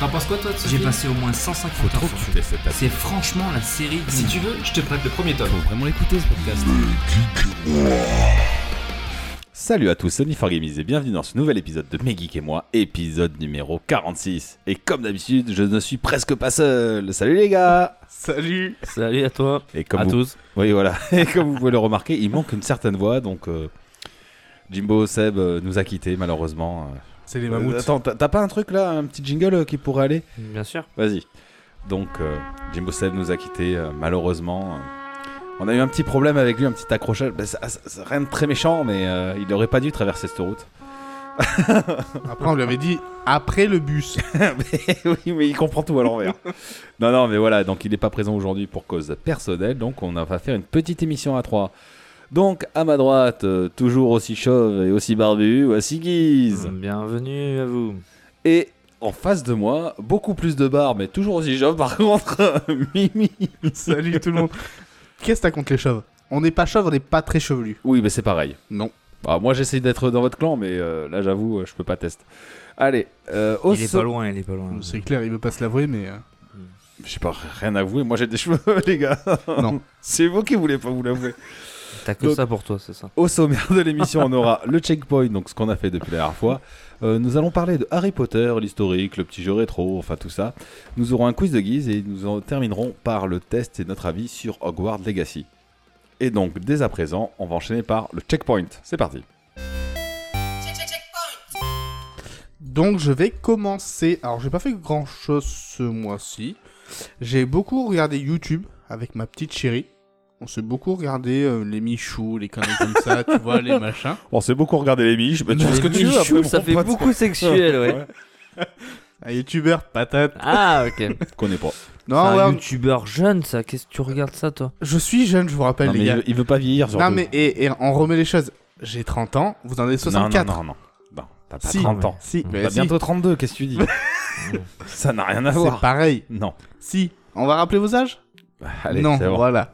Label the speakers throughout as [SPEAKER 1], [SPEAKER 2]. [SPEAKER 1] T'en penses quoi, toi, de ce
[SPEAKER 2] J'ai
[SPEAKER 1] film
[SPEAKER 2] passé au moins 150
[SPEAKER 3] Faut
[SPEAKER 2] heures
[SPEAKER 3] trop
[SPEAKER 2] sur
[SPEAKER 3] que
[SPEAKER 2] le
[SPEAKER 3] tu
[SPEAKER 2] film.
[SPEAKER 3] laisses cette
[SPEAKER 2] C'est franchement la série du
[SPEAKER 1] Si
[SPEAKER 2] moment.
[SPEAKER 1] tu veux, je te prête le premier tome.
[SPEAKER 3] Faut vraiment l'écouter ce podcast.
[SPEAKER 4] Salut à tous, c'est Only for Gamers et bienvenue dans ce nouvel épisode de Mes Geeks et moi, épisode numéro 46. Et comme d'habitude, je ne suis presque pas seul. Salut les gars
[SPEAKER 3] Salut
[SPEAKER 5] Salut à toi,
[SPEAKER 4] Et comme
[SPEAKER 5] à
[SPEAKER 4] vous...
[SPEAKER 5] tous.
[SPEAKER 4] Oui, voilà. Et comme vous pouvez le remarquer, il manque une certaine voix, donc euh, Jimbo, Seb euh, nous a quittés malheureusement. Euh,
[SPEAKER 3] C'est les
[SPEAKER 4] euh, attends, t'as t'as pas un truc là, un petit jingle euh, qui pourrait aller
[SPEAKER 5] Bien sûr.
[SPEAKER 4] Vas-y. Donc, euh, Jimbo Seb nous a quittés, euh, malheureusement. Euh, on a eu un petit problème avec lui, un petit accrochage. Bah, ça- ça- ça- rien de très méchant, mais euh, il n'aurait pas dû traverser cette route.
[SPEAKER 3] Après, on lui avait dit après le bus.
[SPEAKER 4] Mais oui, mais il comprend tout à l'envers. non, non, mais voilà, donc il n'est pas présent aujourd'hui pour cause personnelle, donc on va faire une petite émission à trois. Donc, à ma droite, euh, toujours aussi chauve et aussi barbu, voici Guise.
[SPEAKER 5] Mm, Bienvenue à vous.
[SPEAKER 4] Et en face de moi, beaucoup plus de barbe, mais toujours aussi chauve, par contre, Mimi.
[SPEAKER 3] Salut tout le monde. Qu'est-ce que t'as contre les chauves On n'est pas chauve, on n'est pas très chevelu.
[SPEAKER 4] Oui, mais c'est pareil.
[SPEAKER 3] Non.
[SPEAKER 4] Bah, moi, j'essaye d'être dans votre clan, mais euh, là, j'avoue, euh, je peux pas tester. Allez, euh, au
[SPEAKER 2] Il est
[SPEAKER 4] so-
[SPEAKER 2] pas loin, il est pas
[SPEAKER 4] Mmh.
[SPEAKER 2] loin.
[SPEAKER 3] Oh, C'est clair, il veut pas se l'avouer, mais. euh,
[SPEAKER 4] Je sais pas, rien à avouer. Moi, j'ai des cheveux, les gars.
[SPEAKER 3] Non.
[SPEAKER 4] c'est vous qui voulez pas vous l'avouer.
[SPEAKER 5] T'as que
[SPEAKER 4] Donc-
[SPEAKER 5] ça pour toi, c'est ça.
[SPEAKER 4] Au sommaire de l'émission, on aura le checkpoint, donc ce qu'on a fait depuis la dernière fois. Euh, nous allons parler de Harry Potter, l'historique, le petit jeu rétro, enfin tout ça. Nous aurons un quiz de guise et nous en terminerons par le test et notre avis sur Hogwarts Legacy. Et donc, dès à présent, on va enchaîner par le checkpoint. C'est parti.
[SPEAKER 3] Donc, je vais commencer. Alors, j'ai pas fait grand chose ce mois-ci. J'ai beaucoup regardé YouTube avec ma petite chérie. On s'est beaucoup regardé euh, les Michou, les conneries comme ça, tu vois, les machins.
[SPEAKER 4] On s'est beaucoup regardé les miches, mais tu fais ce que tu veux.
[SPEAKER 5] Michou,
[SPEAKER 4] après,
[SPEAKER 5] ça
[SPEAKER 4] on
[SPEAKER 5] fait
[SPEAKER 4] comprend
[SPEAKER 5] beaucoup sexuel, ouais.
[SPEAKER 3] Un youtubeur patate.
[SPEAKER 5] Ah, ok.
[SPEAKER 4] pas. Je connais pas.
[SPEAKER 5] C'est
[SPEAKER 3] Non,
[SPEAKER 5] un
[SPEAKER 3] ouais,
[SPEAKER 5] youtubeur jeune, ça. Qu'est-ce que tu regardes ça, toi
[SPEAKER 3] je suis jeune, je vous rappelle,
[SPEAKER 4] Non, mais
[SPEAKER 3] les
[SPEAKER 4] il
[SPEAKER 3] gars.
[SPEAKER 4] veut, il veut pas vieillir, surtout.
[SPEAKER 3] Non, mais et, et on remet les choses. J'ai 30 ans, vous en avez 64.
[SPEAKER 4] Non, non, non. non. Non, t'as pas
[SPEAKER 3] Si.
[SPEAKER 4] 30 ans.
[SPEAKER 3] Si,
[SPEAKER 4] T'as
[SPEAKER 3] bah, si,
[SPEAKER 4] bientôt 32, qu'est-ce que tu dis Ça n'a rien à
[SPEAKER 3] c'est
[SPEAKER 4] voir.
[SPEAKER 3] pareil.
[SPEAKER 4] Non.
[SPEAKER 3] Si, on va rappeler vos âges
[SPEAKER 4] Bah, Allez,
[SPEAKER 3] Non,
[SPEAKER 4] c'est bon.
[SPEAKER 3] voilà.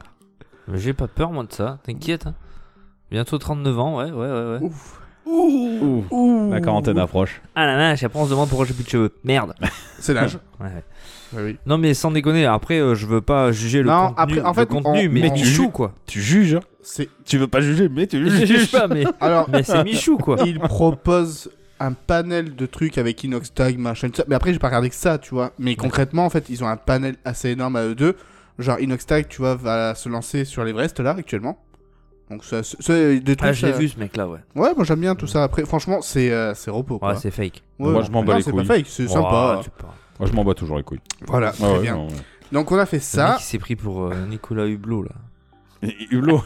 [SPEAKER 5] Mais J'ai pas peur, moi, de ça. T'inquiète. hein. Bientôt 39 ans, ouais, ouais, ouais. ouais.
[SPEAKER 3] Ouf. Ouh. Ouh.
[SPEAKER 4] La quarantaine approche.
[SPEAKER 5] Ah la vache, après on se demande pourquoi j'ai plus de cheveux. Merde.
[SPEAKER 3] Ah. C'est l'âge.
[SPEAKER 5] Ouais, ouais.
[SPEAKER 3] Ouais, oui.
[SPEAKER 5] Non, mais sans déconner, après, euh, je veux pas juger le
[SPEAKER 3] Non,
[SPEAKER 5] contenu,
[SPEAKER 3] après, en
[SPEAKER 5] le
[SPEAKER 3] fait,
[SPEAKER 5] contenu
[SPEAKER 3] on-
[SPEAKER 5] mais
[SPEAKER 3] on-
[SPEAKER 5] Michou, quoi.
[SPEAKER 4] Tu juges hein
[SPEAKER 3] C'est...
[SPEAKER 4] Tu veux pas juger, mais tu
[SPEAKER 5] Je juge pas, mais,
[SPEAKER 3] Alors,
[SPEAKER 5] mais c'est Michou, quoi.
[SPEAKER 3] il propose un panel de trucs avec Inox Tag, machin, tout ça. Mais après, j'ai pas regardé que ça, tu vois. Mais concrètement, en fait, ils ont un panel assez énorme à eux deux. Genre, Inox Tag, tu vois, va se lancer sur l'Everest, là, actuellement. Donc, ça, c'est, c'est des trucs...
[SPEAKER 5] Ah, je l'ai
[SPEAKER 3] ça-
[SPEAKER 5] vu, ce mec-là, ouais.
[SPEAKER 3] Ouais, moi, j'aime bien tout ça. Après, franchement, c'est, euh, c'est repos, quoi.
[SPEAKER 5] Ouais, c'est fake.
[SPEAKER 3] Ouais,
[SPEAKER 4] Moi, je m'en bats
[SPEAKER 3] non,
[SPEAKER 4] les
[SPEAKER 3] c'est
[SPEAKER 4] couilles.
[SPEAKER 3] pas fake, c'est sympa.
[SPEAKER 5] Oh, c'est pas-
[SPEAKER 4] Moi, je m'en bats toujours les couilles.
[SPEAKER 3] Voilà, Ah, très bien. Donc on a fait
[SPEAKER 5] Le
[SPEAKER 3] ça.
[SPEAKER 5] mec, il s'est pris pour euh, Nicolas Hublot là.
[SPEAKER 4] Hulot.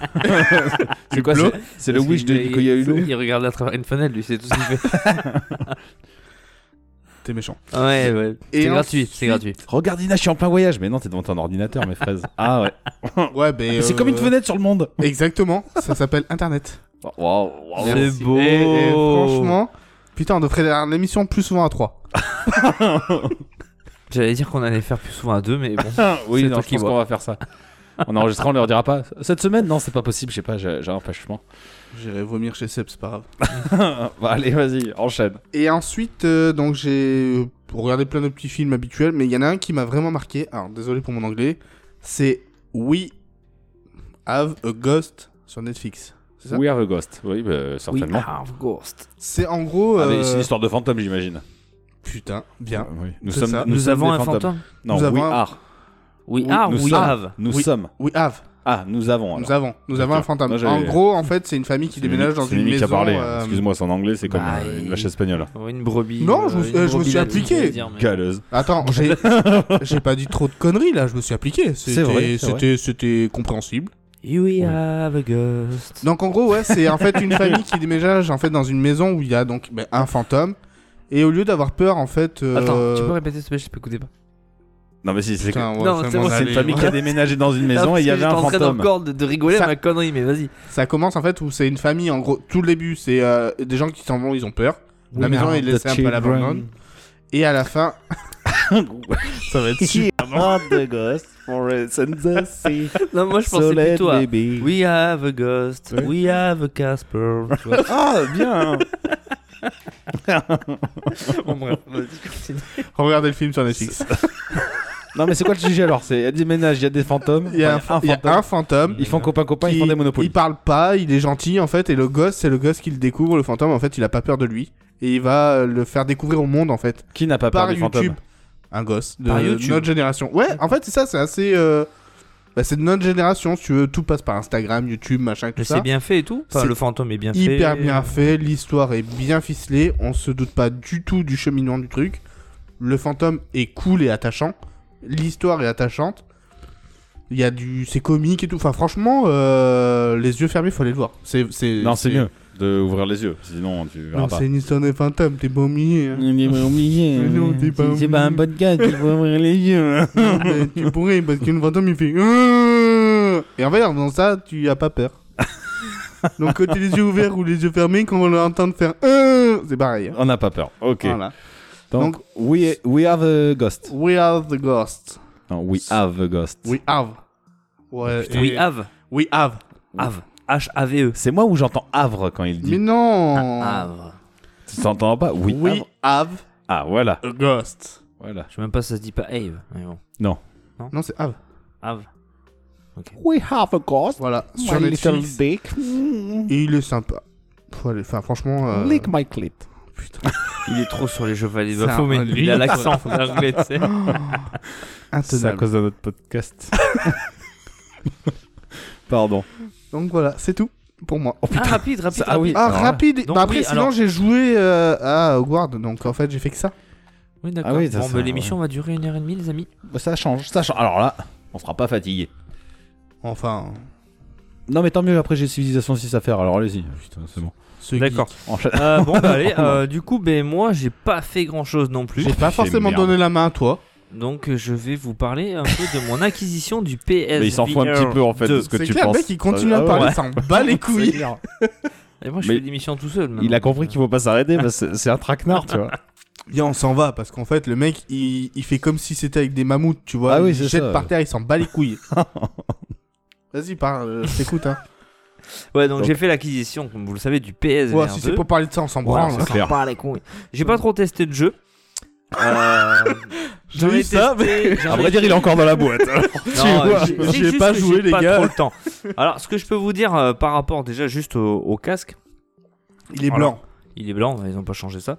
[SPEAKER 4] c'est quoi
[SPEAKER 3] Hulot
[SPEAKER 4] c'est- C'est le
[SPEAKER 5] Parce
[SPEAKER 4] wish
[SPEAKER 5] qu'il-
[SPEAKER 4] de
[SPEAKER 5] il-
[SPEAKER 4] Nicolas Hulot
[SPEAKER 5] Il regarde à travers une fenêtre, lui, c'est tout ce qu'il fait.
[SPEAKER 3] T'es méchant.
[SPEAKER 5] ouais, ouais.
[SPEAKER 3] Et
[SPEAKER 5] C'est gratuit,
[SPEAKER 3] ensuite-
[SPEAKER 5] c'est gratuit.
[SPEAKER 4] Regarde, Ina, je suis en plein voyage. Mais non, t'es devant ton ordinateur, mes fraises. Ah ouais.
[SPEAKER 3] Ouais, ben.
[SPEAKER 4] Ah, C'est
[SPEAKER 3] euh,
[SPEAKER 4] comme une fenêtre sur le monde.
[SPEAKER 3] Exactement. ça s'appelle Internet.
[SPEAKER 4] Waouh, waouh.
[SPEAKER 5] C'est beau.
[SPEAKER 3] Et, et
[SPEAKER 4] Oh.
[SPEAKER 3] franchement, putain, on devrait faire l'émission plus souvent à 3
[SPEAKER 5] J'allais dire qu'on allait faire plus souvent à deux, mais bon.
[SPEAKER 4] Ah, Oui,
[SPEAKER 5] C'est
[SPEAKER 4] non,
[SPEAKER 5] toi
[SPEAKER 4] je
[SPEAKER 5] qui
[SPEAKER 4] pense
[SPEAKER 5] vois.
[SPEAKER 4] qu'on va faire ça. On enregistrera, on leur dira pas. Cette semaine, non, c'est pas possible, je sais pas, j'ai j'ai un empêchement.
[SPEAKER 3] J'irai vomir chez Seb, c'est pas grave.
[SPEAKER 4] bah, allez, vas-y, enchaîne.
[SPEAKER 3] Et ensuite, euh, donc j'ai euh, regardé plein de petits films habituels, mais il y en a un qui m'a vraiment marqué. Alors désolé pour mon anglais. C'est We Have a Ghost sur Netflix. C'est ça
[SPEAKER 4] We are a ghost. Oui, bah, certainement.
[SPEAKER 5] have Ghost.
[SPEAKER 3] C'est en gros.
[SPEAKER 4] Ah, mais
[SPEAKER 3] euh,
[SPEAKER 4] c'est une histoire de fantôme, j'imagine.
[SPEAKER 3] Putain, bien.
[SPEAKER 4] Oui. Nous,
[SPEAKER 3] C'est
[SPEAKER 4] sommes,
[SPEAKER 3] ça.
[SPEAKER 5] Nous,
[SPEAKER 4] sommes
[SPEAKER 5] avons
[SPEAKER 4] des
[SPEAKER 5] un
[SPEAKER 4] fantômes.
[SPEAKER 5] fantôme.
[SPEAKER 4] Non,
[SPEAKER 3] Nous avons
[SPEAKER 4] we
[SPEAKER 3] un-
[SPEAKER 4] are.
[SPEAKER 5] Oui, ah,
[SPEAKER 4] nous
[SPEAKER 5] we
[SPEAKER 4] sommes.
[SPEAKER 5] have.
[SPEAKER 4] Nous
[SPEAKER 3] Oui.
[SPEAKER 4] sommes.
[SPEAKER 3] We Have.
[SPEAKER 4] Ah, nous avons. alors.
[SPEAKER 3] Nous avons, nous avons un
[SPEAKER 4] D'accord.
[SPEAKER 3] fantôme.
[SPEAKER 4] Moi, j'avais-
[SPEAKER 3] en gros, en fait, c'est une famille qui
[SPEAKER 4] C'est
[SPEAKER 3] déménage
[SPEAKER 4] Mimi-
[SPEAKER 3] dans
[SPEAKER 4] c'est
[SPEAKER 3] une
[SPEAKER 4] Mimi qui
[SPEAKER 3] maison.
[SPEAKER 4] a parlé.
[SPEAKER 3] euh,
[SPEAKER 4] Excuse-moi, son anglais, c'est comme
[SPEAKER 5] Bah,
[SPEAKER 4] euh, une
[SPEAKER 5] il-
[SPEAKER 4] vache espagnole.
[SPEAKER 5] Une brebis.
[SPEAKER 3] Non, je me
[SPEAKER 5] euh,
[SPEAKER 3] suis-
[SPEAKER 5] une
[SPEAKER 3] euh, je me
[SPEAKER 5] brebis
[SPEAKER 3] suis
[SPEAKER 5] latine,
[SPEAKER 3] appliqué.
[SPEAKER 5] j'allais dire, mais-
[SPEAKER 4] Galeuse.
[SPEAKER 3] Attends, j'ai, j'ai pas dit trop de conneries là. Je me suis appliqué. C'était,
[SPEAKER 4] vrai, c'est
[SPEAKER 3] c'était, c'était compréhensible.
[SPEAKER 5] We have a ghost.
[SPEAKER 3] Donc en gros, ouais, c'est en fait une famille qui déménage en fait dans une maison où il y a donc ben, un fantôme. Et au lieu d'avoir peur, en fait, euh,
[SPEAKER 5] Attends, tu peux répéter ce que je t'écoutais pas.
[SPEAKER 4] Non, mais si, c'est
[SPEAKER 3] putain, ouais,
[SPEAKER 5] Non,
[SPEAKER 3] ça
[SPEAKER 5] c'est
[SPEAKER 3] m'en
[SPEAKER 5] bon, c'est
[SPEAKER 4] c'est
[SPEAKER 3] allait,
[SPEAKER 4] une famille
[SPEAKER 3] ouais.
[SPEAKER 4] qui a déménagé dans une maison et il y avait un
[SPEAKER 5] J'étais en train
[SPEAKER 4] fantôme.
[SPEAKER 5] encore de, de rigoler
[SPEAKER 3] Ça-
[SPEAKER 5] à ma connerie, mais vas-y.
[SPEAKER 3] Ça commence en fait où c'est une famille. En gros, tout le début, c'est euh, des gens qui s'en vont, ils ont peur. La maison est laissée un peu à l'abandon. Et à la fin,
[SPEAKER 4] Ça va être super. the ghost for us and the sea.
[SPEAKER 5] Non, moi je
[SPEAKER 4] So
[SPEAKER 5] pensais
[SPEAKER 4] let
[SPEAKER 5] plutôt à
[SPEAKER 4] me be.
[SPEAKER 5] We have a ghost, we have a Casper.
[SPEAKER 3] hein.
[SPEAKER 4] Ah, bien.
[SPEAKER 1] Bon, bref, vas-y, continue.
[SPEAKER 3] Regardez le film sur Netflix.
[SPEAKER 4] Non, mais c'est quoi le sujet alors C'est il y a des ménages, il y a des fantômes.
[SPEAKER 3] Il y a un,
[SPEAKER 4] enfin,
[SPEAKER 3] fa- il y a un fantôme.
[SPEAKER 4] Ils font copain copain, ils font des monopoles.
[SPEAKER 3] il parle pas, il est gentil en fait, et le gosse, c'est le gosse qu'il découvre, le fantôme, en fait, il a pas peur de lui. Et il va euh, le faire découvrir au monde en fait,
[SPEAKER 4] Qui n'a pas peur
[SPEAKER 3] par
[SPEAKER 4] des fantômes
[SPEAKER 3] YouTube. Un gosse de
[SPEAKER 5] Par YouTube.
[SPEAKER 3] notre génération. Ouais, en fait, c'est ça, c'est assez. euh, bah, c'est de notre génération, si tu veux, tout passe par Instagram, YouTube, machin, tout
[SPEAKER 5] Mais
[SPEAKER 3] ça.
[SPEAKER 5] c'est bien fait et tout. Enfin,
[SPEAKER 3] C'est
[SPEAKER 5] le fantôme est bien fait.
[SPEAKER 3] Hyper bien fait, l'histoire est bien ficelée, on se doute pas du tout du cheminement du truc. Le fantôme est cool et attachant, l'histoire est attachante. Il y a du, c'est comique et tout. Enfin, franchement, euh, les yeux fermés, faut aller le voir. C'est, c'est,
[SPEAKER 4] Non, c'est mieux de ouvrir les yeux, sinon tu verras
[SPEAKER 3] Non,
[SPEAKER 4] pas.
[SPEAKER 3] c'est une histoire de fantôme, t'es beau milieu. hein.
[SPEAKER 4] Il est oublié.
[SPEAKER 3] Mais non, t'es
[SPEAKER 4] C'est-
[SPEAKER 3] pas
[SPEAKER 4] C'est
[SPEAKER 3] oublié.
[SPEAKER 4] pas un podcast, il faut ouvrir les yeux.
[SPEAKER 3] Non, mais tu pourrais parce qu'une fantôme il fait. euh, Et en fait, en faisant ça, tu as pas peur. Donc, que t'aies les yeux ouverts ou les yeux fermés, quand on l'entend faire, euh, c'est pareil. hein.
[SPEAKER 4] On n'a pas peur. Ok.
[SPEAKER 3] Voilà.
[SPEAKER 4] Donc, we, we have a ghost.
[SPEAKER 3] We are the ghosts.
[SPEAKER 4] Non, we have a ghost.
[SPEAKER 3] We have. Ouais,
[SPEAKER 5] Putain,
[SPEAKER 3] et-
[SPEAKER 5] oui, Have.
[SPEAKER 3] We have.
[SPEAKER 5] Have. H-A-V-E.
[SPEAKER 4] C'est moi où j'entends Havre quand il
[SPEAKER 3] Mais
[SPEAKER 4] dit.
[SPEAKER 3] non
[SPEAKER 5] Have.
[SPEAKER 4] Tu t'entends pas Oui.
[SPEAKER 3] We have
[SPEAKER 4] Ah voilà.
[SPEAKER 3] a ghost.
[SPEAKER 4] Voilà.
[SPEAKER 5] Je sais même pas si ça se dit pas Have. Mais bon.
[SPEAKER 3] Non, c'est have.
[SPEAKER 5] Have.
[SPEAKER 4] We have a ghost.
[SPEAKER 3] Voilà, sur Netflix.
[SPEAKER 4] dick.
[SPEAKER 3] Et il est sympa. Faut aller- Enfin, franchement. euh,
[SPEAKER 4] my clit.
[SPEAKER 5] Il est trop sur les chevaliers de
[SPEAKER 3] C'est un
[SPEAKER 5] Faux, mais il a
[SPEAKER 3] livre.
[SPEAKER 5] l'accent anglais, tu sais.
[SPEAKER 4] C'est à
[SPEAKER 3] Intenable.
[SPEAKER 4] cause de notre podcast. Pardon.
[SPEAKER 3] Donc voilà, c'est tout pour moi.
[SPEAKER 5] Ah, rapide, rapide.
[SPEAKER 4] Ah oui.
[SPEAKER 5] rapide.
[SPEAKER 3] Ah,
[SPEAKER 4] Alors là.
[SPEAKER 3] rapide
[SPEAKER 5] Donc
[SPEAKER 3] bah Après,
[SPEAKER 5] oui,
[SPEAKER 3] sinon,
[SPEAKER 5] alors-
[SPEAKER 3] j'ai joué euh, à Hogwarts, donc en fait, j'ai fait que ça.
[SPEAKER 5] Oui, d'accord.
[SPEAKER 4] Ah oui, ça,
[SPEAKER 5] bon,
[SPEAKER 4] ça,
[SPEAKER 5] bah, l'émission va durer une heure et demie, les amis.
[SPEAKER 4] Bah, Ça change, ça change. Alors là, on sera pas fatigué.
[SPEAKER 3] Enfin,
[SPEAKER 4] Non mais tant mieux, après j'ai civilisation 6 à faire, alors allez-y. Putain, c'est bon.
[SPEAKER 3] ceux qui-
[SPEAKER 4] Enchaîne.
[SPEAKER 5] Euh, bon, bah, allez. euh, du coup, ben, moi, j'ai pas fait grand chose non plus.
[SPEAKER 3] J'ai pas forcément
[SPEAKER 4] merde.
[SPEAKER 3] donné la main à toi.
[SPEAKER 5] Donc, euh, je vais vous parler un peu de mon acquisition du PS.
[SPEAKER 4] Mais il s'en fout un petit peu en fait de ce que
[SPEAKER 3] C'est
[SPEAKER 4] tu
[SPEAKER 3] clair, le
[SPEAKER 4] penses.
[SPEAKER 3] mec, il continue à
[SPEAKER 4] Ah ouais.
[SPEAKER 3] parler, ça en bat les couilles.
[SPEAKER 5] Et moi, je
[SPEAKER 4] Mais-
[SPEAKER 5] fais l'émission tout seul.
[SPEAKER 4] Il
[SPEAKER 5] maintenant.
[SPEAKER 4] a compris qu'il faut pas s'arrêter parce que c'est un traquenard, tu vois.
[SPEAKER 3] Viens, on s'en va parce qu'en fait, le mec il, il fait comme si c'était avec des mammouths, tu vois.
[SPEAKER 4] Ah oui,
[SPEAKER 3] il
[SPEAKER 4] c'est
[SPEAKER 3] jette
[SPEAKER 4] ça.
[SPEAKER 3] par terre, il s'en bat les couilles. Vas-y, parle, euh, je t'écoute. Hein.
[SPEAKER 5] Ouais, donc,
[SPEAKER 4] Donc-
[SPEAKER 5] j'ai fait l'acquisition, comme vous le savez, du PS.
[SPEAKER 3] Ouais, si c'est pour parler de ça, on s'en branle.
[SPEAKER 4] c'est clair.
[SPEAKER 5] J'ai pas trop testé de jeu. Euh,
[SPEAKER 3] J'ai
[SPEAKER 5] j'en ai
[SPEAKER 3] eu ça,
[SPEAKER 5] testé- j'en
[SPEAKER 4] À
[SPEAKER 5] ai
[SPEAKER 4] vrai dire, il est encore dans la boîte.
[SPEAKER 5] Non,
[SPEAKER 3] vois,
[SPEAKER 5] j'ai-
[SPEAKER 3] j'y ai
[SPEAKER 5] j'ai juste
[SPEAKER 3] pas
[SPEAKER 5] que
[SPEAKER 3] joué,
[SPEAKER 5] j'ai
[SPEAKER 3] les
[SPEAKER 5] pas
[SPEAKER 3] gars.
[SPEAKER 5] trop le temps. Alors, ce que je peux vous dire euh, par rapport déjà juste au, au casque,
[SPEAKER 3] Il est
[SPEAKER 5] Voilà.
[SPEAKER 3] blanc.
[SPEAKER 5] il est blanc, ils ont pas changé ça.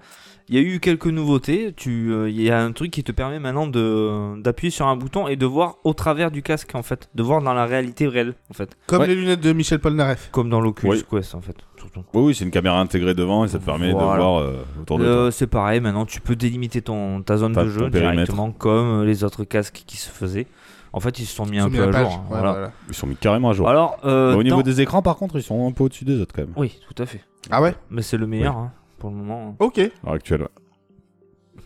[SPEAKER 5] Il y a eu quelques nouveautés. Tu, euh, il y a un truc qui te permet maintenant de d'appuyer sur un bouton et de voir au travers du casque en fait, de voir dans la réalité réelle en fait,
[SPEAKER 3] Comme
[SPEAKER 4] Ouais.
[SPEAKER 3] les lunettes de Michel Polnareff.
[SPEAKER 5] comme dans l'Oculus
[SPEAKER 4] Oui.
[SPEAKER 5] Quest en fait. surtout.
[SPEAKER 4] Oui, oui, c'est une caméra intégrée devant et ça te permet de
[SPEAKER 5] Voilà.
[SPEAKER 4] voir euh, autour de
[SPEAKER 5] Euh,
[SPEAKER 4] toi.
[SPEAKER 5] c'est pareil, maintenant tu peux délimiter ton ta zone
[SPEAKER 4] Ta-
[SPEAKER 5] de
[SPEAKER 4] ton
[SPEAKER 5] jeu
[SPEAKER 4] périmètre.
[SPEAKER 5] directement comme euh, les autres casques qui se faisaient. En fait, ils se sont mis
[SPEAKER 3] Ils
[SPEAKER 5] un
[SPEAKER 3] sont mis la
[SPEAKER 5] peu à
[SPEAKER 3] page.
[SPEAKER 4] hein,
[SPEAKER 5] jour. hein,
[SPEAKER 3] Ouais,
[SPEAKER 5] voilà.
[SPEAKER 3] voilà.
[SPEAKER 4] Ils sont mis carrément à jour.
[SPEAKER 5] Alors, euh,
[SPEAKER 4] Bah, au niveau
[SPEAKER 5] dans-
[SPEAKER 4] des écrans, par contre, ils sont un peu au-dessus des autres quand même.
[SPEAKER 5] oui, tout à fait.
[SPEAKER 3] Ah ouais
[SPEAKER 5] Mais c'est le meilleur hein, pour le moment.
[SPEAKER 3] Ok.
[SPEAKER 4] Alors actuellement.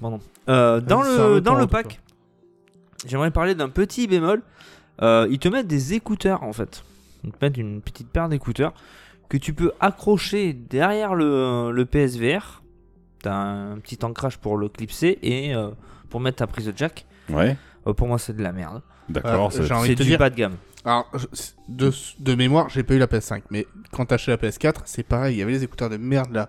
[SPEAKER 5] Pardon. Euh, dans
[SPEAKER 3] Vas-y, Sarah,
[SPEAKER 5] le, dans
[SPEAKER 3] parle,
[SPEAKER 5] le pack, j'aimerais parler d'un petit bémol. Euh, ils te mettent des écouteurs en fait. Ils te mettent une petite paire d'écouteurs que tu peux accrocher derrière le, le PSVR. T'as un petit ancrage pour le clipser et euh, pour mettre ta prise de jack.
[SPEAKER 4] Ouais.
[SPEAKER 5] Euh, pour moi, c'est de la merde.
[SPEAKER 4] D'accord.
[SPEAKER 3] Ouais,
[SPEAKER 4] c'est-
[SPEAKER 3] j'ai envie
[SPEAKER 5] C'est
[SPEAKER 3] de te
[SPEAKER 5] du
[SPEAKER 3] dire-
[SPEAKER 5] bas de gamme.
[SPEAKER 3] Alors, je- c'est- de, de mémoire, j'ai pas eu la PS5, mais quand t'as acheté la PS4, c'est pareil, il y avait les écouteurs de merde là,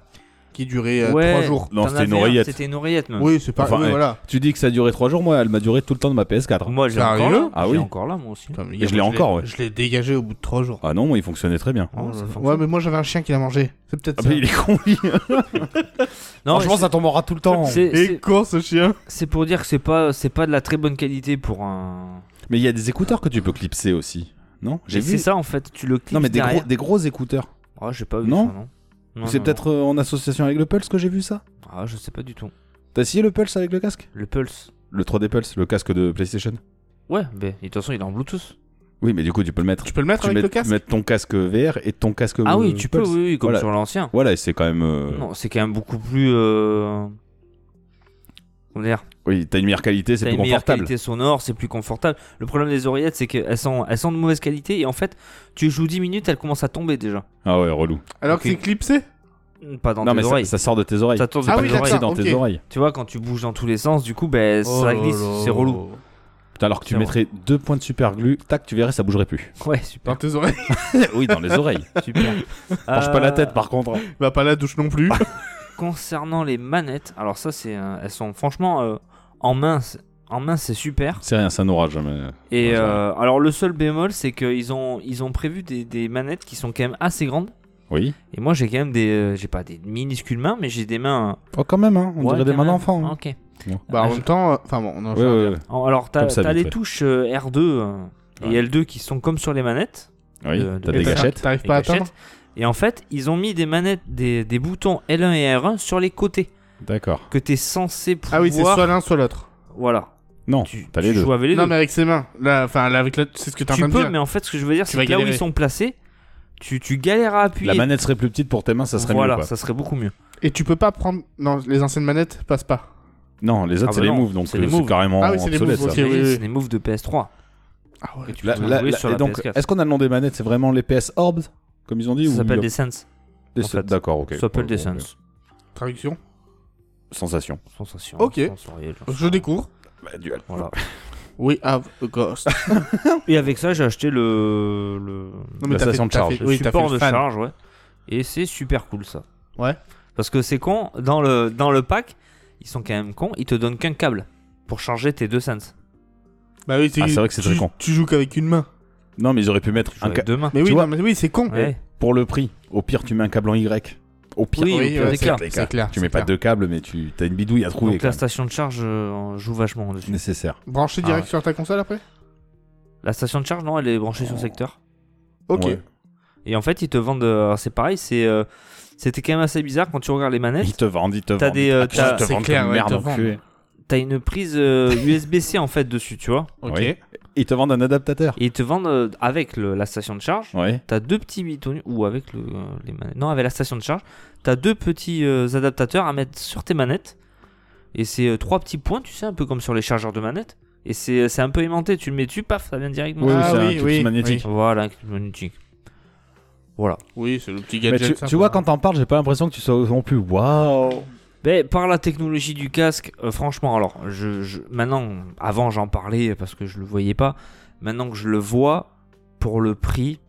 [SPEAKER 3] qui duraient euh,
[SPEAKER 5] Ouais.
[SPEAKER 3] trois jours.
[SPEAKER 4] Non,
[SPEAKER 5] T'en
[SPEAKER 4] c'était une
[SPEAKER 5] avais un,
[SPEAKER 4] oreillette.
[SPEAKER 5] C'était une oreillette même.
[SPEAKER 3] Oui, c'est pareil,
[SPEAKER 4] Enfin,
[SPEAKER 3] oui,
[SPEAKER 4] ouais.
[SPEAKER 3] voilà.
[SPEAKER 4] Tu dis que ça a duré 3 jours, moi elle m'a duré tout le temps de ma PS4.
[SPEAKER 5] Moi, je l'ai
[SPEAKER 3] Sérieux
[SPEAKER 5] encore là.
[SPEAKER 4] Ah
[SPEAKER 5] Je
[SPEAKER 4] oui.
[SPEAKER 5] l'ai encore là, moi aussi.
[SPEAKER 3] Comme,
[SPEAKER 4] je l'ai encore, ouais.
[SPEAKER 3] Je l'ai dégagé au bout de trois jours.
[SPEAKER 4] Ah non, moi il fonctionnait très bien.
[SPEAKER 5] Oh, ça fonctionne.
[SPEAKER 3] Ouais, mais moi j'avais un chien qui l'a mangé. C'est peut-être
[SPEAKER 4] Ah
[SPEAKER 3] ça.
[SPEAKER 4] bah il est con lui.
[SPEAKER 5] Non, mais c'est-
[SPEAKER 4] tombera tout le
[SPEAKER 5] c'est-
[SPEAKER 3] Et
[SPEAKER 5] c'est-
[SPEAKER 3] con ce chien
[SPEAKER 5] C'est pour dire que c'est pas, c'est pas de la très bonne qualité pour un.
[SPEAKER 4] Mais il y a des écouteurs que tu peux clipser aussi. Non J'ai
[SPEAKER 5] Et C'est
[SPEAKER 4] vu.
[SPEAKER 5] ça en fait, tu le clips
[SPEAKER 4] Non mais des
[SPEAKER 5] derrière.
[SPEAKER 4] gros, des gros écouteurs.
[SPEAKER 5] Ah, j'ai pas vu
[SPEAKER 4] Non
[SPEAKER 5] ça, non. Non,
[SPEAKER 4] c'est
[SPEAKER 5] non,
[SPEAKER 4] peut-être euh, en association avec le Pulse que j'ai vu ça.
[SPEAKER 5] non. Ah, je sais pas du tout.
[SPEAKER 4] T'as essayé le Pulse avec le casque
[SPEAKER 5] Le Pulse.
[SPEAKER 4] Le 3D Pulse, le casque de PlayStation.
[SPEAKER 5] Ouais, mais et de toute façon, il est en Bluetooth.
[SPEAKER 4] Oui, mais du coup tu peux le mettre.
[SPEAKER 3] Tu peux le mettre
[SPEAKER 4] Tu
[SPEAKER 3] avec
[SPEAKER 4] mets,
[SPEAKER 3] le casque
[SPEAKER 4] mettre ton casque VR et ton casque.
[SPEAKER 5] ah
[SPEAKER 4] euh,
[SPEAKER 5] oui, tu peux,
[SPEAKER 4] Pulse.
[SPEAKER 5] oui, oui, comme
[SPEAKER 4] Voilà.
[SPEAKER 5] sur l'ancien.
[SPEAKER 4] Voilà, et c'est quand même. euh,
[SPEAKER 5] Non, c'est quand même beaucoup plus. euh, Comment dire
[SPEAKER 4] Oui, t'as une meilleure qualité, c'est
[SPEAKER 5] T'as
[SPEAKER 4] plus
[SPEAKER 5] une meilleure
[SPEAKER 4] confortable.
[SPEAKER 5] qualité sonore, c'est plus confortable. Le problème des oreillettes, c'est qu'elles sont, elles sont de mauvaise qualité et en fait, tu joues 10 minutes, elles commencent à tomber déjà.
[SPEAKER 4] Ah ouais, relou.
[SPEAKER 3] alors
[SPEAKER 5] Ok.
[SPEAKER 3] que c'est clipsé
[SPEAKER 5] Pas dans
[SPEAKER 4] non,
[SPEAKER 5] tes
[SPEAKER 4] mais ça,
[SPEAKER 5] oreilles.
[SPEAKER 4] ça sort de tes oreilles.
[SPEAKER 5] Ça tourne
[SPEAKER 3] Ah
[SPEAKER 5] dans
[SPEAKER 3] oui,
[SPEAKER 5] tes oreilles.
[SPEAKER 4] C'est dans
[SPEAKER 3] ok.
[SPEAKER 4] tes oreilles.
[SPEAKER 5] Tu vois, quand tu bouges dans tous les sens, du coup, ben,
[SPEAKER 4] Oh
[SPEAKER 5] ça glisse, c'est relou.
[SPEAKER 4] Putain, alors que tu
[SPEAKER 5] C'est
[SPEAKER 4] mettrais deux points de super glue, tac, tu verrais, ça bougerait plus.
[SPEAKER 5] Ouais,
[SPEAKER 3] Dans
[SPEAKER 5] super.
[SPEAKER 3] tes oreilles
[SPEAKER 4] oui, dans les oreilles.
[SPEAKER 5] super. Euh,
[SPEAKER 4] Penche pas la tête, par contre. hein.
[SPEAKER 3] Bah pas la douche non plus.
[SPEAKER 5] concernant les manettes, alors ça, c'est, euh, elles sont franchement euh, en main, c'est- en main, c'est super.
[SPEAKER 4] C'est rien, ça n'aura jamais.
[SPEAKER 5] Et
[SPEAKER 4] Ouais, ça
[SPEAKER 5] euh, alors le seul bémol, c'est qu'ils ont, ils ont prévu des, des manettes qui sont quand même assez grandes.
[SPEAKER 4] Oui.
[SPEAKER 5] Et moi, j'ai quand même des, euh, j'ai pas des minuscules mains, mais j'ai des mains. euh,
[SPEAKER 4] Oh, quand même, hein, on
[SPEAKER 5] Ouais,
[SPEAKER 4] dirait des
[SPEAKER 5] quand
[SPEAKER 4] mains
[SPEAKER 5] même.
[SPEAKER 4] d'enfant. hein.
[SPEAKER 5] Ok.
[SPEAKER 3] Bah,
[SPEAKER 5] Ah,
[SPEAKER 3] en
[SPEAKER 5] je-
[SPEAKER 3] même temps, euh, enfin bon, non,
[SPEAKER 4] Ouais, ouais, ouais.
[SPEAKER 5] En- Alors, t'as
[SPEAKER 4] Comme ça,
[SPEAKER 5] t'as
[SPEAKER 4] vite
[SPEAKER 5] les
[SPEAKER 4] fait.
[SPEAKER 5] touches euh, R2 euh,
[SPEAKER 4] Ouais.
[SPEAKER 5] et L2 qui sont comme sur les manettes.
[SPEAKER 4] Oui,
[SPEAKER 5] Euh,
[SPEAKER 4] t'as
[SPEAKER 5] de-
[SPEAKER 4] des
[SPEAKER 5] Et ça-
[SPEAKER 4] gâchettes.
[SPEAKER 3] T'arrives
[SPEAKER 5] les
[SPEAKER 3] pas à
[SPEAKER 5] gâchettes.
[SPEAKER 3] atteindre
[SPEAKER 5] Et en fait, ils ont mis des manettes, des, des boutons L1 et R1 sur les côtés
[SPEAKER 4] D'accord.
[SPEAKER 5] que t'es censé pouvoir.
[SPEAKER 3] Ah oui, c'est soit l'un, soit l'autre.
[SPEAKER 5] Voilà.
[SPEAKER 4] Non,
[SPEAKER 5] Tu,
[SPEAKER 4] t'as
[SPEAKER 5] tu
[SPEAKER 4] les deux.
[SPEAKER 5] joues avec les
[SPEAKER 3] Non,
[SPEAKER 5] deux.
[SPEAKER 3] mais avec ses mains. Là, enfin, là, avec la... c'est ce que t'es en
[SPEAKER 5] tu
[SPEAKER 3] train de
[SPEAKER 5] peux,
[SPEAKER 3] dire.
[SPEAKER 5] mais en fait, ce que je veux dire,
[SPEAKER 3] Tu
[SPEAKER 5] c'est
[SPEAKER 3] vas
[SPEAKER 5] que là où ils
[SPEAKER 3] galérer.
[SPEAKER 5] sont placés, tu, tu galères à appuyer.
[SPEAKER 4] La manette serait plus petite pour tes mains, ça serait
[SPEAKER 5] voilà,
[SPEAKER 4] mieux. Quoi.
[SPEAKER 5] ça serait beaucoup mieux.
[SPEAKER 3] Et tu peux pas prendre. Non, les anciennes manettes passent pas.
[SPEAKER 4] Non, les autres,
[SPEAKER 5] Ah
[SPEAKER 4] c'est
[SPEAKER 5] bah
[SPEAKER 4] les
[SPEAKER 5] non,
[SPEAKER 4] moves, donc
[SPEAKER 5] c'est
[SPEAKER 4] euh,
[SPEAKER 5] les
[SPEAKER 4] c'est
[SPEAKER 5] moves.
[SPEAKER 4] carrément
[SPEAKER 3] Ah oui, c'est les
[SPEAKER 4] obsolète
[SPEAKER 3] moves,
[SPEAKER 4] ça.
[SPEAKER 3] ok. oui, oui, oui.
[SPEAKER 5] C'est des moves de PS3.
[SPEAKER 3] Ah ouais.
[SPEAKER 5] que tu
[SPEAKER 4] La-
[SPEAKER 5] peux
[SPEAKER 4] la-
[SPEAKER 5] jouer
[SPEAKER 4] la-
[SPEAKER 5] sur
[SPEAKER 4] et
[SPEAKER 5] la
[SPEAKER 4] donc,
[SPEAKER 5] PS4.
[SPEAKER 4] est-ce qu'on a le nom des manettes C'est vraiment les PS Orbs, comme ils ont dit
[SPEAKER 5] Ça
[SPEAKER 4] ou
[SPEAKER 5] s'appelle
[SPEAKER 4] ils-
[SPEAKER 5] des Sense.
[SPEAKER 4] des
[SPEAKER 5] en
[SPEAKER 4] se-
[SPEAKER 5] fait.
[SPEAKER 4] D'accord, ok.
[SPEAKER 5] Ça s'appelle
[SPEAKER 4] Bon,
[SPEAKER 5] des
[SPEAKER 4] bon, bon.
[SPEAKER 5] Sense.
[SPEAKER 3] Traduction
[SPEAKER 4] Sensation.
[SPEAKER 5] Sensation.
[SPEAKER 3] Ok.
[SPEAKER 5] sensorielle.
[SPEAKER 3] Je découvre.
[SPEAKER 4] Bah, dual.
[SPEAKER 5] Voilà.
[SPEAKER 3] Oui, have a ghost.
[SPEAKER 5] Et avec ça, j'ai acheté le, le,
[SPEAKER 3] Non,
[SPEAKER 4] La station de
[SPEAKER 3] t'as
[SPEAKER 4] charge.
[SPEAKER 3] fait-
[SPEAKER 5] le
[SPEAKER 3] oui, t'as fait
[SPEAKER 5] support
[SPEAKER 3] le
[SPEAKER 5] de
[SPEAKER 3] fan.
[SPEAKER 5] charge, ouais. Et c'est super cool ça.
[SPEAKER 3] Ouais.
[SPEAKER 5] Parce que c'est con, dans le, dans le pack, ils sont quand même cons, ils te donnent qu'un câble pour charger tes deux Sense.
[SPEAKER 3] Bah oui,
[SPEAKER 4] Ah, c'est vrai que c'est
[SPEAKER 3] tu-
[SPEAKER 4] très con.
[SPEAKER 3] Tu joues qu'avec une main.
[SPEAKER 4] Non, mais ils auraient pu mettre
[SPEAKER 5] Tu joues
[SPEAKER 4] un
[SPEAKER 5] avec
[SPEAKER 4] ca-
[SPEAKER 5] deux mains.
[SPEAKER 3] Mais oui,
[SPEAKER 4] vois
[SPEAKER 3] non, mais oui, c'est con.
[SPEAKER 5] Ouais.
[SPEAKER 4] pour le prix. Au pire, tu mets un câble en Y. Au pire,
[SPEAKER 5] Oui,
[SPEAKER 4] au
[SPEAKER 5] oui,
[SPEAKER 4] pire,
[SPEAKER 5] ouais,
[SPEAKER 4] des
[SPEAKER 5] c'est
[SPEAKER 4] câbles,
[SPEAKER 3] clair,
[SPEAKER 4] des
[SPEAKER 3] c'est
[SPEAKER 4] câbles.
[SPEAKER 3] clair,
[SPEAKER 4] Tu
[SPEAKER 3] c'est
[SPEAKER 4] mets pas
[SPEAKER 3] clair.
[SPEAKER 4] deux câbles, mais tu as une bidouille à trouver.
[SPEAKER 5] Donc la
[SPEAKER 4] quand même.
[SPEAKER 5] station de charge euh, on joue vachement dessus.
[SPEAKER 4] Nécessaire.
[SPEAKER 3] Branché
[SPEAKER 5] Ah
[SPEAKER 3] direct
[SPEAKER 5] ouais.
[SPEAKER 3] sur ta console après
[SPEAKER 5] La station de charge, non, elle est branchée
[SPEAKER 4] Oh.
[SPEAKER 5] sur secteur.
[SPEAKER 3] Ok.
[SPEAKER 4] Ouais.
[SPEAKER 5] Et en fait, ils te vendent. euh, alors, c'est pareil, c'est, euh, c'était quand même assez bizarre quand tu regardes les
[SPEAKER 4] Ils
[SPEAKER 5] manettes.
[SPEAKER 4] te vendent, ils te vendent.
[SPEAKER 5] T'as des, euh,
[SPEAKER 4] Ah, putain,
[SPEAKER 5] t'as-
[SPEAKER 4] ils te
[SPEAKER 3] c'est
[SPEAKER 4] vendent
[SPEAKER 3] clair,
[SPEAKER 4] comme
[SPEAKER 3] ouais, ils
[SPEAKER 4] merde, euh,
[SPEAKER 3] te vendent.
[SPEAKER 4] enculé.
[SPEAKER 5] T'as une prise euh, USB-C en fait dessus, tu vois.
[SPEAKER 3] Ok.
[SPEAKER 4] Oui. Ils te vendent un adaptateur.
[SPEAKER 5] Et ils te vendent euh, avec le- la station de charge.
[SPEAKER 4] Ouais.
[SPEAKER 5] T'as deux petits bitons ou avec le, euh, les manettes. Non, avec la station de charge. T'as deux petits euh, adaptateurs à mettre sur tes manettes. Et c'est euh, trois petits points, tu sais, un peu comme sur les chargeurs de manettes. Et c'est, euh, c'est un peu aimanté, tu le mets dessus, paf, ça vient directement.
[SPEAKER 4] Oui,
[SPEAKER 3] Ah
[SPEAKER 4] c'est un
[SPEAKER 3] oui,
[SPEAKER 4] truc
[SPEAKER 3] oui,
[SPEAKER 4] magnétique.
[SPEAKER 5] Voilà, un clip magnétique. Voilà.
[SPEAKER 3] Oui, c'est le petit
[SPEAKER 4] Mais
[SPEAKER 3] gadget.
[SPEAKER 4] tu,
[SPEAKER 3] ça,
[SPEAKER 4] tu vois,
[SPEAKER 3] quoi.
[SPEAKER 4] quand t'en parles, j'ai pas l'impression que tu sois non plus. Waouh!
[SPEAKER 5] Ben, par la technologie du casque, euh, franchement, alors, je, je- maintenant, avant j'en parlais parce que je le voyais pas. Maintenant que je le vois, pour le prix,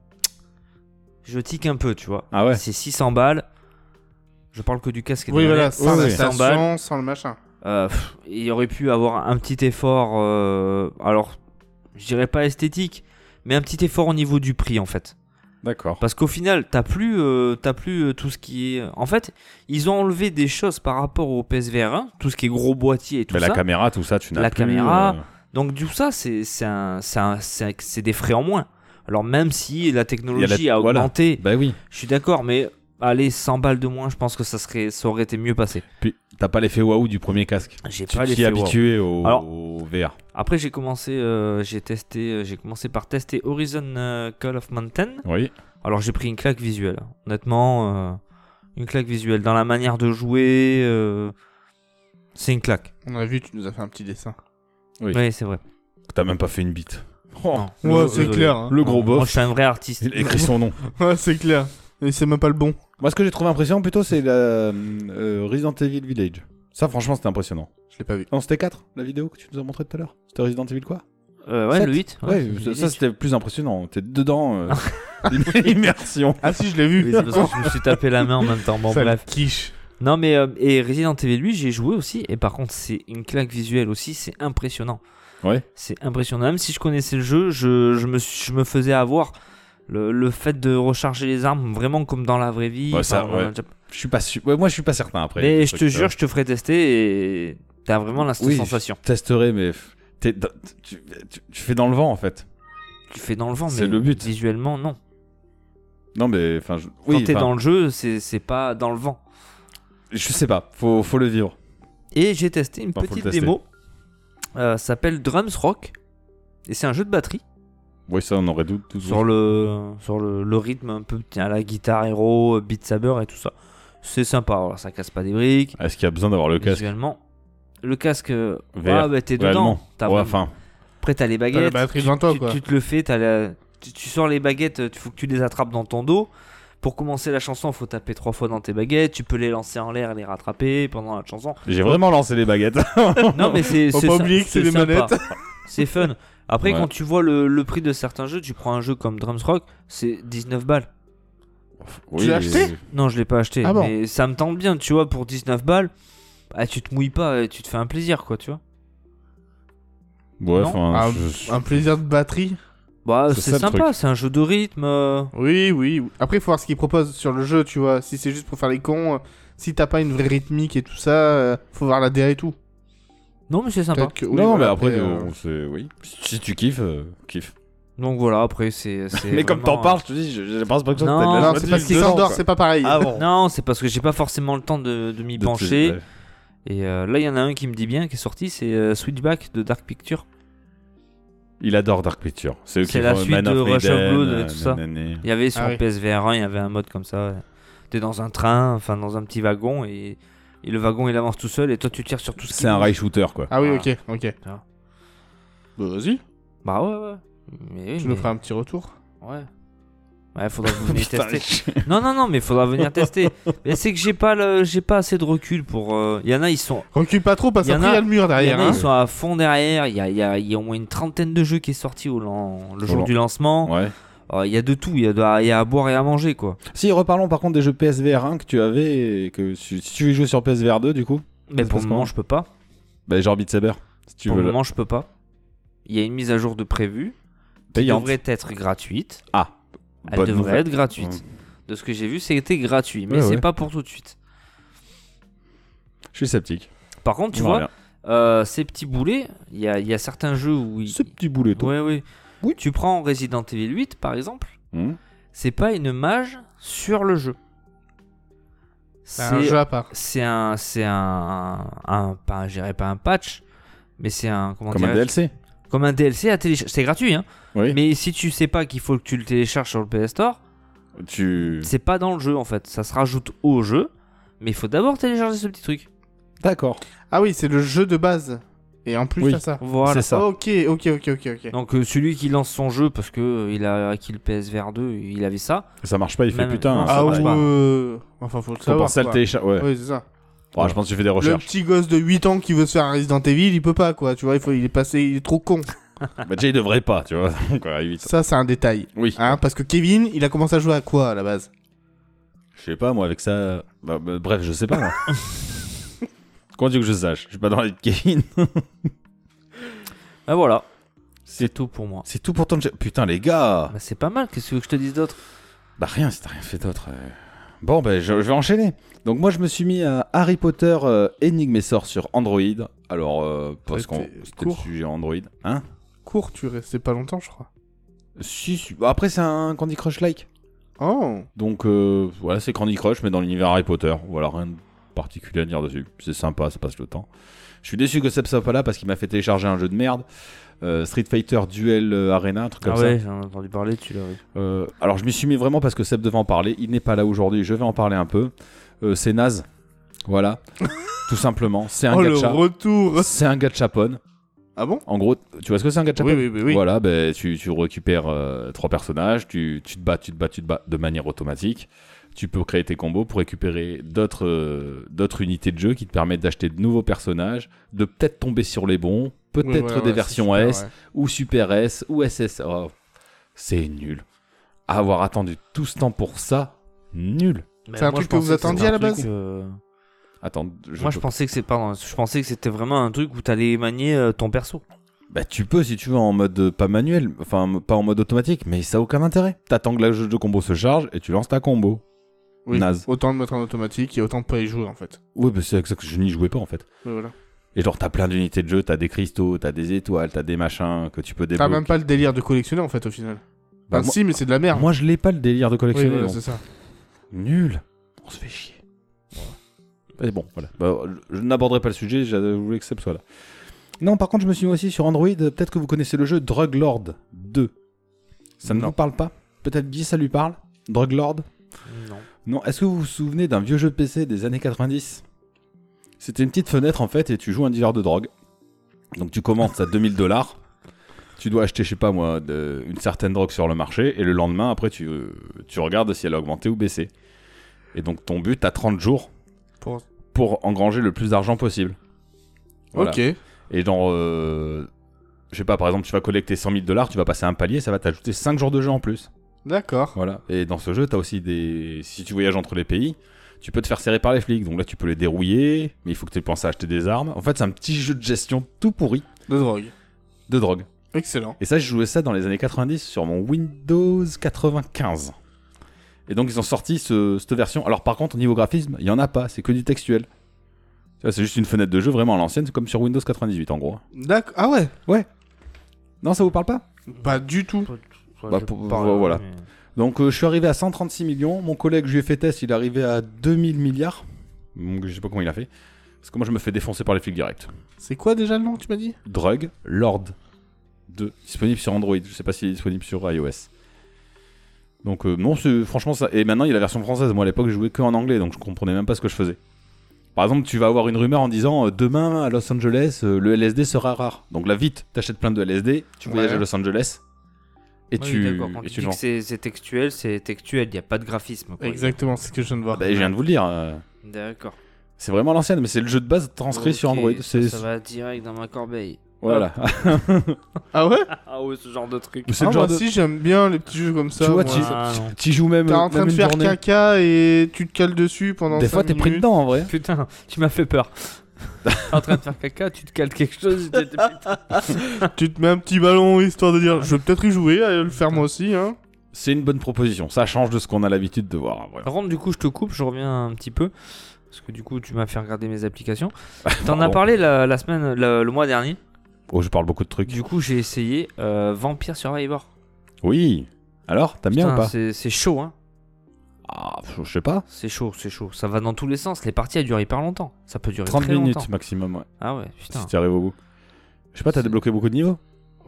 [SPEAKER 5] je tique un peu, tu vois.
[SPEAKER 4] Ah ouais?
[SPEAKER 5] C'est 600 balles. Je parle que du casque et des
[SPEAKER 3] Oui, voilà,
[SPEAKER 5] manettes.
[SPEAKER 3] sans la
[SPEAKER 4] oui.
[SPEAKER 5] Cent balles.
[SPEAKER 3] station, sans le machin.
[SPEAKER 5] Euh, pff, il aurait pu avoir un petit effort, euh, alors, je dirais pas esthétique, mais un petit effort au niveau du prix en fait.
[SPEAKER 4] D'accord.
[SPEAKER 5] Parce qu'au final, t'as plus, euh, t'as plus euh, tout ce qui est. En fait, ils ont enlevé des choses par rapport au PSVR 1, tout ce qui est gros boîtier et tout
[SPEAKER 4] Mais
[SPEAKER 5] ça.
[SPEAKER 4] la caméra, tout ça, tu n'as
[SPEAKER 5] La
[SPEAKER 4] plus,
[SPEAKER 5] caméra,
[SPEAKER 4] euh,
[SPEAKER 5] Donc, tout ça, c'est c'est un- c'est un- c'est- c'est des frais en moins. Alors, même si la technologie a,
[SPEAKER 4] voilà.
[SPEAKER 5] augmenté,
[SPEAKER 4] Bah oui.
[SPEAKER 5] je suis d'accord, mais allez, 100 balles de moins, je pense que ça, serait, ça aurait été mieux passé.
[SPEAKER 4] Puis t'as pas l'effet waouh du premier casque.
[SPEAKER 5] J'ai
[SPEAKER 4] Tu
[SPEAKER 5] pas les
[SPEAKER 4] t'y es habitué au,
[SPEAKER 5] Alors-
[SPEAKER 4] au VR.
[SPEAKER 5] Après, j'ai commencé, euh, j'ai testé, euh, j'ai commencé par tester Horizon euh, Call of Mountain.
[SPEAKER 4] Oui.
[SPEAKER 5] Alors, j'ai pris une claque visuelle. Honnêtement, euh, une claque visuelle dans la manière de jouer, euh, c'est une claque.
[SPEAKER 3] On a vu, tu nous as fait un petit dessin.
[SPEAKER 4] Oui.
[SPEAKER 5] Oui, c'est vrai.
[SPEAKER 4] T'as même pas fait une bite.
[SPEAKER 5] Non.
[SPEAKER 3] Ouais,
[SPEAKER 5] Le-
[SPEAKER 3] c'est
[SPEAKER 5] le-
[SPEAKER 3] clair. hein.
[SPEAKER 4] Le gros
[SPEAKER 5] Moi, Oh. je
[SPEAKER 4] boss,
[SPEAKER 5] suis un vrai artiste.
[SPEAKER 4] il écrit son nom.
[SPEAKER 3] Ouais, c'est clair. Et c'est même pas le bon.
[SPEAKER 4] Moi, ce que j'ai trouvé impressionnant plutôt, c'est la euh, Resident Evil Village. Ça, franchement, c'était impressionnant.
[SPEAKER 3] Je l'ai pas vu.
[SPEAKER 4] Non, c'était 4, la vidéo que tu nous as montrée tout à l'heure. C'était Resident Evil quoi
[SPEAKER 5] Euh, ouais,
[SPEAKER 4] Sept.
[SPEAKER 5] le 8.
[SPEAKER 4] Ouais,
[SPEAKER 5] c'est
[SPEAKER 4] ça,
[SPEAKER 5] une
[SPEAKER 4] ça,
[SPEAKER 5] idée.
[SPEAKER 4] c'était plus impressionnant. T'es dedans. euh, Immersion.
[SPEAKER 3] Ah si, je l'ai
[SPEAKER 5] Oui,
[SPEAKER 3] vu.
[SPEAKER 5] c'est parce que je me suis tapé la main en même temps. Bon,
[SPEAKER 3] Sale
[SPEAKER 5] bref.
[SPEAKER 3] quiche.
[SPEAKER 5] Non, mais euh, et Resident Evil, lui, j'ai joué aussi. Et par contre, c'est une claque visuelle aussi. C'est impressionnant.
[SPEAKER 4] Ouais.
[SPEAKER 5] C'est impressionnant. Même si je connaissais le jeu, je, je, me, suis- je me faisais avoir le, le fait de recharger les armes vraiment comme dans la vraie vie.
[SPEAKER 4] Ouais, ça,
[SPEAKER 5] Enfin, voilà,
[SPEAKER 4] ouais. Je suis pas su- ouais, moi, je suis pas certain après.
[SPEAKER 5] Mais
[SPEAKER 4] Des
[SPEAKER 5] je te
[SPEAKER 4] trucs, euh,
[SPEAKER 5] jure, je te ferai tester et t'as vraiment la cette
[SPEAKER 4] Oui.
[SPEAKER 5] sensation.
[SPEAKER 4] testerai, mais f- t'es dans- tu, tu- tu fais dans le vent en fait.
[SPEAKER 5] Tu fais dans le vent,
[SPEAKER 4] C'est
[SPEAKER 5] mais
[SPEAKER 4] le but.
[SPEAKER 5] visuellement, non.
[SPEAKER 4] Non, mais enfin, je...
[SPEAKER 5] Quand
[SPEAKER 4] oui,
[SPEAKER 5] t'es
[SPEAKER 4] enfin,
[SPEAKER 5] dans le jeu, c'est c'est pas dans le vent.
[SPEAKER 4] je sais pas, faut, faut le vivre.
[SPEAKER 5] Et j'ai testé une
[SPEAKER 4] Enfin, faut
[SPEAKER 5] petite
[SPEAKER 4] le tester.
[SPEAKER 5] démo. Euh, ça s'appelle Drums Rock. Et c'est un jeu de batterie
[SPEAKER 4] Oui, ça, on aurait doute tout
[SPEAKER 5] sur le sur le, le rythme un peu tiens, la guitare hero, Beat Saber et tout ça. C'est sympa, voilà, ça casse pas des briques.
[SPEAKER 4] Est-ce qu'il y a besoin d'avoir le casque
[SPEAKER 5] Visuellement, le casque, euh,
[SPEAKER 4] VR,
[SPEAKER 5] ah bah t'es
[SPEAKER 4] ouais,
[SPEAKER 5] dedans.
[SPEAKER 4] allemand.
[SPEAKER 5] T'as
[SPEAKER 4] Ouais,
[SPEAKER 5] vraiment-
[SPEAKER 4] enfin,
[SPEAKER 5] Après t'as les
[SPEAKER 3] T'as la
[SPEAKER 5] baguettes.
[SPEAKER 3] batterie devant toi,
[SPEAKER 5] tu,
[SPEAKER 3] quoi.
[SPEAKER 5] tu te le fais, t'as la- tu, tu sors les baguettes, il faut que tu les attrapes dans ton dos. Pour commencer la chanson, faut taper trois fois dans tes baguettes. Tu peux les lancer en l'air, et les rattraper pendant la chanson.
[SPEAKER 4] j'ai vraiment lancé les baguettes.
[SPEAKER 5] Non mais c'est
[SPEAKER 3] Faut
[SPEAKER 5] c'est
[SPEAKER 3] pas
[SPEAKER 5] sy-
[SPEAKER 3] oublier que c'est des
[SPEAKER 5] sympa.
[SPEAKER 3] manettes.
[SPEAKER 5] C'est fun. Après
[SPEAKER 4] Ouais.
[SPEAKER 5] quand tu vois le, le prix de certains jeux, tu prends un jeu comme Drums Rock, c'est 19 balles.
[SPEAKER 4] Oui,
[SPEAKER 3] l'as acheté
[SPEAKER 4] mais-
[SPEAKER 5] Non, je l'ai pas acheté.
[SPEAKER 3] Ah bon
[SPEAKER 5] mais ça me tente bien, tu vois, pour 19 balles. Ah, tu te mouilles pas, et tu te fais un plaisir, quoi, tu vois.
[SPEAKER 4] euh, Ouais,
[SPEAKER 5] Non.
[SPEAKER 4] enfin,
[SPEAKER 3] Ah,
[SPEAKER 4] je-
[SPEAKER 3] Un plaisir de batterie
[SPEAKER 5] Bah,
[SPEAKER 4] C'est
[SPEAKER 5] c'est
[SPEAKER 4] ça, le
[SPEAKER 5] sympa,
[SPEAKER 4] truc.
[SPEAKER 5] c'est un jeu de rythme. euh,
[SPEAKER 3] Oui, oui. oui. Après, il faut voir ce qu'ils proposent sur le jeu, tu vois. Si c'est juste pour faire les cons, euh, si t'as pas une vraie rythmique et tout ça, euh, faut voir la DA et tout.
[SPEAKER 5] Non, mais c'est sympa.
[SPEAKER 3] Peut-être que- oui,
[SPEAKER 4] Non, non, mais
[SPEAKER 3] voilà,
[SPEAKER 4] après,
[SPEAKER 3] euh,
[SPEAKER 4] on sait- oui. Si tu kiffes, euh, kiffe.
[SPEAKER 5] Donc voilà, après, c'est. c'est
[SPEAKER 4] Mais comme
[SPEAKER 5] vraiment,
[SPEAKER 4] t'en parles, je te dis, j'ai l'impression que t'as
[SPEAKER 5] Non,
[SPEAKER 4] de la
[SPEAKER 3] Non,
[SPEAKER 4] joie
[SPEAKER 3] c'est
[SPEAKER 4] de
[SPEAKER 3] pas
[SPEAKER 4] vivre
[SPEAKER 3] si
[SPEAKER 4] dedans,
[SPEAKER 3] s'endort,
[SPEAKER 4] quoi.
[SPEAKER 3] c'est pas pareil.
[SPEAKER 4] Ah
[SPEAKER 5] euh,
[SPEAKER 4] bon
[SPEAKER 5] Non, c'est parce que j'ai pas forcément le temps de, de m'y
[SPEAKER 4] De tes-
[SPEAKER 5] pencher.
[SPEAKER 4] ouais.
[SPEAKER 5] Et euh, là, il y en a un qui me dit bien, qui est sorti, c'est euh, Switchback de Dark Picture.
[SPEAKER 4] Il adore Dark Picture. C'est eux qui
[SPEAKER 5] C'est la
[SPEAKER 4] font
[SPEAKER 5] suite
[SPEAKER 4] Man
[SPEAKER 5] de
[SPEAKER 4] of
[SPEAKER 5] Rush of
[SPEAKER 4] Raiden,
[SPEAKER 5] Blood et
[SPEAKER 4] euh,
[SPEAKER 5] tout ça.
[SPEAKER 4] nanani.
[SPEAKER 5] Il y avait sur
[SPEAKER 3] Ah oui.
[SPEAKER 5] PSVR 1, il y avait un mode comme ça. ouais. T'es dans un train, enfin dans un petit wagon, et, et le wagon il avance tout seul, et toi tu tires sur tout ce qui
[SPEAKER 4] C'est un
[SPEAKER 5] bouge.
[SPEAKER 4] rail shooter, quoi.
[SPEAKER 3] Ah oui,
[SPEAKER 5] Ah.
[SPEAKER 3] ok, ok.
[SPEAKER 5] Ah.
[SPEAKER 3] Bah vas-y,
[SPEAKER 5] Bah ouais, ouais. Mais oui,
[SPEAKER 3] tu
[SPEAKER 5] mais-
[SPEAKER 3] nous feras un petit retour.
[SPEAKER 5] Ouais. Ouais, faudra venir
[SPEAKER 4] Putain,
[SPEAKER 5] tester. Non, non, non, mais faudra venir tester. Mais c'est que j'ai pas, le... j'ai pas assez de recul pour. euh, Il y en a, ils sont,
[SPEAKER 3] Recule pas trop parce
[SPEAKER 5] Y en
[SPEAKER 3] qu'après il y
[SPEAKER 5] a-
[SPEAKER 3] a le mur
[SPEAKER 5] il y en
[SPEAKER 3] derrière.
[SPEAKER 5] a,
[SPEAKER 3] hein.
[SPEAKER 5] ils sont à fond derrière. Il y a, il y, a, il y a au moins une trentaine de jeux qui est sorti au lan- le
[SPEAKER 4] Au
[SPEAKER 5] jour
[SPEAKER 4] lan-
[SPEAKER 5] du lancement.
[SPEAKER 4] Ouais.
[SPEAKER 5] Euh, Il y a de tout. Il y, a de- il y a à boire et à manger, quoi.
[SPEAKER 4] Si, reparlons par contre des jeux PSVR 1 que tu avais et que si si tu veux jouer sur PSVR 2, du coup,
[SPEAKER 5] Mais
[SPEAKER 4] Ça se
[SPEAKER 5] pour
[SPEAKER 4] passe
[SPEAKER 5] le
[SPEAKER 4] comment
[SPEAKER 5] moment, je peux pas.
[SPEAKER 4] bah, genre Beat Saber. Si tu
[SPEAKER 5] pour
[SPEAKER 4] veux
[SPEAKER 5] le
[SPEAKER 4] le
[SPEAKER 5] moment, je peux pas. Il y a une mise à jour de prévue. qui
[SPEAKER 4] payant.
[SPEAKER 5] devrait être gratuite.
[SPEAKER 4] Ah,
[SPEAKER 5] Elle
[SPEAKER 4] bonne
[SPEAKER 5] devrait
[SPEAKER 4] nouvelle.
[SPEAKER 5] être gratuite. De ce que j'ai vu, c'était gratuit, mais
[SPEAKER 4] Ouais,
[SPEAKER 5] c'est
[SPEAKER 4] ouais.
[SPEAKER 5] pas pour tout de suite.
[SPEAKER 4] Je suis sceptique.
[SPEAKER 5] Par contre, tu
[SPEAKER 4] On
[SPEAKER 5] vois,
[SPEAKER 4] verra bien.
[SPEAKER 5] Euh, ces petits boulets, il y a, il y a certains jeux où. ils-
[SPEAKER 4] ce petit boulet, toi.
[SPEAKER 5] Ouais, ouais.
[SPEAKER 4] Oui.
[SPEAKER 5] Tu prends Resident Evil 8 par exemple,
[SPEAKER 4] Hmm.
[SPEAKER 5] c'est pas une mage sur le jeu.
[SPEAKER 3] C'est un jeu à part.
[SPEAKER 5] C'est un. C'est un. un pas, un- je dirais pas un patch, mais c'est un. Comment
[SPEAKER 4] Comme un
[SPEAKER 5] dirais-je
[SPEAKER 4] DLC.
[SPEAKER 5] Comme un DLC à télécharger. C'est gratuit, hein.
[SPEAKER 4] Oui.
[SPEAKER 5] Mais si tu sais pas qu'il faut que tu le télécharges sur le PS Store,
[SPEAKER 4] Tu.
[SPEAKER 5] c'est pas dans le jeu en fait. Ça se rajoute au jeu, mais il faut d'abord télécharger ce petit truc.
[SPEAKER 4] D'accord.
[SPEAKER 3] Ah oui, c'est le jeu de base. Et en plus,
[SPEAKER 4] Oui.
[SPEAKER 3] t'as ça.
[SPEAKER 5] Voilà.
[SPEAKER 4] C'est ça.
[SPEAKER 3] Ok, ok, ok, ok, ok.
[SPEAKER 5] Donc euh, celui qui lance son jeu parce que euh, il a acquis le PSVR 2, il avait ça.
[SPEAKER 4] Ça marche pas, il fait
[SPEAKER 5] Même-
[SPEAKER 4] putain. hein.
[SPEAKER 5] non,
[SPEAKER 4] ça
[SPEAKER 3] Ah
[SPEAKER 4] marche pas.
[SPEAKER 3] ouais. Enfin, faut le
[SPEAKER 4] Faut
[SPEAKER 3] savoir.
[SPEAKER 4] penser à le
[SPEAKER 3] quoi.
[SPEAKER 4] télécharger. Ouais.
[SPEAKER 3] Oui, c'est ça.
[SPEAKER 4] Oh, je pense que tu fais des
[SPEAKER 3] Le
[SPEAKER 4] recherches.
[SPEAKER 3] petit gosse de 8 ans qui veut se faire un Resident Evil, il peut pas, quoi. Tu vois, il, faut, il est passé, il est trop con.
[SPEAKER 4] Bah, déjà, il devrait pas, tu vois. Donc, euh, ouais, évite ça.
[SPEAKER 3] Ça, c'est un détail.
[SPEAKER 4] Oui.
[SPEAKER 3] Hein, parce que Kevin, il a commencé à jouer à quoi à la base
[SPEAKER 4] Je sais pas, moi, avec ça. bah, bah, bref, je sais pas, moi. Comment tu veux que je sache Je suis pas dans la vie de Kevin.
[SPEAKER 5] Ah voilà,
[SPEAKER 4] C'est
[SPEAKER 5] c'est tout pour moi.
[SPEAKER 4] C'est tout pour ton. Putain, les gars
[SPEAKER 5] Bah, c'est pas mal, qu'est-ce que tu veux que je te dise d'autre
[SPEAKER 4] Bah, rien, si t'as rien fait d'autre. euh. Bon, bah, je, je vais enchaîner. Donc, moi, je me suis mis à Harry Potter euh, Énigme et sort sur Android. Alors, euh, parce
[SPEAKER 3] Ouais,
[SPEAKER 4] qu'on.
[SPEAKER 3] t'es
[SPEAKER 4] C'était le
[SPEAKER 3] court.
[SPEAKER 4] sujet Android. Hein
[SPEAKER 3] Court, tu restais pas longtemps, je crois.
[SPEAKER 4] si, si. Bah, Après, c'est un Candy Crush-like.
[SPEAKER 3] Oh
[SPEAKER 4] Donc, euh, voilà, c'est Candy Crush, mais dans l'univers Harry Potter. Voilà, rien de particulier à dire dessus. C'est sympa, ça passe le temps. Je suis déçu que Seb soit pas là parce qu'il m'a fait télécharger un jeu de merde. Euh, Street Fighter Duel euh, Arena, un truc comme
[SPEAKER 5] Ah
[SPEAKER 4] ça.
[SPEAKER 5] ouais, j'en ai entendu parler, tu l'as vu.
[SPEAKER 4] Euh, alors je m'y suis mis vraiment parce que Seb devait en parler. Il n'est pas là aujourd'hui. Je vais en parler un peu. Euh, c'est naze. Voilà. Tout simplement. C'est un
[SPEAKER 3] Oh, le
[SPEAKER 4] gacha.
[SPEAKER 3] retour
[SPEAKER 4] C'est un gachapon.
[SPEAKER 3] Ah bon
[SPEAKER 4] En gros, tu vois ce que c'est un gachapon
[SPEAKER 3] Oui, oui, oui. oui.
[SPEAKER 4] Voilà, ben, tu, tu récupères euh, trois personnages, tu, tu te bats, tu te bats, tu te bats de manière automatique. Tu peux créer tes combos pour récupérer d'autres euh, d'autres unités de jeu qui te permettent d'acheter de nouveaux personnages, de peut-être tomber sur les bons, peut-être
[SPEAKER 3] Oui, voilà,
[SPEAKER 4] des
[SPEAKER 3] ouais,
[SPEAKER 4] versions
[SPEAKER 3] c'est
[SPEAKER 4] S,
[SPEAKER 3] super, ouais.
[SPEAKER 4] ou Super S ou SS. Oh, c'est nul. Avoir attendu tout ce temps pour ça, nul.
[SPEAKER 5] Ben,
[SPEAKER 3] C'est un truc que vous attendiez à la base
[SPEAKER 4] Attends, je
[SPEAKER 5] euh,
[SPEAKER 4] peux-
[SPEAKER 5] Moi je pensais que c'est pardon, je pensais que c'était vraiment un truc où t'allais manier euh, ton perso.
[SPEAKER 4] Bah tu peux si tu veux en mode euh, pas manuel, enfin m- pas en mode automatique, mais ça a aucun intérêt. T'attends que la jauge de combo se charge et tu lances ta combo.
[SPEAKER 3] Oui,
[SPEAKER 4] Naze.
[SPEAKER 3] Autant de mettre en automatique et autant de pas y jouer en fait.
[SPEAKER 4] Oui, bah c'est avec ça que je n'y jouais pas en fait.
[SPEAKER 3] Oui, voilà.
[SPEAKER 4] Et genre t'as plein d'unités de jeu, t'as des cristaux, t'as des étoiles, t'as des machins que tu peux
[SPEAKER 3] T'as
[SPEAKER 4] débloquer.
[SPEAKER 3] Ah, même pas le délire de collectionner en fait au final.
[SPEAKER 4] Bah,
[SPEAKER 3] Enfin,
[SPEAKER 4] moi,
[SPEAKER 3] si, mais c'est de la merde.
[SPEAKER 4] moi, je l'ai pas le délire de
[SPEAKER 3] oui,
[SPEAKER 4] collectionner.
[SPEAKER 3] voilà,
[SPEAKER 4] donc.
[SPEAKER 3] c'est ça.
[SPEAKER 4] Nul. On se fait chier. Et bon, voilà. Bah, je je n'aborderai pas le sujet, je voulais que Seb soit là. Non, par contre, je me suis mis aussi sur Android. Peut-être que vous connaissez le jeu Drug Lord 2. Ça ne
[SPEAKER 3] Non.
[SPEAKER 4] vous parle pas Peut-être Guy, ça lui parle Drug Lord
[SPEAKER 5] Non.
[SPEAKER 4] Non. Est-ce que vous vous souvenez d'un vieux jeu PC des années 90 C'était une petite fenêtre en fait, et tu joues un dealer de drogue. Donc tu commences à 2000 dollars. Tu dois acheter, je sais pas moi, de- une certaine drogue sur le marché, et le lendemain, après, tu, tu regardes si elle a augmenté ou baissé. Et donc ton but, t'as 30 jours
[SPEAKER 3] Pour-
[SPEAKER 4] pour engranger le plus d'argent possible. Voilà.
[SPEAKER 3] Ok.
[SPEAKER 4] Et genre, euh, je sais pas, par exemple, tu vas collecter 100 000 dollars, tu vas passer un palier, ça va t'ajouter 5 jours de jeu en plus.
[SPEAKER 3] D'accord.
[SPEAKER 4] Voilà. Et dans ce jeu, t'as aussi des. Si tu voyages entre les pays, tu peux te faire serrer par les flics. Donc là, tu peux les dérouiller, mais il faut que tu penses à acheter des armes. En fait, c'est un petit jeu de gestion tout pourri
[SPEAKER 3] De drogue.
[SPEAKER 4] de drogue.
[SPEAKER 3] Excellent.
[SPEAKER 4] Et ça, je jouais ça dans les années 90 sur mon Windows 95. Et donc, ils ont sorti ce- cette version. Alors, par contre, au niveau graphisme, il n'y en a pas. C'est que du textuel. Tu vois, C'est juste une fenêtre de jeu vraiment à l'ancienne, c'est comme sur Windows 98 en gros.
[SPEAKER 3] D'accord. Ah ouais
[SPEAKER 4] Non, ça vous parle pas
[SPEAKER 3] Pas du tout.
[SPEAKER 4] Bah, pour- voilà. Donc euh, je suis arrivé à 136 millions. Mon collègue, je lui ai fait test, il est arrivé à 2000 milliards. Donc je sais pas comment il a fait. Parce que moi, je me fais défoncer par les flics directs.
[SPEAKER 3] C'est quoi déjà le nom, tu m'as dit
[SPEAKER 4] Drug Lord 2. Disponible sur Android. Je sais pas s'il est disponible sur iOS. Donc euh, non, c'est- franchement, ça... Et maintenant, il y a la version française. Moi, à l'époque, je jouais que en anglais, donc je comprenais même pas ce que je faisais. Par exemple, tu vas avoir une rumeur en disant euh, demain à Los Angeles, euh, le LSD sera rare. Donc là, vite, t'achètes plein de LSD, tu
[SPEAKER 3] Ouais.
[SPEAKER 4] voyages à Los Angeles et tu, et tu le vends.
[SPEAKER 5] C'est c'est textuel, c'est textuel, il n'y a pas de graphisme. quoi.
[SPEAKER 3] Exactement, c'est ce que je viens de voir.
[SPEAKER 4] Bah, je viens de vous le dire. euh,
[SPEAKER 5] D'accord.
[SPEAKER 4] C'est vraiment l'ancienne, mais c'est le jeu de base transcrit sur
[SPEAKER 5] Ok,
[SPEAKER 4] Android.
[SPEAKER 5] Ça,
[SPEAKER 4] C'est
[SPEAKER 5] ça va direct dans ma corbeille.
[SPEAKER 4] voilà.
[SPEAKER 3] Ah ouais
[SPEAKER 5] Ah ouais, ce genre de truc.
[SPEAKER 4] Mais c'est
[SPEAKER 3] ah,
[SPEAKER 4] le genre
[SPEAKER 3] moi
[SPEAKER 4] de...
[SPEAKER 3] si j'aime bien les petits jeux comme ça.
[SPEAKER 4] tu vois,
[SPEAKER 3] moi.
[SPEAKER 4] tu,
[SPEAKER 5] Ah,
[SPEAKER 4] tu-
[SPEAKER 5] non.
[SPEAKER 4] tu joues même,
[SPEAKER 3] T'es en train
[SPEAKER 4] même
[SPEAKER 3] de
[SPEAKER 4] une
[SPEAKER 3] faire
[SPEAKER 4] journée.
[SPEAKER 3] caca et tu te cales dessus pendant.
[SPEAKER 4] Des fois,
[SPEAKER 3] cinq
[SPEAKER 4] t'es pris
[SPEAKER 3] minutes.
[SPEAKER 4] dedans en vrai.
[SPEAKER 5] Putain, tu m'as fait peur. T'es en train de faire caca, tu te cales quelque chose. t'es- t'es-
[SPEAKER 3] Tu te mets un petit ballon histoire de dire je vais peut-être y jouer, allez, le faire moi aussi. Hein.
[SPEAKER 4] C'est une bonne proposition. Ça change de ce qu'on a l'habitude de voir. hein, vraiment.
[SPEAKER 5] Par contre, du coup, je te coupe, je reviens un petit peu. Parce que du coup, tu m'as fait regarder mes applications. T'en as
[SPEAKER 4] Pardon.
[SPEAKER 5] parlé la, la semaine, la- le mois dernier.
[SPEAKER 4] Oh, je parle beaucoup de trucs.
[SPEAKER 5] Du coup, j'ai essayé euh, Vampire Survivor.
[SPEAKER 4] Oui. Alors, t'aimes bien
[SPEAKER 5] Putain,
[SPEAKER 4] ou pas
[SPEAKER 5] c'est c'est chaud, hein.
[SPEAKER 4] Ah, pff, je sais pas.
[SPEAKER 5] C'est chaud, c'est chaud. Ça va dans tous les sens. Les parties, elles durent hyper longtemps. Ça peut durer
[SPEAKER 4] 30
[SPEAKER 5] très
[SPEAKER 4] minutes
[SPEAKER 5] longtemps.
[SPEAKER 4] maximum, ouais,
[SPEAKER 5] Ah ouais, putain.
[SPEAKER 4] si t'y arrives au bout. Je sais pas, t'as
[SPEAKER 5] C'est-
[SPEAKER 4] débloqué beaucoup de niveaux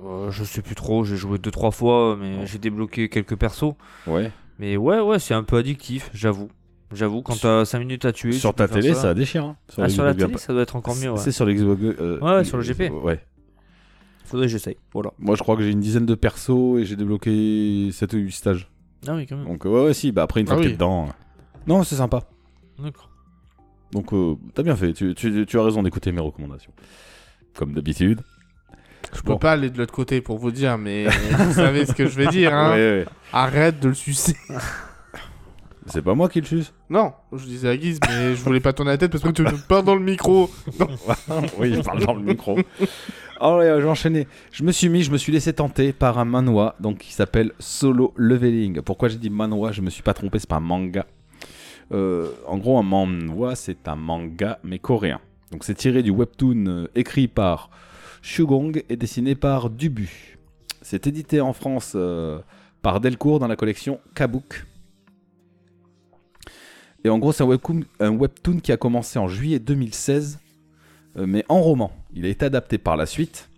[SPEAKER 5] Euh, je sais plus trop, j'ai joué 2-3 fois, mais j'ai débloqué quelques persos.
[SPEAKER 4] Ouais.
[SPEAKER 5] Mais ouais, ouais, c'est un peu addictif, j'avoue. J'avoue, quand t'as 5 minutes à tuer.
[SPEAKER 4] Sur
[SPEAKER 5] tu
[SPEAKER 4] ta
[SPEAKER 5] peux faire
[SPEAKER 4] télé, ça, déchire. hein. Sur
[SPEAKER 5] Ah,
[SPEAKER 4] les
[SPEAKER 5] sur la
[SPEAKER 4] Xbox
[SPEAKER 5] télé,
[SPEAKER 4] Game
[SPEAKER 5] ça doit être encore
[SPEAKER 4] Pass.
[SPEAKER 5] mieux. Ouais.
[SPEAKER 4] C'est sur l'Xbox. euh,
[SPEAKER 5] Ouais, sur le GP.
[SPEAKER 4] Ouais.
[SPEAKER 5] Faudrait que j'essaye. Voilà.
[SPEAKER 4] Moi, je crois que j'ai une dizaine de persos et j'ai débloqué 7 ou 8 stages.
[SPEAKER 5] Ah oui, quand même.
[SPEAKER 4] Donc euh, ouais, ouais, si, bah après une fois
[SPEAKER 3] Ah
[SPEAKER 4] que
[SPEAKER 3] oui.
[SPEAKER 4] t'es dedans. euh. Non, c'est sympa.
[SPEAKER 5] D'accord.
[SPEAKER 4] Donc euh, t'as bien fait, tu, tu- tu as raison d'écouter mes recommandations. Comme d'habitude.
[SPEAKER 3] Je
[SPEAKER 4] Bon.
[SPEAKER 3] peux pas aller de l'autre côté pour vous dire, mais vous savez ce que je vais dire. Hein.
[SPEAKER 4] Ouais, ouais.
[SPEAKER 3] Arrête de le sucer.
[SPEAKER 4] C'est pas moi qui le suce.
[SPEAKER 3] Non, je disais à Guise, mais je voulais pas tourner la tête parce que tu me parles dans le micro.
[SPEAKER 4] oui, il parle dans le micro. Oh ouais, je vais enchaîner. Je me suis mis, je me suis laissé tenter par un manhwa donc qui s'appelle Solo Leveling. Pourquoi j'ai dit manhwa Je me suis pas trompé, c'est pas un manga. Euh, en gros, un manhwa, c'est un manga mais coréen. Donc c'est tiré du webtoon euh, écrit par Shugong et dessiné par Dubu. C'est édité en France euh, par Delcourt dans la collection Kabouk. Et en gros, c'est un webcoon- un webtoon qui a commencé en juillet 2016 euh, mais en roman. Il a été adapté par la suite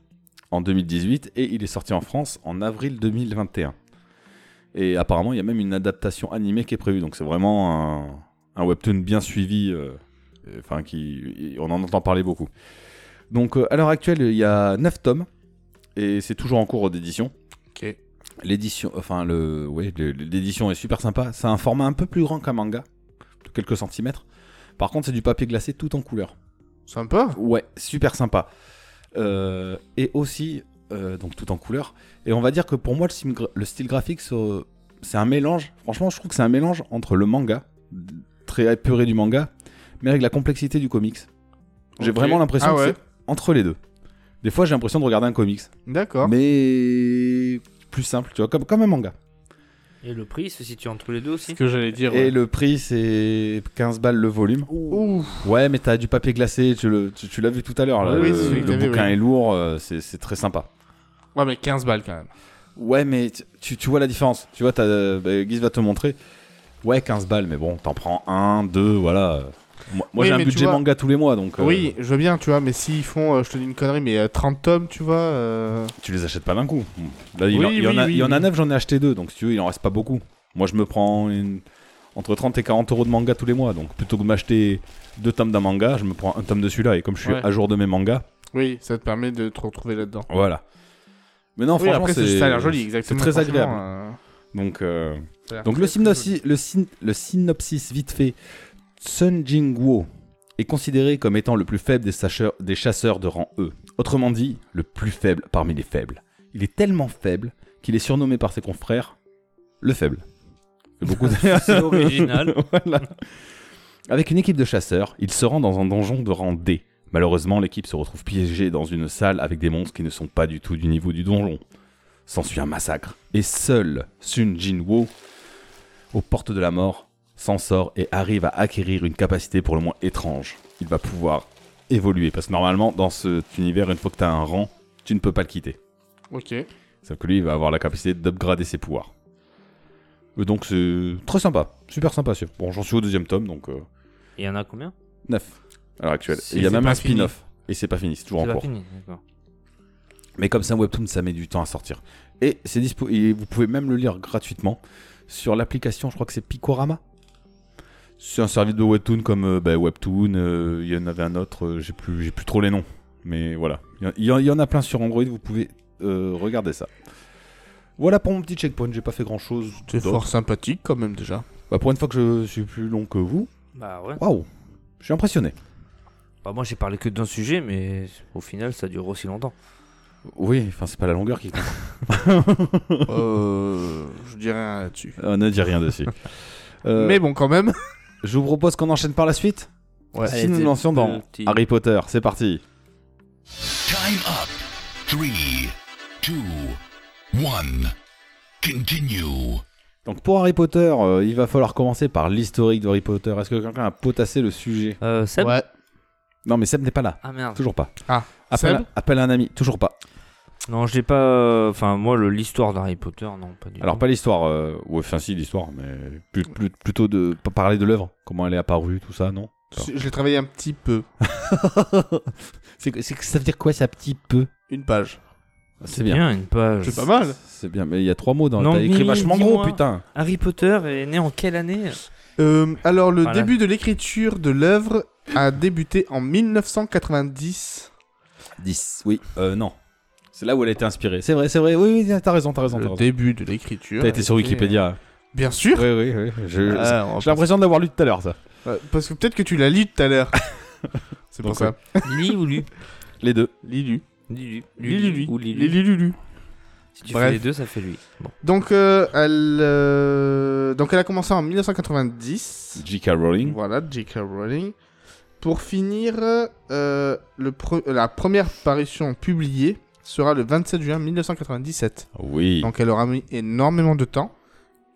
[SPEAKER 4] en 2018 et il est sorti en France en avril 2021. Et apparemment, il y a même une adaptation animée qui est prévue. Donc c'est vraiment un, un webtoon bien suivi, euh, et- enfin qui, et on en entend parler beaucoup. Donc euh, à l'heure actuelle, il y a 9 tomes et c'est toujours en cours d'édition.
[SPEAKER 3] Ok.
[SPEAKER 4] L'édition, enfin le, ouais, le- l'édition est super sympa. C'est un format un peu plus grand qu'un manga, de quelques centimètres. Par contre, c'est du papier glacé tout en couleur.
[SPEAKER 3] Sympa.
[SPEAKER 4] Ouais, super sympa. Euh, et aussi, euh, donc tout en couleur. Et on va dire que pour moi, le, sim- gra- le style graphique, c'est euh, c'est un mélange. Franchement, je trouve que c'est un mélange entre le manga, d- très épuré du manga, mais avec la complexité du comics. J'ai
[SPEAKER 3] Ok.
[SPEAKER 4] vraiment l'impression
[SPEAKER 3] Ah
[SPEAKER 4] que
[SPEAKER 3] ouais.
[SPEAKER 4] c'est entre les deux. Des fois, j'ai l'impression de regarder un comics,
[SPEAKER 3] D'accord.
[SPEAKER 4] mais plus simple, tu vois, comme, comme un manga.
[SPEAKER 5] Et le prix se situe entre les deux
[SPEAKER 3] C'est
[SPEAKER 5] aussi
[SPEAKER 3] ce que j'allais dire.
[SPEAKER 4] Et
[SPEAKER 3] ouais.
[SPEAKER 4] le prix, c'est 15 balles le volume.
[SPEAKER 3] Ouf.
[SPEAKER 4] Ouais, mais t'as du papier glacé, tu, le- tu- tu l'as vu tout à l'heure. là,
[SPEAKER 3] Oui,
[SPEAKER 4] le,
[SPEAKER 3] c'est celui que
[SPEAKER 4] le
[SPEAKER 3] t'avais,
[SPEAKER 4] bouquin
[SPEAKER 3] oui.
[SPEAKER 4] est lourd, euh, c'est c'est très sympa.
[SPEAKER 3] Ouais, mais 15 balles quand même.
[SPEAKER 4] Ouais, mais tu- tu, tu vois la différence. Tu vois, t'as, euh, bah, Guise va te montrer. Ouais, 15 balles, mais bon, t'en prends un, deux, voilà. Moi, moi,
[SPEAKER 3] Oui,
[SPEAKER 4] j'ai un
[SPEAKER 3] mais tu
[SPEAKER 4] budget
[SPEAKER 3] vois-
[SPEAKER 4] manga tous les mois, donc euh,
[SPEAKER 3] Oui, je veux bien, tu vois, mais s'ils font, euh, je te dis une connerie, mais euh, 30 tomes, tu vois. euh,
[SPEAKER 4] tu les achètes pas d'un coup. Là, il,
[SPEAKER 3] Oui,
[SPEAKER 4] en, il y en
[SPEAKER 3] oui,
[SPEAKER 4] a,
[SPEAKER 3] oui,
[SPEAKER 4] il y en a
[SPEAKER 3] oui.
[SPEAKER 4] 9, j'en ai acheté deux, donc si tu veux, il en reste pas beaucoup. Moi, je me prends une- entre 30 et 40 euros de manga tous les mois, donc plutôt que de m'acheter deux tomes d'un manga, je me prends un tome de celui-là, et comme je suis
[SPEAKER 3] Ouais.
[SPEAKER 4] à jour de mes mangas,
[SPEAKER 3] Oui, ça te permet de te retrouver là-dedans.
[SPEAKER 4] voilà. Mais non,
[SPEAKER 3] oui,
[SPEAKER 4] franchement,
[SPEAKER 3] après, c'est
[SPEAKER 4] c'est
[SPEAKER 3] juste, ça a l'air joli, exactement.
[SPEAKER 4] très
[SPEAKER 3] franchement,
[SPEAKER 4] agréable.
[SPEAKER 3] euh,
[SPEAKER 4] Donc, euh,
[SPEAKER 3] ça a l'air
[SPEAKER 4] Donc
[SPEAKER 3] très,
[SPEAKER 4] le
[SPEAKER 3] très joli.
[SPEAKER 4] synopsis, le, syn- le synopsis vite fait, Sun Jingwo est considéré comme étant le plus faible des, sacheurs- des chasseurs de rang E. Autrement dit, le plus faible parmi les faibles. Il est tellement faible qu'il est surnommé par ses confrères le faible. Ah, C'est beaucoup d'ailleurs.
[SPEAKER 5] C'est original.
[SPEAKER 4] Voilà. Avec une équipe de chasseurs, il se rend dans un donjon de rang D. Malheureusement, l'équipe se retrouve piégée dans une salle avec des monstres qui ne sont pas du tout du niveau du donjon. S'ensuit un massacre, et seul Sun Jin Wo, aux portes de la mort, s'en sort et arrive à acquérir une capacité pour le moins étrange. Il va pouvoir évoluer, parce que normalement, dans cet univers, une fois que tu as un rang, tu ne peux pas le quitter.
[SPEAKER 3] Ok.
[SPEAKER 4] Sauf que lui, il va avoir la capacité d'upgrader ses pouvoirs. Euh, Donc c'est très sympa, super sympa. sûr. Bon, j'en suis au deuxième tome, donc euh,
[SPEAKER 5] Il y en a combien
[SPEAKER 4] 9 à l'heure actuelle.
[SPEAKER 3] C'est-
[SPEAKER 4] Et Il y a
[SPEAKER 3] c'est
[SPEAKER 4] même
[SPEAKER 3] pas
[SPEAKER 4] un spin-off. Et c'est pas fini, c'est toujours en
[SPEAKER 5] C'est pas
[SPEAKER 4] cours.
[SPEAKER 5] fini, d'accord.
[SPEAKER 4] Mais comme c'est un webtoon, ça met du temps à sortir. Et c'est dispo et vous pouvez même le lire gratuitement sur l'application, je crois que c'est Picorama. C'est un service de webtoon comme euh, bah, Webtoon, euh, il y en avait un autre, euh, j'ai plus, j'ai plus trop les noms. Mais voilà, il y en- il y, en- il y en a plein sur Android, vous pouvez euh, regarder ça. Voilà pour mon petit checkpoint, j'ai pas fait grand chose.
[SPEAKER 3] C'est fort sympathique quand même déjà.
[SPEAKER 4] Bah, pour une fois que je suis plus long que vous,
[SPEAKER 5] Bah ouais.
[SPEAKER 4] waouh, je suis impressionné.
[SPEAKER 5] Bah moi j'ai parlé que d'un sujet, mais au final ça dure aussi longtemps.
[SPEAKER 4] Oui, enfin c'est pas la longueur qui compte.
[SPEAKER 3] euh, je dirais un là-dessus.
[SPEAKER 4] On ne dit rien dessus. Euh,
[SPEAKER 3] Mais bon, quand même.
[SPEAKER 4] Je vous propose qu'on enchaîne par la suite.
[SPEAKER 3] Ouais.
[SPEAKER 4] si
[SPEAKER 5] Allez,
[SPEAKER 4] nous
[SPEAKER 5] t'es
[SPEAKER 4] lancions dans
[SPEAKER 5] petit.
[SPEAKER 4] Harry Potter, c'est parti.
[SPEAKER 6] Time up. Three, two, one. Continue.
[SPEAKER 4] Donc pour Harry Potter, euh, il va falloir commencer par l'historique de Harry Potter. Est-ce que quelqu'un a potassé le sujet
[SPEAKER 5] Euh, Seb
[SPEAKER 3] Ouais.
[SPEAKER 4] Non, mais Seb n'est pas là.
[SPEAKER 5] Ah merde.
[SPEAKER 4] Toujours pas.
[SPEAKER 3] Ah,
[SPEAKER 4] Appelle,
[SPEAKER 3] Seb
[SPEAKER 4] appelle un ami. Toujours pas.
[SPEAKER 5] Non, j'ai pas. euh, Enfin, moi, le- l'histoire d'Harry Potter, non, pas du
[SPEAKER 4] Alors
[SPEAKER 5] tout.
[SPEAKER 4] pas l'histoire. euh, Ouais, enfin si l'histoire, mais plus- plus- plutôt de pas parler de l'œuvre. Comment elle est apparue, tout ça, non
[SPEAKER 3] Je l'ai travaillé un petit peu.
[SPEAKER 4] c'est, c'est- ça veut dire quoi, ça petit peu
[SPEAKER 3] Une page.
[SPEAKER 4] Ah, C'est
[SPEAKER 5] bien.
[SPEAKER 4] bien.
[SPEAKER 5] une page.
[SPEAKER 3] C'est pas mal.
[SPEAKER 4] C'est bien, mais il y a trois mots dans.
[SPEAKER 5] Non,
[SPEAKER 4] T'as écrit
[SPEAKER 5] mais
[SPEAKER 4] vachement
[SPEAKER 5] dis-moi.
[SPEAKER 4] gros, putain.
[SPEAKER 5] Harry Potter est né en quelle année
[SPEAKER 3] Euh, alors, le
[SPEAKER 5] Voilà.
[SPEAKER 3] début de l'écriture de l'œuvre a débuté en 1990.
[SPEAKER 4] 10, oui. Euh, non. C'est là où elle a été inspirée. Euh, C'est vrai, c'est vrai. Oui, oui, t'as raison, t'as raison. T'as,
[SPEAKER 3] Le
[SPEAKER 4] raison.
[SPEAKER 3] début de l'écriture.
[SPEAKER 4] T'as été sur
[SPEAKER 3] a
[SPEAKER 4] Wikipédia.
[SPEAKER 3] Bien sûr.
[SPEAKER 4] Oui, oui, oui. Euh, Je-
[SPEAKER 3] Ah, on va
[SPEAKER 4] J'ai l'impression de l'avoir lu tout à l'heure, ça.
[SPEAKER 3] pas- ouais, parce que peut-être que tu l'as lu tout à l'heure. C'est pour
[SPEAKER 4] Donc,
[SPEAKER 3] ça.
[SPEAKER 5] Lili ou Lu
[SPEAKER 4] Les deux.
[SPEAKER 3] Lilu.
[SPEAKER 5] Lili.
[SPEAKER 3] Lilu.
[SPEAKER 5] Ou
[SPEAKER 3] Lilu.
[SPEAKER 5] Lili.
[SPEAKER 3] Lilu.
[SPEAKER 5] Si tu
[SPEAKER 3] Bref.
[SPEAKER 5] fais les deux, ça fait lui. Bon.
[SPEAKER 3] Donc, euh, elle, euh, donc, elle a commencé en 1990.
[SPEAKER 4] J.K. Rowling.
[SPEAKER 3] Voilà, J.K. Rowling. Pour finir, euh, le pre- la première parution publiée sera le 27 juin 1997.
[SPEAKER 4] Oui.
[SPEAKER 3] Donc elle aura mis énormément de temps,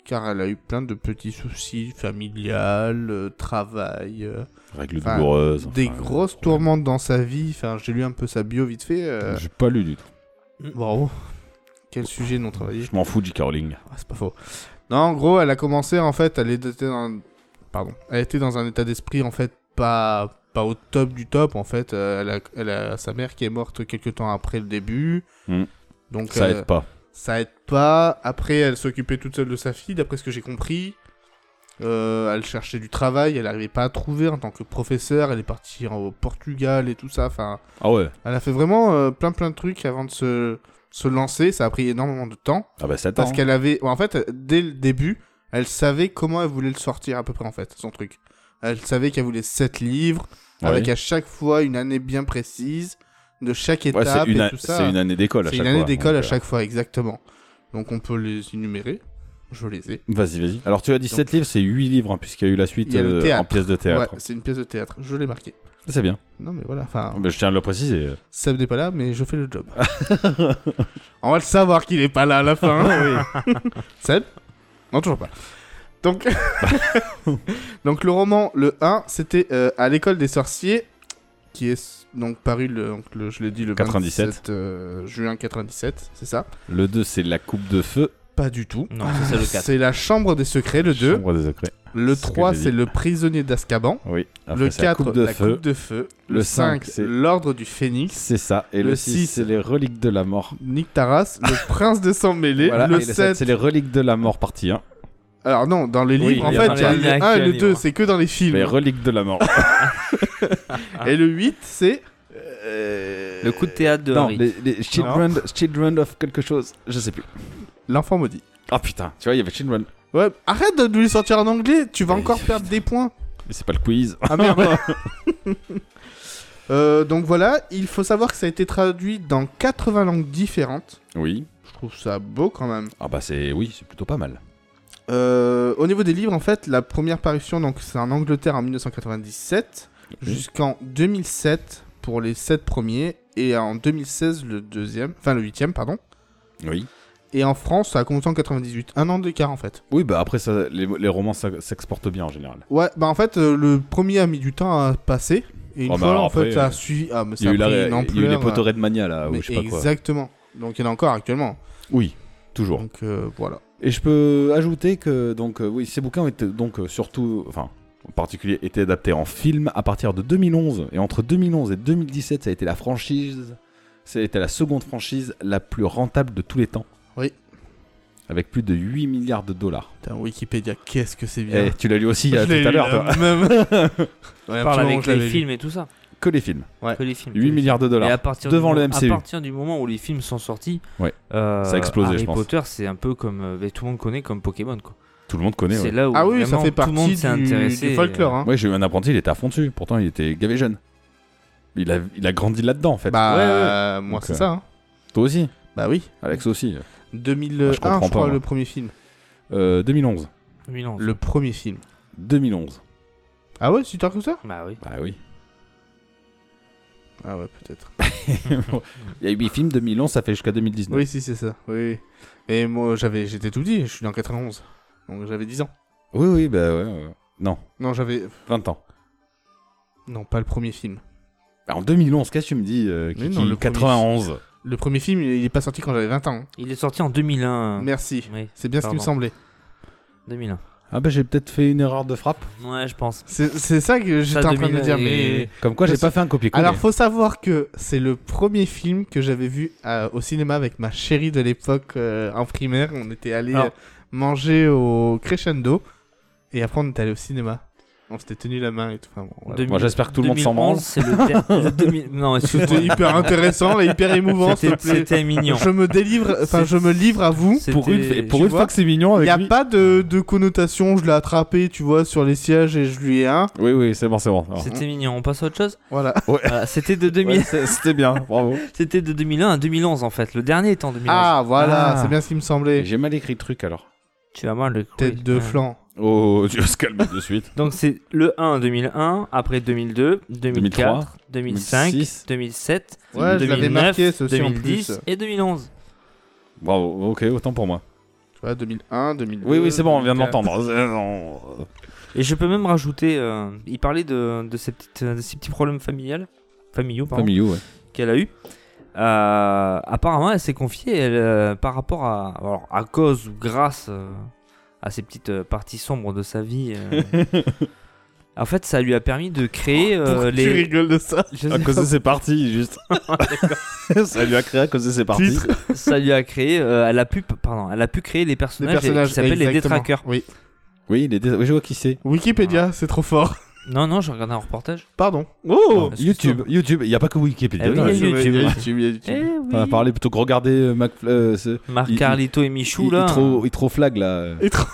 [SPEAKER 3] car elle a eu plein de petits soucis familiales, euh, travail, euh,
[SPEAKER 4] Règles
[SPEAKER 3] enfin,
[SPEAKER 4] douloureuses.
[SPEAKER 3] des
[SPEAKER 4] enfin,
[SPEAKER 3] grosses
[SPEAKER 4] problème.
[SPEAKER 3] tourmentes dans sa vie. Enfin, j'ai lu un peu sa bio vite fait. euh,
[SPEAKER 4] J'ai pas lu du tout. Mmh.
[SPEAKER 3] Bravo. Quel sujet non travaillé.
[SPEAKER 4] Je m'en fous, de J.K. Rowling.
[SPEAKER 3] Ah, c'est pas faux. Non, en gros, elle a commencé en fait, elle était dans, pardon, elle était dans un état d'esprit en fait pas pas au top du top en fait. Euh, elle, a, elle a sa mère qui est morte quelques temps après le début.
[SPEAKER 4] Hmm.
[SPEAKER 3] Donc
[SPEAKER 4] Ça
[SPEAKER 3] euh,
[SPEAKER 4] aide pas.
[SPEAKER 3] ça aide pas. Après, elle s'occupait toute seule de sa fille, d'après ce que j'ai compris. Euh, elle cherchait du travail, elle n'arrivait pas à trouver en tant que professeur. Elle est partie au Portugal et tout ça. Enfin,
[SPEAKER 4] Ah ouais.
[SPEAKER 3] elle a fait vraiment euh, plein plein de trucs avant de se se lancer. Ça a pris énormément de temps.
[SPEAKER 4] Ah bah ça
[SPEAKER 3] Parce
[SPEAKER 4] t'arrange.
[SPEAKER 3] qu'elle avait. En fait, dès le début, elle savait comment elle voulait le sortir à peu près, en fait, son truc. Elle savait qu'elle voulait 7 livres,
[SPEAKER 4] hein. Ouais.
[SPEAKER 3] avec à chaque fois une année bien précise, de chaque
[SPEAKER 4] Ouais,
[SPEAKER 3] étape
[SPEAKER 4] c'est, une
[SPEAKER 3] et
[SPEAKER 4] a-
[SPEAKER 3] tout ça.
[SPEAKER 4] c'est une année d'école à
[SPEAKER 3] C'est
[SPEAKER 4] chaque
[SPEAKER 3] une année
[SPEAKER 4] fois,
[SPEAKER 3] d'école à
[SPEAKER 4] donc, euh,
[SPEAKER 3] chaque fois, exactement. Donc on peut les énumérer. Je les ai.
[SPEAKER 4] euh, Vas-y, vas-y. Alors tu as dit 7 livres, c'est 8 livres, hein, puisqu'il y a eu la suite
[SPEAKER 3] Il y a le
[SPEAKER 4] euh, en
[SPEAKER 3] théâtre.
[SPEAKER 4] pièce de théâtre.
[SPEAKER 3] Ouais, c'est une pièce de théâtre. Je l'ai marqué.
[SPEAKER 4] C'est bien.
[SPEAKER 3] Non, mais voilà. Enfin,
[SPEAKER 4] Mais je tiens à le préciser. euh,
[SPEAKER 3] Seb n'est pas là, mais je fais le job. On va le savoir qu'il est pas là à la fin. Seb Non, toujours pas. Donc, donc le roman, le 1, c'était euh, À l'école des sorciers, qui est s- donc paru, le, donc le- je l'ai dit, le
[SPEAKER 4] 97.
[SPEAKER 3] 27 euh, juin 97, c'est ça
[SPEAKER 4] Le 2, c'est la coupe de feu.
[SPEAKER 3] Pas du tout.
[SPEAKER 4] Ah.
[SPEAKER 5] Non, c'est ça le 4.
[SPEAKER 3] C'est La chambre des secrets, le 2.
[SPEAKER 4] Mm. Chambre des secrets.
[SPEAKER 3] Le
[SPEAKER 4] C'est ce que
[SPEAKER 3] 3,
[SPEAKER 4] j'ai dit.
[SPEAKER 3] c'est Le prisonnier d'Azkaban.
[SPEAKER 4] Oui. Après,
[SPEAKER 3] Le
[SPEAKER 4] c'est la
[SPEAKER 3] 4,
[SPEAKER 4] coupe de
[SPEAKER 3] La
[SPEAKER 4] feu.
[SPEAKER 3] coupe de feu.
[SPEAKER 4] Le
[SPEAKER 3] Le
[SPEAKER 4] cinq,
[SPEAKER 3] 5,
[SPEAKER 4] c'est-
[SPEAKER 3] L'ordre du phénix.
[SPEAKER 4] C'est ça. Et le,
[SPEAKER 3] Le
[SPEAKER 4] 6,
[SPEAKER 3] six,
[SPEAKER 4] c'est les reliques de la mort.
[SPEAKER 3] Nick Taras, le prince des sangs mêlés,
[SPEAKER 4] Voilà, et
[SPEAKER 3] le
[SPEAKER 4] le sept,
[SPEAKER 3] 7.
[SPEAKER 4] c'est les reliques de la mort partie hein. 1.
[SPEAKER 3] Alors non, dans les
[SPEAKER 4] Oui,
[SPEAKER 3] livres, en
[SPEAKER 4] il y a
[SPEAKER 3] fait,
[SPEAKER 4] dans
[SPEAKER 3] il y a
[SPEAKER 5] les
[SPEAKER 3] le
[SPEAKER 5] livres.
[SPEAKER 3] 1 et le
[SPEAKER 5] Actuel
[SPEAKER 3] 2,
[SPEAKER 5] livre.
[SPEAKER 3] c'est que dans les films.
[SPEAKER 4] Les reliques de la mort.
[SPEAKER 3] Et le 8, c'est... euh,
[SPEAKER 5] Le coup de théâtre de
[SPEAKER 4] non,
[SPEAKER 5] Harry.
[SPEAKER 4] les, les children, children of quelque chose, je sais plus.
[SPEAKER 3] L'enfant maudit.
[SPEAKER 4] Ah putain, tu vois, il y avait Children.
[SPEAKER 3] Ouais, arrête de nous les sortir en anglais, tu vas
[SPEAKER 4] Mais
[SPEAKER 3] encore
[SPEAKER 4] putain.
[SPEAKER 3] perdre des points.
[SPEAKER 4] Mais c'est pas le quiz.
[SPEAKER 3] Ah merde. Euh, donc voilà, il faut savoir que ça a été traduit dans 80 langues différentes.
[SPEAKER 4] Oui.
[SPEAKER 3] Je trouve ça beau quand même.
[SPEAKER 4] Ah bah c'est oui, c'est plutôt pas mal.
[SPEAKER 3] Euh, au niveau des livres, en fait, la première parution, donc c'est en Angleterre en 1997
[SPEAKER 4] Mhm.
[SPEAKER 3] jusqu'en 2007 pour les 7 premiers et en 2016 le deuxième, enfin le huitième, pardon.
[SPEAKER 4] Oui.
[SPEAKER 3] Et en France, ça a commencé en 98, un an d'écart en fait.
[SPEAKER 4] Oui, bah après, ça, les, les romans ça- s'exportent bien en général.
[SPEAKER 3] Ouais, bah en fait, euh, le premier a mis du temps à passer et
[SPEAKER 4] Oh,
[SPEAKER 3] une
[SPEAKER 4] bah
[SPEAKER 3] fois,
[SPEAKER 4] alors
[SPEAKER 3] en fait,
[SPEAKER 4] après,
[SPEAKER 3] ça
[SPEAKER 4] euh,
[SPEAKER 3] a suivi. Ah, mais
[SPEAKER 4] Il y
[SPEAKER 3] ça
[SPEAKER 4] a
[SPEAKER 3] a
[SPEAKER 4] eu, la-
[SPEAKER 3] pris
[SPEAKER 4] il y
[SPEAKER 3] une
[SPEAKER 4] a eu
[SPEAKER 3] ampleur.
[SPEAKER 4] les
[SPEAKER 3] euh,
[SPEAKER 4] Potterhead Mania, là, ou
[SPEAKER 3] mais
[SPEAKER 4] je sais pas quoi.
[SPEAKER 3] exactement. Donc il y en a encore actuellement.
[SPEAKER 4] Oui, toujours.
[SPEAKER 3] Donc euh, voilà.
[SPEAKER 4] Et je peux ajouter que donc euh, oui, ces bouquins ont été donc euh, surtout enfin en particulier été adaptés en film à partir de 2011 et entre 2011 et 2017, ça a été la franchise ça a été la seconde franchise la plus rentable de tous les temps.
[SPEAKER 3] Oui.
[SPEAKER 4] Avec plus de 8 milliards de dollars.
[SPEAKER 3] Putain, Wikipédia, qu'est-ce que c'est bien.
[SPEAKER 4] Eh, tu l'as lu aussi euh,
[SPEAKER 3] Je l'ai
[SPEAKER 4] tout à
[SPEAKER 3] eu,
[SPEAKER 4] l'heure,
[SPEAKER 3] là,
[SPEAKER 4] toi.
[SPEAKER 3] même.
[SPEAKER 5] On
[SPEAKER 3] Ouais,
[SPEAKER 5] parle
[SPEAKER 3] absolument,
[SPEAKER 5] avec
[SPEAKER 3] je l'avais
[SPEAKER 5] les
[SPEAKER 3] lu.
[SPEAKER 5] films et tout ça.
[SPEAKER 3] hein.
[SPEAKER 4] Que les films.
[SPEAKER 5] Que les films.
[SPEAKER 4] 8 milliards de
[SPEAKER 5] Et à
[SPEAKER 4] dollars.
[SPEAKER 5] partir
[SPEAKER 4] devant
[SPEAKER 5] du
[SPEAKER 4] le
[SPEAKER 5] moment-
[SPEAKER 4] MCU.
[SPEAKER 5] À partir du moment où les films sont sortis,
[SPEAKER 4] Ouais.
[SPEAKER 5] euh,
[SPEAKER 4] Ça a explosé,
[SPEAKER 5] Harry
[SPEAKER 4] je pense.
[SPEAKER 5] Potter, c'est un peu comme euh, tout le monde connaît comme Pokémon. Quoi.
[SPEAKER 4] Tout le monde connaît.
[SPEAKER 5] c'est
[SPEAKER 4] Ouais.
[SPEAKER 5] là où
[SPEAKER 3] Ah oui, ça
[SPEAKER 5] vraiment
[SPEAKER 3] fait
[SPEAKER 5] tout le monde
[SPEAKER 3] partie
[SPEAKER 5] s'est
[SPEAKER 3] du,
[SPEAKER 5] intéressé. euh,
[SPEAKER 3] du
[SPEAKER 5] et-
[SPEAKER 3] folklore. Hein.
[SPEAKER 4] Ouais, j'ai eu un apprenti, il était à fond dessus. Pourtant, il était gavé jeune. Il a, il a grandi là-dedans en fait.
[SPEAKER 3] Bah,
[SPEAKER 4] Ouais, ouais.
[SPEAKER 3] euh, moi
[SPEAKER 4] Donc,
[SPEAKER 3] c'est
[SPEAKER 4] euh,
[SPEAKER 3] ça. hein.
[SPEAKER 4] Toi aussi,
[SPEAKER 3] Bah oui.
[SPEAKER 4] Alex aussi. Ah,
[SPEAKER 3] 2001,
[SPEAKER 4] je
[SPEAKER 3] je,
[SPEAKER 4] comprends pas,
[SPEAKER 3] crois,
[SPEAKER 4] moi.
[SPEAKER 3] le premier film.
[SPEAKER 4] Euh, 2011.
[SPEAKER 5] 2011.
[SPEAKER 3] Le premier film.
[SPEAKER 4] 2011.
[SPEAKER 3] Ah ouais, c'est tard que ça
[SPEAKER 5] Bah oui.
[SPEAKER 4] Bah oui.
[SPEAKER 3] Ah ouais, peut-être.
[SPEAKER 4] Il y a 8 films, 2011, ça fait jusqu'à 2019.
[SPEAKER 3] Oui, si, c'est ça. Oui, oui. Et moi, j'avais, j'étais tout petit, je suis né en 91. Donc j'avais 10 ans.
[SPEAKER 4] oui, oui, bah ouais. ouais. Non,
[SPEAKER 3] Non, j'avais.
[SPEAKER 4] 20 ans.
[SPEAKER 3] Non, pas le premier film.
[SPEAKER 4] Bah, en 2011, qu'est-ce que tu me dis euh,
[SPEAKER 3] Mais
[SPEAKER 4] Kiki
[SPEAKER 3] non, le
[SPEAKER 4] 91.
[SPEAKER 3] Le premier film, il est pas sorti quand j'avais 20 ans.
[SPEAKER 5] Il est sorti en 2001.
[SPEAKER 3] Merci.
[SPEAKER 5] Oui,
[SPEAKER 3] C'est bien ce qui me
[SPEAKER 5] Ah. Pardon.
[SPEAKER 3] semblait.
[SPEAKER 5] 2001.
[SPEAKER 4] Ah bah j'ai peut-être fait une erreur de frappe.
[SPEAKER 5] Ouais, je pense.
[SPEAKER 3] C'est, c'est ça que j'étais
[SPEAKER 5] Ça,
[SPEAKER 3] en train de
[SPEAKER 5] 2001,
[SPEAKER 3] dire.
[SPEAKER 5] et-
[SPEAKER 3] Mais...
[SPEAKER 4] Comme quoi, j'ai
[SPEAKER 3] Parce-
[SPEAKER 4] pas fait un copier-coller.
[SPEAKER 3] Alors, faut savoir que c'est le premier film que j'avais vu à- au cinéma avec ma chérie de l'époque euh, en primaire. On était allé
[SPEAKER 4] Ah.
[SPEAKER 5] Alors.
[SPEAKER 3] euh, manger au Crescendo et après on était allé au cinéma. On s'était tenu la main et tout. Enfin, bon, voilà.
[SPEAKER 5] 2000
[SPEAKER 4] Moi, j'espère que tout le monde s'en branle.
[SPEAKER 5] 2011, C'est le, ter- le 2000 Non,
[SPEAKER 3] C'était
[SPEAKER 5] excuse-moi.
[SPEAKER 3] hyper intéressant et hyper émouvant. s'il
[SPEAKER 5] C'était-
[SPEAKER 3] te plaît.
[SPEAKER 5] C'était mignon.
[SPEAKER 3] Je me délivre, enfin
[SPEAKER 5] C'est-
[SPEAKER 3] je me livre à vous.
[SPEAKER 5] C'était-
[SPEAKER 4] pour une, et pour
[SPEAKER 3] tu
[SPEAKER 4] une
[SPEAKER 3] vois,
[SPEAKER 4] fois que c'est mignon avec
[SPEAKER 3] Il n'y a
[SPEAKER 4] lui.
[SPEAKER 3] pas de, de connotation, je l'ai attrapé, tu vois, sur les sièges et je lui ai un.
[SPEAKER 4] Oui, oui, c'est bon, c'est bon. Alors,
[SPEAKER 5] C'était mignon. On passe à autre chose
[SPEAKER 3] Voilà.
[SPEAKER 5] Voilà, C'était de, 2000
[SPEAKER 4] ouais, c'est- C'était bien, bravo.
[SPEAKER 5] c'était de 2001 à 2011 en fait. Le dernier est en 2011.
[SPEAKER 3] Ah, voilà,
[SPEAKER 4] Ah.
[SPEAKER 3] c'est bien ce qui me semblait.
[SPEAKER 4] J'ai Ah. mal écrit le truc alors.
[SPEAKER 5] Tu as mal le
[SPEAKER 3] Tête de
[SPEAKER 5] Ouais.
[SPEAKER 3] flanc.
[SPEAKER 4] Oh, Dieu, se calme de suite.
[SPEAKER 5] Donc c'est le 1 2001, après 2002,
[SPEAKER 4] 2003,
[SPEAKER 5] 2004, 2005,
[SPEAKER 4] 2006,
[SPEAKER 5] 2007,
[SPEAKER 3] Ouais, Ah, je l'avais
[SPEAKER 5] 2009,
[SPEAKER 3] marqué ce aussi en
[SPEAKER 5] 2010
[SPEAKER 3] plus.
[SPEAKER 5] et 2011.
[SPEAKER 4] Bravo, ok, autant pour moi.
[SPEAKER 3] Tu vois, 2001, 2002.
[SPEAKER 4] Oui, oui, c'est bon, on vient de
[SPEAKER 3] 2004.
[SPEAKER 4] l'entendre. C'est- non.
[SPEAKER 5] Et je peux même rajouter, euh, il parlait de, de, ces petites, de ces petits problèmes familiales, familiaux pardon,
[SPEAKER 4] Familiou, ouais.
[SPEAKER 5] qu'elle a eu. Euh, apparemment, elle s'est confiée elle, euh, par rapport à, alors, à cause ou grâce euh, à ces petites euh, parties sombres de sa vie. euh, en fait, ça lui a permis de créer euh,
[SPEAKER 3] Tu
[SPEAKER 5] les.
[SPEAKER 3] rigoles de ça
[SPEAKER 5] je sais
[SPEAKER 4] À cause de ses parties, juste. ça lui a créé à cause de ses parties.
[SPEAKER 3] Titre.
[SPEAKER 5] pas, ça lui a créé. euh, elle a pu, pardon, elle a pu créer les
[SPEAKER 3] Des
[SPEAKER 5] personnages,
[SPEAKER 3] personnages
[SPEAKER 5] qui s'appellent les
[SPEAKER 3] exactement.
[SPEAKER 5] détraqueurs.
[SPEAKER 3] Oui.
[SPEAKER 4] Oui, il est dés- oui, je vois qui c'est.
[SPEAKER 3] Wikipédia, c'est trop fort.
[SPEAKER 5] Non, non, je regardais un reportage.
[SPEAKER 3] Pardon.
[SPEAKER 5] Oh,
[SPEAKER 4] YouTube, YouTube, il n'y a pas que Wikipédia.
[SPEAKER 5] Eh oui,
[SPEAKER 4] dans la
[SPEAKER 5] il y a
[SPEAKER 4] chose.
[SPEAKER 5] YouTube.
[SPEAKER 3] il y Eh a YouTube.
[SPEAKER 4] On a parlé plutôt que regarder euh, Mac, euh, ce-
[SPEAKER 5] Marc
[SPEAKER 4] il-
[SPEAKER 5] Carlito et
[SPEAKER 4] il,
[SPEAKER 5] Michou
[SPEAKER 4] il
[SPEAKER 5] là. hein.
[SPEAKER 4] trop, il trop flag là. euh,
[SPEAKER 5] Eh.
[SPEAKER 3] Et trop-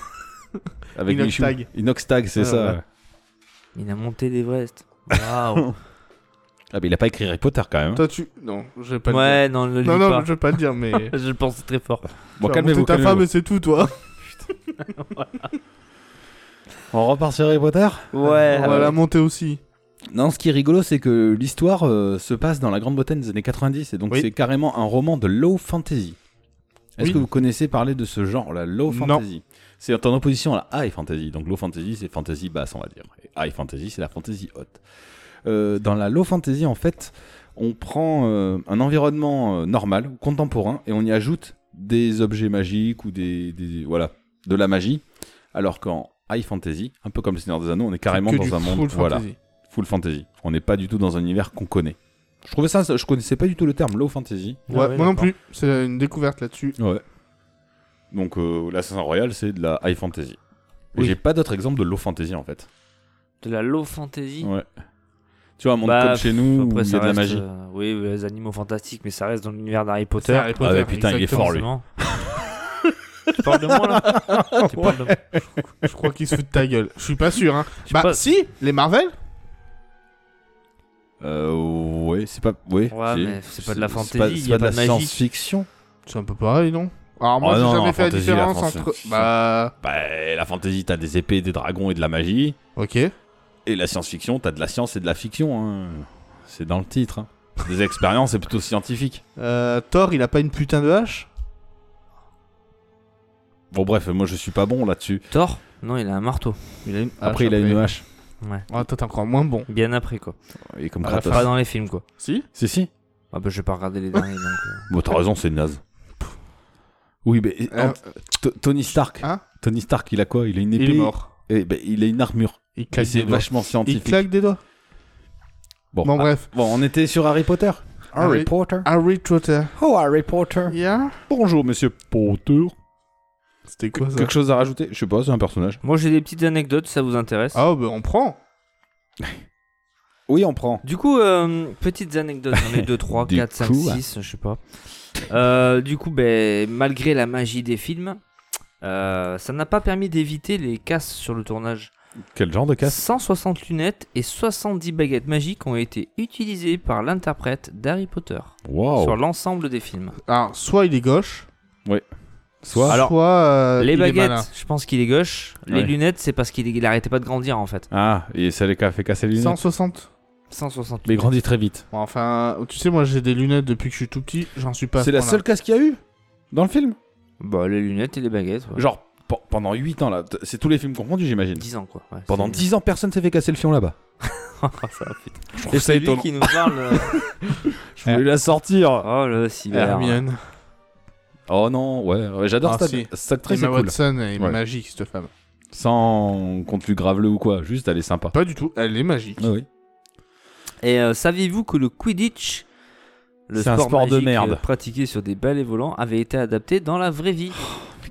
[SPEAKER 4] Avec
[SPEAKER 3] Inox
[SPEAKER 4] Michou.
[SPEAKER 3] Tag.
[SPEAKER 4] Inox Tag, c'est
[SPEAKER 3] Ah,
[SPEAKER 4] ça.
[SPEAKER 3] ouais.
[SPEAKER 5] Il a monté l'Everest. Waouh.
[SPEAKER 4] Ah, mais il a pas écrit Harry Potter quand même.
[SPEAKER 3] Toi, tu. Non, je vais pas le
[SPEAKER 5] ouais, non, ne le
[SPEAKER 3] dire. Non,
[SPEAKER 5] lis
[SPEAKER 3] non,
[SPEAKER 5] pas.
[SPEAKER 3] je vais pas le dire, mais.
[SPEAKER 5] Je... le pense très fort.
[SPEAKER 4] Bon,
[SPEAKER 3] Tu as
[SPEAKER 4] calmez-vous.
[SPEAKER 3] monté ta
[SPEAKER 4] calmez-vous.
[SPEAKER 3] femme et c'est tout, toi.
[SPEAKER 4] On repart sur Harry Potter
[SPEAKER 5] Ouais.
[SPEAKER 3] On va la monter aussi.
[SPEAKER 4] Non, ce qui est rigolo, c'est que l'histoire euh, se passe dans la Grande-Bretagne des années 90, et donc
[SPEAKER 3] Oui.
[SPEAKER 4] c'est carrément un roman de low fantasy. Est-ce
[SPEAKER 3] Oui.
[SPEAKER 4] que vous connaissez parler de ce genre, la low
[SPEAKER 3] Non.
[SPEAKER 4] fantasy C'est en opposition à la high fantasy. Donc low fantasy, c'est fantasy basse, on va dire. Et high fantasy, c'est la fantasy haute. Euh, dans la low fantasy, en fait, on prend euh, un environnement euh, normal, contemporain, et on y ajoute des objets magiques ou des, des- voilà, de la magie. Alors qu'en high fantasy, un peu comme le Seigneur des Anneaux, on est carrément
[SPEAKER 3] Que
[SPEAKER 4] dans
[SPEAKER 3] du
[SPEAKER 4] un monde
[SPEAKER 3] full
[SPEAKER 4] voilà
[SPEAKER 3] fantasy.
[SPEAKER 4] full fantasy. On n'est pas du tout dans un univers qu'on connaît. Je trouvais ça, ça- je connaissais pas du tout le terme low fantasy.
[SPEAKER 5] Ah
[SPEAKER 3] Ouais,
[SPEAKER 5] ouais,
[SPEAKER 3] moi non
[SPEAKER 5] d'accord.
[SPEAKER 3] plus. C'est une découverte là-dessus.
[SPEAKER 4] Ouais. Donc euh, l'Assassin Royal, c'est de la high fantasy. Et
[SPEAKER 5] Oui.
[SPEAKER 4] J'ai pas d'autres exemples de low fantasy en fait.
[SPEAKER 5] De la low fantasy.
[SPEAKER 4] Ouais. Tu vois, un monde
[SPEAKER 5] Bah,
[SPEAKER 4] comme chez nous où
[SPEAKER 5] Après,
[SPEAKER 4] il y
[SPEAKER 5] ça
[SPEAKER 4] a de la
[SPEAKER 5] reste,
[SPEAKER 4] magie.
[SPEAKER 5] euh, oui, oui, les animaux fantastiques, mais ça reste dans l'univers d'Harry
[SPEAKER 3] C'est
[SPEAKER 5] Potter.
[SPEAKER 3] Harry
[SPEAKER 4] Ah
[SPEAKER 3] Potter.
[SPEAKER 4] ouais, putain, il est
[SPEAKER 3] exactement.
[SPEAKER 4] fort lui.
[SPEAKER 5] forcément. tu parles de moi là Tu parles de moi
[SPEAKER 3] Je crois qu'il se fout de ta gueule. Je suis pas sûr, hein.
[SPEAKER 5] Je sais
[SPEAKER 3] Bah,
[SPEAKER 5] pas-
[SPEAKER 3] si, les Marvel
[SPEAKER 4] Euh, ouais, c'est pas. Ouais,
[SPEAKER 5] Ouais, mais c'est pas de la fantasy,
[SPEAKER 4] pas-
[SPEAKER 5] il
[SPEAKER 4] C'est
[SPEAKER 5] y a
[SPEAKER 4] pas de
[SPEAKER 5] pas
[SPEAKER 4] la
[SPEAKER 5] de magie.
[SPEAKER 4] science-fiction.
[SPEAKER 3] C'est un peu pareil, non Alors moi,
[SPEAKER 4] Oh
[SPEAKER 3] j'ai
[SPEAKER 4] non,
[SPEAKER 3] jamais
[SPEAKER 4] non,
[SPEAKER 3] fait la
[SPEAKER 4] Fantasy, la
[SPEAKER 3] différence
[SPEAKER 4] France.
[SPEAKER 3] entre. Bah.
[SPEAKER 4] Bah, la fantasy, t'as des épées, des dragons et de la magie.
[SPEAKER 3] Ok.
[SPEAKER 4] Et la science-fiction, t'as de la science et de la fiction. hein. C'est dans le titre. hein. Des expériences, c'est plutôt scientifique.
[SPEAKER 3] Euh, Thor, il a pas une putain de hache
[SPEAKER 4] Bon, bref, moi je suis pas bon là-dessus.
[SPEAKER 5] Thor Non, il a un marteau.
[SPEAKER 3] Il a une.
[SPEAKER 4] Ah, Après, il a une hache.
[SPEAKER 5] Ouais.
[SPEAKER 3] Oh, toi, t'es encore moins bon.
[SPEAKER 5] Bien après, quoi.
[SPEAKER 4] Et comme
[SPEAKER 3] Ah, la
[SPEAKER 4] Kratos.
[SPEAKER 5] Pas dans les films, quoi.
[SPEAKER 3] Si
[SPEAKER 4] Si, si.
[SPEAKER 5] Ah bah, je vais pas regarder les derniers, donc... euh.
[SPEAKER 4] Bon, t'as raison, c'est naze. Oui, mais.
[SPEAKER 3] Euh,
[SPEAKER 4] T- Tony Stark.
[SPEAKER 3] Hein
[SPEAKER 4] Tony Stark, il a quoi Il a une épée.
[SPEAKER 3] Il est mort.
[SPEAKER 4] Eh ben, il a une armure.
[SPEAKER 3] Il
[SPEAKER 4] Et
[SPEAKER 3] claque
[SPEAKER 4] C'est
[SPEAKER 3] des doigts.
[SPEAKER 4] vachement
[SPEAKER 3] Il
[SPEAKER 4] scientifique.
[SPEAKER 3] claque des doigts.
[SPEAKER 4] Bon,
[SPEAKER 3] Bon,
[SPEAKER 4] ah,
[SPEAKER 3] bref.
[SPEAKER 4] bon, on était sur Harry Potter.
[SPEAKER 3] Harry
[SPEAKER 4] Potter.
[SPEAKER 3] Harry Potter.
[SPEAKER 4] Oh, Harry Potter.
[SPEAKER 3] Yeah
[SPEAKER 4] Bonjour, monsieur Potter.
[SPEAKER 3] C'était quoi ça
[SPEAKER 4] Quelque chose à rajouter Je sais pas, c'est un personnage.
[SPEAKER 5] Moi, j'ai des petites anecdotes, si ça vous intéresse.
[SPEAKER 3] Ah, bah on prend.
[SPEAKER 4] Oui, on prend.
[SPEAKER 5] Du coup, euh, petites anecdotes, j'en ai 2, 3,
[SPEAKER 4] Du
[SPEAKER 5] 4, 5,
[SPEAKER 4] coup,
[SPEAKER 5] 6, je sais pas. Euh, du coup, ben, malgré la magie des films, euh, ça n'a pas permis d'éviter les casses sur le tournage.
[SPEAKER 4] Quel genre de casse
[SPEAKER 5] 160 lunettes et 70 baguettes magiques ont été utilisées par l'interprète d'Harry Potter sur
[SPEAKER 3] Oh.
[SPEAKER 4] Waouh.
[SPEAKER 5] l'ensemble des films.
[SPEAKER 3] Alors, soit il est gauche.
[SPEAKER 4] Ouais.
[SPEAKER 3] Soit,
[SPEAKER 5] Alors,
[SPEAKER 3] euh,
[SPEAKER 5] les
[SPEAKER 3] il est malin.
[SPEAKER 5] baguettes, je pense qu'il est gauche.
[SPEAKER 4] Ouais.
[SPEAKER 5] Les lunettes, c'est parce qu'il il arrêtait pas de grandir en fait.
[SPEAKER 4] Ah, et c'est les qui a fait casser les lunettes.
[SPEAKER 3] 160.
[SPEAKER 5] 160
[SPEAKER 4] Mais il grandit très vite.
[SPEAKER 3] Bon, enfin, tu sais, moi j'ai des lunettes depuis que je suis tout petit, j'en suis pas. à ce
[SPEAKER 4] C'est la
[SPEAKER 3] point-là.
[SPEAKER 4] seule casse qu'il y a eu dans le film.
[SPEAKER 5] Bah, les lunettes et les baguettes. ouais.
[SPEAKER 4] Genre, pe- pendant 8 ans là, t- c'est tous les films confondus, j'imagine.
[SPEAKER 5] 10 ans quoi. ouais,
[SPEAKER 4] Pendant
[SPEAKER 5] c'est-
[SPEAKER 4] 10 ans, personne s'est fait casser le fion là-bas.
[SPEAKER 5] Ça va, putain.
[SPEAKER 4] Je
[SPEAKER 5] Et
[SPEAKER 4] trouve ça
[SPEAKER 5] c'est lui
[SPEAKER 4] étonnant.
[SPEAKER 5] qui nous parle. euh,
[SPEAKER 4] Je voulais la sortir.
[SPEAKER 5] Oh le cyber.
[SPEAKER 4] hein.
[SPEAKER 3] Hermione.
[SPEAKER 4] Oh non, ouais, ouais, j'adore
[SPEAKER 3] Ah,
[SPEAKER 4] cette,
[SPEAKER 3] si.
[SPEAKER 4] cette actrice.
[SPEAKER 3] Emma
[SPEAKER 4] est cool.
[SPEAKER 3] Watson est
[SPEAKER 4] Ouais.
[SPEAKER 3] magique, cette femme.
[SPEAKER 4] Sans qu'on te lui grave le ou quoi, juste elle est sympa.
[SPEAKER 3] Pas du tout, elle est magique.
[SPEAKER 4] Ah oui.
[SPEAKER 5] Et euh, saviez-vous que le Quidditch, le
[SPEAKER 4] C'est un sport de
[SPEAKER 5] magique,
[SPEAKER 4] merde.
[SPEAKER 5] euh, pratiqué sur des balais volants, avait été adapté dans la vraie vie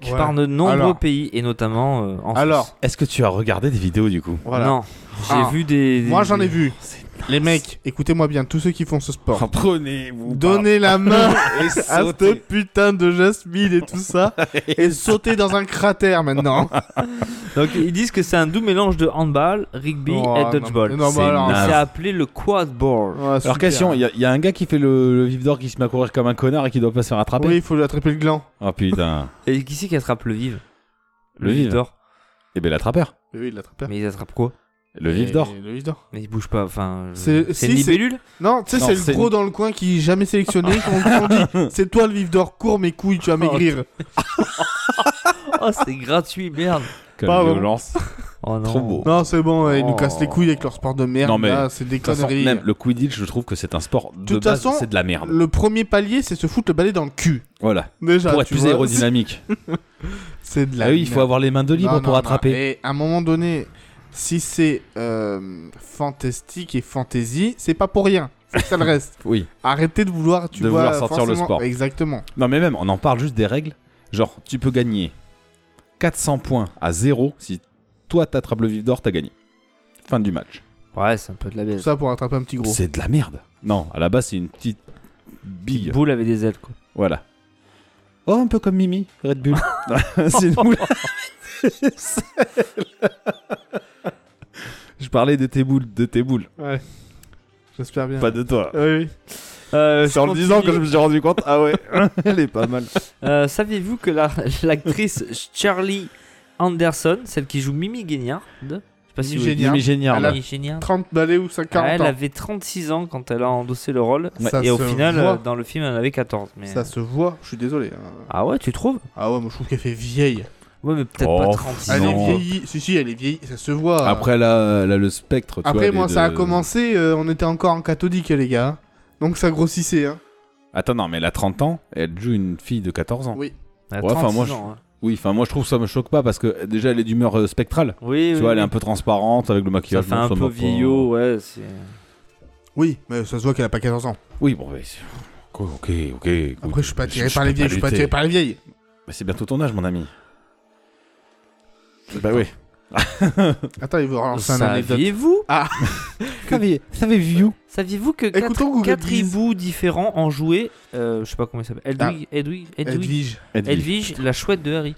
[SPEAKER 3] Ouais.
[SPEAKER 5] par de nombreux
[SPEAKER 3] Alors.
[SPEAKER 5] pays et notamment euh, en
[SPEAKER 3] Alors,
[SPEAKER 5] Suisse.
[SPEAKER 4] Est-ce que tu as regardé des vidéos du coup
[SPEAKER 3] Voilà.
[SPEAKER 5] Non, j'ai
[SPEAKER 3] Ah.
[SPEAKER 5] vu des. des-
[SPEAKER 3] Moi j'en ai
[SPEAKER 5] des-
[SPEAKER 3] vu.
[SPEAKER 5] C'est
[SPEAKER 3] Les mecs, écoutez-moi bien, tous ceux qui font ce sport.
[SPEAKER 4] Prenez-vous.
[SPEAKER 3] Donnez la main
[SPEAKER 4] et
[SPEAKER 3] à ce putain de Jasmine et tout ça, et sautez dans un cratère maintenant.
[SPEAKER 5] Donc ils disent que c'est un doux mélange de handball, rugby
[SPEAKER 3] Oh,
[SPEAKER 5] et dodgeball.
[SPEAKER 3] non, non,
[SPEAKER 4] C'est
[SPEAKER 3] bah alors,
[SPEAKER 5] Il
[SPEAKER 4] naze.
[SPEAKER 5] s'est appelé le quadball.
[SPEAKER 3] ouais, super.
[SPEAKER 4] Alors, question, il y, a- il y a un gars qui fait le, le vif d'or qui se met à courir comme un connard et qui doit pas se faire attraper.
[SPEAKER 3] Oui, il faut lui attraper le gland.
[SPEAKER 4] Oh putain.
[SPEAKER 5] Et qui c'est qui attrape le vive
[SPEAKER 4] Le vive.
[SPEAKER 5] d'or.
[SPEAKER 4] Eh ben l'attrapeur.
[SPEAKER 3] Oui, il l'attrape.
[SPEAKER 5] Mais ils attrapent quoi
[SPEAKER 4] Le vif d'or.
[SPEAKER 3] Le vif d'or.
[SPEAKER 5] Mais ils bougent pas. Enfin,
[SPEAKER 4] Mmh.
[SPEAKER 5] je-
[SPEAKER 3] C'est-
[SPEAKER 5] c'est
[SPEAKER 3] si,
[SPEAKER 5] une
[SPEAKER 3] c'est-
[SPEAKER 5] libellule.
[SPEAKER 3] Non, tu sais,
[SPEAKER 4] Non,
[SPEAKER 3] c'est
[SPEAKER 4] c'est-
[SPEAKER 3] le gros dans le coin qui est jamais sélectionné. Quand on dit, c'est toi le vif d'or, cours mes couilles, tu vas maigrir.
[SPEAKER 5] Oh c'est gratuit merde.
[SPEAKER 4] Quelle
[SPEAKER 3] Pas bon.
[SPEAKER 4] violence.
[SPEAKER 5] Oh non.
[SPEAKER 4] Trop beau.
[SPEAKER 3] Non, c'est bon, ils nous
[SPEAKER 5] Oh.
[SPEAKER 3] cassent les couilles avec leur sport de merde.
[SPEAKER 4] Non, mais-
[SPEAKER 3] là, c'est des
[SPEAKER 4] De toute façon,
[SPEAKER 3] conneries.
[SPEAKER 4] même le Quidditch, je trouve que c'est un sport de,
[SPEAKER 3] toute
[SPEAKER 4] base,
[SPEAKER 3] façon,
[SPEAKER 4] c'est de la merde.
[SPEAKER 3] Le premier palier, c'est se foutre le balai dans le cul.
[SPEAKER 4] Voilà.
[SPEAKER 3] Déjà,
[SPEAKER 4] pour être
[SPEAKER 3] tu
[SPEAKER 4] plus
[SPEAKER 3] vois,
[SPEAKER 4] aérodynamique.
[SPEAKER 3] C'est de la
[SPEAKER 4] Ah oui, il faut
[SPEAKER 3] merde.
[SPEAKER 4] avoir les mains de libre
[SPEAKER 3] Non,
[SPEAKER 4] pour
[SPEAKER 3] non,
[SPEAKER 4] attraper.
[SPEAKER 3] non. Et à un moment donné, si c'est euh, fantastique et fantasy, c'est pas pour rien. C'est que ça le reste.
[SPEAKER 4] Oui.
[SPEAKER 3] Arrêtez de vouloir, tu
[SPEAKER 4] De
[SPEAKER 3] vois.
[SPEAKER 4] vouloir sortir le
[SPEAKER 3] forcément-
[SPEAKER 4] sport.
[SPEAKER 3] Exactement.
[SPEAKER 4] Non, mais même, on en parle juste des règles. Genre, tu peux gagner 400 points à 0 si toi t'attrapes le vif d'or, t'as gagné. Fin du match.
[SPEAKER 5] Ouais c'est un peu de la
[SPEAKER 3] Tout
[SPEAKER 5] baise.
[SPEAKER 3] ça pour attraper un petit gros.
[SPEAKER 4] C'est de la merde. Non, à la base, c'est une petite bille.
[SPEAKER 5] Boule avait des ailes quoi.
[SPEAKER 4] Voilà. Oh, un peu comme Mimi, Red Bull. c'est une boule. Je parlais de tes boules, de tes boules,
[SPEAKER 3] Ouais. J'espère bien.
[SPEAKER 4] pas de toi.
[SPEAKER 3] Oui, oui.
[SPEAKER 4] c'est en le disant que je me suis rendu compte, ah ouais, elle est pas mal.
[SPEAKER 5] Euh, Saviez-vous que la- l'actrice Charlie Anderson, celle qui joue Mimi Guignard, de- je sais pas si vous
[SPEAKER 3] Mimi Géniard.
[SPEAKER 4] Mimi Géniard,
[SPEAKER 3] Elle a-
[SPEAKER 4] ouais.
[SPEAKER 5] Mimi Géniard.
[SPEAKER 3] 30 balais ou 50
[SPEAKER 5] Ah, elle
[SPEAKER 3] ans.
[SPEAKER 5] avait 36 ans quand elle a endossé le rôle.
[SPEAKER 3] Ouais. Ça
[SPEAKER 5] et au
[SPEAKER 3] se
[SPEAKER 5] final,
[SPEAKER 3] voit.
[SPEAKER 5] euh, dans le film, elle en avait 14. Mais...
[SPEAKER 3] Ça se voit, je suis désolé. hein.
[SPEAKER 5] hein. Ah ouais, tu trouves
[SPEAKER 3] Ah ouais, moi je trouve qu'elle fait vieille.
[SPEAKER 5] Ouais, mais peut-être
[SPEAKER 4] Oh,
[SPEAKER 5] pas
[SPEAKER 3] Elle
[SPEAKER 5] 36 ans.
[SPEAKER 4] non.
[SPEAKER 3] est vieillie, si si, elle est vieillie, ça se voit.
[SPEAKER 4] Après, elle a, elle a le spectre. tu
[SPEAKER 3] Après,
[SPEAKER 4] vois,
[SPEAKER 3] moi
[SPEAKER 4] les
[SPEAKER 3] ça a
[SPEAKER 4] deux-
[SPEAKER 3] commencé, euh, on était encore en cathodique les gars. Donc ça grossissait. Hein.
[SPEAKER 4] Attends, non, mais elle a 30 ans, et elle joue une fille de 14 ans.
[SPEAKER 3] Oui.
[SPEAKER 5] Elle a
[SPEAKER 4] Ouais, enfin,
[SPEAKER 5] 36
[SPEAKER 4] moi, je-
[SPEAKER 5] ans, hein.
[SPEAKER 4] Oui, enfin, moi je trouve ça me choque pas parce que déjà elle est d'humeur euh, spectrale.
[SPEAKER 5] Oui,
[SPEAKER 4] Tu
[SPEAKER 5] oui,
[SPEAKER 4] vois, elle est
[SPEAKER 5] oui.
[SPEAKER 4] un peu transparente avec le
[SPEAKER 5] Ça
[SPEAKER 4] maquillage.
[SPEAKER 5] fait
[SPEAKER 4] bon,
[SPEAKER 5] un
[SPEAKER 4] m'a
[SPEAKER 5] peu
[SPEAKER 4] pas-
[SPEAKER 5] vieillot, ouais. c'est-
[SPEAKER 3] Oui, mais ça se voit qu'elle a pas 14 ans.
[SPEAKER 4] Oui, bon, bah, c'est- ok, ok, ok. écoute,
[SPEAKER 3] Après, je suis pas attiré
[SPEAKER 4] je
[SPEAKER 3] par les
[SPEAKER 4] peux
[SPEAKER 3] vieilles, je suis pas attiré
[SPEAKER 4] lutter.
[SPEAKER 3] par les vieilles.
[SPEAKER 4] Bah, c'est bientôt ton âge, mon ami. Bah oui.
[SPEAKER 3] Attends, il veut relancer un anecdote.
[SPEAKER 5] Saviez-vous
[SPEAKER 4] Savez-vous
[SPEAKER 5] Saviez-vous que
[SPEAKER 3] Écoutons
[SPEAKER 5] 4
[SPEAKER 3] Google
[SPEAKER 5] quatre
[SPEAKER 3] Breeze.
[SPEAKER 5] hiboux différents ont joué, euh, je sais pas comment il s'appelle, Edwig, Edwig, Edwig,
[SPEAKER 3] Edwige.
[SPEAKER 5] Edwige, la chouette de Harry.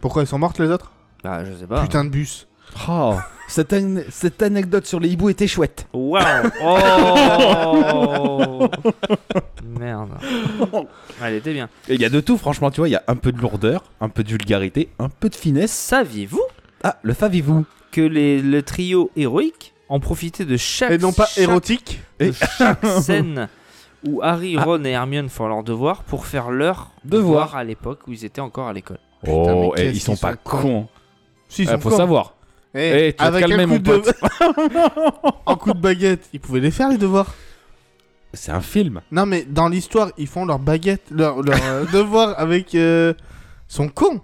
[SPEAKER 3] Pourquoi elles sont mortes les autres
[SPEAKER 5] Ah, je sais pas.
[SPEAKER 3] Putain de bus.
[SPEAKER 4] Oh, Cette, an- cette anecdote sur les hiboux était chouette.
[SPEAKER 5] Waouh Oh Merde. Elle était bien.
[SPEAKER 4] Et Il y a de tout, franchement, tu vois, il y a un peu de lourdeur, un peu de vulgarité, un peu de finesse.
[SPEAKER 5] Saviez-vous
[SPEAKER 4] Ah, le faviez-vous
[SPEAKER 5] que les, le trio héroïque en profitait de chaque,
[SPEAKER 3] Et non pas
[SPEAKER 5] chaque-
[SPEAKER 3] érotique.
[SPEAKER 5] de chaque scène où Harry, Ron et Hermione font leurs devoirs pour faire leur
[SPEAKER 4] Devoir.
[SPEAKER 5] devoir à l'époque où ils étaient encore à l'école.
[SPEAKER 4] Oh,
[SPEAKER 3] mais
[SPEAKER 4] eh,
[SPEAKER 3] qu'est-ce
[SPEAKER 4] ils sont
[SPEAKER 3] qu'ils
[SPEAKER 4] pas
[SPEAKER 3] sont
[SPEAKER 4] cons.
[SPEAKER 3] Si, ils
[SPEAKER 4] Eh,
[SPEAKER 3] sont
[SPEAKER 4] faut
[SPEAKER 3] cons.
[SPEAKER 4] savoir.
[SPEAKER 3] Eh,
[SPEAKER 4] Eh, tu vas te calmer, mon
[SPEAKER 3] de- en coup de baguette, ils pouvaient les faire les devoirs.
[SPEAKER 4] C'est un film.
[SPEAKER 3] Non mais dans l'histoire, ils font leur baguette, leur, leur, euh, devoir avec euh, son con.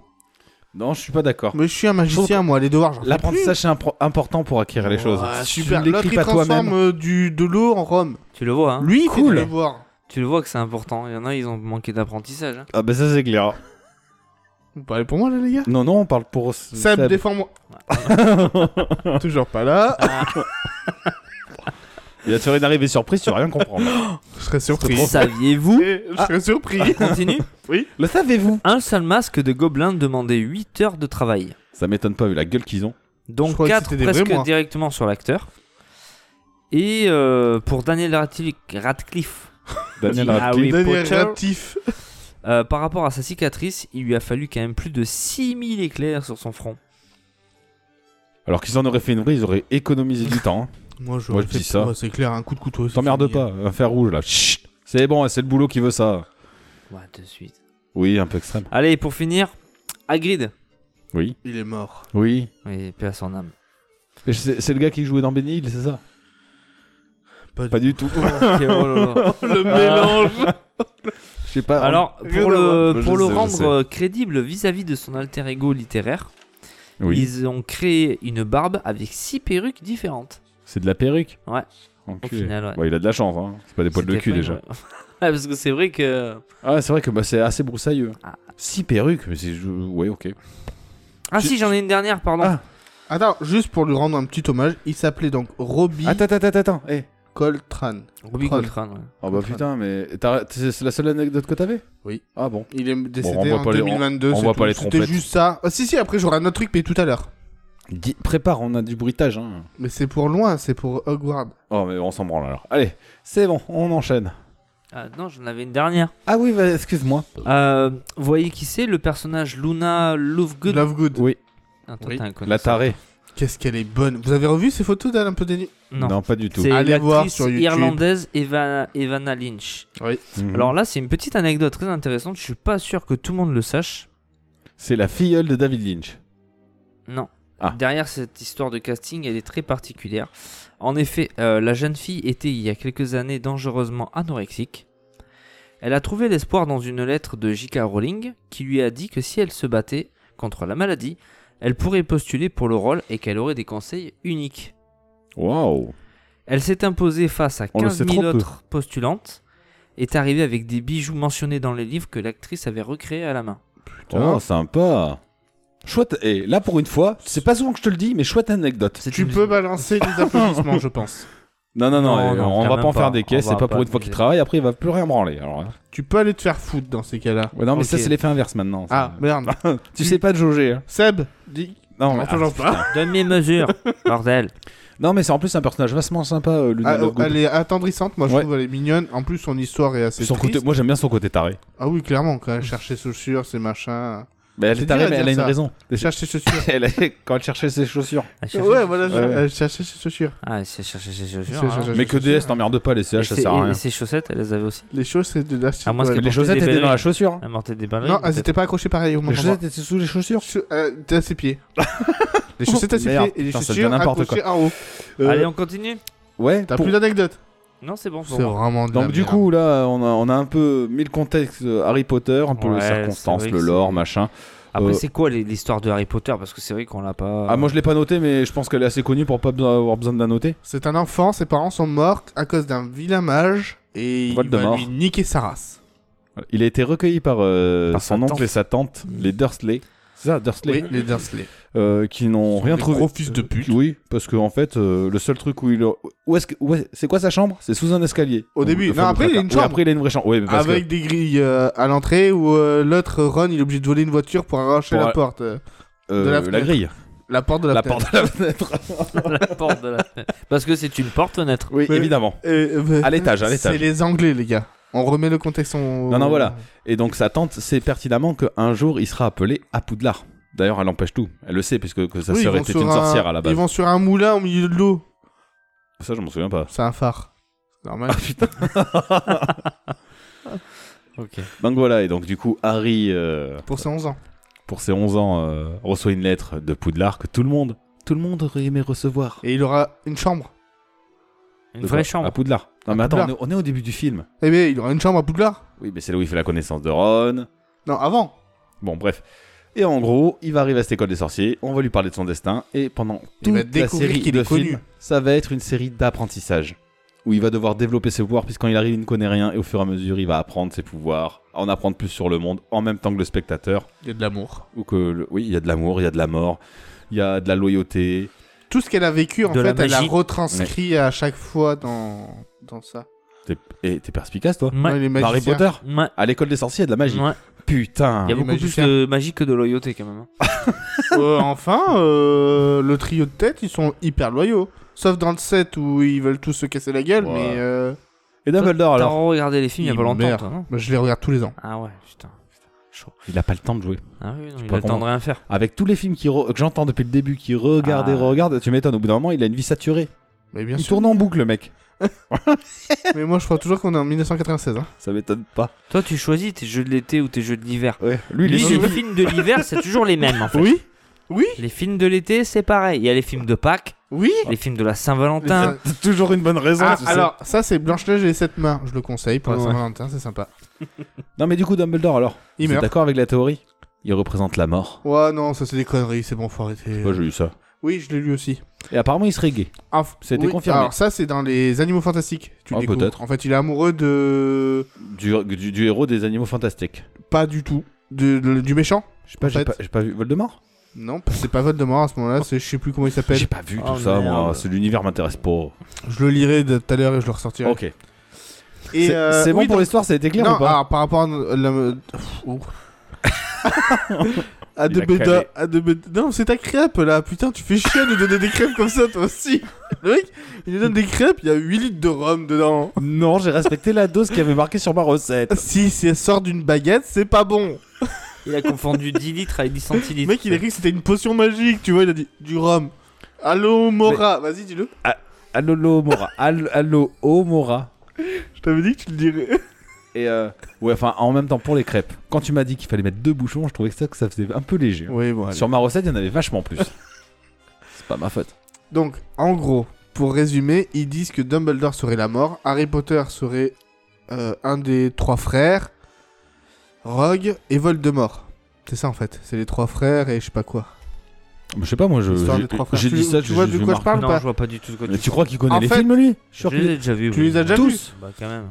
[SPEAKER 4] Non, je suis pas d'accord.
[SPEAKER 3] Mais je suis un magicien moi, les devoirs. j'en fais
[SPEAKER 4] L'apprentissage c'est impro- important pour acquérir les choses.
[SPEAKER 3] Ah,
[SPEAKER 4] Tu
[SPEAKER 3] super. L'autre,
[SPEAKER 4] l'écris
[SPEAKER 3] il
[SPEAKER 4] pas
[SPEAKER 3] transforme
[SPEAKER 4] toi-même. Ah,
[SPEAKER 3] euh, du, de l'eau en rhum.
[SPEAKER 5] Tu le vois, hein
[SPEAKER 3] Lui, il fait
[SPEAKER 4] Cool.
[SPEAKER 3] des devoirs.
[SPEAKER 5] Tu le vois que c'est important. Il y en a, ils ont manqué d'apprentissage. hein.
[SPEAKER 4] Ah bah ça c'est clair.
[SPEAKER 3] Vous parlez Bah, pour moi, là, les gars
[SPEAKER 4] Non non, on parle pour
[SPEAKER 3] Seb,
[SPEAKER 4] Seb.
[SPEAKER 3] défends-moi. Toujours pas là.
[SPEAKER 4] Il va te faire une arrivée surprise, tu vas rien comprendre.
[SPEAKER 3] Je serais surpris.
[SPEAKER 5] Saviez-vous
[SPEAKER 3] Je
[SPEAKER 4] Ah.
[SPEAKER 3] serais surpris.
[SPEAKER 5] On continue
[SPEAKER 4] le savez-vous
[SPEAKER 5] Un seul masque de gobelin demandait 8 heures de travail.
[SPEAKER 4] Ça m'étonne pas vu la gueule qu'ils ont.
[SPEAKER 3] Je
[SPEAKER 5] Donc
[SPEAKER 3] crois que
[SPEAKER 5] 4
[SPEAKER 3] c'était des vrais,
[SPEAKER 5] presque
[SPEAKER 3] moi.
[SPEAKER 5] directement sur l'acteur. Et euh, pour Daniel Radcliffe, Radcliffe,
[SPEAKER 4] Daniel
[SPEAKER 5] Ah
[SPEAKER 4] Radcliffe.
[SPEAKER 5] oui.
[SPEAKER 3] Daniel
[SPEAKER 5] Potter.
[SPEAKER 3] Radcliffe.
[SPEAKER 5] euh, par rapport à sa cicatrice, il lui a fallu quand même plus de 6000 éclairs sur son front.
[SPEAKER 4] Alors qu'ils en auraient fait une vraie, ils auraient économisé du temps. hein.
[SPEAKER 3] Moi,
[SPEAKER 4] Moi, je dis ça.
[SPEAKER 3] Ouais, c'est clair, un coup de couteau. c'est
[SPEAKER 4] T'emmerdes
[SPEAKER 3] fini.
[SPEAKER 4] pas, un fer rouge là. Chut. C'est bon, c'est le boulot qui veut ça.
[SPEAKER 5] Ouais, de suite.
[SPEAKER 4] Oui, un peu extrême.
[SPEAKER 5] Allez, pour finir, Hagrid.
[SPEAKER 4] Oui.
[SPEAKER 3] Il est mort.
[SPEAKER 4] Oui.
[SPEAKER 5] Oui, paix à son âme.
[SPEAKER 4] Et C'est c'est le gars qui jouait dans Benny Hill, c'est ça Pas du tout.
[SPEAKER 5] Ok, oh là là.
[SPEAKER 3] Le mélange.
[SPEAKER 4] Je sais pas.
[SPEAKER 5] Alors,
[SPEAKER 3] Rien
[SPEAKER 5] pour
[SPEAKER 3] à
[SPEAKER 5] le,
[SPEAKER 4] voir.
[SPEAKER 5] pour
[SPEAKER 4] Je
[SPEAKER 5] le
[SPEAKER 4] sais, je
[SPEAKER 5] rendre
[SPEAKER 4] sais.
[SPEAKER 5] euh, crédible vis-à-vis de son alter ego littéraire,
[SPEAKER 4] Oui.
[SPEAKER 5] ils ont créé une barbe avec 6 perruques différentes.
[SPEAKER 4] C'est de la perruque
[SPEAKER 5] Ouais.
[SPEAKER 4] Enculé.
[SPEAKER 5] Au final, ouais.
[SPEAKER 4] Bon, il a de la chance, hein. C'est pas des poils de
[SPEAKER 5] C'était
[SPEAKER 4] cul
[SPEAKER 5] pas une-
[SPEAKER 4] déjà.
[SPEAKER 5] Ouais, parce que c'est vrai que.
[SPEAKER 4] Ah, c'est vrai que bah, c'est assez broussailleux.
[SPEAKER 5] Ah.
[SPEAKER 4] Six perruques, mais c'est. je- Ouais, ok.
[SPEAKER 5] Ah
[SPEAKER 4] Je-
[SPEAKER 5] si, j'en ai une dernière, pardon.
[SPEAKER 4] Ah.
[SPEAKER 3] Attends, juste pour lui rendre un petit hommage, il s'appelait donc Robbie
[SPEAKER 4] Attends, attends, attends, attends. eh.
[SPEAKER 3] Coltrane.
[SPEAKER 5] Ruby
[SPEAKER 3] Troll.
[SPEAKER 5] Coltrane, ouais.
[SPEAKER 4] Oh bah putain, mais. t'as- C'est c'est la seule anecdote que t'avais
[SPEAKER 3] Oui.
[SPEAKER 4] Ah bon.
[SPEAKER 3] Il est décédé
[SPEAKER 4] on voit
[SPEAKER 3] en
[SPEAKER 4] pas les- on-
[SPEAKER 3] 2022.
[SPEAKER 4] on
[SPEAKER 3] c'est
[SPEAKER 4] voit
[SPEAKER 3] tout.
[SPEAKER 4] pas les
[SPEAKER 3] C'était
[SPEAKER 4] trompettes.
[SPEAKER 3] juste ça. Ah, si, si, après j'aurai un autre truc, mais tout à l'heure.
[SPEAKER 4] Dis- Prépare, on a du bruitage, hein.
[SPEAKER 3] Mais c'est pour loin, c'est pour Hogwarts.
[SPEAKER 4] Oh, mais on s'en branle alors. Allez, c'est bon, on enchaîne.
[SPEAKER 5] Ah non, j'en avais une dernière.
[SPEAKER 4] Ah oui, bah, excuse-moi.
[SPEAKER 5] Euh, vous voyez qui c'est Le personnage Luna Lovegood.
[SPEAKER 3] Love Good.
[SPEAKER 4] Oui,
[SPEAKER 5] Ah, toi,
[SPEAKER 3] Oui.
[SPEAKER 5] t'es un
[SPEAKER 4] la
[SPEAKER 5] connaisseur.
[SPEAKER 4] tarée.
[SPEAKER 3] Qu'est-ce qu'elle est bonne. Vous avez revu ces photos d'elle un peu dénue
[SPEAKER 5] Non.
[SPEAKER 4] pas du tout.
[SPEAKER 5] C'est
[SPEAKER 3] Allez
[SPEAKER 5] l'actrice
[SPEAKER 3] voir sur YouTube.
[SPEAKER 5] irlandaise Eva, Evana Lynch.
[SPEAKER 4] Mhm.
[SPEAKER 5] Alors là, c'est une petite anecdote très intéressante. Je suis pas sûr que tout le monde le sache.
[SPEAKER 4] C'est la filleule de David Lynch.
[SPEAKER 5] Non.
[SPEAKER 4] Ah.
[SPEAKER 5] Derrière cette histoire de casting, elle est très particulière. En effet, euh, la jeune fille était il y a quelques années dangereusement anorexique. Elle a trouvé l'espoir dans une lettre de J.K. Rowling qui lui a dit que si elle se battait contre la maladie, elle pourrait postuler pour le rôle et qu'elle aurait des conseils uniques.
[SPEAKER 4] Waouh.
[SPEAKER 5] Elle s'est imposée face à
[SPEAKER 4] On le
[SPEAKER 5] 15
[SPEAKER 4] sait
[SPEAKER 5] 000
[SPEAKER 4] trop peu.
[SPEAKER 5] autres postulantes, est arrivée avec des bijoux mentionnés dans les livres que l'actrice avait recréés à la main.
[SPEAKER 4] Oh, sympa. Chouette. Et là, pour une fois, c'est pas souvent que je te le dis, mais chouette anecdote.
[SPEAKER 5] C'est
[SPEAKER 3] Tu
[SPEAKER 5] une-
[SPEAKER 3] peux balancer des applaudissements, je pense.
[SPEAKER 4] Non, non, non,
[SPEAKER 5] Non,
[SPEAKER 4] eh,
[SPEAKER 5] non,
[SPEAKER 4] on va
[SPEAKER 5] quand même
[SPEAKER 4] pas en
[SPEAKER 5] pas.
[SPEAKER 4] faire des
[SPEAKER 5] On
[SPEAKER 4] caisses,
[SPEAKER 5] va
[SPEAKER 4] c'est pas pour
[SPEAKER 5] pas
[SPEAKER 4] une fois qu'il
[SPEAKER 5] abuser.
[SPEAKER 4] travaille, après il va plus rien branler. Alors, hein.
[SPEAKER 3] Tu peux aller te faire foutre dans ces cas-là.
[SPEAKER 4] Ouais, non, mais ça,
[SPEAKER 5] Ok.
[SPEAKER 4] c'est l'effet inverse maintenant. ça.
[SPEAKER 3] Ah, merde.
[SPEAKER 4] tu sais pas de jauger. hein.
[SPEAKER 3] Seb, dis.
[SPEAKER 4] Non, mais,
[SPEAKER 3] Non, toujours
[SPEAKER 4] ah,
[SPEAKER 3] pas.
[SPEAKER 4] putain.
[SPEAKER 5] Demi-mesure, bordel.
[SPEAKER 4] non, mais c'est en plus un personnage vachement sympa, euh, Luna
[SPEAKER 3] Ah,
[SPEAKER 4] Lovegood.
[SPEAKER 3] elle est attendrissante, moi je
[SPEAKER 4] Ouais.
[SPEAKER 3] trouve elle est mignonne. En plus, son histoire est assez
[SPEAKER 4] Son
[SPEAKER 3] triste.
[SPEAKER 4] côté- Moi, j'aime bien son côté taré.
[SPEAKER 3] Ah oui, clairement, quand elle cherche ses chaussures, ses machins.
[SPEAKER 4] Mais elle
[SPEAKER 3] C'est
[SPEAKER 4] est tarée,
[SPEAKER 3] dur à
[SPEAKER 4] mais elle
[SPEAKER 3] dire
[SPEAKER 4] a une
[SPEAKER 3] ça.
[SPEAKER 4] raison.
[SPEAKER 3] Elle cherche ses chaussures.
[SPEAKER 4] Elle a- Quand elle cherchait ses chaussures.
[SPEAKER 5] Elle cherche-
[SPEAKER 3] ouais, voilà,
[SPEAKER 4] Ouais.
[SPEAKER 3] elle cherche ses chaussures.
[SPEAKER 5] Ah, c'est hein. chercher ses chaussures.
[SPEAKER 3] C'est-
[SPEAKER 5] alors.
[SPEAKER 3] c'est-
[SPEAKER 4] Mais que DS t'emmerde pas, les
[SPEAKER 5] Et
[SPEAKER 4] CH, ça
[SPEAKER 5] ses-
[SPEAKER 4] sert à
[SPEAKER 5] Et
[SPEAKER 4] rien.
[SPEAKER 5] ses chaussettes, elle les avait aussi.
[SPEAKER 3] Les choses, c'est de la
[SPEAKER 5] Ah, moi, ce que
[SPEAKER 4] Les
[SPEAKER 5] porter
[SPEAKER 4] chaussettes
[SPEAKER 5] des
[SPEAKER 4] étaient dans
[SPEAKER 5] ballerines.
[SPEAKER 4] la chaussure. hein.
[SPEAKER 5] Elle mortait des balles.
[SPEAKER 3] Non, ah, elles étaient pas accrochées pareil au
[SPEAKER 4] Les
[SPEAKER 3] moment euh,
[SPEAKER 4] chaussettes étaient sous les chaussures.
[SPEAKER 3] T'es à ses pieds. les chaussettes à ses
[SPEAKER 4] Merde,
[SPEAKER 3] pieds et les
[SPEAKER 4] putain, ça
[SPEAKER 3] chaussures
[SPEAKER 4] devient n'importe
[SPEAKER 3] accrochées en haut.
[SPEAKER 4] Euh,
[SPEAKER 5] Allez, on continue
[SPEAKER 4] Ouais,
[SPEAKER 3] T'as
[SPEAKER 4] pour-
[SPEAKER 3] plus d'anecdotes
[SPEAKER 5] Non, c'est bon.
[SPEAKER 3] C'est
[SPEAKER 5] pour moi.
[SPEAKER 3] vraiment de la
[SPEAKER 4] Donc du
[SPEAKER 3] merde.
[SPEAKER 4] coup là on a, on a un peu mis le contexte euh, Harry Potter, un peu
[SPEAKER 5] Ouais,
[SPEAKER 4] les circonstances,
[SPEAKER 5] c'est vrai
[SPEAKER 4] le
[SPEAKER 5] que
[SPEAKER 4] lore,
[SPEAKER 5] c'est-
[SPEAKER 4] machin.
[SPEAKER 5] Après,
[SPEAKER 4] euh,
[SPEAKER 5] c'est quoi les- l'histoire de Harry Potter Parce que c'est vrai qu'on l'a pas.
[SPEAKER 4] Ah moi je l'ai pas noté mais je pense qu'elle est assez connue pour pas besoin- avoir besoin de la noter.
[SPEAKER 3] C'est un enfant, ses parents sont morts à cause d'un vilain mage et il va
[SPEAKER 4] Voldemort.
[SPEAKER 3] lui niquer sa race.
[SPEAKER 4] Il a été recueilli par, euh,
[SPEAKER 5] Par sa
[SPEAKER 4] son oncle
[SPEAKER 5] tante.
[SPEAKER 4] et sa tante, les Dursley. C'est ça, Dursley
[SPEAKER 3] Mm. Oui, les Dursley.
[SPEAKER 4] Euh, qui n'ont rien
[SPEAKER 3] des
[SPEAKER 4] trouvé.
[SPEAKER 3] gros fils de pute.
[SPEAKER 4] Euh, Oui, parce que en fait, euh, le seul truc où il. Où est-ce que où est- c'est quoi sa chambre C'est sous un escalier.
[SPEAKER 3] Au
[SPEAKER 4] Donc,
[SPEAKER 3] début.
[SPEAKER 4] le
[SPEAKER 3] Non,
[SPEAKER 4] fameux
[SPEAKER 3] après, il a
[SPEAKER 4] placard.
[SPEAKER 3] une
[SPEAKER 4] Oui,
[SPEAKER 3] chambre.
[SPEAKER 4] après il a une vraie chambre. Oui, mais parce que-
[SPEAKER 3] Avec des grilles euh, à l'entrée où euh, l'autre Ron il est obligé de voler une voiture pour arracher
[SPEAKER 4] Pour
[SPEAKER 3] la
[SPEAKER 4] a-
[SPEAKER 3] porte. euh.
[SPEAKER 4] euh,
[SPEAKER 3] de la
[SPEAKER 4] la,
[SPEAKER 3] fenêtre.
[SPEAKER 4] grille.
[SPEAKER 3] La porte de la,
[SPEAKER 4] La
[SPEAKER 3] fenêtre.
[SPEAKER 4] porte de la fenêtre.
[SPEAKER 5] la porte de la fenêtre. Parce que c'est une porte-fenêtre.
[SPEAKER 4] Oui,
[SPEAKER 3] Mais-
[SPEAKER 4] évidemment.
[SPEAKER 3] Euh, euh,
[SPEAKER 4] À l'étage, à
[SPEAKER 3] C'est
[SPEAKER 4] l'étage.
[SPEAKER 3] les Anglais, les gars. On remet le contexte. on-
[SPEAKER 4] Non, non, voilà. Et donc sa tante sait pertinemment qu'un jour il sera appelé à Poudlard. D'ailleurs, elle empêche tout. Elle le sait puisque que sa
[SPEAKER 3] Oui, ils
[SPEAKER 4] sœur
[SPEAKER 3] vont
[SPEAKER 4] était
[SPEAKER 3] sur
[SPEAKER 4] une
[SPEAKER 3] un-
[SPEAKER 4] sorcière à la base.
[SPEAKER 3] Ils vont sur un moulin au milieu de l'eau.
[SPEAKER 4] Ça, je m'en souviens pas.
[SPEAKER 3] C'est un phare. C'est normal.
[SPEAKER 5] Ok.
[SPEAKER 4] Donc voilà, et donc du coup, Harry, euh,
[SPEAKER 3] Pour ses 11 ans.
[SPEAKER 4] pour ses 11 ans, euh, reçoit une lettre de Poudlard que tout le monde, tout le monde aurait aimé recevoir.
[SPEAKER 3] Et il aura une chambre.
[SPEAKER 5] Une
[SPEAKER 4] De
[SPEAKER 5] vraie
[SPEAKER 4] quoi
[SPEAKER 5] chambre.
[SPEAKER 4] À Poudlard. Non, mais attends, on
[SPEAKER 3] Poudlard.
[SPEAKER 4] est, on est au début du film.
[SPEAKER 3] Eh bien, il aura une chambre à Poudlard.
[SPEAKER 4] Oui, mais c'est là où il fait la connaissance de Ron.
[SPEAKER 3] Non, avant.
[SPEAKER 4] Bon, bref. Et en gros, il va arriver à cette école des sorciers, on va lui parler de son destin, et pendant
[SPEAKER 3] Il va
[SPEAKER 4] toute la
[SPEAKER 3] découvrir
[SPEAKER 4] série
[SPEAKER 3] qu'il
[SPEAKER 4] de
[SPEAKER 3] est connu.
[SPEAKER 4] films, ça va être une série d'apprentissage, où il va devoir développer ses pouvoirs, puisqu'en il arrive, il ne connaît rien, et au fur et à mesure, il va apprendre ses pouvoirs, en apprendre plus sur le monde, en même temps que le spectateur,
[SPEAKER 3] Il y a de l'amour.
[SPEAKER 4] ou que, le- oui, il y a de l'amour, il y a de la mort, il y a de la loyauté,
[SPEAKER 3] Tout ce qu'elle a vécu, en
[SPEAKER 5] De la
[SPEAKER 3] fait, elle a
[SPEAKER 5] magie.
[SPEAKER 3] retranscrit à chaque fois dans, dans ça.
[SPEAKER 4] T'es- et t'es perspicace, toi
[SPEAKER 5] Ouais.
[SPEAKER 3] Ouais, les
[SPEAKER 4] Harry
[SPEAKER 3] magiciens.
[SPEAKER 4] Potter
[SPEAKER 5] Ouais.
[SPEAKER 4] à l'école des sorciers, il y a de la magie.
[SPEAKER 5] Ouais.
[SPEAKER 4] Putain
[SPEAKER 5] Il y
[SPEAKER 3] les
[SPEAKER 5] a beaucoup plus
[SPEAKER 3] magiciens.
[SPEAKER 5] de magie que de loyauté quand même. hein.
[SPEAKER 3] Euh, enfin, euh, le trio de tête, ils sont hyper loyaux. Sauf dans le 7 où ils veulent tous se casser la gueule,
[SPEAKER 4] Ouais.
[SPEAKER 3] mais euh,
[SPEAKER 4] Et Dumbledore,
[SPEAKER 5] T'as
[SPEAKER 4] alors
[SPEAKER 5] regardé les films il y a
[SPEAKER 3] Il
[SPEAKER 5] pas longtemps,
[SPEAKER 3] meurt.
[SPEAKER 5] toi, non
[SPEAKER 3] bah, je les regarde tous les ans.
[SPEAKER 5] Ah ouais, putain. putain, Chaud.
[SPEAKER 4] Il a pas le temps de jouer.
[SPEAKER 5] Ah oui, non, il
[SPEAKER 4] peux
[SPEAKER 5] a le temps de
[SPEAKER 4] comprendre.
[SPEAKER 5] rien faire.
[SPEAKER 4] Avec tous les films qui re- que j'entends depuis le début, qui regardent et
[SPEAKER 5] Ah.
[SPEAKER 4] regardent, tu m'étonnes, au bout d'un moment, il a une vie saturée.
[SPEAKER 3] Mais bien
[SPEAKER 4] il
[SPEAKER 3] sûr.
[SPEAKER 4] tourne en boucle, le mec.
[SPEAKER 3] mais moi, je crois toujours qu'on est en 1996. hein.
[SPEAKER 4] Ça m'étonne pas.
[SPEAKER 5] Toi, tu choisis tes jeux de l'été ou tes jeux de l'hiver.
[SPEAKER 4] Lui, il
[SPEAKER 5] Lui,
[SPEAKER 4] est
[SPEAKER 5] les
[SPEAKER 4] suivi.
[SPEAKER 5] films de l'hiver, c'est toujours les mêmes en fait.
[SPEAKER 3] Oui
[SPEAKER 5] Les films de l'été, c'est pareil. Il y a les films de Pâques,
[SPEAKER 3] Oui
[SPEAKER 5] les films de la Saint-Valentin.
[SPEAKER 4] C'est toujours une bonne raison.
[SPEAKER 3] Ah,
[SPEAKER 4] tu sais.
[SPEAKER 3] alors, ça, c'est Blanche-Neige et les 7 mains. Je le conseille pour la
[SPEAKER 5] Ouais.
[SPEAKER 3] Saint-Valentin, c'est sympa.
[SPEAKER 4] Non, mais du coup, Dumbledore, alors.
[SPEAKER 3] Il
[SPEAKER 4] Vous êtes
[SPEAKER 3] meurt.
[SPEAKER 4] d'accord avec la théorie Il représente la mort.
[SPEAKER 3] Ouais, non, ça, c'est des conneries, c'est bon, faut arrêter.
[SPEAKER 4] Moi, j'ai eu ça.
[SPEAKER 3] Oui, je l'ai lu aussi.
[SPEAKER 4] Et apparemment, il serait gay.
[SPEAKER 3] Ah, f-
[SPEAKER 4] C'était
[SPEAKER 3] oui,
[SPEAKER 4] confirmé.
[SPEAKER 3] Alors, ça, c'est dans les Animaux Fantastiques. Tu
[SPEAKER 4] Ah,
[SPEAKER 3] le découvres.
[SPEAKER 4] peut-être.
[SPEAKER 3] En fait, il est amoureux de.
[SPEAKER 4] Du, du, du héros des animaux fantastiques.
[SPEAKER 3] Pas du tout. De- de- du méchant
[SPEAKER 4] Je sais pas,
[SPEAKER 3] En
[SPEAKER 4] j'ai
[SPEAKER 3] fait-
[SPEAKER 4] pas, j'ai pas vu Voldemort
[SPEAKER 3] Non, parce que c'est pas Voldemort à ce moment-là, c'est je sais plus comment il s'appelle.
[SPEAKER 4] Oh. J'ai pas vu
[SPEAKER 5] Oh,
[SPEAKER 4] tout ça, moi.
[SPEAKER 5] merde.
[SPEAKER 4] C'est l'univers m'intéresse pas.
[SPEAKER 3] Je le lirai de tout à l'heure et je le ressortirai.
[SPEAKER 4] Ok.
[SPEAKER 3] Et
[SPEAKER 4] C'est
[SPEAKER 3] euh,
[SPEAKER 4] c'est bon
[SPEAKER 3] oui,
[SPEAKER 4] pour
[SPEAKER 3] donc-
[SPEAKER 4] l'histoire, ça a été clair
[SPEAKER 3] non, ah.
[SPEAKER 4] ou pas
[SPEAKER 3] alors, par rapport à la- Pff, oh. à
[SPEAKER 4] Il
[SPEAKER 3] de
[SPEAKER 4] a
[SPEAKER 3] Beda,
[SPEAKER 4] calé.
[SPEAKER 3] à de Beda- Non, c'est ta crêpe là, putain, tu fais chier de donner des crêpes comme ça toi aussi. Le mec, il lui donne des crêpes, il y a 8 litres de rhum dedans.
[SPEAKER 4] Non, j'ai respecté la dose qui avait marqué sur ma recette.
[SPEAKER 3] Si, si elle sort d'une baguette, c'est pas bon.
[SPEAKER 5] Il a confondu 10 litres avec 10
[SPEAKER 3] Le
[SPEAKER 5] centilitres.
[SPEAKER 3] mec, il a cru que c'était une potion magique, tu vois, il a dit du rhum. Allô, Mora, vas-y, dis-le.
[SPEAKER 4] Allolo Mora. Al- Allo Mora.
[SPEAKER 3] Je t'avais dit que tu le dirais.
[SPEAKER 4] Et euh, ouais, enfin, en même temps, pour les crêpes, quand tu m'as dit qu'il fallait mettre deux bouchons, je trouvais que ça, que ça faisait un peu léger. hein.
[SPEAKER 3] Oui, bon, allez.
[SPEAKER 4] Sur ma recette, il y en avait vachement plus. C'est pas ma faute.
[SPEAKER 3] Donc, en gros, pour résumer, ils disent que Dumbledore serait la mort, Harry Potter serait euh, un des trois frères, Rogue et Voldemort. C'est ça en fait, c'est les trois frères et je sais pas quoi.
[SPEAKER 4] Mais je sais pas, moi, je-
[SPEAKER 3] L'histoire
[SPEAKER 4] Euh, j'ai
[SPEAKER 3] des trois frères.
[SPEAKER 4] j'ai
[SPEAKER 3] Tu-
[SPEAKER 4] dit ça,
[SPEAKER 3] tu
[SPEAKER 4] j'ai
[SPEAKER 3] vois
[SPEAKER 4] j'ai
[SPEAKER 3] de
[SPEAKER 4] vu
[SPEAKER 3] quoi je
[SPEAKER 4] Marc.
[SPEAKER 3] parle
[SPEAKER 5] Non,
[SPEAKER 3] pas
[SPEAKER 5] je vois pas du tout de quoi
[SPEAKER 4] Mais
[SPEAKER 5] tu
[SPEAKER 4] tu crois qu'il connaît
[SPEAKER 3] En
[SPEAKER 4] les
[SPEAKER 3] fait,
[SPEAKER 4] films, lui Je suis
[SPEAKER 5] Je
[SPEAKER 4] sûr qu'il-
[SPEAKER 5] les ai déjà vus.
[SPEAKER 3] tu
[SPEAKER 5] oui.
[SPEAKER 3] les as déjà
[SPEAKER 5] Tous.
[SPEAKER 3] vus
[SPEAKER 5] Bah quand même.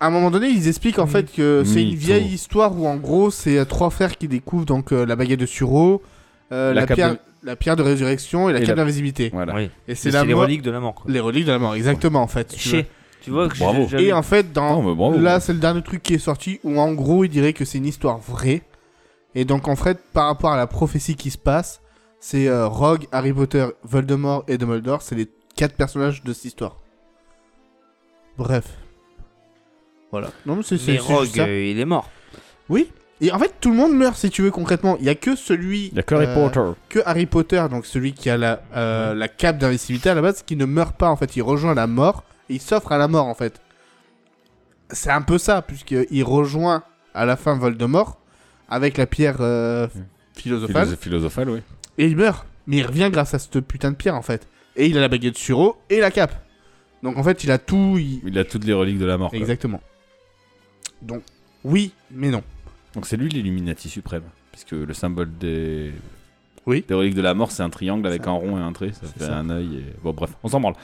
[SPEAKER 3] À un moment donné, ils expliquent en fait que c'est une
[SPEAKER 4] Mytho.
[SPEAKER 3] vieille histoire où en gros, c'est euh, trois frères qui découvrent donc euh, la baguette de Suro, euh,
[SPEAKER 4] La
[SPEAKER 3] la,
[SPEAKER 4] cape
[SPEAKER 3] pierre,
[SPEAKER 4] de-
[SPEAKER 3] la pierre de résurrection et la
[SPEAKER 4] Et
[SPEAKER 3] cape
[SPEAKER 4] la-
[SPEAKER 3] d'invisibilité.
[SPEAKER 4] Voilà.
[SPEAKER 5] Oui.
[SPEAKER 3] Et c'est
[SPEAKER 5] C'est
[SPEAKER 3] la
[SPEAKER 5] les
[SPEAKER 3] mort-
[SPEAKER 5] reliques de la mort. Quoi.
[SPEAKER 3] les reliques de la mort, exactement en fait. tu vois.
[SPEAKER 5] Chez. Tu vois que j'ai
[SPEAKER 4] Bravo.
[SPEAKER 5] déjà vu.
[SPEAKER 3] Et en fait, dans,
[SPEAKER 4] Non, Ah, mais bravo.
[SPEAKER 3] Là, c'est le dernier truc qui est sorti où en gros, il dirait que c'est une histoire vraie. Et donc, en fait, par rapport à la prophétie qui se passe, c'est euh, Rogue, Harry Potter, Voldemort et Dumbledore. C'est les quatre personnages de cette histoire. Bref. Voilà. Non, mais c'est c'est-
[SPEAKER 5] Mais
[SPEAKER 3] c'est juste
[SPEAKER 5] Rogue,
[SPEAKER 3] ça.
[SPEAKER 5] euh, il est mort.
[SPEAKER 3] Oui. Et en fait, tout le monde meurt si tu veux concrètement. Il y a que celui.
[SPEAKER 4] Il y a que Harry
[SPEAKER 3] euh,
[SPEAKER 4] Potter.
[SPEAKER 3] Que Harry Potter, donc celui qui a la, euh, la cape d'invisibilité à la base, qui ne meurt pas en fait. Il rejoint la mort. Et il s'offre à la mort en fait. C'est un peu ça, puisqu'il rejoint à la fin Voldemort avec la pierre euh, philosophale.
[SPEAKER 4] Philosoph- Philosophal, oui.
[SPEAKER 3] Et il meurt. Mais il revient grâce à cette putain de pierre en fait. Et il a la baguette Suro et la cape. Donc en fait, il a tout. il-
[SPEAKER 4] Il a toutes les reliques de la mort. quoi.
[SPEAKER 3] Exactement. Donc, oui, mais non.
[SPEAKER 4] Donc c'est lui l'Illuminati suprême. Puisque le symbole des.
[SPEAKER 3] Oui.
[SPEAKER 4] Des reliques de la mort, c'est un triangle avec un rond et un trait. Ça
[SPEAKER 3] C'est
[SPEAKER 4] fait
[SPEAKER 3] ça.
[SPEAKER 4] un œil. Et... Bon, bref, on s'en branle.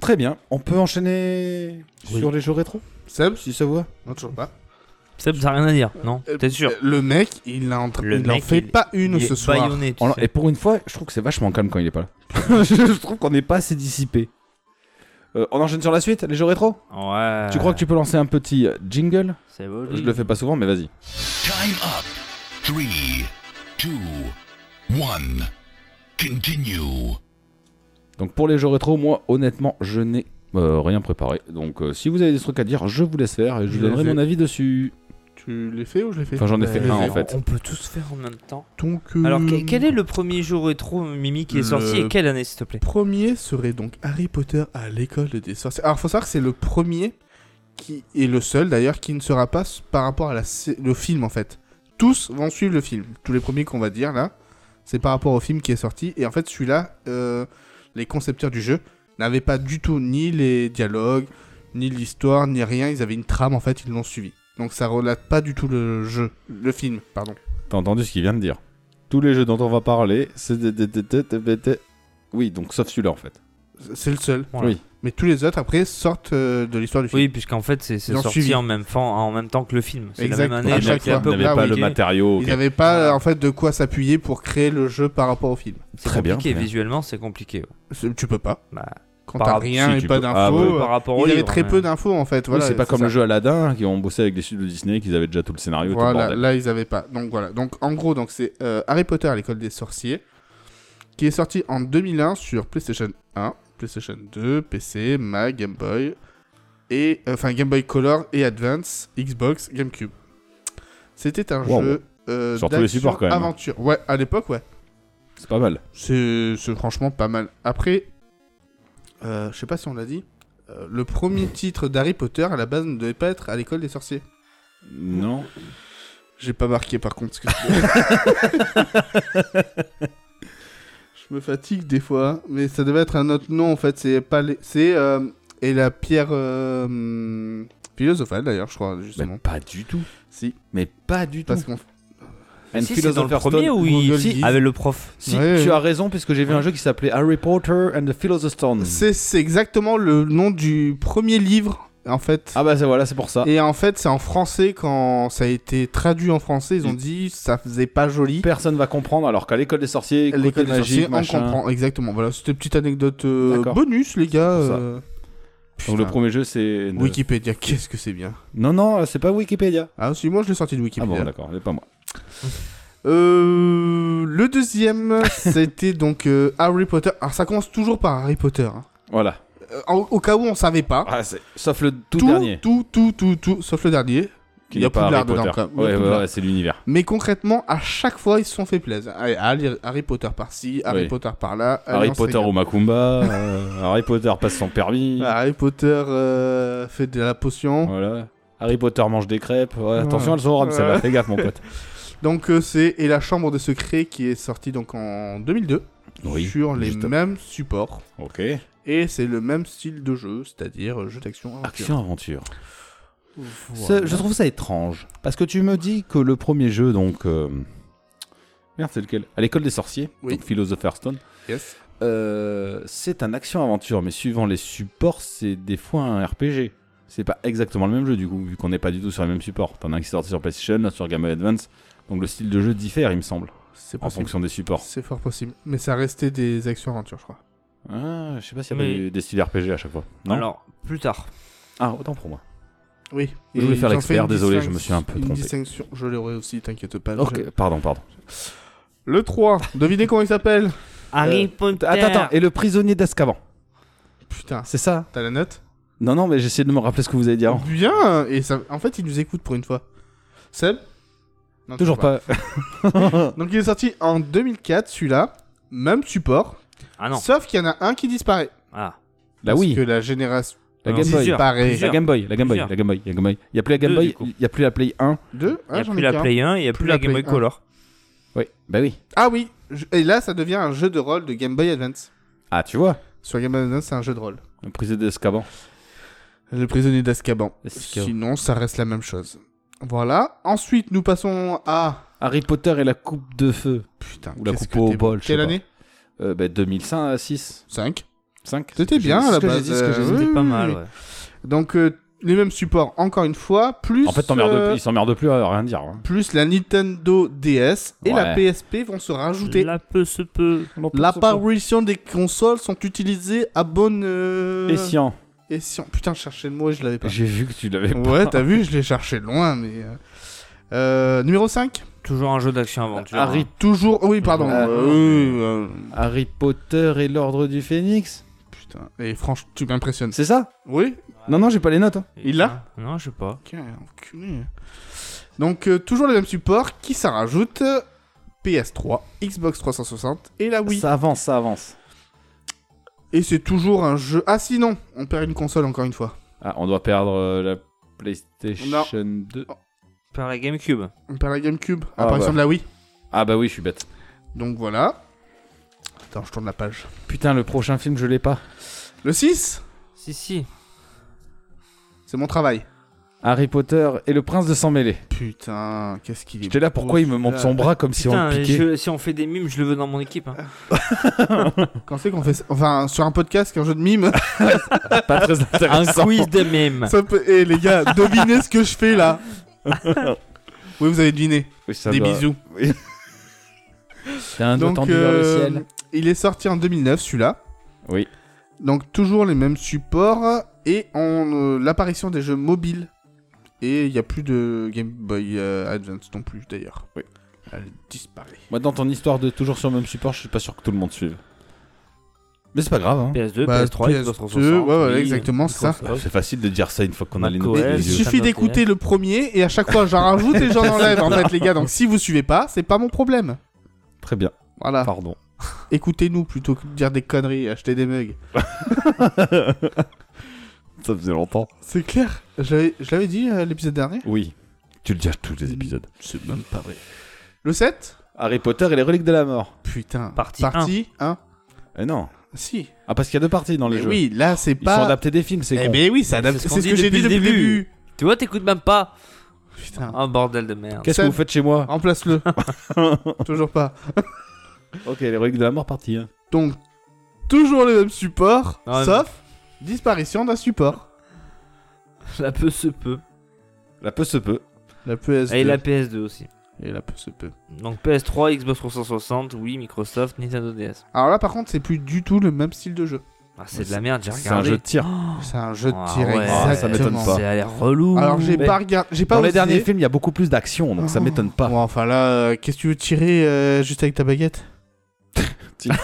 [SPEAKER 4] Très bien. On peut enchaîner
[SPEAKER 3] Oui.
[SPEAKER 4] sur les jeux rétro
[SPEAKER 3] Seb
[SPEAKER 4] Si ça vous va.
[SPEAKER 3] Non, toujours pas.
[SPEAKER 5] Seb, ça n'a rien à dire. Non,
[SPEAKER 3] Euh,
[SPEAKER 5] t'es sûr.
[SPEAKER 3] euh, Le mec, il n'en
[SPEAKER 5] Le
[SPEAKER 3] il en
[SPEAKER 5] mec,
[SPEAKER 3] fait
[SPEAKER 5] il-
[SPEAKER 3] pas une
[SPEAKER 5] Il
[SPEAKER 3] ce
[SPEAKER 5] est
[SPEAKER 3] soir.
[SPEAKER 5] bâillonné, tu
[SPEAKER 4] On l'en-
[SPEAKER 5] sais.
[SPEAKER 4] Et pour une fois, je trouve que c'est vachement calme quand il est pas là. je trouve qu'on n'est pas assez dissipé. Euh, on enchaîne sur la suite, les jeux rétro
[SPEAKER 3] Oh.
[SPEAKER 5] Ouais.
[SPEAKER 3] Euh.
[SPEAKER 4] Tu crois que tu peux lancer un petit euh, jingle
[SPEAKER 5] C'est beau,
[SPEAKER 4] Je
[SPEAKER 5] lui.
[SPEAKER 4] le fais pas souvent, mais vas-y.
[SPEAKER 6] Time up. Three, two, one. Continue.
[SPEAKER 4] Donc pour les jeux rétro, moi honnêtement, je n'ai euh, rien préparé. Donc euh, si vous avez des trucs à dire, je vous laisse faire et je
[SPEAKER 3] Je
[SPEAKER 4] vous donnerai
[SPEAKER 3] les ai.
[SPEAKER 4] mon avis dessus.
[SPEAKER 3] Tu l'as fait ou je l'ai fait
[SPEAKER 4] Enfin, j'en ai fait
[SPEAKER 3] Je l'ai
[SPEAKER 4] un, en
[SPEAKER 3] fait.
[SPEAKER 4] fait.
[SPEAKER 5] On peut tous faire en même temps.
[SPEAKER 3] Donc, euh,
[SPEAKER 5] Alors, que- quel est le premier jeu rétro Mimi qui est
[SPEAKER 3] le-
[SPEAKER 5] sorti et quelle année s'il te plaît
[SPEAKER 3] premier serait donc Harry Potter à l'école des sorciers. Alors, faut savoir que c'est le premier qui est le seul d'ailleurs qui ne sera pas s- par rapport à la sé- le film en fait. Tous vont suivre le film. Tous les premiers qu'on va dire là, c'est par rapport au film qui est sorti. Et en fait, celui-là, euh, les concepteurs du jeu n'avaient pas du tout ni les dialogues, ni l'histoire, ni rien. Ils avaient une trame en fait, ils l'ont suivi. Donc ça relate pas du tout le jeu, le film, pardon.
[SPEAKER 4] T'as entendu ce qu'il vient de dire Tous les jeux dont on va parler, c'est des- des- des- des- des- des- des- Oui, donc sauf celui-là en fait.
[SPEAKER 3] C'est le seul.
[SPEAKER 5] Voilà.
[SPEAKER 4] Oui.
[SPEAKER 3] Mais tous les autres après sortent euh, de l'histoire du film.
[SPEAKER 5] Oui, puisqu'en fait, c'est c'est
[SPEAKER 3] Ils ont
[SPEAKER 5] sorti
[SPEAKER 3] suivi.
[SPEAKER 5] en, même temps- en même temps que le film. C'est la
[SPEAKER 3] Exact.
[SPEAKER 5] même année.
[SPEAKER 3] À
[SPEAKER 5] donc
[SPEAKER 3] chaque
[SPEAKER 5] c'est un
[SPEAKER 3] fois.
[SPEAKER 5] peu
[SPEAKER 4] Ils n'avaient pas le
[SPEAKER 5] compliqué.
[SPEAKER 4] matériau. ok.
[SPEAKER 3] Ils n'avaient pas en fait de quoi s'appuyer pour créer le jeu par rapport au film.
[SPEAKER 5] C'est
[SPEAKER 4] Très bien,
[SPEAKER 5] compliqué,
[SPEAKER 4] très bien.
[SPEAKER 5] visuellement, c'est compliqué. ouais.
[SPEAKER 3] C'est- Tu peux pas.
[SPEAKER 5] Bah,
[SPEAKER 3] Quand
[SPEAKER 5] par-
[SPEAKER 3] t'as rien
[SPEAKER 4] si, tu
[SPEAKER 3] et pas
[SPEAKER 4] peux. Ah, bah oui.
[SPEAKER 3] d'infos.
[SPEAKER 5] par rapport au
[SPEAKER 3] il y avait
[SPEAKER 5] livre, hein.
[SPEAKER 3] très
[SPEAKER 5] mais-
[SPEAKER 3] peu d'infos en fait. Voilà,
[SPEAKER 4] oui, c'est pas comme
[SPEAKER 3] ça.
[SPEAKER 4] le jeu Aladdin qui ont bossé avec des studios Disney, qu'ils avaient déjà tout le scénario. tout le
[SPEAKER 3] Voilà,
[SPEAKER 4] bordel.
[SPEAKER 3] là ils avaient pas. Donc voilà. Donc en gros, donc c'est euh, Harry Potter à l'école des sorciers, qui est sorti en 2001 sur PlayStation 1, PlayStation 2, PC, Mac, Game Boy et euh, enfin Game Boy Color et Advance, Xbox, GameCube. C'était un
[SPEAKER 4] Wow.
[SPEAKER 3] jeu euh,
[SPEAKER 4] Sur tous les
[SPEAKER 3] d'action,
[SPEAKER 4] supports, quand même.
[SPEAKER 3] aventure. Ouais, à l'époque, ouais.
[SPEAKER 4] C'est pas mal.
[SPEAKER 3] C'est c'est franchement pas mal. Après, euh, je sais pas si on l'a dit, euh, le premier titre d'Harry Potter à la base ne devait pas être à l'école des sorciers.
[SPEAKER 4] Non
[SPEAKER 3] J'ai pas marqué par contre ce que Je me fatigue des fois, hein, mais ça devait être un autre nom en fait. C'est pas les- c'est euh, et la pierre euh, hum, philosophale d'ailleurs, je crois
[SPEAKER 4] Mais
[SPEAKER 3] justement.
[SPEAKER 4] pas du tout.
[SPEAKER 3] Si,
[SPEAKER 4] Mais pas du tout.
[SPEAKER 3] parce qu'on
[SPEAKER 4] And
[SPEAKER 5] Ah, Si, c'est dans le
[SPEAKER 4] Philosopher's
[SPEAKER 5] premier
[SPEAKER 4] Stone-
[SPEAKER 5] ou il...
[SPEAKER 3] Google
[SPEAKER 5] si,
[SPEAKER 3] Geek.
[SPEAKER 5] avec le prof
[SPEAKER 4] Si,
[SPEAKER 3] Ouais,
[SPEAKER 4] tu
[SPEAKER 3] ouais.
[SPEAKER 4] as raison, puisque j'ai vu un jeu qui s'appelait Harry Potter and the Philosopher's Stone.
[SPEAKER 3] c'est c'est exactement le nom du premier livre en fait.
[SPEAKER 4] Ah bah ça, voilà, c'est pour ça.
[SPEAKER 3] Et en fait, c'est en français, quand ça a été traduit en français, ils ont
[SPEAKER 4] Mm.
[SPEAKER 3] dit ça faisait pas joli.
[SPEAKER 4] Personne va comprendre, alors qu'à l'école des sorciers, côté
[SPEAKER 3] L'école des
[SPEAKER 4] magique,
[SPEAKER 3] sorciers, on
[SPEAKER 4] machin.
[SPEAKER 3] comprend, exactement. Voilà, c'était une petite anecdote euh,
[SPEAKER 4] D'accord.
[SPEAKER 3] bonus, les gars.
[SPEAKER 4] C'est pour ça.
[SPEAKER 3] euh.
[SPEAKER 4] Donc le
[SPEAKER 3] Putain,
[SPEAKER 4] premier jeu c'est...
[SPEAKER 3] Wikipédia, qu'est-ce que c'est bien.
[SPEAKER 4] Non, non, c'est pas Wikipédia.
[SPEAKER 3] Ah, si, moi je l'ai sorti de
[SPEAKER 4] Ah
[SPEAKER 3] Wikipédia.
[SPEAKER 4] bon, d'accord, c'est pas moi.
[SPEAKER 3] Euh, le deuxième, c'était donc euh, Harry Potter. Alors, ça commence toujours par Harry Potter. hein.
[SPEAKER 4] Voilà.
[SPEAKER 3] Euh, en- au cas où on savait pas.
[SPEAKER 4] Ah, c'est- Sauf le tout,
[SPEAKER 3] tout,
[SPEAKER 4] dernier.
[SPEAKER 3] tout, tout, tout, tout, sauf le dernier.
[SPEAKER 4] qui
[SPEAKER 3] il y a
[SPEAKER 4] n'est pas
[SPEAKER 3] Poudlard
[SPEAKER 4] Harry
[SPEAKER 3] dedans,
[SPEAKER 4] Potter.
[SPEAKER 3] quand même. Il y a
[SPEAKER 4] Ouais, ouais,
[SPEAKER 3] Poudlard.
[SPEAKER 4] ouais, c'est l'univers.
[SPEAKER 3] Mais concrètement, à chaque fois, ils se sont fait plaisir. Allez, Harry, Harry Potter par-ci, Harry
[SPEAKER 4] Oui.
[SPEAKER 3] Potter par-là. allez,
[SPEAKER 4] Harry
[SPEAKER 3] on se
[SPEAKER 4] Potter
[SPEAKER 3] régale.
[SPEAKER 4] au Macumba, euh, Harry Potter passe son permis,
[SPEAKER 3] Harry Potter euh, fait de la potion.
[SPEAKER 4] voilà. Harry Potter mange des crêpes. Ouais,
[SPEAKER 3] Ouais.
[SPEAKER 4] Attention, elles sont oranges,
[SPEAKER 3] Ouais.
[SPEAKER 4] celle-là. Fais gaffe, mon pote.
[SPEAKER 3] Donc euh, c'est et la chambre des secrets qui est sortie donc en 2002
[SPEAKER 4] Oui,
[SPEAKER 3] sur les
[SPEAKER 4] juste.
[SPEAKER 3] mêmes supports
[SPEAKER 4] Ok.
[SPEAKER 3] et c'est le même style de jeu, c'est-à-dire euh, jeu d'action aventure.
[SPEAKER 4] Action-aventure.
[SPEAKER 3] Voilà.
[SPEAKER 4] Je trouve ça étrange. Parce que tu me dis que le premier jeu, donc. euh, Merde, c'est lequel À l'école des sorciers,
[SPEAKER 3] Oui.
[SPEAKER 4] donc Philosopher's Stone.
[SPEAKER 3] Yes.
[SPEAKER 4] Euh, c'est un action-aventure, mais suivant les supports, c'est des fois un RPG. C'est pas exactement le même jeu, du coup, vu qu'on n'est pas du tout sur les mêmes supports. T'en as un qui est sorti sur PlayStation, l'autre sur Game Boy Advance. Donc le style de jeu diffère, il me semble,
[SPEAKER 3] C'est
[SPEAKER 4] en
[SPEAKER 3] possible.
[SPEAKER 4] fonction des supports.
[SPEAKER 3] C'est fort possible, mais ça restait des actions aventures, je crois.
[SPEAKER 4] Ah, je sais pas s'il y avait
[SPEAKER 5] Mais-
[SPEAKER 4] des- des styles RPG à chaque fois. Non
[SPEAKER 5] Alors, plus tard.
[SPEAKER 4] Ah, autant pour moi.
[SPEAKER 3] Oui.
[SPEAKER 4] Je voulais
[SPEAKER 3] Et
[SPEAKER 4] faire
[SPEAKER 3] ils ont fait
[SPEAKER 4] l'expert,
[SPEAKER 3] une
[SPEAKER 4] désolé, je
[SPEAKER 3] distinction-
[SPEAKER 4] me suis un peu
[SPEAKER 3] Une
[SPEAKER 4] trompé.
[SPEAKER 3] distinction, je l'aurais aussi, t'inquiète pas.
[SPEAKER 4] Ok, pardon, pardon.
[SPEAKER 3] je- Le 3, devinez comment il s'appelle
[SPEAKER 5] Harry Potter
[SPEAKER 4] Attends, attends, et le prisonnier d'Azkaban,
[SPEAKER 3] Putain,
[SPEAKER 4] c'est ça
[SPEAKER 3] t'as la note
[SPEAKER 4] Non, non, mais j'essaie de me rappeler ce que vous avez dit avant.
[SPEAKER 3] Bien Et ça... en fait, il nous écoute pour une fois. Seb Non,
[SPEAKER 4] Toujours pas.
[SPEAKER 3] Donc il est sorti en 2004, celui-là. Même support.
[SPEAKER 5] Ah non.
[SPEAKER 3] Sauf qu'il y en a un qui disparaît.
[SPEAKER 5] Ah.
[SPEAKER 4] Là,
[SPEAKER 3] parce
[SPEAKER 4] Bah oui.
[SPEAKER 3] que la génération
[SPEAKER 4] La
[SPEAKER 5] Non,
[SPEAKER 4] Game Boy.
[SPEAKER 5] plusieurs,
[SPEAKER 3] disparaît.
[SPEAKER 4] La
[SPEAKER 5] plusieurs.
[SPEAKER 4] Game Boy, la Game Boy,
[SPEAKER 5] Plusieurs.
[SPEAKER 4] la Game Boy, la Game Boy. Il y a plus la Game
[SPEAKER 5] Deux,
[SPEAKER 4] Boy,
[SPEAKER 5] du coup.
[SPEAKER 4] il y a plus la Play 1.
[SPEAKER 3] Deux
[SPEAKER 5] Il n'y
[SPEAKER 3] Ah,
[SPEAKER 5] a
[SPEAKER 3] j'en
[SPEAKER 5] plus
[SPEAKER 3] ai
[SPEAKER 5] la
[SPEAKER 3] qu'un.
[SPEAKER 5] Play 1, il n'y a
[SPEAKER 3] Plus
[SPEAKER 5] plus
[SPEAKER 3] la
[SPEAKER 5] la Game
[SPEAKER 3] Play
[SPEAKER 5] Boy
[SPEAKER 3] 1.
[SPEAKER 5] Color.
[SPEAKER 4] Oui, bah oui.
[SPEAKER 3] Ah oui je- Et là, ça devient un jeu de rôle de Game Boy Advance.
[SPEAKER 4] Ah, tu vois,
[SPEAKER 3] Sur Game Boy Advance, c'est un jeu de rôle.
[SPEAKER 4] le prisonnier d'Azkaban.
[SPEAKER 3] Le prisonnier d'Azkaban.
[SPEAKER 4] Escaban.
[SPEAKER 3] Sinon, ça reste la même chose. Voilà. Ensuite, nous passons à...
[SPEAKER 4] Harry Potter et la coupe de feu.
[SPEAKER 3] Putain,
[SPEAKER 4] Ou la
[SPEAKER 3] qu'est-ce
[SPEAKER 4] coupe au
[SPEAKER 3] que t'es bon.
[SPEAKER 4] bol, je sais
[SPEAKER 3] Quelle
[SPEAKER 4] pas.
[SPEAKER 3] année
[SPEAKER 4] Euh, bah, 2005 à 6,
[SPEAKER 3] 5.
[SPEAKER 4] 5.
[SPEAKER 3] C'était bien, à
[SPEAKER 4] là
[SPEAKER 3] la
[SPEAKER 4] que j'ai
[SPEAKER 3] base,
[SPEAKER 4] dit, ce que j'ai
[SPEAKER 3] euh,
[SPEAKER 4] dit.
[SPEAKER 3] oui,
[SPEAKER 5] C'était pas
[SPEAKER 3] oui,
[SPEAKER 5] mal,
[SPEAKER 3] oui.
[SPEAKER 5] ouais.
[SPEAKER 3] Donc, euh, les mêmes supports, encore une fois. Plus...
[SPEAKER 4] En fait, t'emmerdes-
[SPEAKER 3] euh,
[SPEAKER 4] il s'emmerde plus à rien dire. hein.
[SPEAKER 3] Plus la Nintendo DS et la
[SPEAKER 4] Ouais.
[SPEAKER 3] PSP vont se rajouter.
[SPEAKER 5] La peu se peut.
[SPEAKER 3] L'apparition des consoles sont utilisées à bonne. euh,
[SPEAKER 4] Et Sian,
[SPEAKER 3] et science. Putain, je cherchais le mot et je l'avais pas.
[SPEAKER 4] j'ai vu que tu l'avais pas.
[SPEAKER 3] Ouais, t'as vu, je l'ai cherché loin, mais. euh, euh, numéro 5
[SPEAKER 5] Toujours un jeu d'action-aventure.
[SPEAKER 4] Harry,
[SPEAKER 5] hein.
[SPEAKER 3] Toujours. Oui, pardon.
[SPEAKER 4] Ah.
[SPEAKER 3] euh, oui, euh,
[SPEAKER 4] Harry Potter et l'Ordre du Phénix
[SPEAKER 3] putain. Et franchement, tu m'impressionnes.
[SPEAKER 4] C'est ça
[SPEAKER 3] Oui
[SPEAKER 4] Non, non, j'ai pas les notes. hein.
[SPEAKER 3] Il l'a
[SPEAKER 5] Non, je sais pas.
[SPEAKER 3] Ok, enculé. Donc, euh, toujours le même support qui s'en rajoute euh, PS3, Xbox 360 et la Wii.
[SPEAKER 4] Ça avance, ça avance.
[SPEAKER 3] Et c'est toujours un jeu. Ah, sinon, on perd une console encore une fois.
[SPEAKER 4] Ah, on doit perdre euh, la PlayStation 2.
[SPEAKER 5] Par la GameCube.
[SPEAKER 3] On perd la GameCube,
[SPEAKER 4] Ah,
[SPEAKER 3] apparition
[SPEAKER 4] bah.
[SPEAKER 3] de la Wii.
[SPEAKER 4] Ah bah oui, je suis bête.
[SPEAKER 3] Donc voilà. Attends, je tourne la page.
[SPEAKER 4] Putain, le prochain film, je l'ai pas.
[SPEAKER 3] Le 6,
[SPEAKER 5] Si, si.
[SPEAKER 3] c'est mon travail.
[SPEAKER 4] Harry Potter et le prince de sang mêlé.
[SPEAKER 3] Putain, qu'est-ce qu'il est.
[SPEAKER 4] J'étais là, pourquoi il me montre son bras comme si on
[SPEAKER 5] Putain,
[SPEAKER 4] le piquait
[SPEAKER 5] je- si on fait des mimes, je le veux dans mon équipe. hein.
[SPEAKER 3] Quand c'est qu'on fait ça Enfin, sur un podcast qu'un jeu de mime.
[SPEAKER 4] Pas très
[SPEAKER 5] Un
[SPEAKER 4] intéressant.
[SPEAKER 5] quiz de mimes.
[SPEAKER 3] ça peut... Eh les gars, devinez ce que je fais là. oui, vous avez deviné.
[SPEAKER 4] Oui, ça
[SPEAKER 3] Des
[SPEAKER 4] doit-
[SPEAKER 3] bisous.
[SPEAKER 4] T'as un doigt
[SPEAKER 3] Donc,
[SPEAKER 4] tendu
[SPEAKER 3] euh,
[SPEAKER 4] vers le ciel.
[SPEAKER 3] il est sorti en 2009 celui-là.
[SPEAKER 4] Oui.
[SPEAKER 3] Donc toujours les mêmes supports et on, euh, l'apparition des jeux mobiles. Et il n'y a plus de Game Boy euh, Advance non plus d'ailleurs.
[SPEAKER 4] Oui.
[SPEAKER 3] Elle disparaît.
[SPEAKER 4] Moi, dans ton histoire de toujours sur le même support, je suis pas sûr que tout le monde suive. Mais c'est pas grave, hein.
[SPEAKER 5] PS2,
[SPEAKER 3] Bah,
[SPEAKER 5] PS3,
[SPEAKER 3] PS2,
[SPEAKER 5] Xbox 360.
[SPEAKER 3] ouais, ouais,
[SPEAKER 5] Wii,
[SPEAKER 3] exactement, c'est ça.
[SPEAKER 5] Microsoft.
[SPEAKER 4] C'est facile de dire ça une fois qu'on a les notes.
[SPEAKER 5] Ouais,
[SPEAKER 4] sous les yeux.
[SPEAKER 3] Mais il
[SPEAKER 5] je- ça
[SPEAKER 3] suffit
[SPEAKER 5] m'intéresse.
[SPEAKER 3] d'écouter le premier et à chaque fois j'en rajoute et j'en enlève en fait les gars. Donc si vous suivez pas, c'est pas mon problème.
[SPEAKER 4] Très bien,
[SPEAKER 3] Voilà.
[SPEAKER 4] pardon.
[SPEAKER 3] Écoutez-nous plutôt que de dire des conneries et acheter des mugs.
[SPEAKER 4] Ça faisait longtemps.
[SPEAKER 3] C'est clair. Je l'avais- je l'avais dit euh, l'épisode dernier.
[SPEAKER 4] Oui. Tu le dis à tous les épisodes.
[SPEAKER 3] C'est même pas vrai. Le 7
[SPEAKER 4] Harry Potter et les reliques de la mort.
[SPEAKER 3] Putain.
[SPEAKER 5] Partie
[SPEAKER 3] Partie 1.
[SPEAKER 4] Eh non.
[SPEAKER 3] Si.
[SPEAKER 4] Ah, parce qu'il y a deux parties dans les
[SPEAKER 3] Mais
[SPEAKER 4] jeux.
[SPEAKER 3] oui, là c'est
[SPEAKER 4] Ils sont
[SPEAKER 3] pas.
[SPEAKER 4] adaptés des films, c'est
[SPEAKER 3] Eh
[SPEAKER 4] con.
[SPEAKER 3] ben oui, ça adapte. C'est
[SPEAKER 5] C'est ce qu'on
[SPEAKER 3] ce
[SPEAKER 5] dit
[SPEAKER 3] que j'ai dit depuis le début.
[SPEAKER 5] Tu vois, t'écoutes même pas.
[SPEAKER 3] Putain.
[SPEAKER 5] Oh, bordel de merde.
[SPEAKER 4] Qu'est-ce que
[SPEAKER 3] Ça-
[SPEAKER 4] vous faites chez moi
[SPEAKER 3] Remplace-le. Toujours pas.
[SPEAKER 4] Ok, les reliques de la mort partie. hein.
[SPEAKER 3] Donc, toujours le même support,
[SPEAKER 5] Ah, mais-
[SPEAKER 3] sauf disparition d'un support.
[SPEAKER 5] La peu se peut.
[SPEAKER 4] La peu se peut.
[SPEAKER 3] La PS2.
[SPEAKER 5] Et la PS2 aussi.
[SPEAKER 3] Et la PSP.
[SPEAKER 5] Donc PS3, Xbox 360, Wii, Microsoft, Nintendo DS.
[SPEAKER 3] Alors là, par contre, c'est plus du tout le même style de jeu.
[SPEAKER 5] Ah, c'est de la merde, j'ai regardé.
[SPEAKER 4] C'est un jeu de
[SPEAKER 3] Ah,
[SPEAKER 4] tir.
[SPEAKER 3] C'est un jeu de
[SPEAKER 5] Ah
[SPEAKER 3] tir,
[SPEAKER 5] ouais,
[SPEAKER 3] exactement.
[SPEAKER 4] ça m'étonne pas.
[SPEAKER 5] C'est à l'air relou.
[SPEAKER 3] Alors, j'ai
[SPEAKER 5] Mais-
[SPEAKER 3] pas regardé. J'ai pas
[SPEAKER 4] Dans les
[SPEAKER 3] osé.
[SPEAKER 4] derniers films, il y a beaucoup plus d'action, donc ça
[SPEAKER 3] Oh.
[SPEAKER 4] m'étonne pas.
[SPEAKER 3] Bon, enfin là, euh, qu'est-ce que tu veux tirer euh, juste avec ta baguette
[SPEAKER 4] Tire.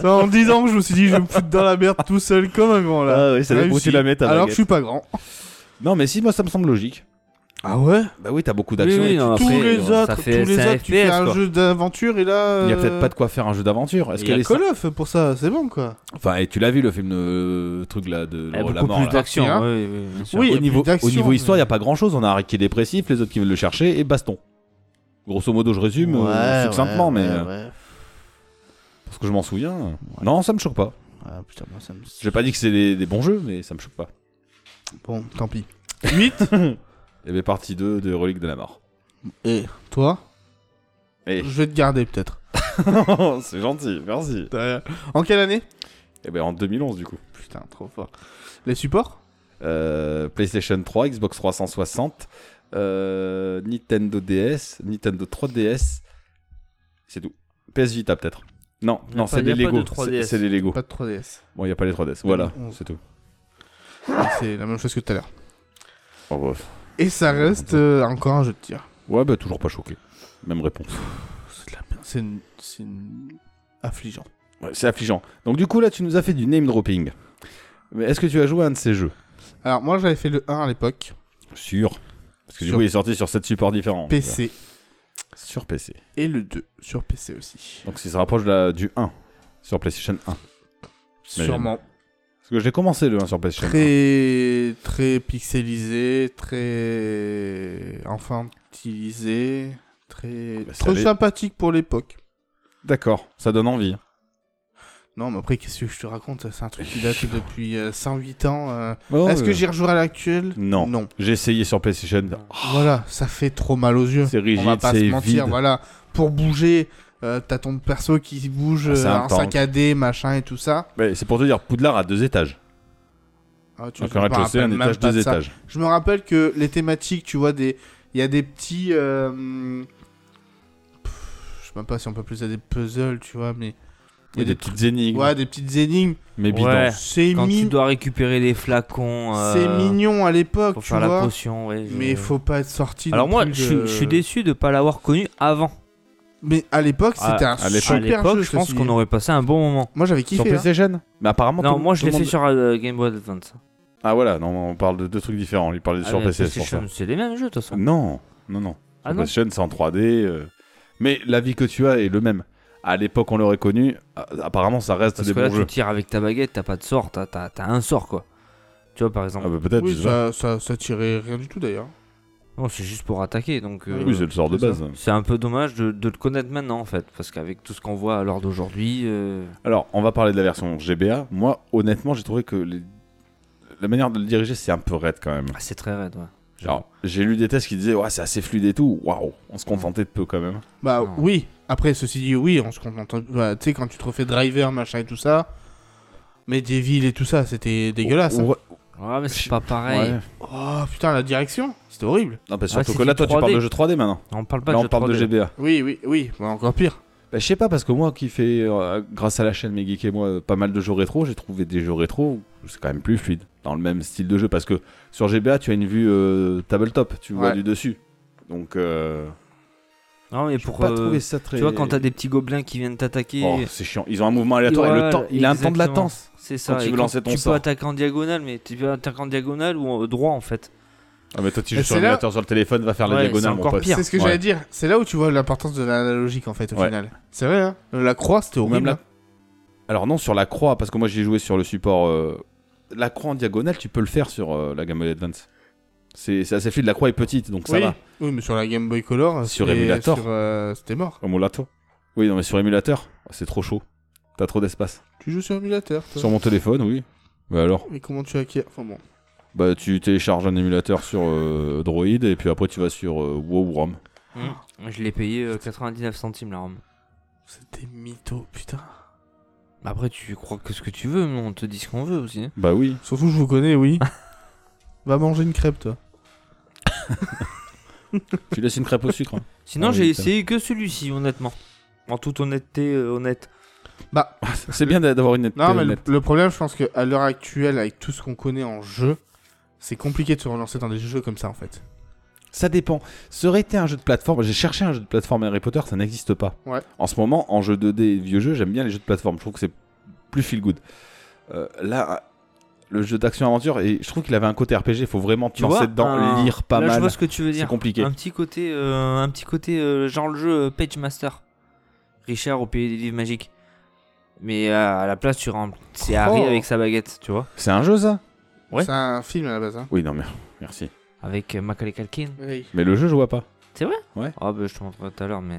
[SPEAKER 3] Ça, en 10 ans que je me suis dit, je vais me foutre dans la merde tout seul comme un grand là.
[SPEAKER 4] Ah oui, ça dépend où
[SPEAKER 3] Réussi.
[SPEAKER 4] tu la mets, ta baguette.
[SPEAKER 3] Alors que je suis pas grand.
[SPEAKER 4] Non, mais si, moi, ça me semble logique.
[SPEAKER 3] Ah ouais
[SPEAKER 4] Bah oui, t'as beaucoup
[SPEAKER 5] Oui,
[SPEAKER 4] d'action.
[SPEAKER 5] oui,
[SPEAKER 4] et tu- euh,
[SPEAKER 5] non,
[SPEAKER 3] Tous
[SPEAKER 5] après,
[SPEAKER 3] les
[SPEAKER 5] bon, ça
[SPEAKER 3] autres,
[SPEAKER 5] fait-
[SPEAKER 3] tous les
[SPEAKER 5] c'est un
[SPEAKER 3] autres, tu fais
[SPEAKER 5] FPS,
[SPEAKER 3] un
[SPEAKER 5] quoi.
[SPEAKER 3] jeu d'aventure et là.
[SPEAKER 4] Il y a peut-être
[SPEAKER 3] euh,
[SPEAKER 4] pas de quoi faire un jeu d'aventure. Est-ce
[SPEAKER 5] Il
[SPEAKER 4] que
[SPEAKER 5] y a
[SPEAKER 4] les
[SPEAKER 3] Call of pour ça, c'est bon quoi.
[SPEAKER 4] Enfin, et tu l'as vu le film de truc là de
[SPEAKER 5] Il y a
[SPEAKER 4] Oh, la
[SPEAKER 5] Eh, beaucoup
[SPEAKER 4] mort,
[SPEAKER 5] plus
[SPEAKER 4] là.
[SPEAKER 5] d'action.
[SPEAKER 3] Hein
[SPEAKER 5] oui, oui, bien sûr.
[SPEAKER 3] Oui, il y a
[SPEAKER 4] au
[SPEAKER 3] plus
[SPEAKER 4] niveau,
[SPEAKER 3] d'action,
[SPEAKER 4] au niveau histoire, il
[SPEAKER 3] mais-
[SPEAKER 4] n'y a pas grand chose. On a Harry qui est dépressif, les autres qui veulent le chercher et baston. Grosso modo, je résume euh, succinctement, mais euh, parce que je m'en souviens. euh, Non, ça me choque pas.
[SPEAKER 3] Ah putain, moi ça me.
[SPEAKER 4] J'ai pas dit que c'est des, des bons jeux, mais ça me choque pas.
[SPEAKER 3] Bon, tant pis.
[SPEAKER 4] Et bien, partie 2 de Relique de la mort.
[SPEAKER 3] Et toi
[SPEAKER 4] Et
[SPEAKER 3] Je vais te garder peut-être.
[SPEAKER 4] c'est gentil, merci.
[SPEAKER 3] En quelle année
[SPEAKER 4] Et bien, Eh ben, en 2011, du coup.
[SPEAKER 3] Putain, trop fort. Les supports
[SPEAKER 4] Euh, PlayStation 3, Xbox 360, euh, Nintendo DS, Nintendo 3DS. C'est tout. PS Vita peut-être. Non,
[SPEAKER 5] Y a
[SPEAKER 4] non,
[SPEAKER 5] pas-
[SPEAKER 4] c'est
[SPEAKER 5] y a
[SPEAKER 4] des
[SPEAKER 5] pas de
[SPEAKER 4] Lego.
[SPEAKER 5] 3DS.
[SPEAKER 4] C'est- C'est des Lego.
[SPEAKER 3] Pas de 3DS.
[SPEAKER 4] Bon, il n'y a pas les 3DS. Voilà,
[SPEAKER 3] Mmh.
[SPEAKER 4] c'est tout.
[SPEAKER 3] C'est la même chose que tout à l'heure.
[SPEAKER 4] Oh, bref.
[SPEAKER 3] Et ça reste euh, encore un jeu de tir.
[SPEAKER 4] Ouais, bah toujours pas choqué. Même réponse.
[SPEAKER 3] C'est de la merde. C'est une- c'est une- affligeant.
[SPEAKER 4] Ouais, c'est affligeant. Donc du coup, là, tu nous as fait du name dropping. Mais est-ce que tu as joué à un de ces jeux
[SPEAKER 3] Alors moi j'avais fait le 1 à l'époque,
[SPEAKER 4] Sûr. Parce que du
[SPEAKER 3] Sur-
[SPEAKER 4] coup, il est sorti sur 7 supports différents.
[SPEAKER 3] PC,
[SPEAKER 4] Sur PC.
[SPEAKER 3] et le 2 sur PC aussi.
[SPEAKER 4] Donc ça se rapproche de la- du 1 sur PlayStation 1. Mais-
[SPEAKER 3] Sûrement.
[SPEAKER 4] Parce que j'ai commencé le 1 sur PlayStation 1.
[SPEAKER 3] Très, très pixelisé, très infantilisé, très,
[SPEAKER 4] Bah, ça
[SPEAKER 3] très
[SPEAKER 4] allait.
[SPEAKER 3] sympathique pour l'époque.
[SPEAKER 4] D'accord, ça donne envie.
[SPEAKER 3] Non mais après qu'est-ce que je te raconte C'est un truc qui date depuis euh, 108 ans. euh.
[SPEAKER 4] Oh,
[SPEAKER 3] Est-ce
[SPEAKER 4] euh,
[SPEAKER 3] que j'y rejouerai à l'actuel
[SPEAKER 4] Non.
[SPEAKER 3] Non.
[SPEAKER 4] J'ai essayé sur PlayStation.
[SPEAKER 3] Voilà, ça fait trop mal aux yeux.
[SPEAKER 4] C'est rigide,
[SPEAKER 3] On va pas
[SPEAKER 4] c'est
[SPEAKER 3] se mentir,
[SPEAKER 4] vide.
[SPEAKER 3] voilà. Pour bouger, euh, t'as ton perso qui bouge
[SPEAKER 4] Ah, c'est
[SPEAKER 3] euh, en
[SPEAKER 4] intense.
[SPEAKER 3] saccadé, machin et tout ça.
[SPEAKER 4] Mais c'est pour te dire, Poudlard a deux étages.
[SPEAKER 3] Ah, tu
[SPEAKER 4] Donc
[SPEAKER 3] vois,
[SPEAKER 4] un
[SPEAKER 3] je me
[SPEAKER 4] rez-de-chaussée,
[SPEAKER 3] rappelle
[SPEAKER 4] un
[SPEAKER 3] même
[SPEAKER 4] étage,
[SPEAKER 3] pas
[SPEAKER 4] deux
[SPEAKER 3] de ça.
[SPEAKER 4] étages.
[SPEAKER 3] Je me rappelle que les thématiques, tu vois, des... il y a des petits. euh, pff, Je sais même pas si on peut appeler ça des puzzles, tu vois, mais.
[SPEAKER 4] Il y a des petites énigmes.
[SPEAKER 3] Ouais, des petites énigmes.
[SPEAKER 4] mais bidons.
[SPEAKER 5] Ouais.
[SPEAKER 3] C'est
[SPEAKER 5] Quand tu
[SPEAKER 3] mi-
[SPEAKER 5] dois récupérer les flacons. euh,
[SPEAKER 3] c'est mignon à l'époque,
[SPEAKER 5] Pour
[SPEAKER 3] tu
[SPEAKER 5] faire la
[SPEAKER 3] vois.
[SPEAKER 5] potion, ouais. je-
[SPEAKER 3] Mais il faut pas être sorti.
[SPEAKER 5] Alors
[SPEAKER 3] non
[SPEAKER 5] moi,
[SPEAKER 3] plus
[SPEAKER 5] je, suis-
[SPEAKER 3] de-
[SPEAKER 5] je suis déçu de pas l'avoir connu avant.
[SPEAKER 3] Mais à l'époque,
[SPEAKER 5] Ah,
[SPEAKER 3] c'était un
[SPEAKER 4] à l'époque-
[SPEAKER 5] À
[SPEAKER 3] super
[SPEAKER 5] l'époque,
[SPEAKER 3] jeu.
[SPEAKER 5] je pense
[SPEAKER 3] ceci
[SPEAKER 5] qu'on
[SPEAKER 3] dit.
[SPEAKER 5] aurait passé un bon moment.
[SPEAKER 3] Moi, j'avais
[SPEAKER 4] Sur
[SPEAKER 3] kiffé. hein.
[SPEAKER 4] PlayStation Mais apparemment.
[SPEAKER 5] Non,
[SPEAKER 4] tout-
[SPEAKER 5] moi je
[SPEAKER 4] tout
[SPEAKER 5] l'ai
[SPEAKER 4] le
[SPEAKER 5] fait
[SPEAKER 4] monde-
[SPEAKER 5] sur euh, Game Boy Advance.
[SPEAKER 4] Ah voilà, non, on parle de deux trucs différents. Il parlait
[SPEAKER 5] Ah,
[SPEAKER 4] sur
[SPEAKER 5] mais
[SPEAKER 4] PlayStation. pour ça.
[SPEAKER 5] PlayStation, C'est les mêmes jeux de toute façon.
[SPEAKER 4] Non, non, non.
[SPEAKER 5] Ah non
[SPEAKER 4] PlayStation, c'est en 3D. euh, Mais la vie que tu as est le même. À l'époque, on l'aurait connu. Ah, Apparemment, ça reste
[SPEAKER 5] Parce
[SPEAKER 4] des
[SPEAKER 5] que là
[SPEAKER 4] bons jeux.
[SPEAKER 5] tu tires avec ta baguette, t'as pas de sort, t'as, t'as- t'as un sort quoi. Tu vois par exemple.
[SPEAKER 4] Ah bah peut-être. je
[SPEAKER 3] Oui,
[SPEAKER 4] sais
[SPEAKER 5] hein.
[SPEAKER 3] ça, ça, ça tirait rien du tout d'ailleurs.
[SPEAKER 5] Non, c'est juste pour attaquer donc.
[SPEAKER 4] pas.
[SPEAKER 5] euh,
[SPEAKER 4] Ah Oui, c'est le sort de
[SPEAKER 3] c'est
[SPEAKER 4] base.
[SPEAKER 5] c'est un peu dommage de, de le connaître maintenant en fait, parce qu'avec tout ce qu'on voit à l'heure d'aujourd'hui. euh,
[SPEAKER 4] Alors, on va parler de la version GBA. Moi, honnêtement, j'ai trouvé que les- la manière de le diriger, c'est un peu raide quand même.
[SPEAKER 5] ah, c'est très raide, ouais.
[SPEAKER 4] Genre, j'ai lu des tests qui disaient, ouais, c'est assez fluide et tout. Waouh, on se contentait de peu quand même.
[SPEAKER 3] Bah
[SPEAKER 5] Non.
[SPEAKER 3] oui. Après, ceci dit, oui, on se contente. bah, tu sais, quand tu te refais driver, machin et tout ça. Mais des villes et tout ça, c'était dégueulasse. hein.
[SPEAKER 4] Ouais.
[SPEAKER 5] Ouais, mais c'est pas pareil.
[SPEAKER 4] Ouais.
[SPEAKER 3] Oh putain, la direction, c'était horrible.
[SPEAKER 4] Non, bah, surtout
[SPEAKER 5] c'est
[SPEAKER 4] que là,
[SPEAKER 5] du
[SPEAKER 4] toi, tu
[SPEAKER 5] 3D.
[SPEAKER 4] parles de jeu 3D maintenant.
[SPEAKER 5] On parle pas
[SPEAKER 4] là,
[SPEAKER 5] de
[SPEAKER 4] on
[SPEAKER 5] jeu
[SPEAKER 4] parle
[SPEAKER 5] 3D,
[SPEAKER 4] de
[SPEAKER 5] là.
[SPEAKER 4] GBA.
[SPEAKER 3] Oui, oui, oui, bah, encore pire.
[SPEAKER 4] Bah, je sais pas, parce que moi qui fais, euh, grâce à la chaîne Megeek et moi, euh, pas mal de jeux rétro, j'ai trouvé des jeux rétro où c'est quand même plus fluide, dans le même style de jeu, parce que sur GBA, tu as une vue euh, tabletop, tu vois
[SPEAKER 3] Ouais.
[SPEAKER 4] du dessus. Donc, euh,
[SPEAKER 5] Non, mais
[SPEAKER 4] j'ai
[SPEAKER 5] pour.
[SPEAKER 4] pas
[SPEAKER 5] euh,
[SPEAKER 4] trouvé ça très.
[SPEAKER 5] tu vois, quand t'as des petits gobelins qui viennent t'attaquer.
[SPEAKER 4] Oh, c'est chiant, ils ont un mouvement aléatoire, et le
[SPEAKER 5] Ouais,
[SPEAKER 4] temps, il a un temps de
[SPEAKER 5] exactement.
[SPEAKER 4] latence.
[SPEAKER 5] C'est ça.
[SPEAKER 4] Quand tu
[SPEAKER 5] et
[SPEAKER 4] veux lancer ton
[SPEAKER 5] tu
[SPEAKER 4] sort.
[SPEAKER 5] peux attaquer en diagonale, mais tu peux attaquer en diagonale ou en euh, droit en fait.
[SPEAKER 4] Ah, mais toi, tu
[SPEAKER 3] Mais
[SPEAKER 4] joues sur
[SPEAKER 3] c'est là-
[SPEAKER 4] l'ordinateur, sur le téléphone, va faire la
[SPEAKER 5] Ouais,
[SPEAKER 4] diagonale,
[SPEAKER 5] c'est
[SPEAKER 4] mon
[SPEAKER 5] encore
[SPEAKER 4] pote.
[SPEAKER 5] pire.
[SPEAKER 3] C'est ce que
[SPEAKER 4] Ouais.
[SPEAKER 3] j'allais dire. C'est là où tu vois l'importance de l'analogique en fait au
[SPEAKER 4] Ouais.
[SPEAKER 3] final. C'est vrai, hein La croix, c'était
[SPEAKER 4] Ou
[SPEAKER 3] horrible.
[SPEAKER 4] même la-
[SPEAKER 3] hein.
[SPEAKER 4] Alors non, sur la croix, parce que moi j'ai joué sur le support. euh, La croix en diagonale, tu peux le faire sur euh, la Game Boy Advance. C'est c'est assez fluide, la croix est petite, donc ça
[SPEAKER 3] oui.
[SPEAKER 4] va.
[SPEAKER 3] Oui, mais sur la Game Boy Color,
[SPEAKER 4] Sur
[SPEAKER 3] c'était-
[SPEAKER 4] émulator.
[SPEAKER 3] sur, euh, c'était mort.
[SPEAKER 4] Au molato. Oui, non, mais sur émulateur, c'est trop chaud. T'as trop d'espace.
[SPEAKER 3] Tu joues sur émulateur. Toi.
[SPEAKER 4] Sur mon téléphone, oui. Bah alors
[SPEAKER 3] Mais comment tu acquiers Enfin bon.
[SPEAKER 4] Bah tu télécharges un émulateur sur euh, Droid et puis après tu vas sur euh, WoW ROM.
[SPEAKER 5] Je l'ai payé euh, 99 centimes la ROM.
[SPEAKER 3] C'était mytho, putain.
[SPEAKER 5] Après, tu crois que ce que tu veux, mais on te dit ce qu'on veut aussi. hein.
[SPEAKER 4] Bah oui.
[SPEAKER 3] Surtout, je vous connais, oui. Va manger une crêpe, toi.
[SPEAKER 4] tu laisses une crêpe au sucre.
[SPEAKER 5] Sinon,
[SPEAKER 4] Ah oui,
[SPEAKER 5] j'ai
[SPEAKER 4] ça.
[SPEAKER 5] essayé que celui-ci, honnêtement. En toute honnêteté, euh, honnête.
[SPEAKER 3] Bah,
[SPEAKER 4] c'est bien d'avoir une
[SPEAKER 3] non, mais le,
[SPEAKER 4] honnête.
[SPEAKER 3] le problème, je pense qu'à l'heure actuelle, avec tout ce qu'on connaît en jeu, c'est compliqué de se relancer dans des jeux comme ça, en fait.
[SPEAKER 4] Ça dépend. Ça aurait été un jeu de plateforme. J'ai cherché un jeu de plateforme Harry Potter, ça n'existe pas.
[SPEAKER 3] Ouais.
[SPEAKER 4] En ce moment, en jeu 2D et vieux jeu, j'aime bien les jeux de plateforme. Je trouve que c'est plus feel good. Euh, là, le jeu d'action-aventure, et je trouve qu'il avait un côté RPG. Il faut vraiment te
[SPEAKER 5] Tu
[SPEAKER 4] lancer
[SPEAKER 5] vois
[SPEAKER 4] dedans,
[SPEAKER 5] un-
[SPEAKER 4] lire pas
[SPEAKER 5] Là, je
[SPEAKER 4] mal.
[SPEAKER 5] vois ce que tu veux
[SPEAKER 4] C'est
[SPEAKER 5] dire.
[SPEAKER 4] compliqué.
[SPEAKER 5] Un petit côté, euh, un petit côté euh, genre le jeu euh, Page Master. Richard au pays des livres magiques. Mais euh, à la place, tu rends. C'est Harry
[SPEAKER 3] Oh.
[SPEAKER 5] avec sa baguette, tu vois.
[SPEAKER 4] C'est un jeu, ça
[SPEAKER 5] Ouais.
[SPEAKER 3] C'est un film à la base, hein.
[SPEAKER 4] Oui, non, mais merci.
[SPEAKER 5] Avec euh, Macaulay Culkin.
[SPEAKER 3] Oui.
[SPEAKER 4] Mais le jeu, je vois pas.
[SPEAKER 5] Ah, bah, je te montrerai tout à l'heure, mais. euh,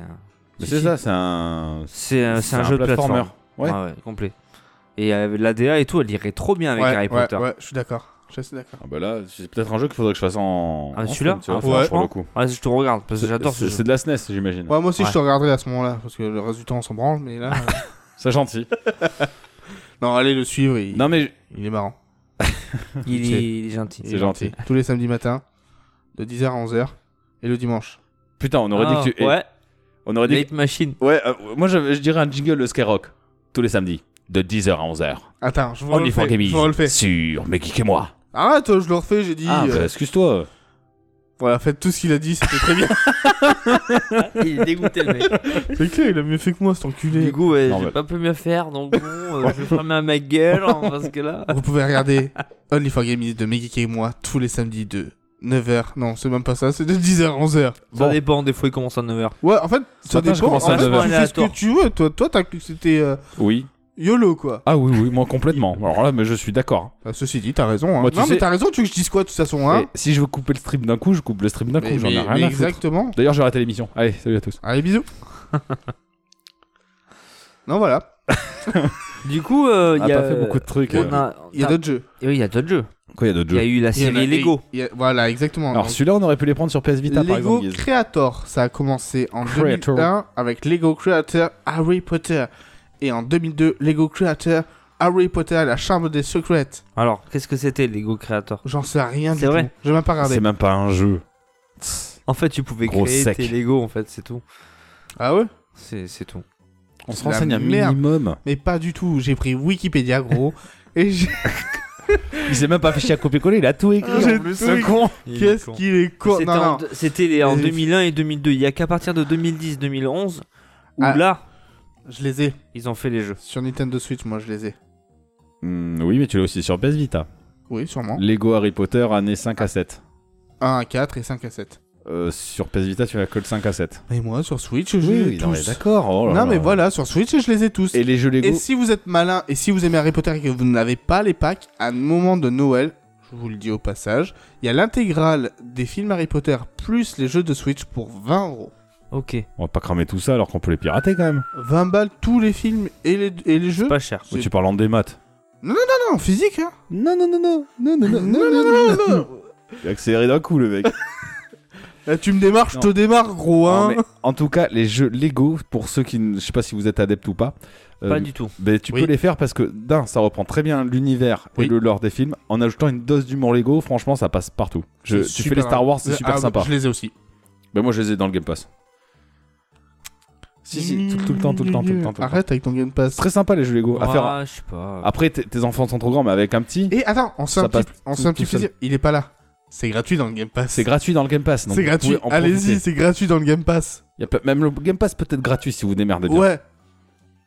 [SPEAKER 4] Mais
[SPEAKER 5] si,
[SPEAKER 4] c'est
[SPEAKER 5] si.
[SPEAKER 4] ça, c'est un.
[SPEAKER 5] C'est euh, c'est un, jeu de
[SPEAKER 4] platformer.
[SPEAKER 5] plateforme.
[SPEAKER 4] Ouais.
[SPEAKER 5] Ah complet. Et euh, la DA et tout, elle irait trop bien avec
[SPEAKER 3] ouais,
[SPEAKER 5] Harry
[SPEAKER 3] ouais,
[SPEAKER 5] Potter.
[SPEAKER 3] ouais, je suis d'accord. Je suis assez d'accord.
[SPEAKER 4] Ah bah là, c'est peut-être un jeu qu'il faudrait que je fasse en.
[SPEAKER 5] Ah,
[SPEAKER 4] en
[SPEAKER 5] celui-là
[SPEAKER 4] stream, tu vois, pour-
[SPEAKER 5] Ah,
[SPEAKER 4] pour
[SPEAKER 5] franchement
[SPEAKER 4] le coup.
[SPEAKER 5] Ouais, je te regarde parce que j'adore ce
[SPEAKER 4] C'est c'est
[SPEAKER 5] jeu.
[SPEAKER 4] de la SNES, j'imagine.
[SPEAKER 3] Ouais, moi aussi,
[SPEAKER 5] Ouais.
[SPEAKER 3] je te regarderai à ce moment-là, parce que le reste du temps, on s'en branle, mais là. euh,
[SPEAKER 4] C'est gentil.
[SPEAKER 3] non, allez le suivre, il,
[SPEAKER 4] non, mais
[SPEAKER 3] il est marrant.
[SPEAKER 5] Il,
[SPEAKER 3] C'est-
[SPEAKER 5] est, il est gentil.
[SPEAKER 4] C'est gentil.
[SPEAKER 3] Tous les samedis matins, de 10h à 11h, et le dimanche.
[SPEAKER 4] putain, on aurait
[SPEAKER 5] Ah,
[SPEAKER 4] dit que tu.
[SPEAKER 5] Ouais,
[SPEAKER 4] On aurait dit que-
[SPEAKER 5] Late Machine.
[SPEAKER 4] Ouais, euh, moi je, je dirais un jingle de Skyrock tous les samedis de 10h à 11h.
[SPEAKER 3] Attends, je vous
[SPEAKER 4] Only
[SPEAKER 3] refais.
[SPEAKER 4] for
[SPEAKER 3] Je vous refais.
[SPEAKER 4] Gaming sur Mais Geek et moi.
[SPEAKER 3] Arrête, je le refais, j'ai dit.
[SPEAKER 4] Ah,
[SPEAKER 3] euh,
[SPEAKER 4] bah, excuse-toi.
[SPEAKER 3] Voilà, faites tout ce qu'il a dit, c'était très bien.
[SPEAKER 5] il est dégoûté le mec.
[SPEAKER 3] C'est clair, il a mieux fait que moi, cet enculé.
[SPEAKER 5] Du coup, ouais,
[SPEAKER 4] Non,
[SPEAKER 5] j'ai
[SPEAKER 4] mais-
[SPEAKER 5] pas pu mieux faire donc bon, euh, je vais fermer à ma gueule hein, parce que là.
[SPEAKER 3] Vous pouvez regarder Only for Gaming de Megik et moi tous les samedis de 9h. Non, c'est même pas ça, c'est de 10h à 11h.
[SPEAKER 5] Ça dépend, des fois il commence à 9h.
[SPEAKER 3] Ouais, en fait, ça
[SPEAKER 4] matin, je
[SPEAKER 3] dépend. En
[SPEAKER 4] commence à
[SPEAKER 3] fait, tu
[SPEAKER 4] 9h.
[SPEAKER 3] fais ce que tu veux. Toi, toi t'as cru que c'était euh,
[SPEAKER 4] Oui.
[SPEAKER 3] YOLO, quoi.
[SPEAKER 4] Ah oui, oui, moi complètement. Alors là, mais je suis d'accord.
[SPEAKER 3] Bah, ceci dit, t'as raison. Hein.
[SPEAKER 4] Moi, tu
[SPEAKER 3] non, mais
[SPEAKER 4] sais-
[SPEAKER 3] t'as raison, tu veux que je dise quoi, de toute façon, hein
[SPEAKER 4] Et Si je veux couper le stream d'un coup, je coupe le stream d'un coup.
[SPEAKER 3] Mais-
[SPEAKER 4] J'en ai
[SPEAKER 3] mais-
[SPEAKER 4] rien
[SPEAKER 3] mais
[SPEAKER 4] à foutre.
[SPEAKER 3] Exactement.
[SPEAKER 4] D'ailleurs, j'ai arrêté l'émission. Allez, salut à tous.
[SPEAKER 3] Allez, bisous. non, voilà.
[SPEAKER 5] Du coup, euh, il
[SPEAKER 4] Ah,
[SPEAKER 5] y a.
[SPEAKER 4] t'as fait beaucoup de trucs.
[SPEAKER 5] on
[SPEAKER 4] euh.
[SPEAKER 5] a-
[SPEAKER 3] Il y a
[SPEAKER 5] t'as-
[SPEAKER 3] d'autres jeux.
[SPEAKER 5] Oui, il y a d'autres jeux.
[SPEAKER 4] Quoi, il y a d'autres
[SPEAKER 5] Il y a
[SPEAKER 4] jeux
[SPEAKER 5] eu la
[SPEAKER 3] Il y en a-
[SPEAKER 5] série Lego.
[SPEAKER 3] il y a- Voilà, exactement.
[SPEAKER 4] Alors
[SPEAKER 3] Donc,
[SPEAKER 4] celui-là, on aurait pu les prendre sur PS Vita par
[SPEAKER 3] Lego
[SPEAKER 4] exemple. Guise.
[SPEAKER 3] Creator, ça a commencé en
[SPEAKER 4] Creator.
[SPEAKER 3] 2001 avec Lego Creator Harry Potter et en 2002 Lego Creator Harry Potter la chambre des secrets.
[SPEAKER 5] Alors, qu'est-ce que c'était Lego Creator
[SPEAKER 3] J'en sais rien du
[SPEAKER 5] C'est vrai.
[SPEAKER 3] tout. Je vais même pas
[SPEAKER 4] C'est
[SPEAKER 3] regarder.
[SPEAKER 4] même pas un jeu.
[SPEAKER 5] En fait, tu pouvais
[SPEAKER 4] Gros
[SPEAKER 5] créer
[SPEAKER 4] sec.
[SPEAKER 5] tes Lego en fait, c'est tout.
[SPEAKER 3] Ah ouais
[SPEAKER 5] C'est c'est tout.
[SPEAKER 4] On se
[SPEAKER 3] la
[SPEAKER 4] renseigne un
[SPEAKER 3] merde.
[SPEAKER 4] minimum.
[SPEAKER 3] Mais pas du tout. J'ai pris Wikipédia, gros. et j'ai.
[SPEAKER 4] Il s'est même pas fait chier à copier-coller, il a tout écrit.
[SPEAKER 3] Ah,
[SPEAKER 4] hein.
[SPEAKER 3] J'ai
[SPEAKER 4] Ah, en plus,
[SPEAKER 3] tout
[SPEAKER 4] ce con.
[SPEAKER 3] Qu'est-ce qu'il est con.
[SPEAKER 5] C'était
[SPEAKER 3] Non,
[SPEAKER 5] en,
[SPEAKER 3] non.
[SPEAKER 5] deux- c'était les- en
[SPEAKER 3] Les-
[SPEAKER 5] 2001 et 2002. Il y a qu'à partir de 2010-2011 où
[SPEAKER 3] Ah.
[SPEAKER 5] là,
[SPEAKER 3] Je les ai.
[SPEAKER 5] ils ont fait les jeux.
[SPEAKER 3] Sur Nintendo Switch, moi, je les ai.
[SPEAKER 4] Hmm, oui, mais tu l'as aussi sur PS Vita.
[SPEAKER 3] Oui, sûrement.
[SPEAKER 4] Lego Harry Potter, années 5 à 7.
[SPEAKER 3] 1 à 4 et 5 à 7.
[SPEAKER 4] Euh, sur PS Vita, tu l'as que le 5 à 7.
[SPEAKER 3] Et moi, sur Switch, je les ai
[SPEAKER 4] non, mais
[SPEAKER 3] tous.
[SPEAKER 4] d'accord. oh là
[SPEAKER 3] non,
[SPEAKER 4] là.
[SPEAKER 3] mais voilà, sur Switch, je les ai tous.
[SPEAKER 4] Et les jeux Lego
[SPEAKER 3] Et si vous êtes malin et si vous aimez Harry Potter et que vous n'avez pas les packs, à un moment de Noël, je vous le dis au passage, il y a l'intégrale des films Harry Potter plus les jeux de Switch pour 20 euros.
[SPEAKER 5] Ok,
[SPEAKER 4] On va pas cramer tout ça alors qu'on peut les pirater quand même.
[SPEAKER 3] 20 balles tous les films et les, et les jeux
[SPEAKER 5] pas cher.
[SPEAKER 4] Ou tu parles en démat.
[SPEAKER 3] Non, en physique, hein
[SPEAKER 4] Non, non, non, non. Non, non, non, non, Il a accéléré d'un coup, le mec.
[SPEAKER 3] Là, tu me démarres, je te démarre, gros,
[SPEAKER 4] Non,
[SPEAKER 3] hein
[SPEAKER 4] mais en tout cas, les jeux Lego, pour ceux qui. ne- Je sais pas si vous êtes adepte ou pas. euh,
[SPEAKER 5] Pas du tout.
[SPEAKER 4] ben, tu
[SPEAKER 3] Oui.
[SPEAKER 4] peux les faire parce que d'un, ça reprend très bien l'univers et
[SPEAKER 3] Oui.
[SPEAKER 4] le lore des films. En ajoutant une dose d'humour Lego, franchement, ça passe partout. Je- tu
[SPEAKER 3] C'est
[SPEAKER 4] fais les
[SPEAKER 3] super-
[SPEAKER 4] Star Wars, c'est super
[SPEAKER 3] Ah,
[SPEAKER 4] sympa.
[SPEAKER 3] Je les ai aussi.
[SPEAKER 4] Ben, moi, je les ai dans le Game Pass. Si, si, tout, tout le temps, tout le temps, tout le temps. tout le temps.
[SPEAKER 3] Arrête avec ton Game Pass.
[SPEAKER 4] C'est très sympa les jeux Lego à faire.
[SPEAKER 5] Ah, je sais pas.
[SPEAKER 4] Après, tes- tes enfants sont trop grands, mais avec un petit,
[SPEAKER 3] Et attends, on se fait
[SPEAKER 4] Ça
[SPEAKER 3] un petit,
[SPEAKER 4] passe
[SPEAKER 3] on se
[SPEAKER 4] tout-
[SPEAKER 3] fait un petit
[SPEAKER 4] tout seul.
[SPEAKER 3] plaisir. Il est pas là. C'est gratuit dans le Game Pass.
[SPEAKER 4] c'est gratuit dans le Game Pass. donc
[SPEAKER 3] C'est
[SPEAKER 4] vous
[SPEAKER 3] gratuit.
[SPEAKER 4] pouvez en profiter.
[SPEAKER 3] Allez-y, c'est gratuit dans le Game Pass.
[SPEAKER 4] Y a peut- même le Game Pass peut être gratuit si vous démerdez bien.
[SPEAKER 3] Ouais,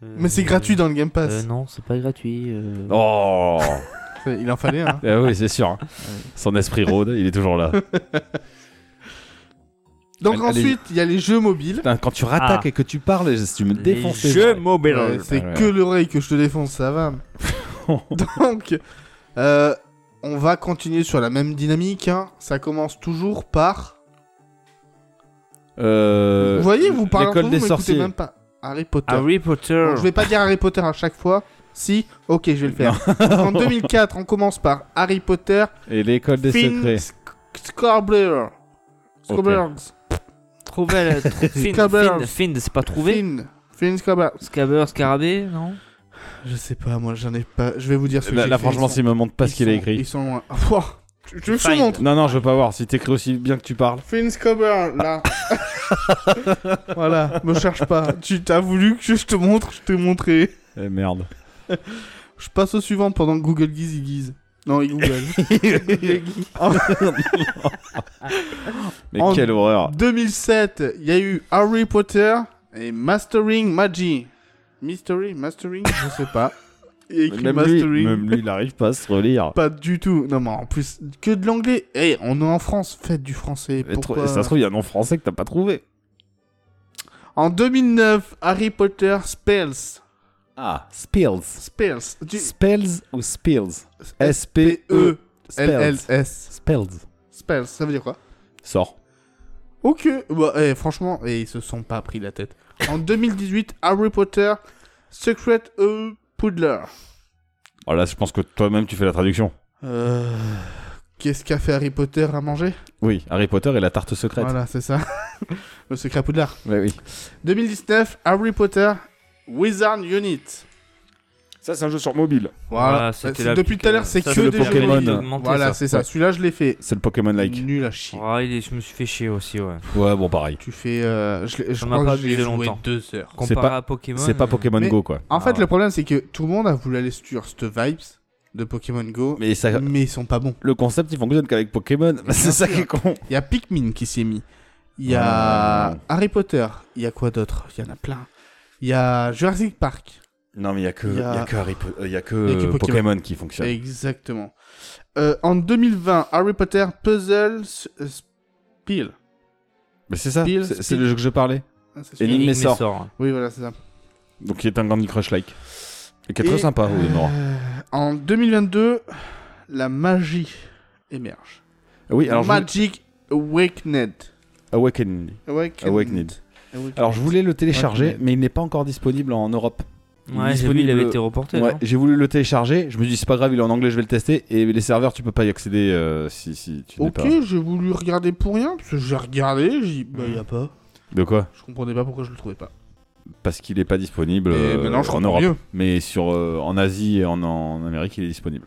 [SPEAKER 5] Euh,
[SPEAKER 3] mais c'est gratuit dans le Game Pass.
[SPEAKER 5] euh, non, c'est pas gratuit. euh.
[SPEAKER 4] Oh
[SPEAKER 3] Il en fallait un.
[SPEAKER 4] Eh Oui, c'est sûr. hein. Son esprit rôde, il est toujours là.
[SPEAKER 3] Donc
[SPEAKER 4] Allez-
[SPEAKER 3] ensuite, il y a les jeux mobiles.
[SPEAKER 4] Putain, quand tu rattaques
[SPEAKER 5] Ah.
[SPEAKER 4] et que tu parles, je- tu me
[SPEAKER 5] Les
[SPEAKER 4] défonces. les
[SPEAKER 5] jeux
[SPEAKER 4] oreilles.
[SPEAKER 5] mobiles.
[SPEAKER 3] Ouais, Euh, c'est
[SPEAKER 4] ouais.
[SPEAKER 3] que l'oreille que je te défonce, ça va. Donc, euh, on va continuer sur la même dynamique. hein. Ça commence toujours par.
[SPEAKER 4] Euh,
[SPEAKER 3] vous voyez, vous parlez entre
[SPEAKER 4] L'école
[SPEAKER 3] vous,
[SPEAKER 4] des
[SPEAKER 3] m'écoutez
[SPEAKER 4] sorciers. Ah
[SPEAKER 3] même pas. Harry Potter.
[SPEAKER 5] Harry Potter.
[SPEAKER 3] Bon, je vais pas dire Harry Potter à chaque fois. Si, ok, je vais le faire. Donc, en 2004, on commence par Harry Potter,
[SPEAKER 4] Et l'école des
[SPEAKER 3] Finn
[SPEAKER 4] secrets.
[SPEAKER 3] Sc- Scarbler. Scobbler.
[SPEAKER 5] Trouver. la- trou- Find,
[SPEAKER 3] Scabbers.
[SPEAKER 5] find, find, c'est pas trouver.
[SPEAKER 3] Finn. Finn Scarbler.
[SPEAKER 5] Scabber, scarabée, non
[SPEAKER 3] Je sais pas, moi j'en ai pas. Je vais vous dire ce que
[SPEAKER 4] Là,
[SPEAKER 3] j'ai
[SPEAKER 4] là,
[SPEAKER 3] fait,
[SPEAKER 4] franchement,
[SPEAKER 3] ils sont-
[SPEAKER 4] s'il me montre pas
[SPEAKER 3] ils
[SPEAKER 4] ce qu'il a
[SPEAKER 3] sont-
[SPEAKER 4] écrit.
[SPEAKER 3] Ils sont loin. Pouah, tu tu veux que je te
[SPEAKER 5] Fine.
[SPEAKER 3] montre
[SPEAKER 4] Non, non, je veux pas voir. Si t'écris aussi bien que tu parles.
[SPEAKER 3] Finn Scobber, là. voilà, me cherche pas. Tu t'as voulu que je te montre, je t'ai montré.
[SPEAKER 4] Eh merde.
[SPEAKER 3] Je passe au suivant pendant que Google guise, il guise. Non, il Google. Google guise. en
[SPEAKER 4] Mais
[SPEAKER 3] En-
[SPEAKER 4] quelle horreur.
[SPEAKER 3] 2007, il y a eu Harry Potter et Mastering Magie. Mystery, Mastering, je sais pas. Il y a écrit
[SPEAKER 4] Même lui,
[SPEAKER 3] Mastering.
[SPEAKER 4] même lui, il arrive pas à se relire.
[SPEAKER 3] Pas du tout. Non, mais en plus, que de l'anglais. Eh, on est en France, faites du français.
[SPEAKER 4] Et tro-
[SPEAKER 3] Pourquoi
[SPEAKER 4] et ça se trouve, il y a un nom français que t'as pas trouvé.
[SPEAKER 3] En 2009, Harry Potter Spells.
[SPEAKER 4] Ah, Spills.
[SPEAKER 3] Spells. Tu-
[SPEAKER 4] Spells ou Spills
[SPEAKER 3] E.
[SPEAKER 4] S-P-E. Spells.
[SPEAKER 3] LLS.
[SPEAKER 4] Spells.
[SPEAKER 3] Spells, ça veut dire quoi
[SPEAKER 4] Sort.
[SPEAKER 3] Ok, bah, eh, franchement, eh, ils se sont pas pris la tête. En 2018, Harry Potter, Secret E Poudler.
[SPEAKER 4] Oh là, je pense que toi-même, tu fais la traduction.
[SPEAKER 3] Euh, Qu'est-ce qu'a fait Harry Potter à manger
[SPEAKER 4] Oui, Harry Potter et la tarte secrète.
[SPEAKER 3] Voilà, c'est ça. Le secret à Poudlard.
[SPEAKER 4] Ouais, oui.
[SPEAKER 3] 2019, Harry Potter, Wizard Unit.
[SPEAKER 4] Ça, c'est un jeu sur mobile.
[SPEAKER 5] Voilà,
[SPEAKER 3] Voilà. Bah,
[SPEAKER 5] c'était
[SPEAKER 3] C'est-
[SPEAKER 5] la
[SPEAKER 3] depuis
[SPEAKER 5] petite,
[SPEAKER 3] tout à l'heure,
[SPEAKER 5] euh,
[SPEAKER 3] c'est
[SPEAKER 5] ça,
[SPEAKER 3] que
[SPEAKER 4] c'est le
[SPEAKER 3] des jeux
[SPEAKER 4] Pokémon.
[SPEAKER 3] mobiles.
[SPEAKER 5] Augmenté,
[SPEAKER 3] Voilà,
[SPEAKER 5] ça.
[SPEAKER 3] c'est ça.
[SPEAKER 4] Ouais.
[SPEAKER 3] Celui-là, je l'ai fait.
[SPEAKER 4] C'est le Pokémon like.
[SPEAKER 3] Nul à chier.
[SPEAKER 5] Ah, il est- je me suis fait chier aussi, ouais.
[SPEAKER 3] Mm.
[SPEAKER 4] Ouais, bon, pareil.
[SPEAKER 3] Tu fais. euh, je l'ai- je
[SPEAKER 5] On m'a
[SPEAKER 3] crois
[SPEAKER 5] pas
[SPEAKER 3] que j'ai
[SPEAKER 5] abusé
[SPEAKER 3] joué
[SPEAKER 5] longtemps.
[SPEAKER 3] deux heures.
[SPEAKER 5] Comparé
[SPEAKER 4] pas-
[SPEAKER 5] à Pokémon.
[SPEAKER 4] C'est pas
[SPEAKER 5] euh,
[SPEAKER 4] Pokémon
[SPEAKER 3] Mais-
[SPEAKER 4] Go, quoi.
[SPEAKER 3] En
[SPEAKER 5] Ah
[SPEAKER 3] fait,
[SPEAKER 5] ouais.
[SPEAKER 3] le problème, c'est que tout le monde a voulu aller sur cette vibes de Pokémon Go,
[SPEAKER 4] Mais ça,
[SPEAKER 3] mais euh, ils sont pas bons.
[SPEAKER 4] le concept, il fonctionne qu'avec Pokémon. C'est ça qui est con.
[SPEAKER 3] Il y a Pikmin qui s'est mis. Il y a
[SPEAKER 4] Ouais.
[SPEAKER 3] Harry Potter. Il y a quoi d'autre Il y en a plein. Il y a Jurassic Park.
[SPEAKER 4] Non, mais il y a que,
[SPEAKER 3] Il y a-
[SPEAKER 4] y a que, Harry Po- euh, y a que,
[SPEAKER 3] Il y a que
[SPEAKER 4] euh,
[SPEAKER 3] Pokémon.
[SPEAKER 4] Pokémon qui fonctionne.
[SPEAKER 3] Exactement. Euh, en 2020, Harry Potter Puzzle S- euh, Spiel.
[SPEAKER 4] Mais c'est ça,
[SPEAKER 3] Bill,
[SPEAKER 4] c'est c'est
[SPEAKER 3] Speed.
[SPEAKER 4] le jeu que je parlais.
[SPEAKER 3] Ah, c'est
[SPEAKER 4] Énigme
[SPEAKER 3] celui-là.
[SPEAKER 4] et
[SPEAKER 5] Énigme et
[SPEAKER 4] sort.
[SPEAKER 5] sort.
[SPEAKER 3] Oui, voilà, c'est ça.
[SPEAKER 4] Donc, qui est un Candy Crush like. Et qui est
[SPEAKER 3] Et-
[SPEAKER 4] très sympa, oui, Nora.
[SPEAKER 3] Euh, en 2022, la magie émerge.
[SPEAKER 4] Oui, alors je voulais-
[SPEAKER 3] Magic Awakened.
[SPEAKER 4] Awakened.
[SPEAKER 3] Awakened.
[SPEAKER 4] Awakened. Alors, je voulais le télécharger, mais il n'est pas encore disponible en Europe. Il est
[SPEAKER 5] Ouais, j'ai vu,
[SPEAKER 4] disponible-
[SPEAKER 5] il
[SPEAKER 3] euh,
[SPEAKER 5] avait été reporté.
[SPEAKER 4] Ouais,
[SPEAKER 5] non
[SPEAKER 4] j'ai voulu le télécharger. Je me suis dit, c'est pas grave, il est en anglais, je vais le tester. Et les serveurs, tu peux pas y accéder euh, si, si tu n'es
[SPEAKER 3] Ok,
[SPEAKER 4] pas.
[SPEAKER 3] j'ai voulu regarder pour rien, parce que j'ai regardé, j'ai dit, bah
[SPEAKER 4] Mm.
[SPEAKER 3] y a pas.
[SPEAKER 4] De quoi
[SPEAKER 3] Je comprenais pas pourquoi je le trouvais pas.
[SPEAKER 4] Parce qu'il est pas disponible
[SPEAKER 3] Et
[SPEAKER 4] euh,
[SPEAKER 3] maintenant, Eh ben je
[SPEAKER 4] en
[SPEAKER 3] comprends
[SPEAKER 4] Europe.
[SPEAKER 3] mieux.
[SPEAKER 4] Mais sur, euh, en Asie et en, en Amérique, il est disponible.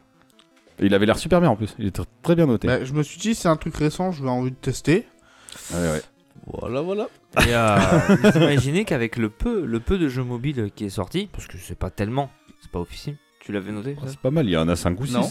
[SPEAKER 4] Et il avait l'air super bien en plus. Il était très bien noté.
[SPEAKER 3] Bah, je me suis dit, c'est un truc récent, je vais envie de tester.
[SPEAKER 4] Ouais, ouais. Voilà, voilà.
[SPEAKER 5] Et euh, vous imaginez qu'avec le peu, le peu de jeux mobiles qui est sorti, parce que c'est pas tellement, c'est pas officiel, tu l'avais noté ça
[SPEAKER 4] C'est pas mal, il y en a 5 ou 6.
[SPEAKER 3] Non.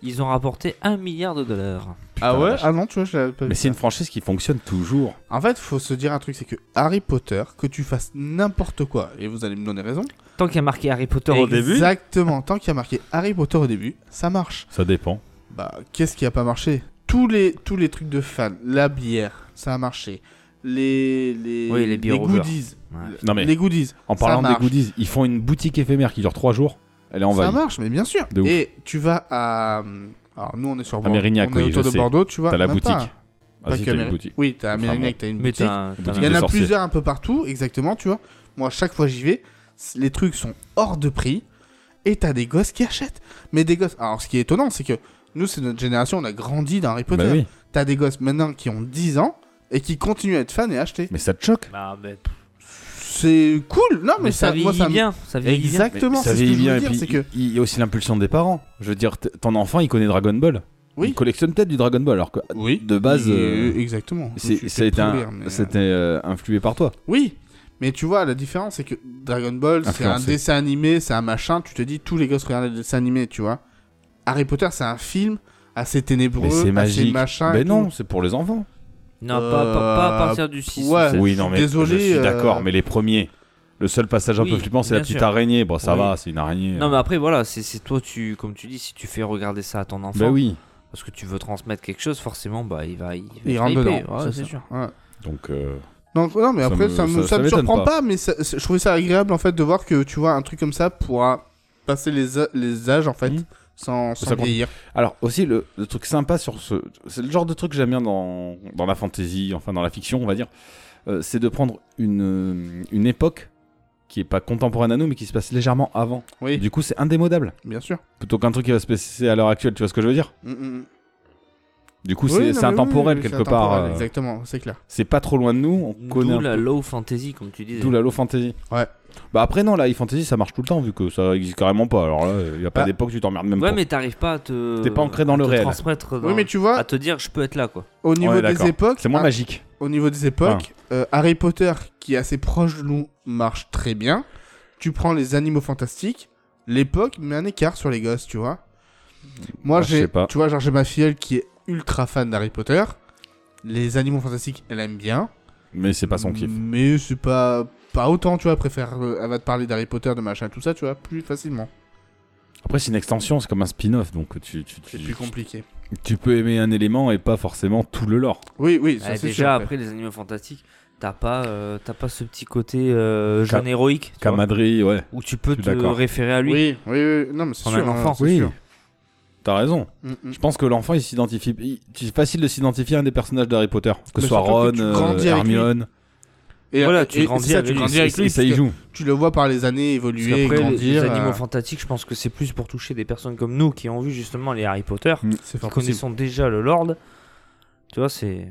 [SPEAKER 5] Ils ont rapporté 1 milliard de dollars.
[SPEAKER 3] Ah ouais
[SPEAKER 4] vache.
[SPEAKER 3] Ah non, tu vois, je l'avais pas vu
[SPEAKER 4] Mais c'est
[SPEAKER 3] ça.
[SPEAKER 4] une franchise qui fonctionne toujours.
[SPEAKER 3] En fait, faut se dire un truc, c'est que Harry Potter, que tu fasses n'importe quoi, et vous allez me donner raison.
[SPEAKER 5] Tant qu'il y a marqué Harry Potter au début,
[SPEAKER 3] Exactement, tant qu'il y a marqué Harry Potter au début, ça marche.
[SPEAKER 4] Ça dépend.
[SPEAKER 3] Bah, qu'est-ce qui a pas marché tous les, tous les trucs de fans, la bière, ça a marché. Les, les,
[SPEAKER 5] Oui, les bières au beurre.
[SPEAKER 3] goodies.
[SPEAKER 5] Ouais.
[SPEAKER 4] Non mais
[SPEAKER 3] Les goodies.
[SPEAKER 4] en parlant des
[SPEAKER 3] ça marche.
[SPEAKER 4] goodies, ils font une boutique éphémère qui dure 3 jours. Elle est en
[SPEAKER 3] Ça
[SPEAKER 4] vague.
[SPEAKER 3] marche, mais bien sûr.
[SPEAKER 4] De ouf.
[SPEAKER 3] Et tu vas à. euh, Alors, nous, on est sur Bordeaux.
[SPEAKER 4] Mérignac,
[SPEAKER 3] on est
[SPEAKER 4] oui,
[SPEAKER 3] autour
[SPEAKER 4] je
[SPEAKER 3] de
[SPEAKER 4] sais.
[SPEAKER 3] Bordeaux, tu vois.
[SPEAKER 4] T'as la
[SPEAKER 3] même
[SPEAKER 4] boutique.
[SPEAKER 3] pas. hein.
[SPEAKER 4] Ah
[SPEAKER 3] Pas
[SPEAKER 4] si,
[SPEAKER 3] qu'à
[SPEAKER 4] t'as une
[SPEAKER 3] Méri-
[SPEAKER 4] boutique. Ah,
[SPEAKER 3] Oui, t'as à
[SPEAKER 4] Enfin,
[SPEAKER 3] Mérignac, t'as une
[SPEAKER 5] mais
[SPEAKER 3] boutique.
[SPEAKER 5] t'as- t'as
[SPEAKER 4] boutique
[SPEAKER 5] un-
[SPEAKER 3] Il y en
[SPEAKER 4] des
[SPEAKER 3] a
[SPEAKER 4] sorciers.
[SPEAKER 3] plusieurs un peu partout, exactement, tu vois. Moi, à chaque fois j'y vais, c- les trucs sont hors de prix et t'as des gosses qui achètent. Mais des gosses. Alors, ce qui est étonnant, c'est que nous, c'est notre génération, on a grandi dans Harry Potter.
[SPEAKER 4] Bah oui,
[SPEAKER 3] T'as des gosses maintenant qui ont 10 ans et qui continuent à être fans et à acheter.
[SPEAKER 4] mais ça te choque.
[SPEAKER 5] Bah, mais,
[SPEAKER 3] C'est cool, non, mais,
[SPEAKER 5] mais
[SPEAKER 3] ça,
[SPEAKER 5] ça,
[SPEAKER 3] moi,
[SPEAKER 5] vieillit
[SPEAKER 3] ça me-
[SPEAKER 5] bien, ça vieillit bien.
[SPEAKER 3] Exactement,
[SPEAKER 4] ça
[SPEAKER 3] c'est ce que je
[SPEAKER 4] vieillit bien.
[SPEAKER 3] veux
[SPEAKER 4] Et
[SPEAKER 3] dire,
[SPEAKER 4] puis,
[SPEAKER 3] c'est que.
[SPEAKER 4] il il y a aussi l'impulsion des parents. Je veux dire, t- ton enfant, il connaît Dragon Ball.
[SPEAKER 3] Oui. Ah,
[SPEAKER 4] Il collectionne peut-être du Dragon Ball, alors que
[SPEAKER 3] Oui.
[SPEAKER 4] de base, euh,
[SPEAKER 3] exactement. Je me
[SPEAKER 4] c'est-
[SPEAKER 3] suis
[SPEAKER 4] ça a
[SPEAKER 3] fait
[SPEAKER 4] été un-
[SPEAKER 3] pourrir, mais, euh,
[SPEAKER 4] c'était euh, influé par toi.
[SPEAKER 3] Oui, mais tu vois, la différence, c'est que Dragon Ball, c'est un
[SPEAKER 4] Influencé.
[SPEAKER 3] dessin animé, c'est un machin, tu te dis, tous les gosses regardent les dessins animés, tu vois. Harry Potter, c'est un film assez ténébreux,
[SPEAKER 4] Mais c'est
[SPEAKER 3] assez
[SPEAKER 4] magique.
[SPEAKER 3] machin. et
[SPEAKER 4] mais non,
[SPEAKER 3] tout.
[SPEAKER 4] c'est pour les enfants.
[SPEAKER 5] Non, pas, pas- pas à partir du 6.
[SPEAKER 3] ouais.
[SPEAKER 5] ou
[SPEAKER 4] oui,
[SPEAKER 3] Ah, je
[SPEAKER 4] non,
[SPEAKER 3] suis
[SPEAKER 4] mais
[SPEAKER 3] désolé,
[SPEAKER 4] je suis
[SPEAKER 3] euh,
[SPEAKER 4] d'accord, mais les premiers. Le seul passage un
[SPEAKER 5] Oui,
[SPEAKER 4] peu flippant, c'est la
[SPEAKER 5] bien
[SPEAKER 4] petite
[SPEAKER 5] sûr.
[SPEAKER 4] araignée. Bon, ça
[SPEAKER 5] Oui.
[SPEAKER 4] va, c'est une araignée. euh.
[SPEAKER 5] 7. Non mais après voilà, c'est c'est toi tu comme tu dis si tu fais regarder ça à ton enfant
[SPEAKER 4] Bah oui.
[SPEAKER 5] parce que tu veux transmettre quelque chose forcément bah il va il, va
[SPEAKER 3] Il
[SPEAKER 5] être
[SPEAKER 3] rentre
[SPEAKER 5] hypé,
[SPEAKER 3] dedans,
[SPEAKER 5] ouais, c'est
[SPEAKER 3] ça.
[SPEAKER 5] sûr.
[SPEAKER 3] Ouais.
[SPEAKER 4] Donc, euh,
[SPEAKER 3] Donc, non, mais
[SPEAKER 4] Ça
[SPEAKER 3] après,
[SPEAKER 4] me-
[SPEAKER 3] ça me, ça,
[SPEAKER 4] ça- ça
[SPEAKER 3] me
[SPEAKER 4] m'étonne
[SPEAKER 3] surprend pas,
[SPEAKER 4] pas.
[SPEAKER 3] mais ça- c'est- je trouvais ça agréable, en fait, de voir que, tu vois, un truc comme ça pourra passer les, a- les âges, en fait,
[SPEAKER 4] Mhm.
[SPEAKER 3] sans, sans
[SPEAKER 4] Ça compte.
[SPEAKER 3] vieillir.
[SPEAKER 4] Alors aussi le, le truc sympa sur ce, c'est le genre de truc que j'aime bien dans, dans la fantasy, enfin dans la fiction on va dire, euh, c'est de prendre une, euh, une époque qui est pas contemporaine à nous mais qui se passe légèrement avant.
[SPEAKER 3] Oui.
[SPEAKER 4] Du coup c'est indémodable.
[SPEAKER 3] Bien sûr.
[SPEAKER 4] Plutôt qu'un truc qui va se passer à l'heure actuelle, tu vois ce que je veux dire
[SPEAKER 3] Mm, mm, mm.
[SPEAKER 4] Du coup
[SPEAKER 3] Oui, non,
[SPEAKER 4] c'est
[SPEAKER 3] mais
[SPEAKER 4] c'est
[SPEAKER 3] oui,
[SPEAKER 4] intemporel
[SPEAKER 3] oui, c'est
[SPEAKER 4] quelque part.
[SPEAKER 3] intemporel,
[SPEAKER 4] euh,
[SPEAKER 3] Exactement, c'est clair.
[SPEAKER 4] c'est pas trop loin de nous, on connaît
[SPEAKER 5] D'où
[SPEAKER 4] un
[SPEAKER 5] la
[SPEAKER 4] peu-
[SPEAKER 5] low fantasy comme tu disais.
[SPEAKER 4] d'où la low fantasy.
[SPEAKER 3] Ouais.
[SPEAKER 4] Bah après non la high fantasy ça marche tout le temps vu que ça existe carrément pas. Alors là il y a pas
[SPEAKER 3] Ah.
[SPEAKER 4] d'époque tu t'emmerdes même
[SPEAKER 5] Ouais
[SPEAKER 4] pas.
[SPEAKER 5] mais t'arrives pas à te
[SPEAKER 4] T'es pas ancré dans
[SPEAKER 5] à
[SPEAKER 4] le
[SPEAKER 5] te
[SPEAKER 4] réel.
[SPEAKER 5] transmettre dans-
[SPEAKER 3] Oui, mais tu vois,
[SPEAKER 5] à te dire je peux être là quoi.
[SPEAKER 3] au niveau
[SPEAKER 4] Ouais,
[SPEAKER 3] des
[SPEAKER 4] d'accord.
[SPEAKER 3] époques,
[SPEAKER 4] C'est moins
[SPEAKER 3] un-
[SPEAKER 4] magique.
[SPEAKER 3] Au niveau des époques,
[SPEAKER 4] Ah.
[SPEAKER 3] euh, Harry Potter, qui est assez proche de nous, marche très bien. Tu prends les animaux fantastiques, l'époque met un écart sur les gosses, tu vois. Moi,
[SPEAKER 4] Ah, je
[SPEAKER 3] j'ai,
[SPEAKER 4] sais pas.
[SPEAKER 3] tu vois, genre j'ai ma filleule qui est ultra fan d'Harry Potter. Les animaux fantastiques, elle aime bien.
[SPEAKER 4] Mais c'est pas son kiff.
[SPEAKER 3] Mais c'est pas pas autant, tu vois. Elle préfère, euh, elle va te parler d'Harry Potter, de machin, tout ça, tu vois, plus facilement.
[SPEAKER 4] Après, c'est une extension, c'est comme un spin-off, donc tu, tu,
[SPEAKER 3] C'est
[SPEAKER 4] tu,
[SPEAKER 3] plus compliqué.
[SPEAKER 4] tu peux aimer un élément et pas forcément tout le lore.
[SPEAKER 3] Oui, oui, ça
[SPEAKER 5] Ouais,
[SPEAKER 3] c'est
[SPEAKER 5] Eh, déjà
[SPEAKER 3] sûr.
[SPEAKER 5] après les animaux fantastiques, t'as pas euh, t'as pas ce petit côté euh, jeune
[SPEAKER 4] Ca-
[SPEAKER 5] héroïque tu vois,
[SPEAKER 4] Camadri, ouais.
[SPEAKER 5] où tu peux
[SPEAKER 4] Je suis
[SPEAKER 5] te
[SPEAKER 4] d'accord.
[SPEAKER 5] référer à lui.
[SPEAKER 3] Oui, oui, oui, non, mais c'est
[SPEAKER 5] Prendre
[SPEAKER 3] sûr.
[SPEAKER 5] un
[SPEAKER 3] hein,
[SPEAKER 5] enfant.
[SPEAKER 3] c'est sûr.
[SPEAKER 4] T'as raison.
[SPEAKER 3] Mm, mm.
[SPEAKER 4] Je pense que l'enfant, il s'identifie. il- C'est facile de s'identifier à un des personnages d'Harry Potter. Que
[SPEAKER 3] Mais
[SPEAKER 4] ce soit
[SPEAKER 3] surtout que
[SPEAKER 4] Ron,
[SPEAKER 3] tu
[SPEAKER 4] euh,
[SPEAKER 3] grandis avec lui.
[SPEAKER 4] Hermione.
[SPEAKER 3] Et,
[SPEAKER 5] Voilà, tu grandis
[SPEAKER 3] c'est ça,
[SPEAKER 5] avec
[SPEAKER 3] tu
[SPEAKER 5] lui,
[SPEAKER 3] grandis
[SPEAKER 5] c'est-
[SPEAKER 3] avec
[SPEAKER 4] Et
[SPEAKER 3] lui.
[SPEAKER 4] ça
[SPEAKER 3] parce
[SPEAKER 4] y
[SPEAKER 3] que-
[SPEAKER 4] joue.
[SPEAKER 3] tu le vois par les années
[SPEAKER 5] Parce
[SPEAKER 3] évoluer,
[SPEAKER 5] qu'après, les-
[SPEAKER 3] grandir.
[SPEAKER 5] les animaux
[SPEAKER 3] euh,
[SPEAKER 5] fantastiques, je pense que c'est plus pour toucher des personnes comme nous qui ont vu justement les Harry Potter,
[SPEAKER 3] c'est
[SPEAKER 5] qui
[SPEAKER 3] fort possible.
[SPEAKER 5] connaissons déjà le Lord. Tu vois, c'est.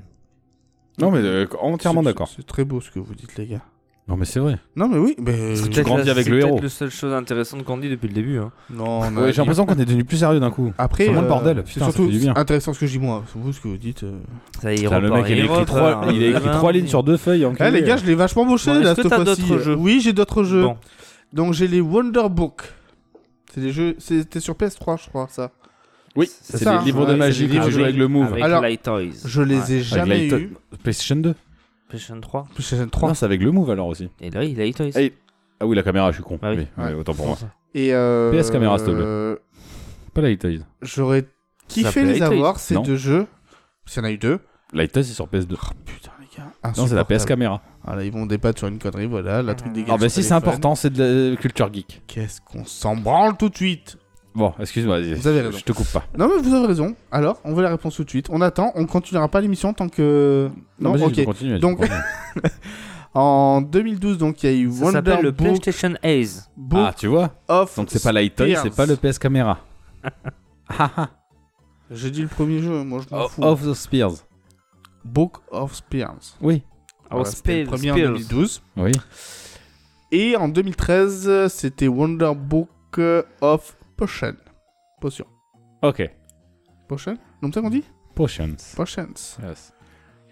[SPEAKER 4] Non, mais euh, entièrement
[SPEAKER 3] C'est-
[SPEAKER 4] d'accord.
[SPEAKER 3] C'est c'est très beau ce que vous dites, les gars.
[SPEAKER 4] Non, mais c'est vrai.
[SPEAKER 3] Non, mais oui, mais. euh,
[SPEAKER 5] c'est
[SPEAKER 4] tu
[SPEAKER 5] peut-être
[SPEAKER 4] grandis
[SPEAKER 5] la-
[SPEAKER 4] avec
[SPEAKER 5] c'est
[SPEAKER 4] le
[SPEAKER 5] peut-être
[SPEAKER 4] héros.
[SPEAKER 5] la seule chose intéressante qu'on dit depuis le début. hein.
[SPEAKER 3] Non, on a
[SPEAKER 4] Ouais,
[SPEAKER 3] dit-
[SPEAKER 4] J'ai l'impression qu'on est devenu plus sérieux d'un coup.
[SPEAKER 3] Après,
[SPEAKER 4] C'est moins le
[SPEAKER 3] euh,
[SPEAKER 4] bordel.
[SPEAKER 3] c'est
[SPEAKER 4] Putain, ça
[SPEAKER 3] surtout
[SPEAKER 4] fait du bien.
[SPEAKER 3] intéressant ce que je dis moi. C'est Vous, ce que vous dites. euh.
[SPEAKER 5] Ça, il euh,
[SPEAKER 4] Putain, le mec, il a écrit trois, Ah, il a écrit trois lignes sur deux feuilles.
[SPEAKER 3] Eh,
[SPEAKER 4] enculé.
[SPEAKER 3] les gars, je l'ai vachement moché
[SPEAKER 5] Bon, est-ce
[SPEAKER 3] là
[SPEAKER 5] que
[SPEAKER 3] cette
[SPEAKER 5] t'as
[SPEAKER 3] fois-ci. euh,
[SPEAKER 5] d'autres jeux
[SPEAKER 3] Oui, j'ai d'autres jeux.
[SPEAKER 5] Bon,
[SPEAKER 3] Donc j'ai les Wonder Book. C'est des jeux. C'était sur PS3, je crois, ça.
[SPEAKER 4] Oui,
[SPEAKER 5] c'est
[SPEAKER 4] c'est
[SPEAKER 3] ça,
[SPEAKER 4] les livres
[SPEAKER 3] hein,
[SPEAKER 4] de
[SPEAKER 3] c'est
[SPEAKER 4] magie
[SPEAKER 3] des
[SPEAKER 4] que
[SPEAKER 3] livres
[SPEAKER 4] tu
[SPEAKER 3] de-
[SPEAKER 4] joues avec le move.
[SPEAKER 5] avec
[SPEAKER 3] Alors,
[SPEAKER 5] Light Toys.
[SPEAKER 3] Je les ai jamais
[SPEAKER 4] Avec la-
[SPEAKER 3] eus.
[SPEAKER 4] PlayStation 2
[SPEAKER 5] PlayStation 3.
[SPEAKER 3] PlayStation 3.
[SPEAKER 4] Non, c'est avec le move alors aussi.
[SPEAKER 5] Et là, il a Light Toys.
[SPEAKER 4] Eh, Ah oui, la caméra, je suis con.
[SPEAKER 5] Bah oui.
[SPEAKER 4] Oui,
[SPEAKER 3] Ouais.
[SPEAKER 4] oui, autant pour moi.
[SPEAKER 3] Et euh,
[SPEAKER 4] PS caméra, s'il te plaît.
[SPEAKER 3] euh,
[SPEAKER 4] Pas la Light Eyes.
[SPEAKER 3] J'aurais kiffé
[SPEAKER 5] s'appelle
[SPEAKER 3] les
[SPEAKER 5] Light Toys.
[SPEAKER 3] avoir ces
[SPEAKER 4] Non.
[SPEAKER 3] deux jeux. S'il y en a eu deux.
[SPEAKER 4] Light Eyes, c'est sur PS2.
[SPEAKER 3] Putain, les gars.
[SPEAKER 4] Non, c'est la PS
[SPEAKER 3] insupportable.
[SPEAKER 4] caméra.
[SPEAKER 3] Ah là, ils vont débattre sur une connerie, voilà, la truc des gars
[SPEAKER 4] Ah bah
[SPEAKER 3] sur
[SPEAKER 4] si, c'est
[SPEAKER 3] téléphone.
[SPEAKER 4] important, c'est de la culture geek.
[SPEAKER 3] Qu'est-ce qu'on s'en branle tout de suite
[SPEAKER 4] Bon, excuse-moi, vas-y,
[SPEAKER 3] Vous avez raison.
[SPEAKER 4] je te coupe pas.
[SPEAKER 3] Non mais vous avez raison. Alors, on veut la réponse tout de suite. On attend, on continuera pas l'émission tant que non,
[SPEAKER 4] vas-y,
[SPEAKER 3] OK.
[SPEAKER 4] je continue. je
[SPEAKER 3] Donc-
[SPEAKER 4] continue.
[SPEAKER 3] En 2020 donc il y a eu
[SPEAKER 5] Ça s'appelle
[SPEAKER 3] Wonder
[SPEAKER 5] le
[SPEAKER 3] Book,
[SPEAKER 5] PlayStation Ace.
[SPEAKER 3] Book
[SPEAKER 4] ah, tu vois
[SPEAKER 3] of
[SPEAKER 4] Donc c'est pas Light Eyes, c'est
[SPEAKER 3] Spears.
[SPEAKER 4] pas le PS caméra. Ah, ah.
[SPEAKER 3] J'ai dit le premier jeu, moi je m'en
[SPEAKER 4] O-
[SPEAKER 3] fous.
[SPEAKER 4] Oh, Of the Spears.
[SPEAKER 3] Book of Spears.
[SPEAKER 4] Oui.
[SPEAKER 5] Oh,
[SPEAKER 3] Voilà, c'était le
[SPEAKER 5] Spears,
[SPEAKER 3] premier en
[SPEAKER 5] Spears.
[SPEAKER 3] 2012
[SPEAKER 4] Oui.
[SPEAKER 3] et en 2013, c'était Wonder Book of Potion. Potion.
[SPEAKER 4] Ok.
[SPEAKER 3] Potion Comme ça qu'on dit
[SPEAKER 4] Potions.
[SPEAKER 3] Potions.
[SPEAKER 4] Yes.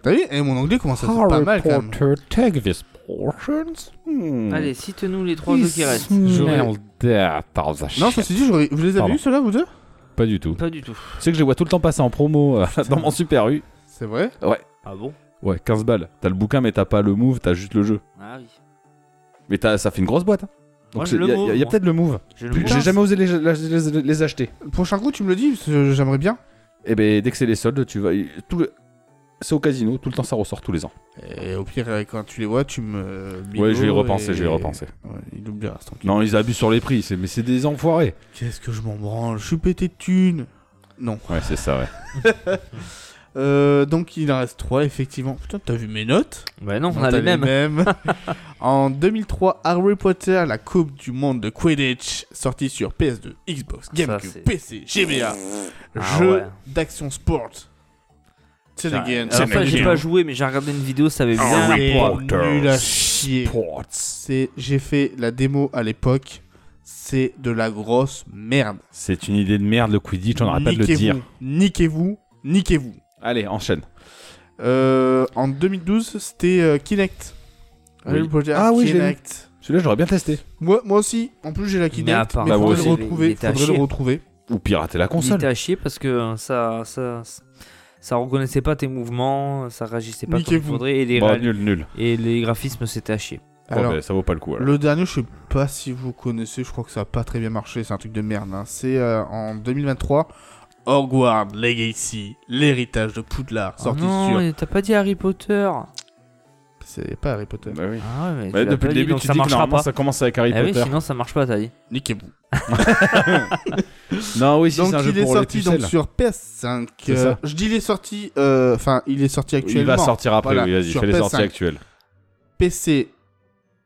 [SPEAKER 3] T'as vu Et mon anglais commence à être pas mal quand même.
[SPEAKER 7] take these portions. Hmm.
[SPEAKER 5] Allez, cite-nous les trois jeux qui restent.
[SPEAKER 7] Smell that, par the
[SPEAKER 3] Non,
[SPEAKER 7] shit.
[SPEAKER 3] ceci dit, j'aurais- vous les avez
[SPEAKER 4] Pardon.
[SPEAKER 3] vus ceux-là, vous deux
[SPEAKER 4] Pas du tout.
[SPEAKER 5] Pas du tout.
[SPEAKER 4] Tu sais que je les vois tout le temps passer en promo euh, dans mon Super U.
[SPEAKER 3] C'est vrai
[SPEAKER 5] Ah bon
[SPEAKER 4] Ouais, 15 balles. T'as le bouquin, mais t'as pas le move, t'as juste le jeu.
[SPEAKER 5] Ah oui.
[SPEAKER 4] Mais t'as- ça fait une grosse boîte. hein.
[SPEAKER 5] Moi,
[SPEAKER 4] Donc
[SPEAKER 5] j'ai
[SPEAKER 4] il
[SPEAKER 5] le
[SPEAKER 4] y a,
[SPEAKER 5] move,
[SPEAKER 4] y a- y a
[SPEAKER 5] moi.
[SPEAKER 4] peut-être le move.
[SPEAKER 5] J'ai le
[SPEAKER 4] J'ai
[SPEAKER 5] mot.
[SPEAKER 4] jamais osé les, les- les- les acheter.
[SPEAKER 3] Prochain coup, tu me le dis, parce que j'aimerais bien.
[SPEAKER 4] Et ben dès que c'est les soldes, tu vas. Tout le- C'est au casino, tout le temps ça ressort tous les ans.
[SPEAKER 3] Et au pire, euh, quand tu les vois, tu me.
[SPEAKER 4] ouais, je vais y
[SPEAKER 3] bigo
[SPEAKER 4] repenser,
[SPEAKER 3] et-
[SPEAKER 4] je vais y repenser.
[SPEAKER 3] Ouais, il oubliera, c'est tranquille.
[SPEAKER 4] Non, ils abusent sur les prix, c'est- mais c'est des enfoirés.
[SPEAKER 3] Qu'est-ce que je m'en branle Je suis pété de thunes. Non.
[SPEAKER 4] Ouais, c'est ça, ouais.
[SPEAKER 3] Euh, donc il en reste 3 effectivement. Putain, t'as vu mes notes
[SPEAKER 5] Bah non, on
[SPEAKER 3] Non,
[SPEAKER 5] a
[SPEAKER 3] t'as
[SPEAKER 5] les mêmes.
[SPEAKER 3] mêmes. en 2003, Harry Potter, la Coupe du Monde de Quidditch, sortie sur PS2, Xbox,
[SPEAKER 5] c'est-
[SPEAKER 3] GameCube, PC, GBA,
[SPEAKER 5] Ah
[SPEAKER 3] jeu
[SPEAKER 5] ouais.
[SPEAKER 3] d'action sport. C'est
[SPEAKER 5] Enfin,
[SPEAKER 3] again.
[SPEAKER 5] alors ça, j'ai pas joué, mais j'ai regardé une vidéo, ça avait
[SPEAKER 4] Ah
[SPEAKER 5] bien.
[SPEAKER 3] C'est
[SPEAKER 7] Potter.
[SPEAKER 3] nul à chier. C'est- J'ai fait la démo à l'époque. C'est de la grosse merde.
[SPEAKER 4] C'est une idée de merde le Quidditch, on arrête pas de le
[SPEAKER 3] Niquez-vous,
[SPEAKER 4] dire.
[SPEAKER 3] Niquez-vous, niquez-vous.
[SPEAKER 4] Allez, enchaîne.
[SPEAKER 3] Euh, en 2012, c'était euh, Kinect.
[SPEAKER 4] Oui.
[SPEAKER 3] Harry Potter,
[SPEAKER 4] Ah oui, je l'ai vu.
[SPEAKER 3] Kinect.
[SPEAKER 4] Celui-là, j'aurais bien testé.
[SPEAKER 3] Moi, moi aussi. En plus, j'ai la Kinect.
[SPEAKER 5] Mais à part-
[SPEAKER 3] mais
[SPEAKER 4] Bah, moi
[SPEAKER 3] faudrait,
[SPEAKER 4] aussi.
[SPEAKER 3] le
[SPEAKER 5] Il
[SPEAKER 3] retrouver,
[SPEAKER 5] était à
[SPEAKER 3] faudrait le
[SPEAKER 5] chier.
[SPEAKER 3] retrouver.
[SPEAKER 4] Ou pirater la
[SPEAKER 5] Il
[SPEAKER 4] console.
[SPEAKER 5] était à chier parce que euh, ça, ça, ça reconnaissait pas tes mouvements, ça réagissait pas comme il
[SPEAKER 3] Niquez-vous.
[SPEAKER 5] faudrait et les,
[SPEAKER 4] Bon,
[SPEAKER 5] réal-
[SPEAKER 4] nul, nul.
[SPEAKER 5] et les graphismes c'était à chier.
[SPEAKER 4] Bon,
[SPEAKER 3] Alors,
[SPEAKER 4] ben, ça vaut pas le coup. alors.
[SPEAKER 3] le dernier, je sais pas si vous connaissez. Je crois que ça a pas très bien marché. C'est un truc de merde. hein. C'est euh, en 2023. Hogwarts Legacy, l'héritage de Poudlard,
[SPEAKER 4] Ah
[SPEAKER 5] Oh
[SPEAKER 3] sorti
[SPEAKER 5] non,
[SPEAKER 3] sur.
[SPEAKER 5] et t'as pas dit Harry Potter.
[SPEAKER 3] C'est pas Harry Potter.
[SPEAKER 4] Bah oui.
[SPEAKER 5] Ah ouais, mais tu
[SPEAKER 4] Bah,
[SPEAKER 5] l'as
[SPEAKER 4] depuis
[SPEAKER 5] pas
[SPEAKER 4] le
[SPEAKER 5] dit,
[SPEAKER 4] début,
[SPEAKER 5] donc
[SPEAKER 4] tu
[SPEAKER 5] ça
[SPEAKER 4] dis que
[SPEAKER 5] marchera
[SPEAKER 4] normalement,
[SPEAKER 5] pas.
[SPEAKER 4] ça commence avec Harry
[SPEAKER 5] Eh oui,
[SPEAKER 4] Potter.
[SPEAKER 5] sinon ça marche pas, t'as dit.
[SPEAKER 3] Niquez-vous.
[SPEAKER 4] Non, oui, si,
[SPEAKER 3] donc
[SPEAKER 4] c'est un jeu
[SPEAKER 3] il est
[SPEAKER 4] pour les
[SPEAKER 3] sorti donc,
[SPEAKER 4] pucelles.
[SPEAKER 3] sur PS5.
[SPEAKER 4] C'est
[SPEAKER 3] euh,
[SPEAKER 4] ça.
[SPEAKER 3] je dis il est sorti. euh, Enfin, il est sorti
[SPEAKER 4] Il
[SPEAKER 3] actuellement.
[SPEAKER 4] va sortir après,
[SPEAKER 3] Voilà,
[SPEAKER 4] oui, vas-y,
[SPEAKER 3] sur
[SPEAKER 4] fais les
[SPEAKER 3] PS5.
[SPEAKER 4] sorties actuelles.
[SPEAKER 3] PC,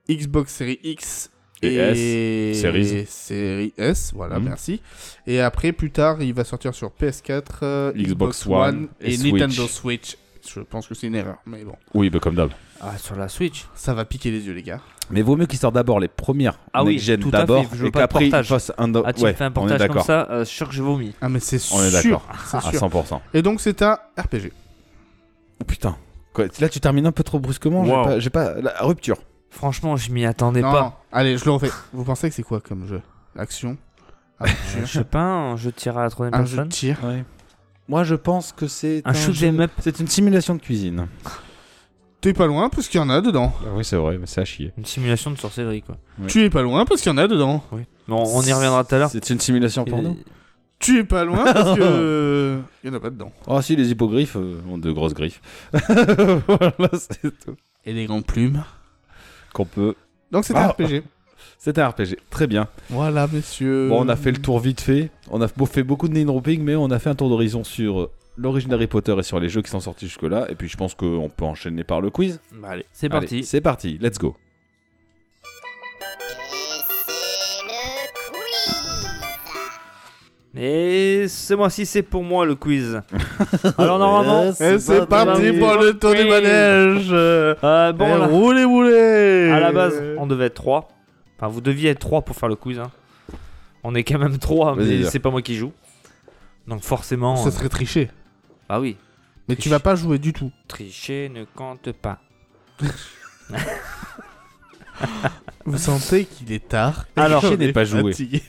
[SPEAKER 3] Xbox Series X
[SPEAKER 4] Et S, Series.
[SPEAKER 3] Series S, voilà,
[SPEAKER 4] Mhm.
[SPEAKER 3] merci. Et après, plus tard, il va sortir sur PS4, euh,
[SPEAKER 4] Xbox One
[SPEAKER 3] et,
[SPEAKER 4] et Switch.
[SPEAKER 3] Nintendo Switch. Je pense que c'est une erreur, mais bon,
[SPEAKER 4] Oui, bah, comme d'hab.
[SPEAKER 5] Ah, sur la Switch.
[SPEAKER 3] ça va piquer les yeux, les gars.
[SPEAKER 4] Mais vaut mieux qu'ils sortent d'abord les premières
[SPEAKER 5] Ah oui,
[SPEAKER 4] next-gen
[SPEAKER 5] tout à
[SPEAKER 4] d'abord
[SPEAKER 5] fait, je veux
[SPEAKER 4] et
[SPEAKER 5] pas de
[SPEAKER 4] qu'après ils
[SPEAKER 5] portage.
[SPEAKER 4] fassent un do-
[SPEAKER 5] Ah, tu
[SPEAKER 4] Oh, ouais,
[SPEAKER 5] me fais un
[SPEAKER 4] on est
[SPEAKER 5] portage comme
[SPEAKER 4] d'accord.
[SPEAKER 5] ça, euh, je suis sûr que je vomis.
[SPEAKER 3] Ah, mais c'est
[SPEAKER 4] On est
[SPEAKER 3] sûr,
[SPEAKER 4] d'accord.
[SPEAKER 3] c'est
[SPEAKER 4] À
[SPEAKER 3] sûr.
[SPEAKER 4] 100%.
[SPEAKER 3] Et donc, c'est un RPG.
[SPEAKER 4] Oh, putain. Quoi, là, tu termines un peu trop brusquement. j'ai
[SPEAKER 5] Wow.
[SPEAKER 4] pas- J'ai pas, la rupture.
[SPEAKER 5] Franchement, je m'y attendais
[SPEAKER 3] non,
[SPEAKER 5] pas.
[SPEAKER 3] allez, je le refais. Vous pensez que c'est quoi comme jeu Ah, Action
[SPEAKER 5] Euh, Je sais pas, un jeu de tir à la troisième
[SPEAKER 3] Un jeu de
[SPEAKER 5] personne.
[SPEAKER 3] tir
[SPEAKER 4] Moi, je pense que c'est
[SPEAKER 5] Un shoot them up.
[SPEAKER 4] C'est une simulation de cuisine.
[SPEAKER 3] T'es pas loin parce qu'il y en a dedans.
[SPEAKER 4] Ah oui, c'est vrai, mais c'est à chier.
[SPEAKER 5] Une simulation de sorcellerie quoi.
[SPEAKER 4] Oui.
[SPEAKER 3] Tu es pas loin parce qu'il y en a dedans.
[SPEAKER 5] Bon, on y reviendra tout à l'heure.
[SPEAKER 4] C'est une simulation pour nous.
[SPEAKER 5] Et-
[SPEAKER 3] Tu es pas loin parce que. euh, Il y en a pas dedans.
[SPEAKER 4] Oh, si, les hippogriffes euh, ont de grosses griffes. voilà, c'est tout.
[SPEAKER 3] Et les grandes plumes.
[SPEAKER 4] Qu'on peut.
[SPEAKER 3] Donc c'est un
[SPEAKER 4] Ah.
[SPEAKER 3] RPG.
[SPEAKER 4] C'était un RPG. Très bien.
[SPEAKER 3] Voilà, messieurs.
[SPEAKER 4] Bon, on a fait le tour vite fait. On a fait beaucoup de name dropping, mais on a fait un tour d'horizon sur euh, l'origine d'Harry Potter et sur les jeux qui sont sortis jusque-là. Et puis, je pense qu'on peut enchaîner par le quiz.
[SPEAKER 5] Bah, allez, c'est
[SPEAKER 4] Allez,
[SPEAKER 5] parti.
[SPEAKER 4] C'est parti, let's go.
[SPEAKER 5] Et ce mois-ci, c'est pour moi le quiz. Alors
[SPEAKER 3] Oh
[SPEAKER 4] Eh,
[SPEAKER 5] normalement,
[SPEAKER 3] Et Eh, c'est parti
[SPEAKER 5] terminé.
[SPEAKER 3] pour le tour du
[SPEAKER 5] Oui.
[SPEAKER 3] manège.
[SPEAKER 5] euh, bon,
[SPEAKER 3] Eh, Bon,
[SPEAKER 5] là,
[SPEAKER 3] roulez, roulez.
[SPEAKER 5] à la base, on devait être 3. Enfin, vous deviez être 3 pour faire le quiz. hein. On est quand même 3,
[SPEAKER 4] Vas-y,
[SPEAKER 5] mais
[SPEAKER 4] dis.
[SPEAKER 5] c'est pas moi qui joue. Donc forcément...
[SPEAKER 3] Ça
[SPEAKER 5] euh,
[SPEAKER 3] serait triché.
[SPEAKER 5] Bah oui,
[SPEAKER 3] Mais tu vas pas jouer du tout.
[SPEAKER 5] tricher ne compte pas.
[SPEAKER 3] Vous sentez qu'il est tard.
[SPEAKER 5] Alors,
[SPEAKER 3] On
[SPEAKER 4] je n'ai
[SPEAKER 3] est
[SPEAKER 4] pas joué.
[SPEAKER 3] Ah. fatigué.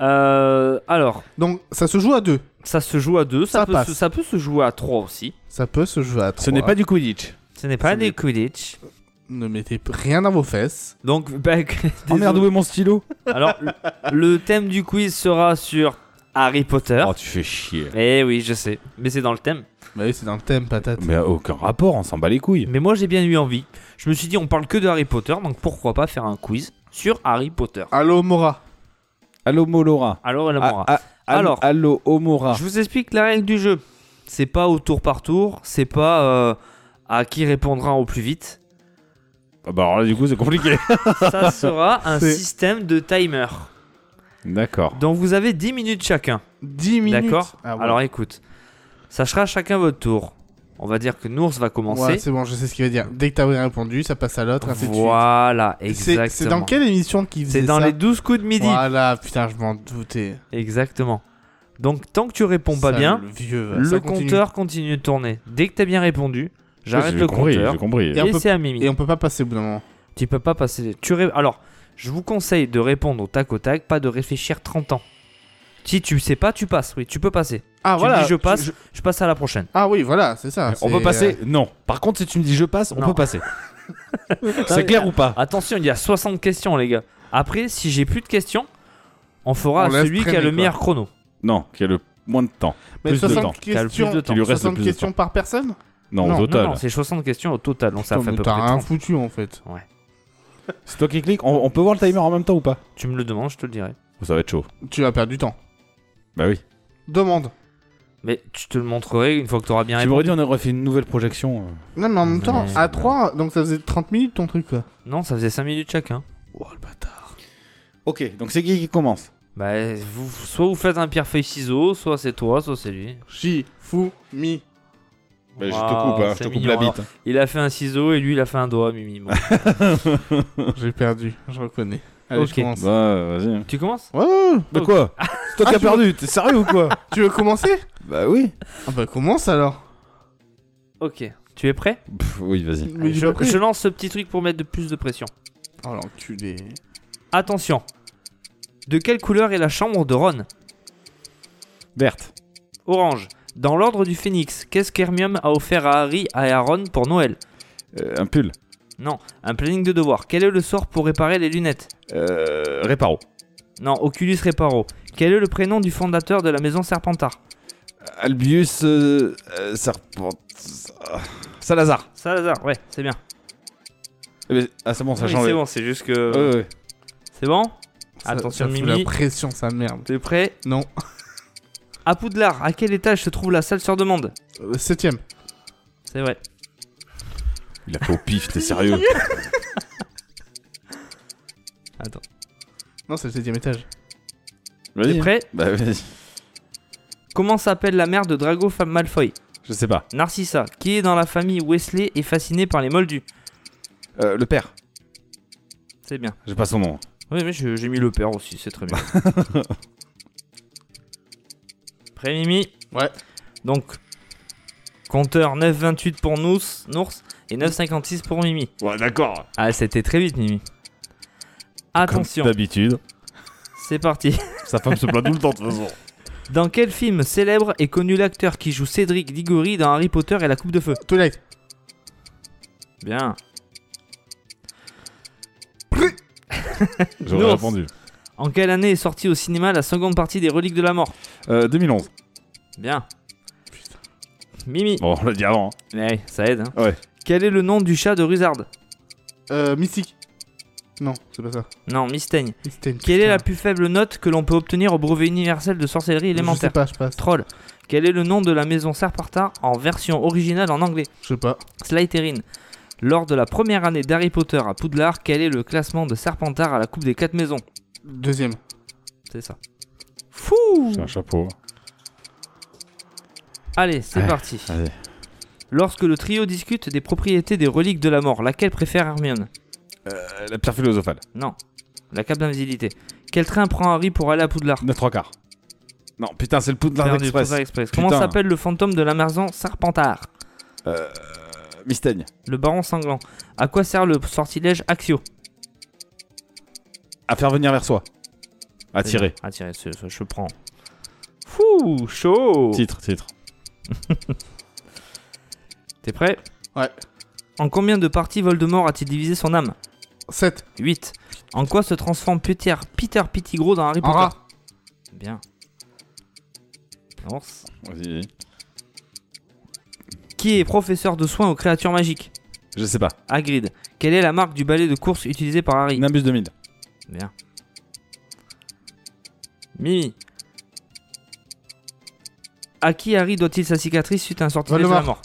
[SPEAKER 5] Euh, alors,
[SPEAKER 3] Donc ça se joue à deux.
[SPEAKER 5] ça se joue à 2, ça,
[SPEAKER 3] Ça
[SPEAKER 5] peut
[SPEAKER 3] passe.
[SPEAKER 5] se- ça peut se jouer à 3 aussi.
[SPEAKER 3] Ça peut se jouer à trois.
[SPEAKER 4] Ce n'est pas du Quidditch.
[SPEAKER 5] Ce n'est pas
[SPEAKER 3] Ce n'est-
[SPEAKER 5] des Quidditch.
[SPEAKER 3] Ne mettez rien dans vos fesses.
[SPEAKER 5] Donc, bah, désolé.
[SPEAKER 4] Oh merde, où est mon stylo
[SPEAKER 5] Alors, le- le thème du quiz sera sur Harry Potter.
[SPEAKER 4] Oh, tu fais chier.
[SPEAKER 5] Eh oui, je sais, mais c'est dans le thème.
[SPEAKER 3] Bah oui, c'est dans le thème, patate.
[SPEAKER 4] Mais aucun rapport, on s'en bat les couilles.
[SPEAKER 5] Mais moi j'ai bien eu envie. Je me suis dit on parle que de Harry Potter, donc pourquoi pas faire un quiz sur Harry Potter.
[SPEAKER 3] Allô, Mora.
[SPEAKER 4] Allo Molora.
[SPEAKER 5] Alors elle m'aura.
[SPEAKER 4] Ah, ah,
[SPEAKER 5] Alors.
[SPEAKER 4] Allo Omora.
[SPEAKER 5] ah, Je vous explique la règle du jeu. C'est pas au tour par tour, c'est pas euh, à qui répondra au plus vite.
[SPEAKER 4] Ah Bah alors là, du coup, c'est compliqué.
[SPEAKER 5] Ça sera un
[SPEAKER 3] C'est-
[SPEAKER 5] système de timer.
[SPEAKER 4] D'accord.
[SPEAKER 5] Donc vous avez 10 minutes chacun.
[SPEAKER 3] 10 minutes.
[SPEAKER 5] D'accord
[SPEAKER 3] Ah, ouais.
[SPEAKER 5] Alors écoute, ça sera chacun votre tour. On va dire que Nours va
[SPEAKER 3] Ouais,
[SPEAKER 5] commencer.
[SPEAKER 3] c'est bon, je sais ce qu'il veut dire. Dès que t'as bien répondu, ça passe à l'autre, ainsi de suite.
[SPEAKER 5] voilà, exactement.
[SPEAKER 3] C'est- C'est dans quelle émission qu'ils
[SPEAKER 5] C'est
[SPEAKER 3] faisait
[SPEAKER 5] dans
[SPEAKER 3] ça
[SPEAKER 5] les 12 coups de midi.
[SPEAKER 3] Voilà, putain, je m'en doutais.
[SPEAKER 5] Exactement. Donc tant que tu réponds pas
[SPEAKER 3] Ça,
[SPEAKER 5] bien,
[SPEAKER 3] le vieux, va.
[SPEAKER 5] le
[SPEAKER 3] Ça continue.
[SPEAKER 5] compteur continue de tourner. Dès que t'as bien répondu, j'arrête
[SPEAKER 7] J'ai
[SPEAKER 5] le
[SPEAKER 7] compris,
[SPEAKER 5] compteur.
[SPEAKER 7] J'ai compris.
[SPEAKER 3] Et on
[SPEAKER 5] Et
[SPEAKER 3] peut-
[SPEAKER 5] c'est à Mimi.
[SPEAKER 3] Et on peut pas passer au bout d'un moment.
[SPEAKER 5] Tu peux pas passer. Tu ré- Alors, je vous conseille de répondre au tac au tac, pas de réfléchir 30 ans. Si tu sais pas, tu passes. Oui, tu peux passer.
[SPEAKER 3] Ah
[SPEAKER 5] Tu
[SPEAKER 3] voilà.
[SPEAKER 5] dis je passe, je... passe à la prochaine.
[SPEAKER 3] Ah oui, voilà, c'est ça.
[SPEAKER 7] On
[SPEAKER 3] c'est,
[SPEAKER 7] peut passer
[SPEAKER 3] euh,
[SPEAKER 7] Non. Par contre, si tu me dis je passe, on
[SPEAKER 5] Non.
[SPEAKER 7] peut passer. C'est clair ou pas
[SPEAKER 5] Attention, il y a 60 questions, les gars. Après, si j'ai plus de questions, on fera
[SPEAKER 3] On
[SPEAKER 5] à
[SPEAKER 3] laisse
[SPEAKER 5] celui qui a
[SPEAKER 3] traîner,
[SPEAKER 5] le
[SPEAKER 3] quoi.
[SPEAKER 5] meilleur chrono.
[SPEAKER 4] Non, qui a le moins de temps.
[SPEAKER 3] mais
[SPEAKER 4] plus de
[SPEAKER 3] 60
[SPEAKER 4] temps.
[SPEAKER 5] T'as le plus
[SPEAKER 3] questions,
[SPEAKER 5] de temps.
[SPEAKER 7] Il lui reste le
[SPEAKER 3] 60
[SPEAKER 7] plus de
[SPEAKER 3] questions par personne
[SPEAKER 7] Non,
[SPEAKER 3] Non,
[SPEAKER 7] au
[SPEAKER 3] non,
[SPEAKER 5] Non,
[SPEAKER 7] total.
[SPEAKER 5] non, c'est 60 questions au total, donc ça
[SPEAKER 3] Putain,
[SPEAKER 5] fait à
[SPEAKER 3] mais
[SPEAKER 5] peu près
[SPEAKER 3] T'as rien
[SPEAKER 5] 30.
[SPEAKER 3] foutu en fait.
[SPEAKER 4] C'est toi qui clique. On, on peut voir le timer en même temps ou pas
[SPEAKER 5] Tu me le demandes, je te le dirai.
[SPEAKER 4] Oh, Ça va être chaud.
[SPEAKER 3] Tu vas perdre du temps.
[SPEAKER 4] Bah oui.
[SPEAKER 3] Demande.
[SPEAKER 5] Mais tu te le montrerai une fois que tu auras bien
[SPEAKER 4] Tu
[SPEAKER 5] répondu.
[SPEAKER 4] m'aurais dit, on aurait fait une nouvelle projection. euh.
[SPEAKER 3] Non, mais en même temps,
[SPEAKER 5] Ouais.
[SPEAKER 3] à 3, donc ça faisait 30 minutes ton truc Oh, là.
[SPEAKER 5] Non, ça faisait 5 minutes hein. chacun.
[SPEAKER 4] Ok, donc c'est qui qui commence
[SPEAKER 5] Bah, vous, soit vous faites un pierre feuille ciseaux, soit c'est toi, soit c'est lui.
[SPEAKER 3] Chi, fou, mi.
[SPEAKER 4] Bah, Je te
[SPEAKER 5] Waouh,
[SPEAKER 4] coupe, hein, je
[SPEAKER 5] c'est
[SPEAKER 4] te coupe
[SPEAKER 5] mignon.
[SPEAKER 4] la
[SPEAKER 5] Alors,
[SPEAKER 4] bite. hein.
[SPEAKER 5] Il a fait un ciseau et lui il a fait un doigt, Mimi. Bon.
[SPEAKER 3] J'ai perdu, je reconnais. Allez,
[SPEAKER 5] Ok.
[SPEAKER 3] je commence.
[SPEAKER 4] Bah, vas-y. hein.
[SPEAKER 5] tu commences
[SPEAKER 3] Ouais, ouais, ouais.
[SPEAKER 4] De quoi C'est toi qui
[SPEAKER 3] Ah,
[SPEAKER 4] as
[SPEAKER 3] tu veux-
[SPEAKER 4] perdu, t'es sérieux ou quoi
[SPEAKER 3] Tu veux commencer
[SPEAKER 4] Bah oui.
[SPEAKER 3] Ah bah commence alors.
[SPEAKER 5] Ok. Tu es prêt
[SPEAKER 4] Pff, oui, vas-y.
[SPEAKER 3] Mais
[SPEAKER 5] Allez,
[SPEAKER 3] j'ai
[SPEAKER 5] je,
[SPEAKER 3] pas pris.
[SPEAKER 5] je lance ce petit truc pour mettre de plus de pression.
[SPEAKER 3] Oh l'enculé.
[SPEAKER 5] Attention. De quelle couleur est la chambre de Ron
[SPEAKER 4] Verte.
[SPEAKER 5] Orange. Dans l'ordre du phénix, qu'est-ce qu'Hermione a offert à Harry et à Ron pour Noël
[SPEAKER 4] Euh, un pull.
[SPEAKER 5] Un planning de devoir. Quel est le sort pour réparer les lunettes
[SPEAKER 4] Euh, réparo.
[SPEAKER 5] Non, Oculus Reparo. Quel est le prénom du fondateur de la maison Serpentard
[SPEAKER 4] Albius euh, euh, Serpent. ah, Salazar.
[SPEAKER 5] Salazar, ouais, c'est bien.
[SPEAKER 4] Eh ben, Ah, c'est bon, ça
[SPEAKER 5] Oui,
[SPEAKER 4] change.
[SPEAKER 5] c'est bon, c'est juste que.
[SPEAKER 4] Ouais, ouais.
[SPEAKER 5] C'est bon
[SPEAKER 3] Euh. Ça- ça
[SPEAKER 5] Attention,
[SPEAKER 3] fout
[SPEAKER 5] Mimi.
[SPEAKER 3] La pression, sa merde.
[SPEAKER 5] T'es prêt
[SPEAKER 3] Non.
[SPEAKER 5] À Poudlard, à quel étage se trouve la salle sur demande
[SPEAKER 3] Euh, Septième.
[SPEAKER 5] C'est vrai.
[SPEAKER 4] Il a fait au pif, t'es sérieux
[SPEAKER 5] Attends.
[SPEAKER 3] Non, c'est le septième étage.
[SPEAKER 5] T'es
[SPEAKER 4] Vas-y.
[SPEAKER 5] prêt
[SPEAKER 4] Bah vas-y.
[SPEAKER 5] Comment s'appelle la mère de Drago Fa- Malfoy
[SPEAKER 4] Je sais pas.
[SPEAKER 5] Narcissa, qui est dans la famille Wesley et fascinée par les moldus.
[SPEAKER 4] Euh, le père.
[SPEAKER 5] C'est bien.
[SPEAKER 4] J'ai pas son nom.
[SPEAKER 5] Oui, mais je- j'ai mis le père aussi, c'est très bien. Prêt, Mimi
[SPEAKER 3] Ouais.
[SPEAKER 5] Donc, compteur 9,28 pour nous, Nours, et 9,56 pour Mimi.
[SPEAKER 7] Ouais, d'accord.
[SPEAKER 5] Ah, c'était très vite, Mimi. Attention,
[SPEAKER 7] D'habitude.
[SPEAKER 5] c'est parti.
[SPEAKER 7] Sa femme se plaint tout le temps, de toute façon.
[SPEAKER 5] Dans quel film célèbre est connu l'acteur qui joue Cédric Diggory dans Harry Potter et la Coupe de Feu
[SPEAKER 3] Twilight.
[SPEAKER 5] Bien.
[SPEAKER 7] J'aurais
[SPEAKER 5] Nours.
[SPEAKER 7] répondu.
[SPEAKER 5] En quelle année est sortie au cinéma la seconde partie des Reliques de la Mort
[SPEAKER 4] Euh, 2011.
[SPEAKER 5] Bien. Mimi.
[SPEAKER 7] Bon, on l'a dit avant. hein.
[SPEAKER 5] Ouais, ça aide. hein.
[SPEAKER 4] Ouais.
[SPEAKER 5] Quel est le nom du chat de Ruzard
[SPEAKER 3] Euh, Mystique. Non, c'est pas ça.
[SPEAKER 5] Non, Mistaigne.
[SPEAKER 3] Mystène.
[SPEAKER 5] Quelle est la plus faible note que l'on peut obtenir au brevet universel de
[SPEAKER 3] Je
[SPEAKER 5] sorcellerie
[SPEAKER 3] sais
[SPEAKER 5] élémentaire
[SPEAKER 3] pas, je passe.
[SPEAKER 5] Troll. Quel est le nom de la maison Serpentard en version originale en anglais
[SPEAKER 3] Je sais pas.
[SPEAKER 5] Slytherin. Lors de la première année d'Harry Potter à Poudlard, quel est le classement de Serpentard à la Coupe des Quatre Maisons
[SPEAKER 3] Deuxième.
[SPEAKER 5] C'est ça. Fou
[SPEAKER 7] J'ai un chapeau.
[SPEAKER 5] Allez, c'est
[SPEAKER 4] Ouais,
[SPEAKER 5] parti.
[SPEAKER 4] vas-y.
[SPEAKER 5] Lorsque le trio discute des propriétés des reliques de la mort, laquelle préfère Hermione
[SPEAKER 4] Euh, la pierre philosophale.
[SPEAKER 5] Non. La cape d'invisibilité. Quel train prend Harry pour aller à Poudlard
[SPEAKER 4] 9 3 quarts. Non, putain, c'est le Poudlard
[SPEAKER 5] Perdu,
[SPEAKER 4] Express.
[SPEAKER 5] Poudlard Express. Comment
[SPEAKER 4] Putain.
[SPEAKER 5] s'appelle le fantôme de la maison Serpentard
[SPEAKER 4] Euh, Mistaigne.
[SPEAKER 5] Le baron sanglant. À quoi sert le sortilège Axio
[SPEAKER 4] À faire venir vers soi.
[SPEAKER 7] Mmh.
[SPEAKER 4] À tirer.
[SPEAKER 5] Ah, tirer, ce- ce- je prends. Fou, chaud
[SPEAKER 7] Oh.
[SPEAKER 4] Titre, titre.
[SPEAKER 5] T'es prêt
[SPEAKER 3] Ouais.
[SPEAKER 5] En combien de parties Voldemort a-t-il divisé son âme
[SPEAKER 3] Sept.
[SPEAKER 5] 8. En quoi se transforme Peter, Peter Pettigrew dans Harry
[SPEAKER 3] En
[SPEAKER 5] Potter
[SPEAKER 3] rat.
[SPEAKER 5] Bien. Avance.
[SPEAKER 4] Vas-y. vas-y.
[SPEAKER 5] Qui est professeur de soins aux créatures magiques
[SPEAKER 4] Je sais pas.
[SPEAKER 5] Hagrid. Quelle est la marque du balai de course utilisé par Harry
[SPEAKER 4] Nimbus 2000.
[SPEAKER 5] Bien. Mimi. À qui Harry doit-il sa cicatrice suite à un sortilège de la
[SPEAKER 3] Voldemort.
[SPEAKER 5] mort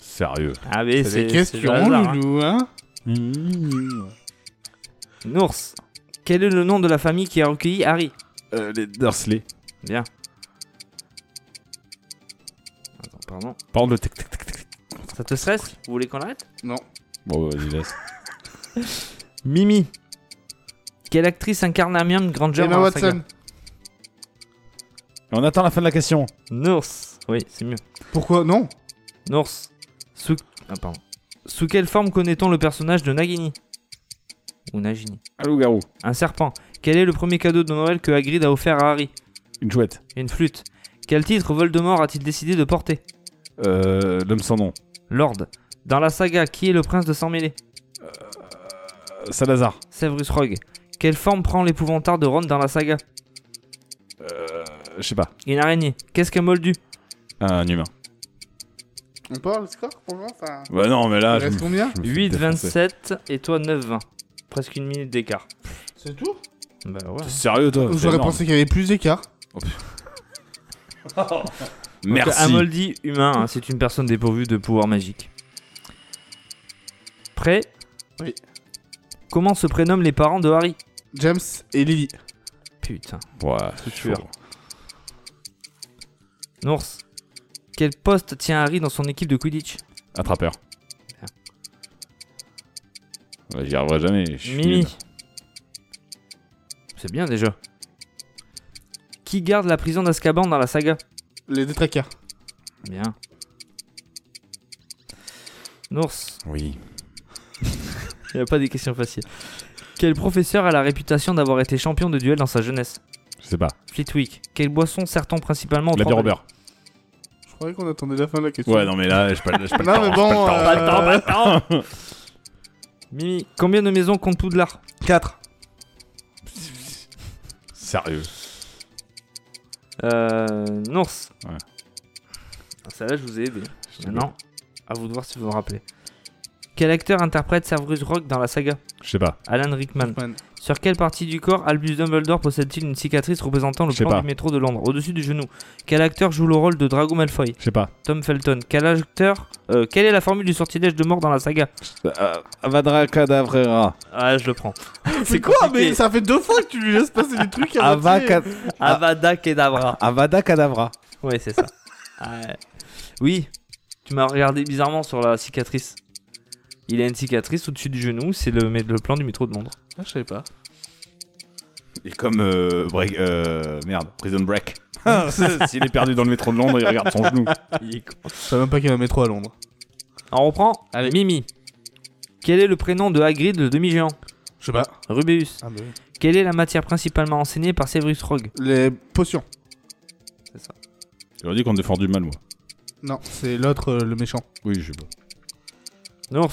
[SPEAKER 7] Sérieux.
[SPEAKER 5] Ah mais
[SPEAKER 3] C'est
[SPEAKER 5] c'est
[SPEAKER 3] des
[SPEAKER 5] c'est le
[SPEAKER 3] questions,
[SPEAKER 5] hasard, hein.
[SPEAKER 3] loulou, hein.
[SPEAKER 7] Mmh.
[SPEAKER 5] Nours. hein. Quel est le nom de la famille qui a recueilli Harry
[SPEAKER 4] Euh, les Dursley.
[SPEAKER 5] Bien. Attends, pardon.
[SPEAKER 7] Par contre, le tic tic tic tic.
[SPEAKER 5] Ça te stresse Vous voulez qu'on arrête
[SPEAKER 3] Non.
[SPEAKER 4] Bon, vas-y, laisse.
[SPEAKER 5] Mimi. Quelle actrice incarne Hermione Granger
[SPEAKER 3] Emma
[SPEAKER 5] dans la saga
[SPEAKER 3] Watson.
[SPEAKER 7] On attend la fin de la question.
[SPEAKER 5] Nours. Oui, c'est mieux.
[SPEAKER 3] Pourquoi Non
[SPEAKER 5] Nours. Sous... Ah, pardon. Sous quelle forme connaît-on le personnage de Nagini Ou Nagini
[SPEAKER 7] Allô, garou.
[SPEAKER 5] Un serpent. Quel est le premier cadeau de Noël que Hagrid a offert à Harry
[SPEAKER 7] Une chouette.
[SPEAKER 5] Une flûte. Quel titre Voldemort a-t-il décidé de porter
[SPEAKER 7] Euh, L'homme sans nom.
[SPEAKER 5] Lord. Dans la saga, qui est le prince de sang mêlé
[SPEAKER 7] Euh, Salazar.
[SPEAKER 5] Severus Rogue. Quelle forme prend l'épouvantard de Ron dans la saga
[SPEAKER 7] Euh, Je sais pas.
[SPEAKER 5] Une araignée. Qu'est-ce qu'un moldu
[SPEAKER 7] Ah, Un humain.
[SPEAKER 3] On parle score pour le moment enfin,
[SPEAKER 7] Bah non, mais
[SPEAKER 5] Ah,
[SPEAKER 7] là.
[SPEAKER 3] Il reste combien
[SPEAKER 5] 8, 27 et toi 9, 20. Presque une minute d'écart.
[SPEAKER 3] C'est tout
[SPEAKER 5] Bah ouais.
[SPEAKER 7] Sérieux, toi c'est
[SPEAKER 3] J'aurais
[SPEAKER 7] énorme.
[SPEAKER 3] pensé qu'il y avait plus d'écart.
[SPEAKER 5] Un
[SPEAKER 7] Merci.
[SPEAKER 5] moldi humain, hein, c'est une personne dépourvue de pouvoir magique. Prêt
[SPEAKER 3] Oui.
[SPEAKER 5] Comment se prénomment les parents de Harry
[SPEAKER 3] James et Lily.
[SPEAKER 5] Putain.
[SPEAKER 7] Ouais,
[SPEAKER 5] Structure.
[SPEAKER 7] chaud.
[SPEAKER 5] Nours. Quel poste tient Harry dans son équipe de Quidditch
[SPEAKER 7] Attrapeur.
[SPEAKER 5] Bien.
[SPEAKER 7] Ouais, J'y arriverai jamais. je suis nul.
[SPEAKER 5] Mimi. C'est bien déjà. Qui garde la prison d'Azkaban dans la saga
[SPEAKER 3] Les détraqueurs.
[SPEAKER 5] Bien. Nours.
[SPEAKER 7] Oui.
[SPEAKER 5] Il n'y a pas des questions faciles. Quel professeur a la réputation d'avoir été champion de duel dans sa jeunesse
[SPEAKER 7] Je sais pas.
[SPEAKER 5] Flitwick. Quelle boisson sert-on principalement au
[SPEAKER 7] La
[SPEAKER 5] tremplin-
[SPEAKER 7] dérobeur.
[SPEAKER 3] Je croyais qu'on attendait la fin de la question.
[SPEAKER 7] Ouais, non, mais là, j'ai pas, j'ai pas le
[SPEAKER 3] Non,
[SPEAKER 7] temps.
[SPEAKER 3] mais
[SPEAKER 7] j'ai
[SPEAKER 3] bon,
[SPEAKER 7] pas le temps.
[SPEAKER 5] Pas le temps, euh, pas le temps. Mimi, combien de maisons compte Poudlard
[SPEAKER 3] 4.
[SPEAKER 7] Sérieux.
[SPEAKER 5] Euh. Nours.
[SPEAKER 7] Ouais.
[SPEAKER 5] Ah, Celle-là, je vous ai aidé. Maintenant, à vous de voir si vous vous rappelez. Quel acteur interprète Servus Rock dans la saga
[SPEAKER 7] Je sais pas.
[SPEAKER 5] Alan Rickman. Sur quelle partie du corps Albus Dumbledore possède-t-il une cicatrice représentant le
[SPEAKER 7] Je sais
[SPEAKER 5] plan
[SPEAKER 7] pas.
[SPEAKER 5] du métro de Londres Au-dessus du genou. Quel acteur joue le rôle de Drago Malfoy
[SPEAKER 7] Je sais pas.
[SPEAKER 5] Tom Felton. Quel acteur euh, Quelle est la formule du sortilège de mort dans la saga
[SPEAKER 7] Avadra Cadavrera.
[SPEAKER 5] Ah, je le prends.
[SPEAKER 3] C'est quoi Mais ça fait deux fois que tu lui laisses passer des trucs. à moitié.
[SPEAKER 7] Ah.
[SPEAKER 5] Avada Kedavra.
[SPEAKER 7] Avada Cadavra.
[SPEAKER 5] Ouais, c'est ça. Ouais. Oui, tu m'as regardé bizarrement sur la cicatrice. Il a une cicatrice au-dessus du genou, c'est le, mais le plan du métro de Londres.
[SPEAKER 3] Ah, je savais pas.
[SPEAKER 7] Et comme. euh, break, euh, merde, Prison Break. S'il est perdu dans le métro de Londres, il regarde son genou.
[SPEAKER 3] Je savais même pas qu'il y avait un métro à Londres.
[SPEAKER 5] On reprend Mimi. Quel est le prénom de Hagrid, le demi-géant
[SPEAKER 3] Je sais pas.
[SPEAKER 5] Rubéus.
[SPEAKER 3] Ah, bah oui.
[SPEAKER 5] Quelle est la matière principalement enseignée par Severus Rogue
[SPEAKER 3] Les potions.
[SPEAKER 7] J'aurais dit qu'on défend du mal, moi.
[SPEAKER 3] Non, c'est l'autre, euh, le méchant.
[SPEAKER 7] Oui, je sais pas.
[SPEAKER 5] Nours.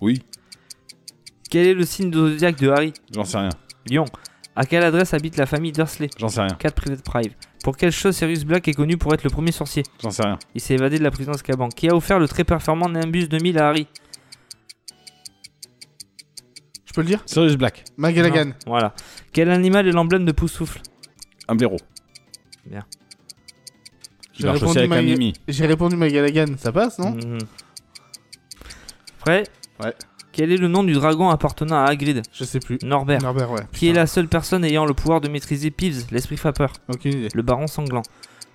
[SPEAKER 7] Oui,
[SPEAKER 5] Quel est le signe de zodiaque de Harry
[SPEAKER 7] j'en sais rien.
[SPEAKER 5] Lion. À quelle adresse habite la famille Dursley
[SPEAKER 7] J'en sais rien.
[SPEAKER 5] 4 Private Prive. Pour quelle chose Sirius Black est connu pour être le premier sorcier
[SPEAKER 7] J'en sais rien.
[SPEAKER 5] Il s'est évadé de la prison d'Azkaban. Qui a offert le très performant Nimbus 2000 à Harry
[SPEAKER 3] Je peux le dire
[SPEAKER 7] Sirius Black.
[SPEAKER 3] Magalagan.
[SPEAKER 5] Non. Voilà. Quel animal est l'emblème de Poussoufle
[SPEAKER 7] Un blaireau.
[SPEAKER 5] Bien.
[SPEAKER 7] Il marche aussi avec un
[SPEAKER 3] Maga-
[SPEAKER 7] mimi.
[SPEAKER 3] J'ai répondu Mm. Magalagan. Ça passe, non
[SPEAKER 5] Mhm. Prêt
[SPEAKER 3] Ouais.
[SPEAKER 5] Quel est le nom du dragon appartenant à Hagrid
[SPEAKER 3] Je sais plus.
[SPEAKER 5] Norbert.
[SPEAKER 3] Norbert, ouais.
[SPEAKER 5] Qui est la seule personne ayant le pouvoir de maîtriser Peeves, l'esprit frappeur,
[SPEAKER 3] Aucune idée.
[SPEAKER 5] le baron sanglant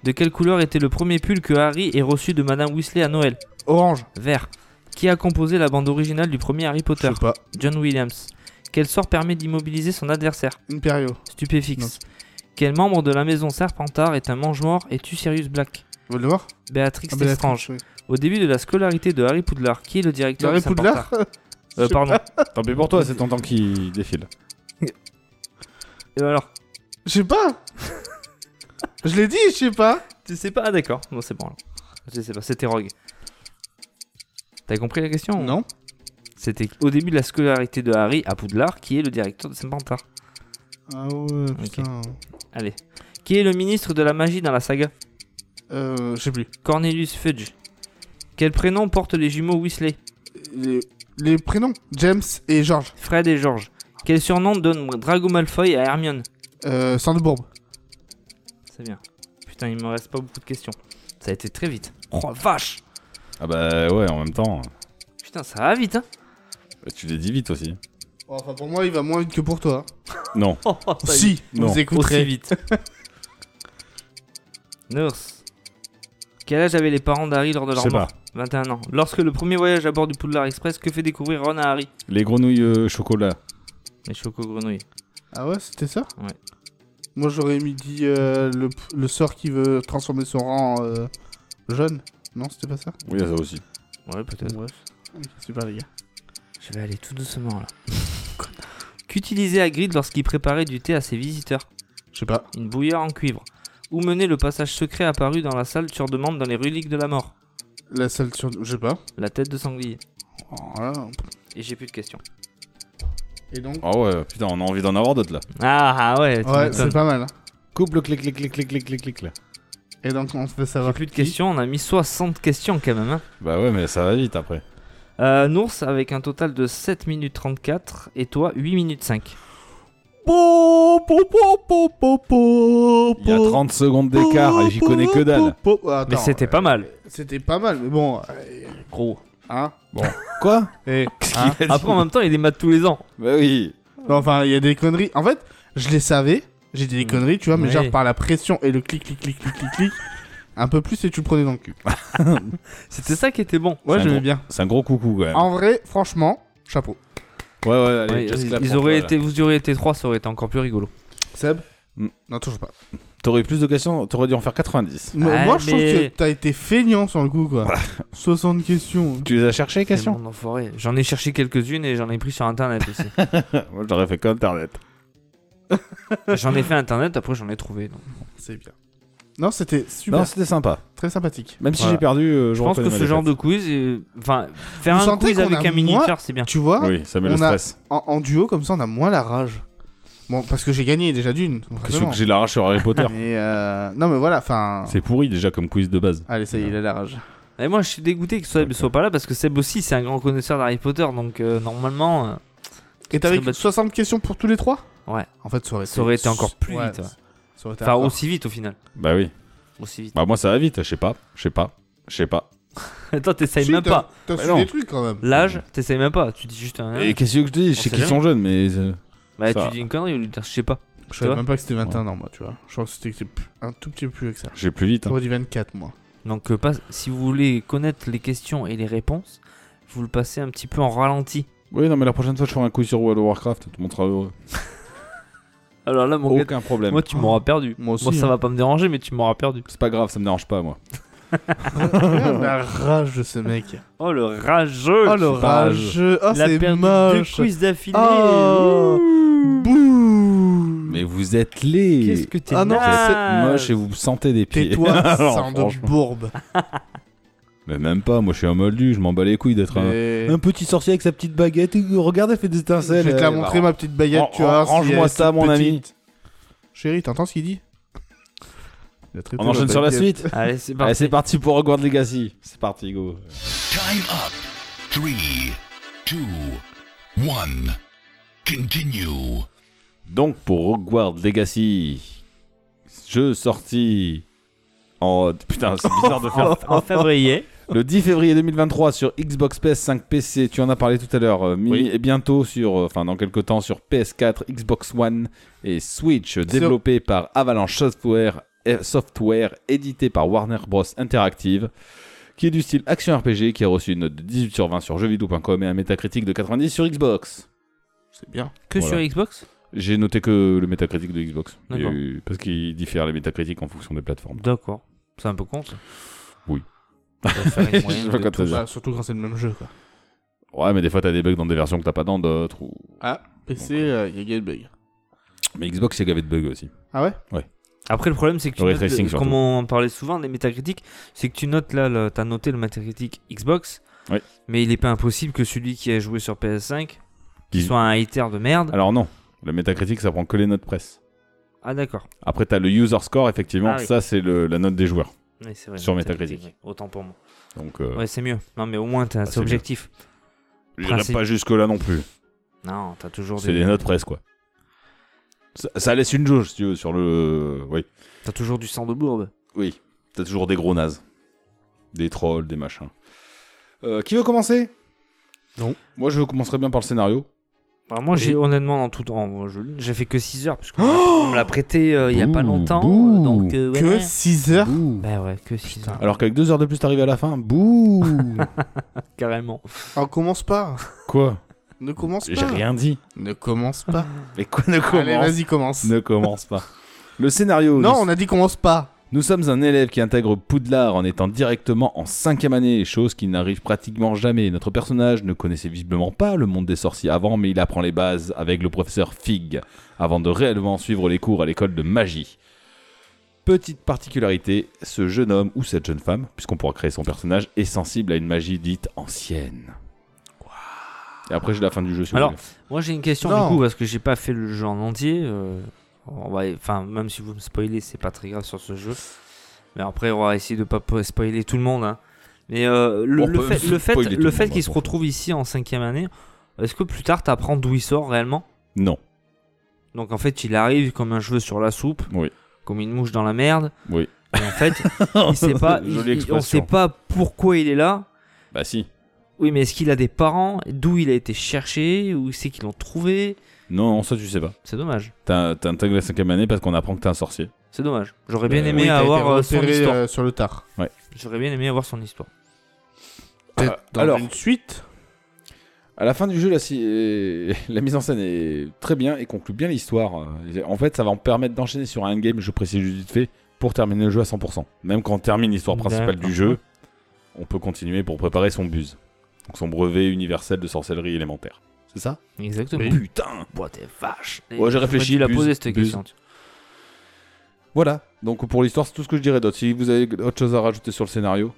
[SPEAKER 5] De quelle couleur était le premier pull que Harry ait reçu de Madame Weasley à Noël
[SPEAKER 3] Orange.
[SPEAKER 5] Vert. Qui a composé la bande originale du premier Harry
[SPEAKER 3] Je
[SPEAKER 5] Potter
[SPEAKER 3] sais pas.
[SPEAKER 5] John Williams. Quel sort permet d'immobiliser son adversaire
[SPEAKER 3] Imperio. Non.
[SPEAKER 5] Stupéfix. Quel membre de la maison Serpentard est un mange-mort et tue Sirius Black
[SPEAKER 3] Voldemort
[SPEAKER 5] Béatrix
[SPEAKER 3] Ah, Bellatrix,
[SPEAKER 5] Lestrange.
[SPEAKER 3] oui.
[SPEAKER 5] Au début de la scolarité de Harry Poudlard, qui est le directeur
[SPEAKER 3] Harry
[SPEAKER 5] de Serpentard
[SPEAKER 3] Poudlard
[SPEAKER 5] Euh,
[SPEAKER 3] Je sais
[SPEAKER 5] pardon.
[SPEAKER 7] Tant pis pour toi, c'est ton temps qui défile.
[SPEAKER 5] Et Euh, alors
[SPEAKER 3] Je sais pas. Je l'ai dit, je sais pas.
[SPEAKER 5] Tu sais pas Ah, d'accord. Bon, c'est bon. alors. Je sais pas, c'était Rogue. T'as compris la question
[SPEAKER 3] Non.
[SPEAKER 5] C'était au début de la scolarité de Harry à Poudlard, qui est le directeur de Serpentard.
[SPEAKER 3] Ah ouais, putain.
[SPEAKER 5] Allez. Qui est le ministre de la magie dans la saga
[SPEAKER 3] Euh, je sais plus.
[SPEAKER 5] Cornelius Fudge. Quel prénom portent les jumeaux Weasley
[SPEAKER 3] Les, les prénoms James et George.
[SPEAKER 5] Fred et George. Quel surnom donne Drago Malfoy à Hermione
[SPEAKER 3] Euh, Sandbourg.
[SPEAKER 5] C'est bien. Putain, il me reste pas beaucoup de questions. Ça a été très vite. Oh vache
[SPEAKER 7] Ah bah ouais, en même temps.
[SPEAKER 5] Putain, ça va vite, hein
[SPEAKER 4] Bah,
[SPEAKER 7] Tu les dis vite aussi.
[SPEAKER 3] Bon, enfin, pour moi, il va moins vite que pour toi. hein.
[SPEAKER 7] Non.
[SPEAKER 5] Oh, oh, ça y est.
[SPEAKER 3] Si,
[SPEAKER 7] Non.
[SPEAKER 3] vous écouterez.
[SPEAKER 5] Aussi vite. Nurse. Quel âge avaient les parents d'Harry lors de
[SPEAKER 7] Je
[SPEAKER 5] leur
[SPEAKER 7] sais
[SPEAKER 5] mort
[SPEAKER 7] pas.
[SPEAKER 5] 21 ans. Lorsque le premier voyage à bord du Poudlard Express, que fait découvrir Ron à Harry
[SPEAKER 7] Les grenouilles euh, chocolat.
[SPEAKER 5] Les chocos grenouilles.
[SPEAKER 3] Ah ouais, c'était ça
[SPEAKER 5] Ouais.
[SPEAKER 3] Moi j'aurais mis dit euh, le, le sort qui veut transformer son rang en euh, jeune. Non, c'était pas ça
[SPEAKER 4] Oui, il y a ça aussi.
[SPEAKER 5] Ouais, peut-être.
[SPEAKER 3] Super les gars.
[SPEAKER 5] Je vais aller tout doucement là. Connard. Qu'utilisait Hagrid lorsqu'il préparait du thé à ses visiteurs
[SPEAKER 3] Je sais pas.
[SPEAKER 5] Une bouilloire en cuivre. Où menait le passage secret apparu dans la salle sur demande dans les reliques de la mort
[SPEAKER 3] La salle sur. Je sais pas.
[SPEAKER 5] La tête de sanglier.
[SPEAKER 3] Voilà.
[SPEAKER 5] Et j'ai plus de questions.
[SPEAKER 3] Et donc
[SPEAKER 4] Ah ouais, putain, on a envie d'en avoir d'autres là.
[SPEAKER 5] Ah, ah ouais, tu
[SPEAKER 3] Ouais,
[SPEAKER 5] m'étonnes.
[SPEAKER 3] c'est pas mal. hein.
[SPEAKER 8] Couple clic clic clic clic clic clic clic là.
[SPEAKER 3] Et donc on veut
[SPEAKER 5] J'ai
[SPEAKER 3] savoir.
[SPEAKER 5] plus de questions, on a mis 60 questions quand même. hein.
[SPEAKER 4] Bah ouais, mais ça va vite après.
[SPEAKER 5] Euh, Nours avec un total de 7 minutes 34 et toi 8 minutes 5.
[SPEAKER 4] Il y a 30 secondes d'écart et j'y connais que dalle.
[SPEAKER 3] Attends, euh,
[SPEAKER 5] Mais c'était pas mal.
[SPEAKER 3] C'était pas mal, mais bon. euh, Gros. Hein
[SPEAKER 4] Quoi
[SPEAKER 3] Eh,
[SPEAKER 5] Après en même temps il les mate tous les ans.
[SPEAKER 4] Hein Ah, Bah oui.
[SPEAKER 3] Non, Enfin, il y a des conneries. En fait, je les savais. J'ai dit des
[SPEAKER 5] Mm.
[SPEAKER 3] conneries, tu vois, mais
[SPEAKER 5] Ouais.
[SPEAKER 3] genre par la pression et le clic, clic, clic, clic, clic, clic. Un peu plus et tu le prenais dans le cul.
[SPEAKER 5] C'était ça qui était bon.
[SPEAKER 4] C'est
[SPEAKER 3] Ouais,
[SPEAKER 4] un
[SPEAKER 3] j'aimais
[SPEAKER 4] bon-
[SPEAKER 3] bien.
[SPEAKER 4] C'est un gros coucou quand même.
[SPEAKER 3] En vrai, franchement, chapeau.
[SPEAKER 4] Ouais, ouais, allez,
[SPEAKER 5] Ouais,
[SPEAKER 4] just
[SPEAKER 5] ils
[SPEAKER 4] clap
[SPEAKER 5] ils
[SPEAKER 4] pour
[SPEAKER 5] auraient
[SPEAKER 4] toi, là.
[SPEAKER 5] été, vous auriez été 3, ça aurait été encore plus rigolo.
[SPEAKER 3] Seb
[SPEAKER 4] Mm.
[SPEAKER 3] Non, toujours pas.
[SPEAKER 4] T'aurais eu plus de questions, t'aurais dû en faire 90.
[SPEAKER 3] Moi,
[SPEAKER 5] Ouais,
[SPEAKER 3] moi, je trouve
[SPEAKER 5] mais-
[SPEAKER 3] que t'as été feignant sur le coup, quoi. 60 questions.
[SPEAKER 4] Tu les as cherchées les
[SPEAKER 5] C'est
[SPEAKER 4] questions
[SPEAKER 5] mon enfoiré. J'en ai cherché quelques-unes et j'en ai pris sur internet aussi.
[SPEAKER 4] Moi j'aurais fait qu'internet.
[SPEAKER 5] j'en ai fait internet, après j'en ai trouvé. donc.
[SPEAKER 3] C'est bien. Non, c'était super.
[SPEAKER 4] Non, c'était sympa.
[SPEAKER 3] Très sympathique.
[SPEAKER 4] Même si
[SPEAKER 5] Voilà.
[SPEAKER 4] j'ai perdu, euh, je
[SPEAKER 5] Je pense que
[SPEAKER 4] reconnais ma
[SPEAKER 5] ce genre
[SPEAKER 4] défaite.
[SPEAKER 5] de quiz, euh, enfin, faire
[SPEAKER 3] Vous
[SPEAKER 5] un
[SPEAKER 3] sentez
[SPEAKER 5] quiz
[SPEAKER 3] qu'on
[SPEAKER 5] avec
[SPEAKER 3] a
[SPEAKER 5] un mini
[SPEAKER 3] moins-
[SPEAKER 5] c'est bien.
[SPEAKER 3] Tu vois,
[SPEAKER 4] Oui, ça met le
[SPEAKER 3] on a-
[SPEAKER 4] stress.
[SPEAKER 3] en, en duo, comme ça, on a moins la rage. Bon, parce que j'ai gagné déjà d'une.
[SPEAKER 4] Qu'est-ce
[SPEAKER 3] forcément.
[SPEAKER 4] que j'ai l'arrache sur Harry Potter
[SPEAKER 3] Mais euh, Non, mais voilà, enfin.
[SPEAKER 4] C'est pourri déjà comme quiz de base.
[SPEAKER 3] Allez, ça y est, il a la rage.
[SPEAKER 5] Et moi, je suis dégoûté que Seb soit pas là parce que Seb aussi, c'est un grand connaisseur d'Harry Potter, donc euh, normalement, euh,
[SPEAKER 3] Et t'avais
[SPEAKER 5] Très bête.
[SPEAKER 3] 60 questions pour tous les trois
[SPEAKER 5] Ouais.
[SPEAKER 3] En fait, ça aurait été,
[SPEAKER 5] ça aurait été encore plus
[SPEAKER 3] Ouais,
[SPEAKER 5] vite. ouais.
[SPEAKER 3] Ça aurait été
[SPEAKER 5] Enfin,
[SPEAKER 3] encore-
[SPEAKER 5] aussi vite au final.
[SPEAKER 4] Bah oui.
[SPEAKER 5] Aussi vite.
[SPEAKER 4] Bah moi ça va vite, je sais pas, je sais pas, je sais pas.
[SPEAKER 5] Toi, t'essayes
[SPEAKER 3] Si,
[SPEAKER 5] même
[SPEAKER 3] t'as-
[SPEAKER 5] pas.
[SPEAKER 3] T'as
[SPEAKER 4] Bah
[SPEAKER 3] su
[SPEAKER 4] non.
[SPEAKER 3] des trucs quand même.
[SPEAKER 5] L'âge, t'essayes même pas. Tu dis juste un.
[SPEAKER 4] Et qu'est-ce que je dis Je sais
[SPEAKER 5] Hein sait
[SPEAKER 4] qu'ils
[SPEAKER 5] jamais.
[SPEAKER 4] sont jeunes, mais. euh,
[SPEAKER 5] bah,
[SPEAKER 4] ça
[SPEAKER 5] tu
[SPEAKER 4] va.
[SPEAKER 5] dis une connerie au lieu de dire je sais pas.
[SPEAKER 3] Je savais
[SPEAKER 5] Toi
[SPEAKER 3] même pas que c'était 21 ans, moi, tu vois. Je crois que c'était que c'était un tout petit peu plus que ça.
[SPEAKER 4] J'ai plus vite. hein.
[SPEAKER 3] J'aurais dit 24, moi.
[SPEAKER 5] Donc, euh, passe- si vous voulez connaître les questions et les réponses, vous le passez un petit peu en ralenti.
[SPEAKER 4] Oui, non, mais la prochaine fois, je ferai un quiz sur World of Warcraft. Tout le monde sera heureux.
[SPEAKER 5] Alors là, mon gars,
[SPEAKER 4] euh, Aucun problème.
[SPEAKER 5] moi, tu m'auras perdu.
[SPEAKER 3] Oh, Moi aussi. hein.
[SPEAKER 5] Moi,
[SPEAKER 4] hein.
[SPEAKER 5] ça va pas me déranger, mais tu m'auras perdu.
[SPEAKER 4] C'est pas grave, ça me dérange pas, moi.
[SPEAKER 3] Regarde la rage de ce mec.
[SPEAKER 5] Oh, le rageux
[SPEAKER 3] Oh, le rageux. Oh,
[SPEAKER 5] Il a
[SPEAKER 3] c'est
[SPEAKER 5] perdu
[SPEAKER 3] moche.
[SPEAKER 5] deux quiz d'affilée.
[SPEAKER 3] Oh, bouh.
[SPEAKER 4] Mais vous êtes les.
[SPEAKER 5] Qu'est-ce que t'es
[SPEAKER 3] Ah non,
[SPEAKER 5] naze.
[SPEAKER 4] moche et vous me sentez des pieds.
[SPEAKER 3] Tais-toi,
[SPEAKER 4] Alors,
[SPEAKER 3] sang de
[SPEAKER 4] franchement.
[SPEAKER 3] bourbe.
[SPEAKER 4] Mais même pas, moi je suis un moldu, je m'en bats les couilles d'être un.
[SPEAKER 3] Mais-
[SPEAKER 4] Un petit sorcier avec sa petite baguette, et regarde, elle fait des
[SPEAKER 3] Je
[SPEAKER 4] étincelles. euh,
[SPEAKER 3] vais te la
[SPEAKER 4] elle.
[SPEAKER 3] montrer, ma petite baguette,
[SPEAKER 4] Ran-
[SPEAKER 3] tu vois.
[SPEAKER 4] ran- range-moi ça, mon ami.
[SPEAKER 3] Chérie, t'entends ce qu'il dit
[SPEAKER 4] On enchaîne sur la suite.
[SPEAKER 5] Allez, c'est
[SPEAKER 4] Allez,
[SPEAKER 5] parti.
[SPEAKER 4] c'est parti pour Hogwarts Legacy. C'est parti, go.
[SPEAKER 6] Time up. Three, two, one. Continue.
[SPEAKER 4] Donc pour Hogwarts Legacy, jeu sorti en putain c'est bizarre de faire
[SPEAKER 5] en février.
[SPEAKER 4] le 10 février 2023 sur Xbox PS5 PC. Tu en as parlé tout à l'heure, euh, Mimi, et bientôt sur euh, enfin dans quelques temps sur PS4, Xbox One et Switch, développé par Avalanche Software, eh, Software, édité par Warner Bros Interactive. Qui est du style action RPG, qui a reçu une note de 18 sur 20 sur jeuxvideo.com et un métacritique de 90 sur Xbox.
[SPEAKER 3] C'est bien.
[SPEAKER 5] Que
[SPEAKER 4] Voilà.
[SPEAKER 5] sur Xbox
[SPEAKER 4] J'ai noté que le métacritique de Xbox. Il y a
[SPEAKER 5] D'accord.
[SPEAKER 4] eu- Parce qu'il diffère les métacritiques en fonction des plateformes.
[SPEAKER 5] D'accord. C'est un peu con ça.
[SPEAKER 4] Oui.
[SPEAKER 5] On va faire une moyenne
[SPEAKER 4] Je vois
[SPEAKER 5] de
[SPEAKER 4] quand
[SPEAKER 5] tout.
[SPEAKER 4] t'as-
[SPEAKER 3] Bah, surtout quand c'est le même jeu, quoi.
[SPEAKER 4] Ouais, mais des fois, t'as des bugs dans des versions que t'as pas dans d'autres. ou-
[SPEAKER 3] Ah, PC, il
[SPEAKER 4] euh,
[SPEAKER 3] y a Gatebug.
[SPEAKER 4] Mais Xbox, c'est gavé de bugs aussi.
[SPEAKER 3] Ah ouais
[SPEAKER 5] Après, le problème, c'est que tu
[SPEAKER 4] Le ray
[SPEAKER 5] notes,
[SPEAKER 4] tracing,
[SPEAKER 5] le-
[SPEAKER 4] surtout.
[SPEAKER 5] comme on en parlait souvent des métacritiques, c'est que tu notes là, le- t'as noté le métacritique Xbox,
[SPEAKER 4] Oui.
[SPEAKER 5] mais il est pas impossible que celui qui a joué sur PS5 qui
[SPEAKER 4] Qui-
[SPEAKER 5] soit un hater de merde.
[SPEAKER 4] Alors, non. Le métacritique, ça prend que les notes presse.
[SPEAKER 5] Ah, d'accord.
[SPEAKER 4] Après, t'as le user score, effectivement.
[SPEAKER 5] Ah oui.
[SPEAKER 4] Ça, c'est le- la note des joueurs.
[SPEAKER 5] Oui, c'est vrai,
[SPEAKER 4] Sur
[SPEAKER 5] Metacritic,
[SPEAKER 4] Metacritic.
[SPEAKER 5] oui. Autant pour moi.
[SPEAKER 4] Donc, euh, Ah,
[SPEAKER 5] Ouais, c'est mieux. Non, mais au moins, t'as- c'est
[SPEAKER 4] c'est
[SPEAKER 5] objectif.
[SPEAKER 4] j'irai
[SPEAKER 5] principe.
[SPEAKER 4] pas jusque-là non plus.
[SPEAKER 5] Non, t'as toujours
[SPEAKER 4] C'est
[SPEAKER 5] des,
[SPEAKER 4] des notes presse, quoi. Ça, ça laisse une jauge, si tu veux, sur le. Oui.
[SPEAKER 5] t'as toujours du sang de bourbe.
[SPEAKER 4] Oui. T'as toujours des gros nazes. Des trolls, des machins. Euh, qui veut commencer
[SPEAKER 3] Non.
[SPEAKER 4] Moi, je commencerai bien par le scénario.
[SPEAKER 5] Alors Ah, moi, j'ai honnêtement, dans tout temps, moi, je- j'ai fait que 6 heures, parce qu'on on me l'a prêté euh, il y a pas
[SPEAKER 4] Bouh,
[SPEAKER 5] longtemps.
[SPEAKER 4] bouh.
[SPEAKER 5] euh, donc, euh, ouais,
[SPEAKER 3] Que
[SPEAKER 5] ouais.
[SPEAKER 3] 6 heures
[SPEAKER 5] Bah ouais, que 6 heures,
[SPEAKER 4] Alors qu'avec deux heures de plus, t'arrives à la fin. Bouh
[SPEAKER 5] carrément.
[SPEAKER 3] On Oh, commence pas.
[SPEAKER 4] Quoi
[SPEAKER 3] Ne commence
[SPEAKER 4] J'ai
[SPEAKER 3] pas.
[SPEAKER 4] rien dit.
[SPEAKER 3] Ne commence pas.
[SPEAKER 4] Mais quoi, ne
[SPEAKER 3] Allez,
[SPEAKER 4] commence
[SPEAKER 3] vas-y, commence.
[SPEAKER 4] Ne commence pas. Le scénario.
[SPEAKER 3] Non,
[SPEAKER 4] nous-
[SPEAKER 3] on a dit qu'on lance pas.
[SPEAKER 4] Nous sommes un élève qui intègre Poudlard en étant directement en cinquième année, chose qui n'arrive pratiquement jamais. Notre personnage ne connaissait visiblement pas le monde des sorciers avant, mais il apprend les bases avec le professeur Fig, avant de réellement suivre les cours à l'école de magie. Petite particularité, ce jeune homme ou cette jeune femme, puisqu'on pourra créer son personnage, est sensible à une magie dite ancienne. Et après j'ai la fin du jeu si vous
[SPEAKER 5] Alors,
[SPEAKER 4] voulez.
[SPEAKER 5] Moi j'ai une question
[SPEAKER 3] Non.
[SPEAKER 5] du coup parce que j'ai pas fait le jeu en entier. euh, on va- enfin même si vous me spoilez, c'est pas très grave sur ce jeu. Mais après on va essayer de pas po- spoiler tout le monde. hein. Mais euh, le,
[SPEAKER 4] On
[SPEAKER 5] le
[SPEAKER 4] peut
[SPEAKER 5] fait, le fait,
[SPEAKER 4] spoiler tout
[SPEAKER 5] le
[SPEAKER 4] le
[SPEAKER 5] fait
[SPEAKER 4] monde,
[SPEAKER 5] qu'il se
[SPEAKER 4] hein,
[SPEAKER 5] retrouve ici en cinquième année, est-ce que plus tard t'apprends d'où il sort réellement
[SPEAKER 4] Non.
[SPEAKER 5] Donc en fait il arrive comme un cheveu sur la soupe,
[SPEAKER 4] Oui.
[SPEAKER 5] comme une mouche dans la merde.
[SPEAKER 4] Oui.
[SPEAKER 5] Et en fait il sait pas, il-
[SPEAKER 4] Jolie
[SPEAKER 5] il- on sait
[SPEAKER 4] expression.
[SPEAKER 5] pas pourquoi il est là.
[SPEAKER 4] Bah si.
[SPEAKER 5] Oui, mais est-ce qu'il a des parents D'où il a été cherché Où c'est qu'ils l'ont trouvé
[SPEAKER 4] Non, ça tu sais pas.
[SPEAKER 5] C'est dommage.
[SPEAKER 4] T'as- T'intègres la cinquième année parce qu'on apprend que t'es un sorcier.
[SPEAKER 5] C'est dommage. J'aurais bien aimé
[SPEAKER 3] Oui, t'as été
[SPEAKER 5] avoir euh, son
[SPEAKER 3] repéré, hein.
[SPEAKER 5] histoire.
[SPEAKER 3] euh, sur le tard.
[SPEAKER 5] J'aurais bien aimé avoir son histoire.
[SPEAKER 3] Peut-être dans
[SPEAKER 4] alors.
[SPEAKER 3] une suite.
[SPEAKER 4] À la fin du jeu, la, si- euh, la mise en scène est très bien et conclut bien l'histoire. Euh, En fait, ça va en permettre d'enchaîner sur un endgame, je précise juste vite fait, pour terminer le jeu à 100%. Même quand on termine l'histoire principale
[SPEAKER 5] D'accord.
[SPEAKER 4] du jeu, on peut continuer pour préparer son buse. Donc son brevet universel de sorcellerie élémentaire. C'est ça
[SPEAKER 5] Exactement.
[SPEAKER 4] Putain
[SPEAKER 5] Bois t'es vache.
[SPEAKER 4] Ouais, j'ai réfléchi,
[SPEAKER 5] Il a
[SPEAKER 4] buse,
[SPEAKER 5] posé cette
[SPEAKER 4] buse.
[SPEAKER 5] question. tu-
[SPEAKER 4] Voilà, donc pour l'histoire, c'est tout ce que je dirais d'autre. Si vous avez autre chose à rajouter sur le scénario,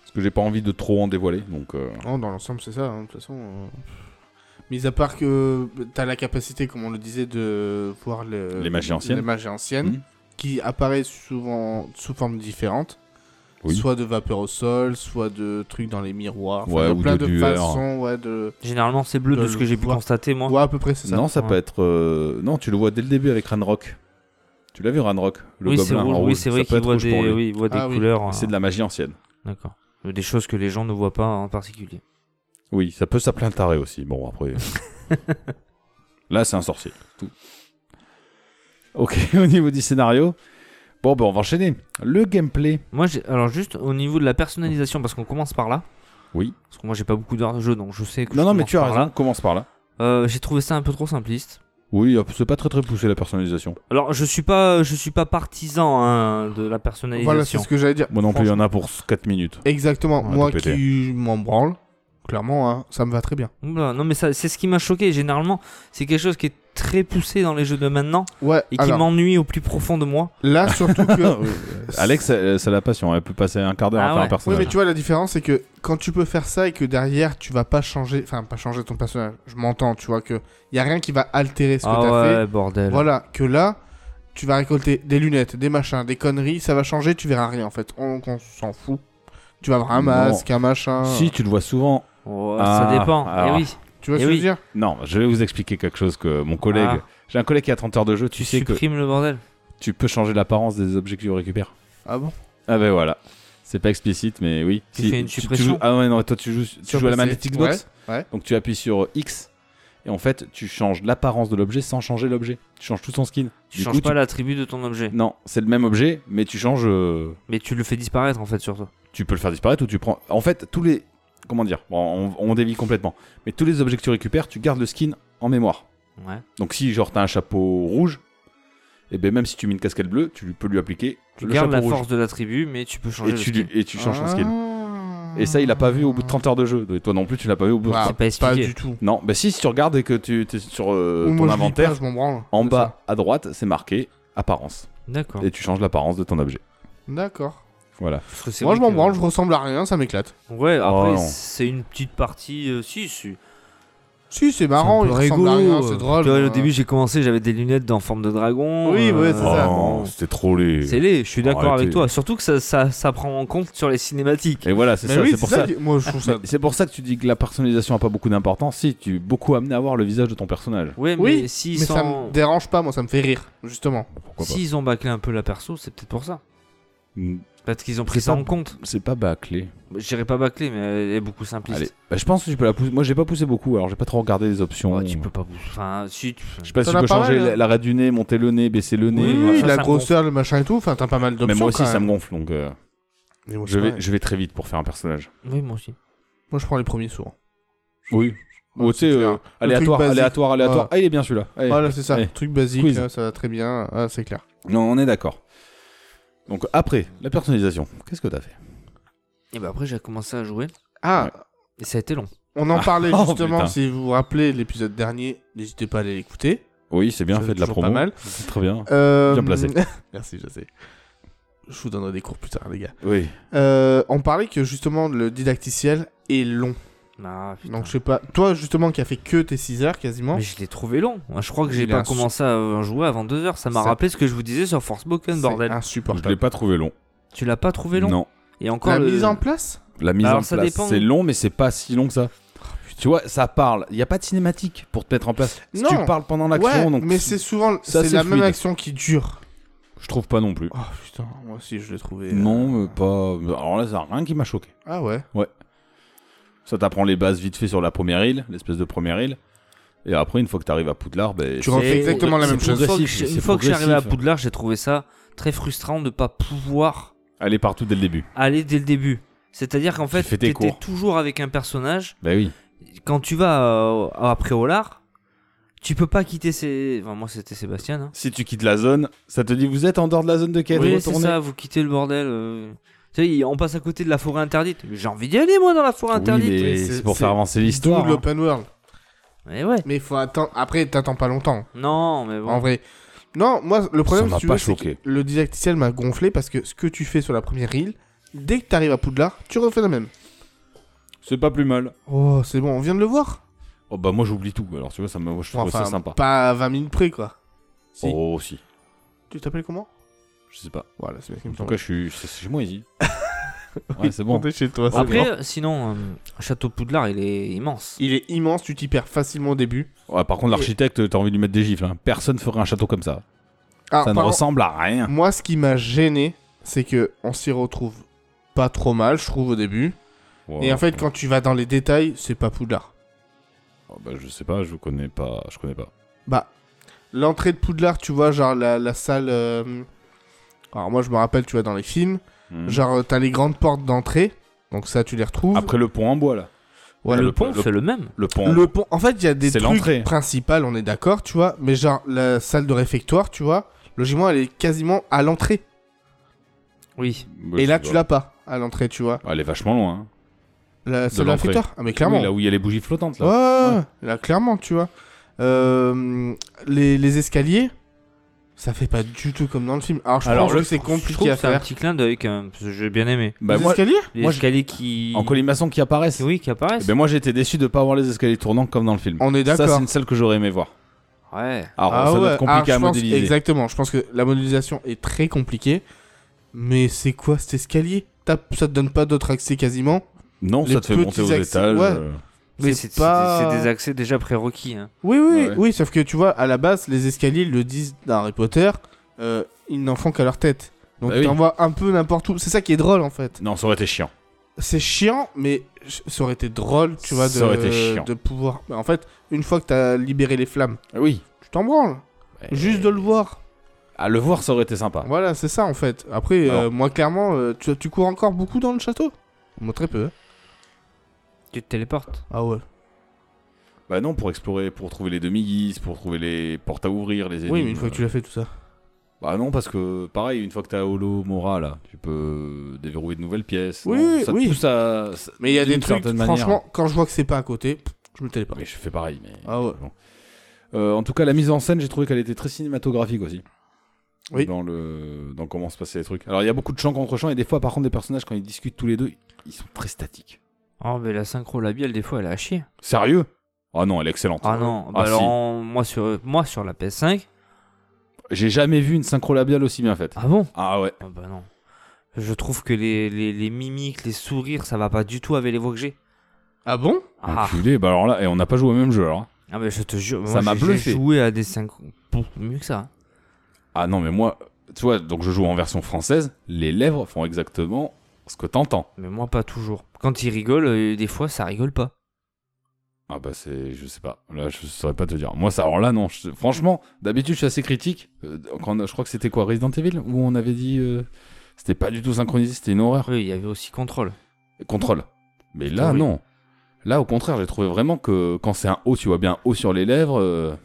[SPEAKER 4] parce que j'ai pas envie de trop en dévoiler, donc... euh,
[SPEAKER 3] Non, dans l'ensemble, c'est ça. hein, De toute façon, euh, mis à part que euh, t'as la capacité, comme on le disait, de voir le-
[SPEAKER 4] Les magies anciennes.
[SPEAKER 3] les magies anciennes,
[SPEAKER 4] Mhm.
[SPEAKER 3] qui apparaissent souvent sous formes différentes.
[SPEAKER 4] Oui.
[SPEAKER 3] Soit de vapeur au sol, soit de trucs dans les miroirs. Enfin,
[SPEAKER 4] Ouais,
[SPEAKER 3] il y a
[SPEAKER 4] ou
[SPEAKER 3] plein
[SPEAKER 4] de
[SPEAKER 3] de,
[SPEAKER 4] lueurs.
[SPEAKER 3] façons, ouais, de.
[SPEAKER 5] Généralement, c'est bleu
[SPEAKER 3] De
[SPEAKER 5] de, ce que
[SPEAKER 3] le
[SPEAKER 5] j'ai pu
[SPEAKER 3] voir.
[SPEAKER 5] constater, moi.
[SPEAKER 3] Ouais, à peu près, c'est ça.
[SPEAKER 4] non, ça
[SPEAKER 5] Ouais.
[SPEAKER 4] peut être... euh, Non, tu le vois dès le début avec Ranrock. Tu l'as vu Ranrock Le
[SPEAKER 5] oui, c'est
[SPEAKER 4] gobelin en
[SPEAKER 5] rouge.
[SPEAKER 4] rouge.
[SPEAKER 5] Oui, c'est
[SPEAKER 4] Ça
[SPEAKER 5] vrai
[SPEAKER 4] peut
[SPEAKER 5] qu'il
[SPEAKER 4] être
[SPEAKER 5] voit
[SPEAKER 4] rouge pour
[SPEAKER 5] des,
[SPEAKER 4] lui.
[SPEAKER 5] oui, il voit des
[SPEAKER 3] Ah oui.
[SPEAKER 5] couleurs.
[SPEAKER 4] C'est
[SPEAKER 5] euh,
[SPEAKER 4] de la magie ancienne.
[SPEAKER 5] D'accord. Euh, Des choses que les gens ne voient pas en particulier.
[SPEAKER 4] Oui, ça peut s'appeler un taré aussi. Bon, après. Là, c'est un sorcier. Tout. Ok, au niveau du scénario. Bon, ben, on va enchaîner. Le gameplay.
[SPEAKER 5] Moi, j'ai- alors juste au niveau de la personnalisation, parce qu'on commence par là.
[SPEAKER 4] Oui.
[SPEAKER 5] Parce que moi, j'ai pas beaucoup d'heures de jeu, donc je sais que.
[SPEAKER 4] Non,
[SPEAKER 5] je
[SPEAKER 4] non, mais
[SPEAKER 5] commence
[SPEAKER 4] tu as
[SPEAKER 5] par
[SPEAKER 4] raison.
[SPEAKER 5] là.
[SPEAKER 4] Commence par là.
[SPEAKER 5] Euh, j'ai trouvé ça un peu trop simpliste.
[SPEAKER 4] Oui, hop, c'est pas très très poussé la personnalisation.
[SPEAKER 5] Alors je suis pas je suis pas partisan hein, de la
[SPEAKER 3] Voilà, c'est
[SPEAKER 5] personnalisation.
[SPEAKER 3] ce que j'allais dire.
[SPEAKER 4] Moi non plus, il y en a pour 4 minutes.
[SPEAKER 3] Exactement.
[SPEAKER 4] On va
[SPEAKER 3] Moi
[SPEAKER 4] tout péter.
[SPEAKER 3] qui m'en branle, clairement, hein, ça me va très bien.
[SPEAKER 5] Oula, non mais ça c'est ce qui m'a choqué généralement, c'est quelque chose qui est très poussé dans les jeux de maintenant
[SPEAKER 3] Ouais,
[SPEAKER 5] et qui
[SPEAKER 3] alors,
[SPEAKER 5] m'ennuie au plus profond de moi.
[SPEAKER 3] là, surtout que.
[SPEAKER 4] Alex, euh, c'est la passion. Elle peut passer un quart d'heure
[SPEAKER 5] Ah
[SPEAKER 4] à faire
[SPEAKER 5] ouais.
[SPEAKER 4] un
[SPEAKER 3] Oui,
[SPEAKER 4] personnage.
[SPEAKER 3] mais tu vois, la différence, c'est que quand tu peux faire ça et que derrière, tu vas pas changer, enfin, pas changer ton personnage, je m'entends, tu vois, que y a rien qui va altérer ce que
[SPEAKER 5] Ah
[SPEAKER 3] t'as
[SPEAKER 5] ouais,
[SPEAKER 3] fait.
[SPEAKER 5] bordel.
[SPEAKER 3] Voilà, que là, tu vas récolter des lunettes, des machins, des conneries, ça va changer, tu verras rien en fait. On, on s'en fout. Tu vas avoir un
[SPEAKER 4] Non.
[SPEAKER 3] masque, un machin.
[SPEAKER 4] Si, tu le vois souvent.
[SPEAKER 5] Oh,
[SPEAKER 4] Ah,
[SPEAKER 5] ça dépend.
[SPEAKER 4] alors.
[SPEAKER 5] Eh oui,
[SPEAKER 3] Tu vois ce
[SPEAKER 5] Eh
[SPEAKER 3] que je
[SPEAKER 5] oui.
[SPEAKER 3] veux dire
[SPEAKER 4] Non, je vais vous expliquer quelque chose que mon collègue.
[SPEAKER 5] Ah.
[SPEAKER 4] J'ai un collègue qui a 30 heures de jeu. Tu
[SPEAKER 5] tu
[SPEAKER 4] sais que
[SPEAKER 5] supprimes le bordel.
[SPEAKER 4] tu peux changer l'apparence des objets que tu récupères.
[SPEAKER 3] Ah bon
[SPEAKER 4] Ah ben voilà. C'est pas explicite, mais oui.
[SPEAKER 5] Tu fais une suppression.
[SPEAKER 4] joues- Ah ouais, non, toi tu joues, tu
[SPEAKER 3] Sur
[SPEAKER 4] joues à la
[SPEAKER 3] PC.
[SPEAKER 4] manette Xbox.
[SPEAKER 3] Ouais, ouais.
[SPEAKER 4] Donc tu appuies sur euh, X. Et en fait, tu changes l'apparence de l'objet sans changer l'objet. Tu changes tout son skin.
[SPEAKER 5] Tu
[SPEAKER 4] Du
[SPEAKER 5] changes
[SPEAKER 4] coup,
[SPEAKER 5] pas
[SPEAKER 4] tu-
[SPEAKER 5] l'attribut de ton objet,
[SPEAKER 4] Non, c'est le même objet, mais tu changes. euh,
[SPEAKER 5] mais tu le fais disparaître en fait surtout.
[SPEAKER 4] Tu peux le faire disparaître ou tu prends. En fait, tous les. Comment dire Bon, on, on dévie complètement. Mais tous les objets que tu récupères, tu gardes le skin en mémoire.
[SPEAKER 5] Ouais.
[SPEAKER 4] Donc si genre t'as un chapeau rouge, et ben même si tu mets une casquette bleue, tu lui- peux lui appliquer
[SPEAKER 5] Tu
[SPEAKER 4] le
[SPEAKER 5] gardes
[SPEAKER 4] chapeau
[SPEAKER 5] la
[SPEAKER 4] rouge.
[SPEAKER 5] force de l'attribut mais tu peux changer
[SPEAKER 4] et,
[SPEAKER 5] le
[SPEAKER 4] tu,
[SPEAKER 5] skin.
[SPEAKER 4] lui- et tu changes son skin.
[SPEAKER 3] Ah.
[SPEAKER 4] Et ça, il a pas vu au bout de 30 heures de jeu. Et toi non plus, tu l'as ah, pas vu au bout de
[SPEAKER 3] Bah,
[SPEAKER 5] C'est pas
[SPEAKER 3] Pas
[SPEAKER 5] expliqué.
[SPEAKER 3] du tout.
[SPEAKER 4] Non, bah si, si tu regardes et que tu es sur euh,
[SPEAKER 3] Ou moi,
[SPEAKER 4] ton
[SPEAKER 3] je lis
[SPEAKER 4] inventaire,
[SPEAKER 3] pas, je m'en branle.
[SPEAKER 4] en
[SPEAKER 3] de
[SPEAKER 4] bas à droite, c'est marqué apparence.
[SPEAKER 5] D'accord.
[SPEAKER 4] Et tu changes l'apparence de ton objet.
[SPEAKER 3] ça. D'accord.
[SPEAKER 4] Voilà.
[SPEAKER 5] Parce que c'est
[SPEAKER 3] Moi, je
[SPEAKER 5] vrai
[SPEAKER 3] m'en
[SPEAKER 5] que-
[SPEAKER 3] branle, je ressemble à rien, ça m'éclate.
[SPEAKER 5] Ouais,
[SPEAKER 4] Oh,
[SPEAKER 5] après
[SPEAKER 4] non.
[SPEAKER 5] c'est une petite partie euh, si si.
[SPEAKER 3] Si, c'est
[SPEAKER 5] C'est un
[SPEAKER 3] marrant,
[SPEAKER 5] peu
[SPEAKER 3] il ressemble
[SPEAKER 5] rigolo,
[SPEAKER 3] à rien,
[SPEAKER 5] euh,
[SPEAKER 3] c'est drôle.
[SPEAKER 5] tu vois,
[SPEAKER 3] euh.
[SPEAKER 5] au début, j'ai commencé, j'avais des lunettes en forme de dragon. Euh,
[SPEAKER 3] Oui, ouais, c'est ça.
[SPEAKER 5] bon,
[SPEAKER 4] Oh, c'était trop laid.
[SPEAKER 5] C'est laid, je suis d'accord
[SPEAKER 4] Arrêtez.
[SPEAKER 5] avec toi. Surtout que ça, ça, ça prend en compte sur les cinématiques.
[SPEAKER 4] Et voilà, c'est
[SPEAKER 3] Mais
[SPEAKER 4] ça.
[SPEAKER 3] oui,
[SPEAKER 4] c'est pour ça.
[SPEAKER 3] qui- Moi, je trouve ça.
[SPEAKER 4] Mais C'est pour ça que tu dis que la personnalisation a pas beaucoup d'importance. Si, tu es beaucoup amené à voir le visage de ton personnage.
[SPEAKER 5] Ouais, mais
[SPEAKER 3] Oui,
[SPEAKER 5] s'ils
[SPEAKER 3] Mais ça
[SPEAKER 5] sont-
[SPEAKER 3] me dérange pas, moi, ça me fait rire, justement.
[SPEAKER 4] Pourquoi pas
[SPEAKER 5] s'ils ont bâclé un peu la perso, c'est peut-être pour ça.
[SPEAKER 4] Mm,
[SPEAKER 5] Peut-être qu'ils ont pris
[SPEAKER 4] C'est
[SPEAKER 5] ça
[SPEAKER 4] pas-
[SPEAKER 5] en compte.
[SPEAKER 4] C'est pas bâclé.
[SPEAKER 5] J'irai pas bâcler, mais elle est beaucoup simpliste.
[SPEAKER 4] Allez, Bah, je pense que tu peux la pousser. Moi, j'ai pas poussé beaucoup, alors j'ai pas trop regardé les options.
[SPEAKER 5] Ouais, Bah, tu peux pas. Enfin, si tu.
[SPEAKER 4] Je sais pas si
[SPEAKER 3] T'en
[SPEAKER 4] tu
[SPEAKER 3] as
[SPEAKER 4] peux
[SPEAKER 3] pas
[SPEAKER 4] changer
[SPEAKER 3] mal, hein.
[SPEAKER 4] la- l'arrêt du nez, monter le nez, baisser le nez.
[SPEAKER 5] Oui,
[SPEAKER 4] voilà.
[SPEAKER 3] Oui,
[SPEAKER 5] ça,
[SPEAKER 3] la
[SPEAKER 5] ça me
[SPEAKER 3] grosseur, le machin et tout, enfin, t'as pas mal d'options.
[SPEAKER 4] Mais moi aussi,
[SPEAKER 3] quand
[SPEAKER 4] ça me
[SPEAKER 3] même.
[SPEAKER 4] gonfle, donc euh,
[SPEAKER 3] Mais moi,
[SPEAKER 4] je,
[SPEAKER 3] sais
[SPEAKER 4] vais,
[SPEAKER 3] pas,
[SPEAKER 4] je vais très vite pour faire un personnage.
[SPEAKER 5] Oui, moi aussi.
[SPEAKER 3] hein. Moi, je prends les premiers souvent.
[SPEAKER 4] Oui. Ou tu sais,
[SPEAKER 3] clair.
[SPEAKER 4] euh,
[SPEAKER 3] Le
[SPEAKER 4] aléatoire,
[SPEAKER 3] truc basique.
[SPEAKER 4] aléatoire, aléatoire.
[SPEAKER 3] Ouais.
[SPEAKER 4] Ah, il est bien celui-là. Allez.
[SPEAKER 3] Voilà, c'est ça.
[SPEAKER 4] Allez.
[SPEAKER 3] Truc basique,
[SPEAKER 4] eh, Quiz.
[SPEAKER 3] euh, ça va très bien. Ah, c'est clair.
[SPEAKER 4] Non, on est d'accord. Donc après, la personnalisation, qu'est-ce que t'as fait
[SPEAKER 5] Et bah après, j'ai commencé à jouer.
[SPEAKER 3] Ah,
[SPEAKER 5] Et ça a été long.
[SPEAKER 3] on en parlait
[SPEAKER 4] oh,
[SPEAKER 3] justement.
[SPEAKER 4] putain.
[SPEAKER 3] si vous vous rappelez l'épisode dernier, n'hésitez pas à aller l'écouter.
[SPEAKER 4] Oui, c'est bien
[SPEAKER 3] C'est
[SPEAKER 4] fait de la
[SPEAKER 3] toujours
[SPEAKER 4] promo.
[SPEAKER 3] pas mal.
[SPEAKER 4] C'est Très bien.
[SPEAKER 3] Euh,
[SPEAKER 4] Bien placé.
[SPEAKER 3] Merci, je sais. Je vous donnerai des cours plus tard, les gars.
[SPEAKER 4] Oui.
[SPEAKER 3] Euh, on parlait que justement le didacticiel est long.
[SPEAKER 5] Ah, putain.
[SPEAKER 3] Donc je sais pas. Toi justement qui a fait que tes 6 heures quasiment.
[SPEAKER 5] Mais je l'ai trouvé long. Moi, Je crois que j'ai
[SPEAKER 3] Il a
[SPEAKER 5] pas
[SPEAKER 3] un sou-
[SPEAKER 5] commencé à euh, jouer avant 2 heures. Ça m'a
[SPEAKER 3] Ça-
[SPEAKER 5] rappelé ce que je vous disais sur Forspoken, bordel.
[SPEAKER 4] Je
[SPEAKER 3] insupportable.
[SPEAKER 4] l'ai pas trouvé long.
[SPEAKER 5] Tu l'as pas trouvé long
[SPEAKER 4] Non.
[SPEAKER 5] Et encore.
[SPEAKER 3] La
[SPEAKER 5] le-
[SPEAKER 3] mise en place
[SPEAKER 4] La mise
[SPEAKER 5] Alors,
[SPEAKER 4] en
[SPEAKER 5] ça
[SPEAKER 4] place,
[SPEAKER 5] dépend. Oh,
[SPEAKER 4] c'est long, mais c'est pas si long que ça. Tu vois, ça parle. Il n'y a pas de cinématique pour te mettre en place. Si
[SPEAKER 3] Non.
[SPEAKER 4] tu parles pendant l'action,
[SPEAKER 3] Ouais,
[SPEAKER 4] donc
[SPEAKER 3] mais c'est souvent
[SPEAKER 4] ça,
[SPEAKER 3] c'est
[SPEAKER 4] c'est
[SPEAKER 3] la
[SPEAKER 4] fluide.
[SPEAKER 3] même action qui dure.
[SPEAKER 4] je trouve pas non plus.
[SPEAKER 3] Oh putain, moi aussi je l'ai trouvé. euh,
[SPEAKER 4] Non, mais pas. Alors là, ça a rien qui m'a choqué.
[SPEAKER 3] Ah ouais.
[SPEAKER 4] Ça t'apprend les bases vite fait sur la première île, l'espèce de première île. Et après, une fois que t'arrives à Poudlard, ben,
[SPEAKER 3] Tu refais
[SPEAKER 5] C'est-
[SPEAKER 3] exactement la
[SPEAKER 4] c'est
[SPEAKER 3] même
[SPEAKER 5] Une
[SPEAKER 3] chose.
[SPEAKER 5] fois que
[SPEAKER 4] progressif,
[SPEAKER 5] je-
[SPEAKER 4] c'est
[SPEAKER 5] une fois que je suis arrivé à
[SPEAKER 4] progressif.
[SPEAKER 5] Poudlard, j'ai trouvé ça très frustrant de pas pouvoir
[SPEAKER 4] elle est partout dès le début.
[SPEAKER 5] aller dès le début. C'est-à-dire qu'en fait,
[SPEAKER 4] fais tes
[SPEAKER 5] t'étais
[SPEAKER 4] cours.
[SPEAKER 5] toujours avec un personnage.
[SPEAKER 3] Ben
[SPEAKER 4] Bah oui.
[SPEAKER 5] Quand tu vas euh, après Olar, tu peux pas quitter ses. Enfin, moi, c'était Sébastien. hein.
[SPEAKER 4] Si tu quittes la zone, ça te dit vous êtes en dehors de la zone de quête.
[SPEAKER 5] Oui, c'est
[SPEAKER 4] retournez.
[SPEAKER 5] ça, vous quittez le bordel. euh. Tu sais, on passe à côté de la forêt interdite. J'ai envie d'y aller, moi, dans la forêt
[SPEAKER 4] Oui,
[SPEAKER 5] interdite.
[SPEAKER 4] mais
[SPEAKER 3] oui,
[SPEAKER 4] c'est
[SPEAKER 3] c'est-
[SPEAKER 4] pour faire
[SPEAKER 3] c'est
[SPEAKER 4] avancer
[SPEAKER 3] Tout
[SPEAKER 4] l'histoire. hein.
[SPEAKER 3] l'open world.
[SPEAKER 5] Mais ouais.
[SPEAKER 3] Mais faut attendre. Après, t'attends pas longtemps.
[SPEAKER 5] Non, mais bon.
[SPEAKER 3] En vrai. Non, moi, le problème,
[SPEAKER 4] Ça m'a
[SPEAKER 3] si tu
[SPEAKER 4] pas
[SPEAKER 3] veux, c'est
[SPEAKER 4] choqué.
[SPEAKER 3] que le didacticiel m'a gonflé parce que ce que tu fais sur la première île, dès que t'arrives à Poudlard, tu refais la même. hein.
[SPEAKER 4] C'est pas plus mal.
[SPEAKER 3] Oh, c'est bon, on vient de le voir.
[SPEAKER 4] Oh bah moi j'oublie tout. Alors tu vois, ça me, moi, je trouve
[SPEAKER 3] Enfin,
[SPEAKER 4] ça sympa.
[SPEAKER 3] pas à 20 minutes près, quoi. Si.
[SPEAKER 4] Oh si.
[SPEAKER 3] Tu t'appelles comment
[SPEAKER 4] Je sais pas.
[SPEAKER 3] Voilà, c'est bien
[SPEAKER 4] En tout cas, je suis c'est- c'est chez moi ici. ouais, c'est bon.
[SPEAKER 3] Comptez chez toi. c'est bon.
[SPEAKER 5] Après, euh, sinon, euh, Château Poudlard, il est immense.
[SPEAKER 3] il est immense, tu t'y perds facilement au début.
[SPEAKER 4] Ouais, par contre, l'architecte, t'as envie de lui mettre des gifles. hein. Personne ferait un château comme ça.
[SPEAKER 3] Ah,
[SPEAKER 4] ça ne
[SPEAKER 3] par contre,
[SPEAKER 4] ressemble à rien.
[SPEAKER 3] Moi, ce qui m'a gêné, c'est que on s'y retrouve pas trop mal, je trouve, au début. Et en fait, quand tu vas dans les détails, c'est pas Poudlard.
[SPEAKER 4] Oh, bah, je sais pas, je connais pas, je connais pas.
[SPEAKER 3] Bah, l'entrée de Poudlard, tu vois, genre la, la salle. euh, Alors, moi, je me rappelle, tu vois, dans les films,
[SPEAKER 4] Hmm.
[SPEAKER 3] genre, euh, t'as les grandes portes d'entrée, donc ça, tu les retrouves.
[SPEAKER 4] Après le pont en bois là.
[SPEAKER 3] Ouais,
[SPEAKER 4] Là,
[SPEAKER 5] Le pont,
[SPEAKER 4] le,
[SPEAKER 5] c'est le même.
[SPEAKER 4] le pont. en
[SPEAKER 3] le pont. En fait, il y a des
[SPEAKER 4] C'est l'entrée.
[SPEAKER 3] trucs principales, on est d'accord, tu vois, mais genre, la salle de réfectoire, tu vois, logiquement, elle est quasiment à l'entrée.
[SPEAKER 5] Oui.
[SPEAKER 4] bois. Ouais,
[SPEAKER 3] Et là,
[SPEAKER 4] Bah, je
[SPEAKER 3] tu
[SPEAKER 4] vois.
[SPEAKER 3] l'as pas à l'entrée, tu vois.
[SPEAKER 4] Ah, Elle est vachement loin. hein.
[SPEAKER 3] La salle de
[SPEAKER 4] l'entrée.
[SPEAKER 3] réfectoire Ah, mais clairement.
[SPEAKER 4] Oui, là où il y a les bougies flottantes là.
[SPEAKER 3] Ouais, ouais, là, clairement, tu vois. Euh, les, les escaliers, ça fait pas du tout comme dans le film. Alors, je
[SPEAKER 4] Alors,
[SPEAKER 3] pense
[SPEAKER 4] le-
[SPEAKER 3] que c'est
[SPEAKER 5] Je trouve
[SPEAKER 3] compliqué
[SPEAKER 5] que
[SPEAKER 3] à
[SPEAKER 5] c'est un
[SPEAKER 3] faire.
[SPEAKER 5] petit clin d'œil quand même, parce que j'ai bien aimé.
[SPEAKER 4] Bah,
[SPEAKER 3] les
[SPEAKER 4] moi,
[SPEAKER 3] escaliers
[SPEAKER 5] Les
[SPEAKER 4] Moi, je-
[SPEAKER 5] escaliers qui.
[SPEAKER 4] en colimaçon qui apparaissent.
[SPEAKER 5] qui- Oui, qui apparaissent.
[SPEAKER 4] Eh ben moi j'étais déçu de pas avoir les escaliers tournants comme dans le film.
[SPEAKER 3] On est
[SPEAKER 4] Ça c'est
[SPEAKER 3] d'accord.
[SPEAKER 4] une salle que j'aurais aimé voir. ben.
[SPEAKER 5] Ouais.
[SPEAKER 4] Alors
[SPEAKER 3] Ah
[SPEAKER 4] ça doit
[SPEAKER 3] ouais,
[SPEAKER 4] être compliqué
[SPEAKER 3] ah,
[SPEAKER 4] à
[SPEAKER 3] je pense-
[SPEAKER 4] modéliser.
[SPEAKER 3] Exactement, je pense que la modélisation est très compliquée. Mais c'est quoi cet escalier T'as- Ça te donne pas d'autre accès quasiment
[SPEAKER 4] Non,
[SPEAKER 3] Les
[SPEAKER 4] ça te fait monter
[SPEAKER 3] petits
[SPEAKER 4] aux
[SPEAKER 3] accès-
[SPEAKER 4] étages.
[SPEAKER 3] ouais.
[SPEAKER 4] euh,
[SPEAKER 5] Oui,
[SPEAKER 3] C'est
[SPEAKER 5] c'est
[SPEAKER 3] pas-
[SPEAKER 5] c'est des, c'est des accès déjà prérequis. hein.
[SPEAKER 3] Oui, oui,
[SPEAKER 4] Ouais.
[SPEAKER 3] oui, sauf que tu vois, à la base, les escaliers ils le disent d'Harry Potter, euh, ils n'en font qu'à leur tête. Donc
[SPEAKER 4] Bah oui.
[SPEAKER 3] t'en vois un peu n'importe où. C'est ça qui est drôle en fait.
[SPEAKER 4] Non, ça aurait été chiant.
[SPEAKER 3] C'est chiant, mais ch- ça aurait été drôle, tu vois, de,
[SPEAKER 4] Ça aurait été chiant.
[SPEAKER 3] de pouvoir. Bah, en fait, une fois que t'as libéré les flammes,
[SPEAKER 4] Oui.
[SPEAKER 3] tu t'en branles. Ah Juste de le voir.
[SPEAKER 4] À le voir, ça aurait été sympa.
[SPEAKER 3] Voilà, c'est ça en fait. Après, euh,
[SPEAKER 4] Alors.
[SPEAKER 3] moi clairement, euh, tu, tu cours encore beaucoup dans le château Moi très peu. hein.
[SPEAKER 5] Tu te téléportes.
[SPEAKER 3] Ah ouais.
[SPEAKER 4] Bah non, pour explorer, pour trouver les demi-guises, pour trouver les portes à ouvrir, les énigmes.
[SPEAKER 3] Oui, mais une fois que tu l'as fait tout ça.
[SPEAKER 4] Bah non, parce que pareil, une fois que t'as Holo Mora là, tu peux déverrouiller de nouvelles pièces.
[SPEAKER 3] Oui,
[SPEAKER 4] non, ça te
[SPEAKER 3] oui.
[SPEAKER 4] pousse à- ça-
[SPEAKER 3] Mais il y a des
[SPEAKER 4] d'une
[SPEAKER 3] trucs,
[SPEAKER 4] certaine manière.
[SPEAKER 3] franchement, quand je vois que c'est pas à côté, pff, je me téléporte.
[SPEAKER 4] Mais bah je fais pareil. Mais...
[SPEAKER 3] Ah ouais.
[SPEAKER 4] bon. Euh, en tout cas, la mise en scène, j'ai trouvé qu'elle était très cinématographique aussi.
[SPEAKER 3] Oui.
[SPEAKER 4] Dans, le... dans comment se passaient les trucs. Alors, il y a beaucoup de chants contre chants, et des fois, par contre, des personnages, quand ils discutent tous les deux, ils sont très statiques.
[SPEAKER 5] Oh, mais la synchro labiale, des fois, elle est à chier.
[SPEAKER 4] Sérieux Ah non, elle est excellente.
[SPEAKER 5] Ah non, bah
[SPEAKER 4] Ah,
[SPEAKER 5] alors,
[SPEAKER 4] si.
[SPEAKER 5] en- moi, sur, moi sur la PS5.
[SPEAKER 4] J'ai jamais vu une synchro labiale aussi bien faite.
[SPEAKER 5] Ah bon
[SPEAKER 4] Ah ouais.
[SPEAKER 5] Ah bah non. Je trouve que les, les, les mimiques, les sourires, ça va pas du tout avec les voix que j'ai.
[SPEAKER 3] Ah bon
[SPEAKER 5] Ah,
[SPEAKER 4] Enculé, bah alors là, et on n'a pas joué au même jeu alors. hein.
[SPEAKER 5] ah mais je te jure,
[SPEAKER 4] Ça
[SPEAKER 5] moi,
[SPEAKER 4] m'a
[SPEAKER 5] j'ai- j'ai
[SPEAKER 4] bluffé.
[SPEAKER 5] joué à des synchro. Beaucoup mieux que ça. hein.
[SPEAKER 4] Ah non, mais moi, tu vois, donc je joue en version française, les lèvres font exactement ce que t'entends.
[SPEAKER 5] Mais moi, pas toujours. Quand ils rigolent, euh, des fois, ça rigole pas.
[SPEAKER 4] Ah bah c'est, je sais pas, là je saurais pas te dire. Moi ça, alors là non, je- franchement, d'habitude je suis assez critique. Euh, quand, je crois que c'était quoi, Resident Evil, où on avait dit, euh, c'était pas du tout synchronisé, c'était une horreur.
[SPEAKER 5] Oui, il y avait aussi contrôle.
[SPEAKER 4] Contrôle. Mais là
[SPEAKER 5] Oui.
[SPEAKER 4] non. Là, au contraire, j'ai trouvé vraiment que quand c'est un O, tu vois bien un O sur les lèvres. euh,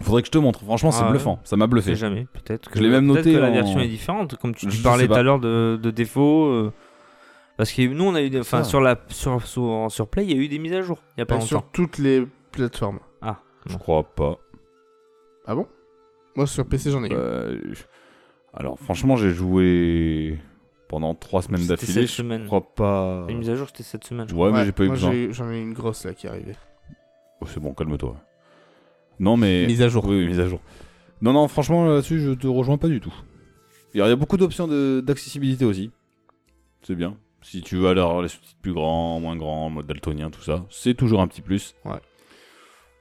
[SPEAKER 4] Faudrait que je te montre. Franchement, c'est
[SPEAKER 5] Ah ouais.
[SPEAKER 4] bluffant. Ça m'a
[SPEAKER 5] Je sais
[SPEAKER 4] bluffé.
[SPEAKER 5] jamais. Peut-être que,
[SPEAKER 4] Je l'ai même
[SPEAKER 5] peut-être
[SPEAKER 4] noté
[SPEAKER 5] que la
[SPEAKER 4] en-
[SPEAKER 5] version est différente. Comme tu, tu
[SPEAKER 4] Je sais
[SPEAKER 5] parlais tout
[SPEAKER 4] pas.
[SPEAKER 5] à l'heure de, de défauts. euh, parce que nous, on a eu. des- Enfin,
[SPEAKER 4] Ah.
[SPEAKER 5] sur, la, sur, sur, sur Play, il y a eu des mises à jour. Il n'y a pas
[SPEAKER 3] sur
[SPEAKER 5] longtemps. Ah,
[SPEAKER 3] toutes les plateformes.
[SPEAKER 4] Je crois pas.
[SPEAKER 3] Ah bon Moi sur PC j'en ai. eu.
[SPEAKER 4] Euh, je- Alors, franchement, j'ai joué pendant trois semaines
[SPEAKER 5] C'était
[SPEAKER 4] d'affilée.
[SPEAKER 5] cette
[SPEAKER 4] Je
[SPEAKER 5] semaine.
[SPEAKER 4] crois pas.
[SPEAKER 5] Les mises à jour, c'était cette semaine.
[SPEAKER 4] Ouais, mais
[SPEAKER 3] Ouais,
[SPEAKER 4] j'ai pas eu
[SPEAKER 3] moi,
[SPEAKER 4] besoin.
[SPEAKER 3] j'ai- J'en ai une grosse là qui est arrivée.
[SPEAKER 4] Oh, c'est bon, calme-toi. Non, mais.
[SPEAKER 3] Mise à jour.
[SPEAKER 4] Oui, oui, mise à jour. Non, non, franchement, là-dessus, je te rejoins pas du tout. Il y a il y a beaucoup d'options de- d'accessibilité aussi. C'est bien. Si tu veux alors les sous-titres plus grands, moins grands, mode daltonien, tout ça, c'est toujours un petit plus.
[SPEAKER 3] Ouais.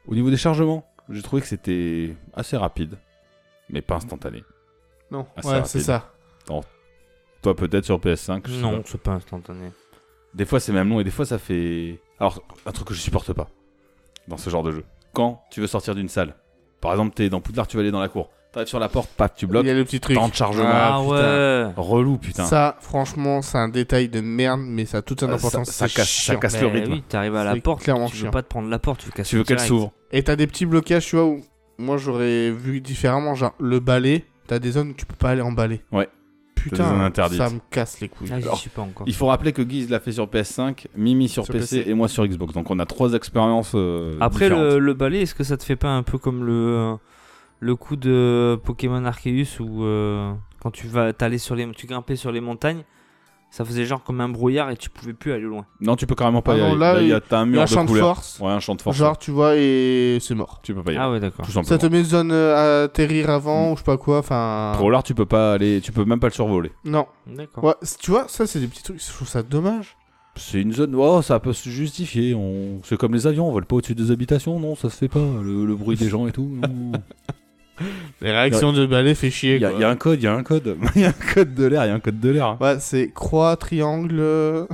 [SPEAKER 4] Au niveau des chargements, j'ai trouvé que c'était assez rapide, mais pas instantané.
[SPEAKER 3] Non,
[SPEAKER 4] Ah, c'est
[SPEAKER 3] ouais,
[SPEAKER 4] rapide.
[SPEAKER 3] c'est ça.
[SPEAKER 4] Toi, peut-être sur PS5, je sais
[SPEAKER 5] Non,
[SPEAKER 4] pas.
[SPEAKER 5] c'est pas instantané.
[SPEAKER 4] Des fois, c'est même long et des fois, ça fait. Alors, un truc que je supporte pas dans ce genre de jeu. Quand tu veux sortir d'une salle, par exemple, t'es dans Poudlard, tu vas aller dans la cour, t'arrives sur la porte, paf, tu bloques.
[SPEAKER 3] Il y a le petit truc.
[SPEAKER 4] Temps de chargement.
[SPEAKER 3] Ah, putain.
[SPEAKER 5] ouais.
[SPEAKER 4] Relou, putain.
[SPEAKER 3] Ça, franchement, c'est un détail de merde, mais ça a toute son
[SPEAKER 4] Euh, ça,
[SPEAKER 3] importance.
[SPEAKER 4] ça
[SPEAKER 3] c'est
[SPEAKER 4] casse, ça
[SPEAKER 3] chiant.
[SPEAKER 4] casse le
[SPEAKER 5] Bah
[SPEAKER 4] rythme.
[SPEAKER 5] Oui, t'arrives à la
[SPEAKER 3] C'est
[SPEAKER 5] porte.
[SPEAKER 3] clairement
[SPEAKER 5] tu veux
[SPEAKER 3] chiant.
[SPEAKER 5] pas te prendre la porte, tu veux casser
[SPEAKER 4] Tu veux qu'elle
[SPEAKER 5] direct.
[SPEAKER 4] s'ouvre.
[SPEAKER 3] Et t'as des petits blocages, tu vois, où moi j'aurais vu différemment, genre le balai, t'as des zones où tu peux pas aller en balai.
[SPEAKER 4] Ouais. T'as des zones
[SPEAKER 3] Putain,
[SPEAKER 4] interdites.
[SPEAKER 3] ça me casse les couilles.
[SPEAKER 5] Ah, j'y
[SPEAKER 4] Alors,
[SPEAKER 5] suis pas encore.
[SPEAKER 4] Il faut rappeler que Guise l'a fait sur PS5, Mimi sur,
[SPEAKER 3] Sur
[SPEAKER 4] PC,
[SPEAKER 3] PC.
[SPEAKER 4] et moi sur Xbox. Donc on a trois expériences. euh,
[SPEAKER 5] Après
[SPEAKER 4] différentes.
[SPEAKER 5] le, le balai, est-ce que ça te fait pas un peu comme le le coup de Pokémon Arceus où euh, quand tu vas t'allais sur les tu grimpais sur les montagnes, ça faisait genre comme un brouillard et tu pouvais plus aller loin.
[SPEAKER 4] Non, tu peux carrément pas
[SPEAKER 3] Ah
[SPEAKER 4] y
[SPEAKER 3] non,
[SPEAKER 4] aller.
[SPEAKER 3] là,
[SPEAKER 4] Là, il y a t'as un mur
[SPEAKER 3] La
[SPEAKER 4] de
[SPEAKER 3] champ de
[SPEAKER 4] couleur.
[SPEAKER 3] force,
[SPEAKER 4] Ouais, un champ de force.
[SPEAKER 3] genre tu vois, et c'est mort.
[SPEAKER 4] Tu peux pas y aller.
[SPEAKER 5] Ah ouais, d'accord.
[SPEAKER 4] Tout
[SPEAKER 3] Ça
[SPEAKER 4] simplement. Mm.
[SPEAKER 3] te met une zone euh, à atterrir avant ou je sais pas quoi, enfin.
[SPEAKER 4] Pour l'art, tu peux pas aller, tu peux même pas le survoler.
[SPEAKER 3] Non.
[SPEAKER 5] D'accord.
[SPEAKER 3] Ouais, c- tu vois, ça c'est des petits trucs, je trouve ça dommage.
[SPEAKER 4] C'est une zone. Oh, ça peut se justifier. On... C'est comme les avions, on vole pas au-dessus des habitations. Non, ça se fait pas. Le, le bruit des gens et tout. non.
[SPEAKER 3] Les réactions de balai fait chier
[SPEAKER 4] Il y, a-
[SPEAKER 3] quoi.
[SPEAKER 4] il y a un code, il y a un code. Il y a un code de l'air, il y a un code de l'air. hein.
[SPEAKER 3] Ouais, c'est croix, triangle. euh,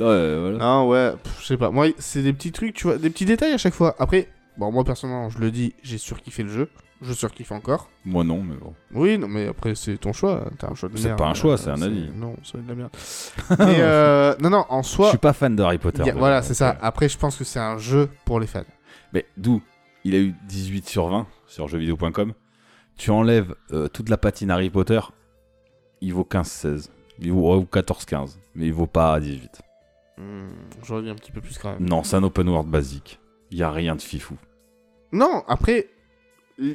[SPEAKER 4] Ouais, voilà.
[SPEAKER 3] Non, ouais, pff, je sais pas. Moi, c'est des petits trucs, tu vois, des petits détails à chaque fois. Après, bon, moi personnellement, je le dis, j'ai surkiffé le jeu. Je surkiffe encore.
[SPEAKER 4] Moi non, mais bon.
[SPEAKER 3] Oui, non, mais après, c'est ton choix. T'as un choix de
[SPEAKER 4] C'est
[SPEAKER 3] merde.
[SPEAKER 4] pas un choix, c'est un avis.
[SPEAKER 3] Non, c'est de la merde. mais euh, non, non, en
[SPEAKER 4] Je
[SPEAKER 3] soi.
[SPEAKER 4] suis pas fan de Harry Potter.
[SPEAKER 3] il y a-
[SPEAKER 4] donc,
[SPEAKER 3] voilà,
[SPEAKER 4] euh,
[SPEAKER 3] c'est ça. Après, je pense que c'est un jeu pour les fans.
[SPEAKER 4] Mais d'où il a eu 18 sur 20 sur jeuxvideo.com. Tu enlèves euh, toute la patine Harry Potter, il vaut 15-16. Il vaut ou 14-15, mais il vaut pas 18.
[SPEAKER 3] Hmm, J'aurais dit un petit peu plus quand même.
[SPEAKER 4] Non, c'est un open world basique. Il y a rien de fifou.
[SPEAKER 3] Non, après.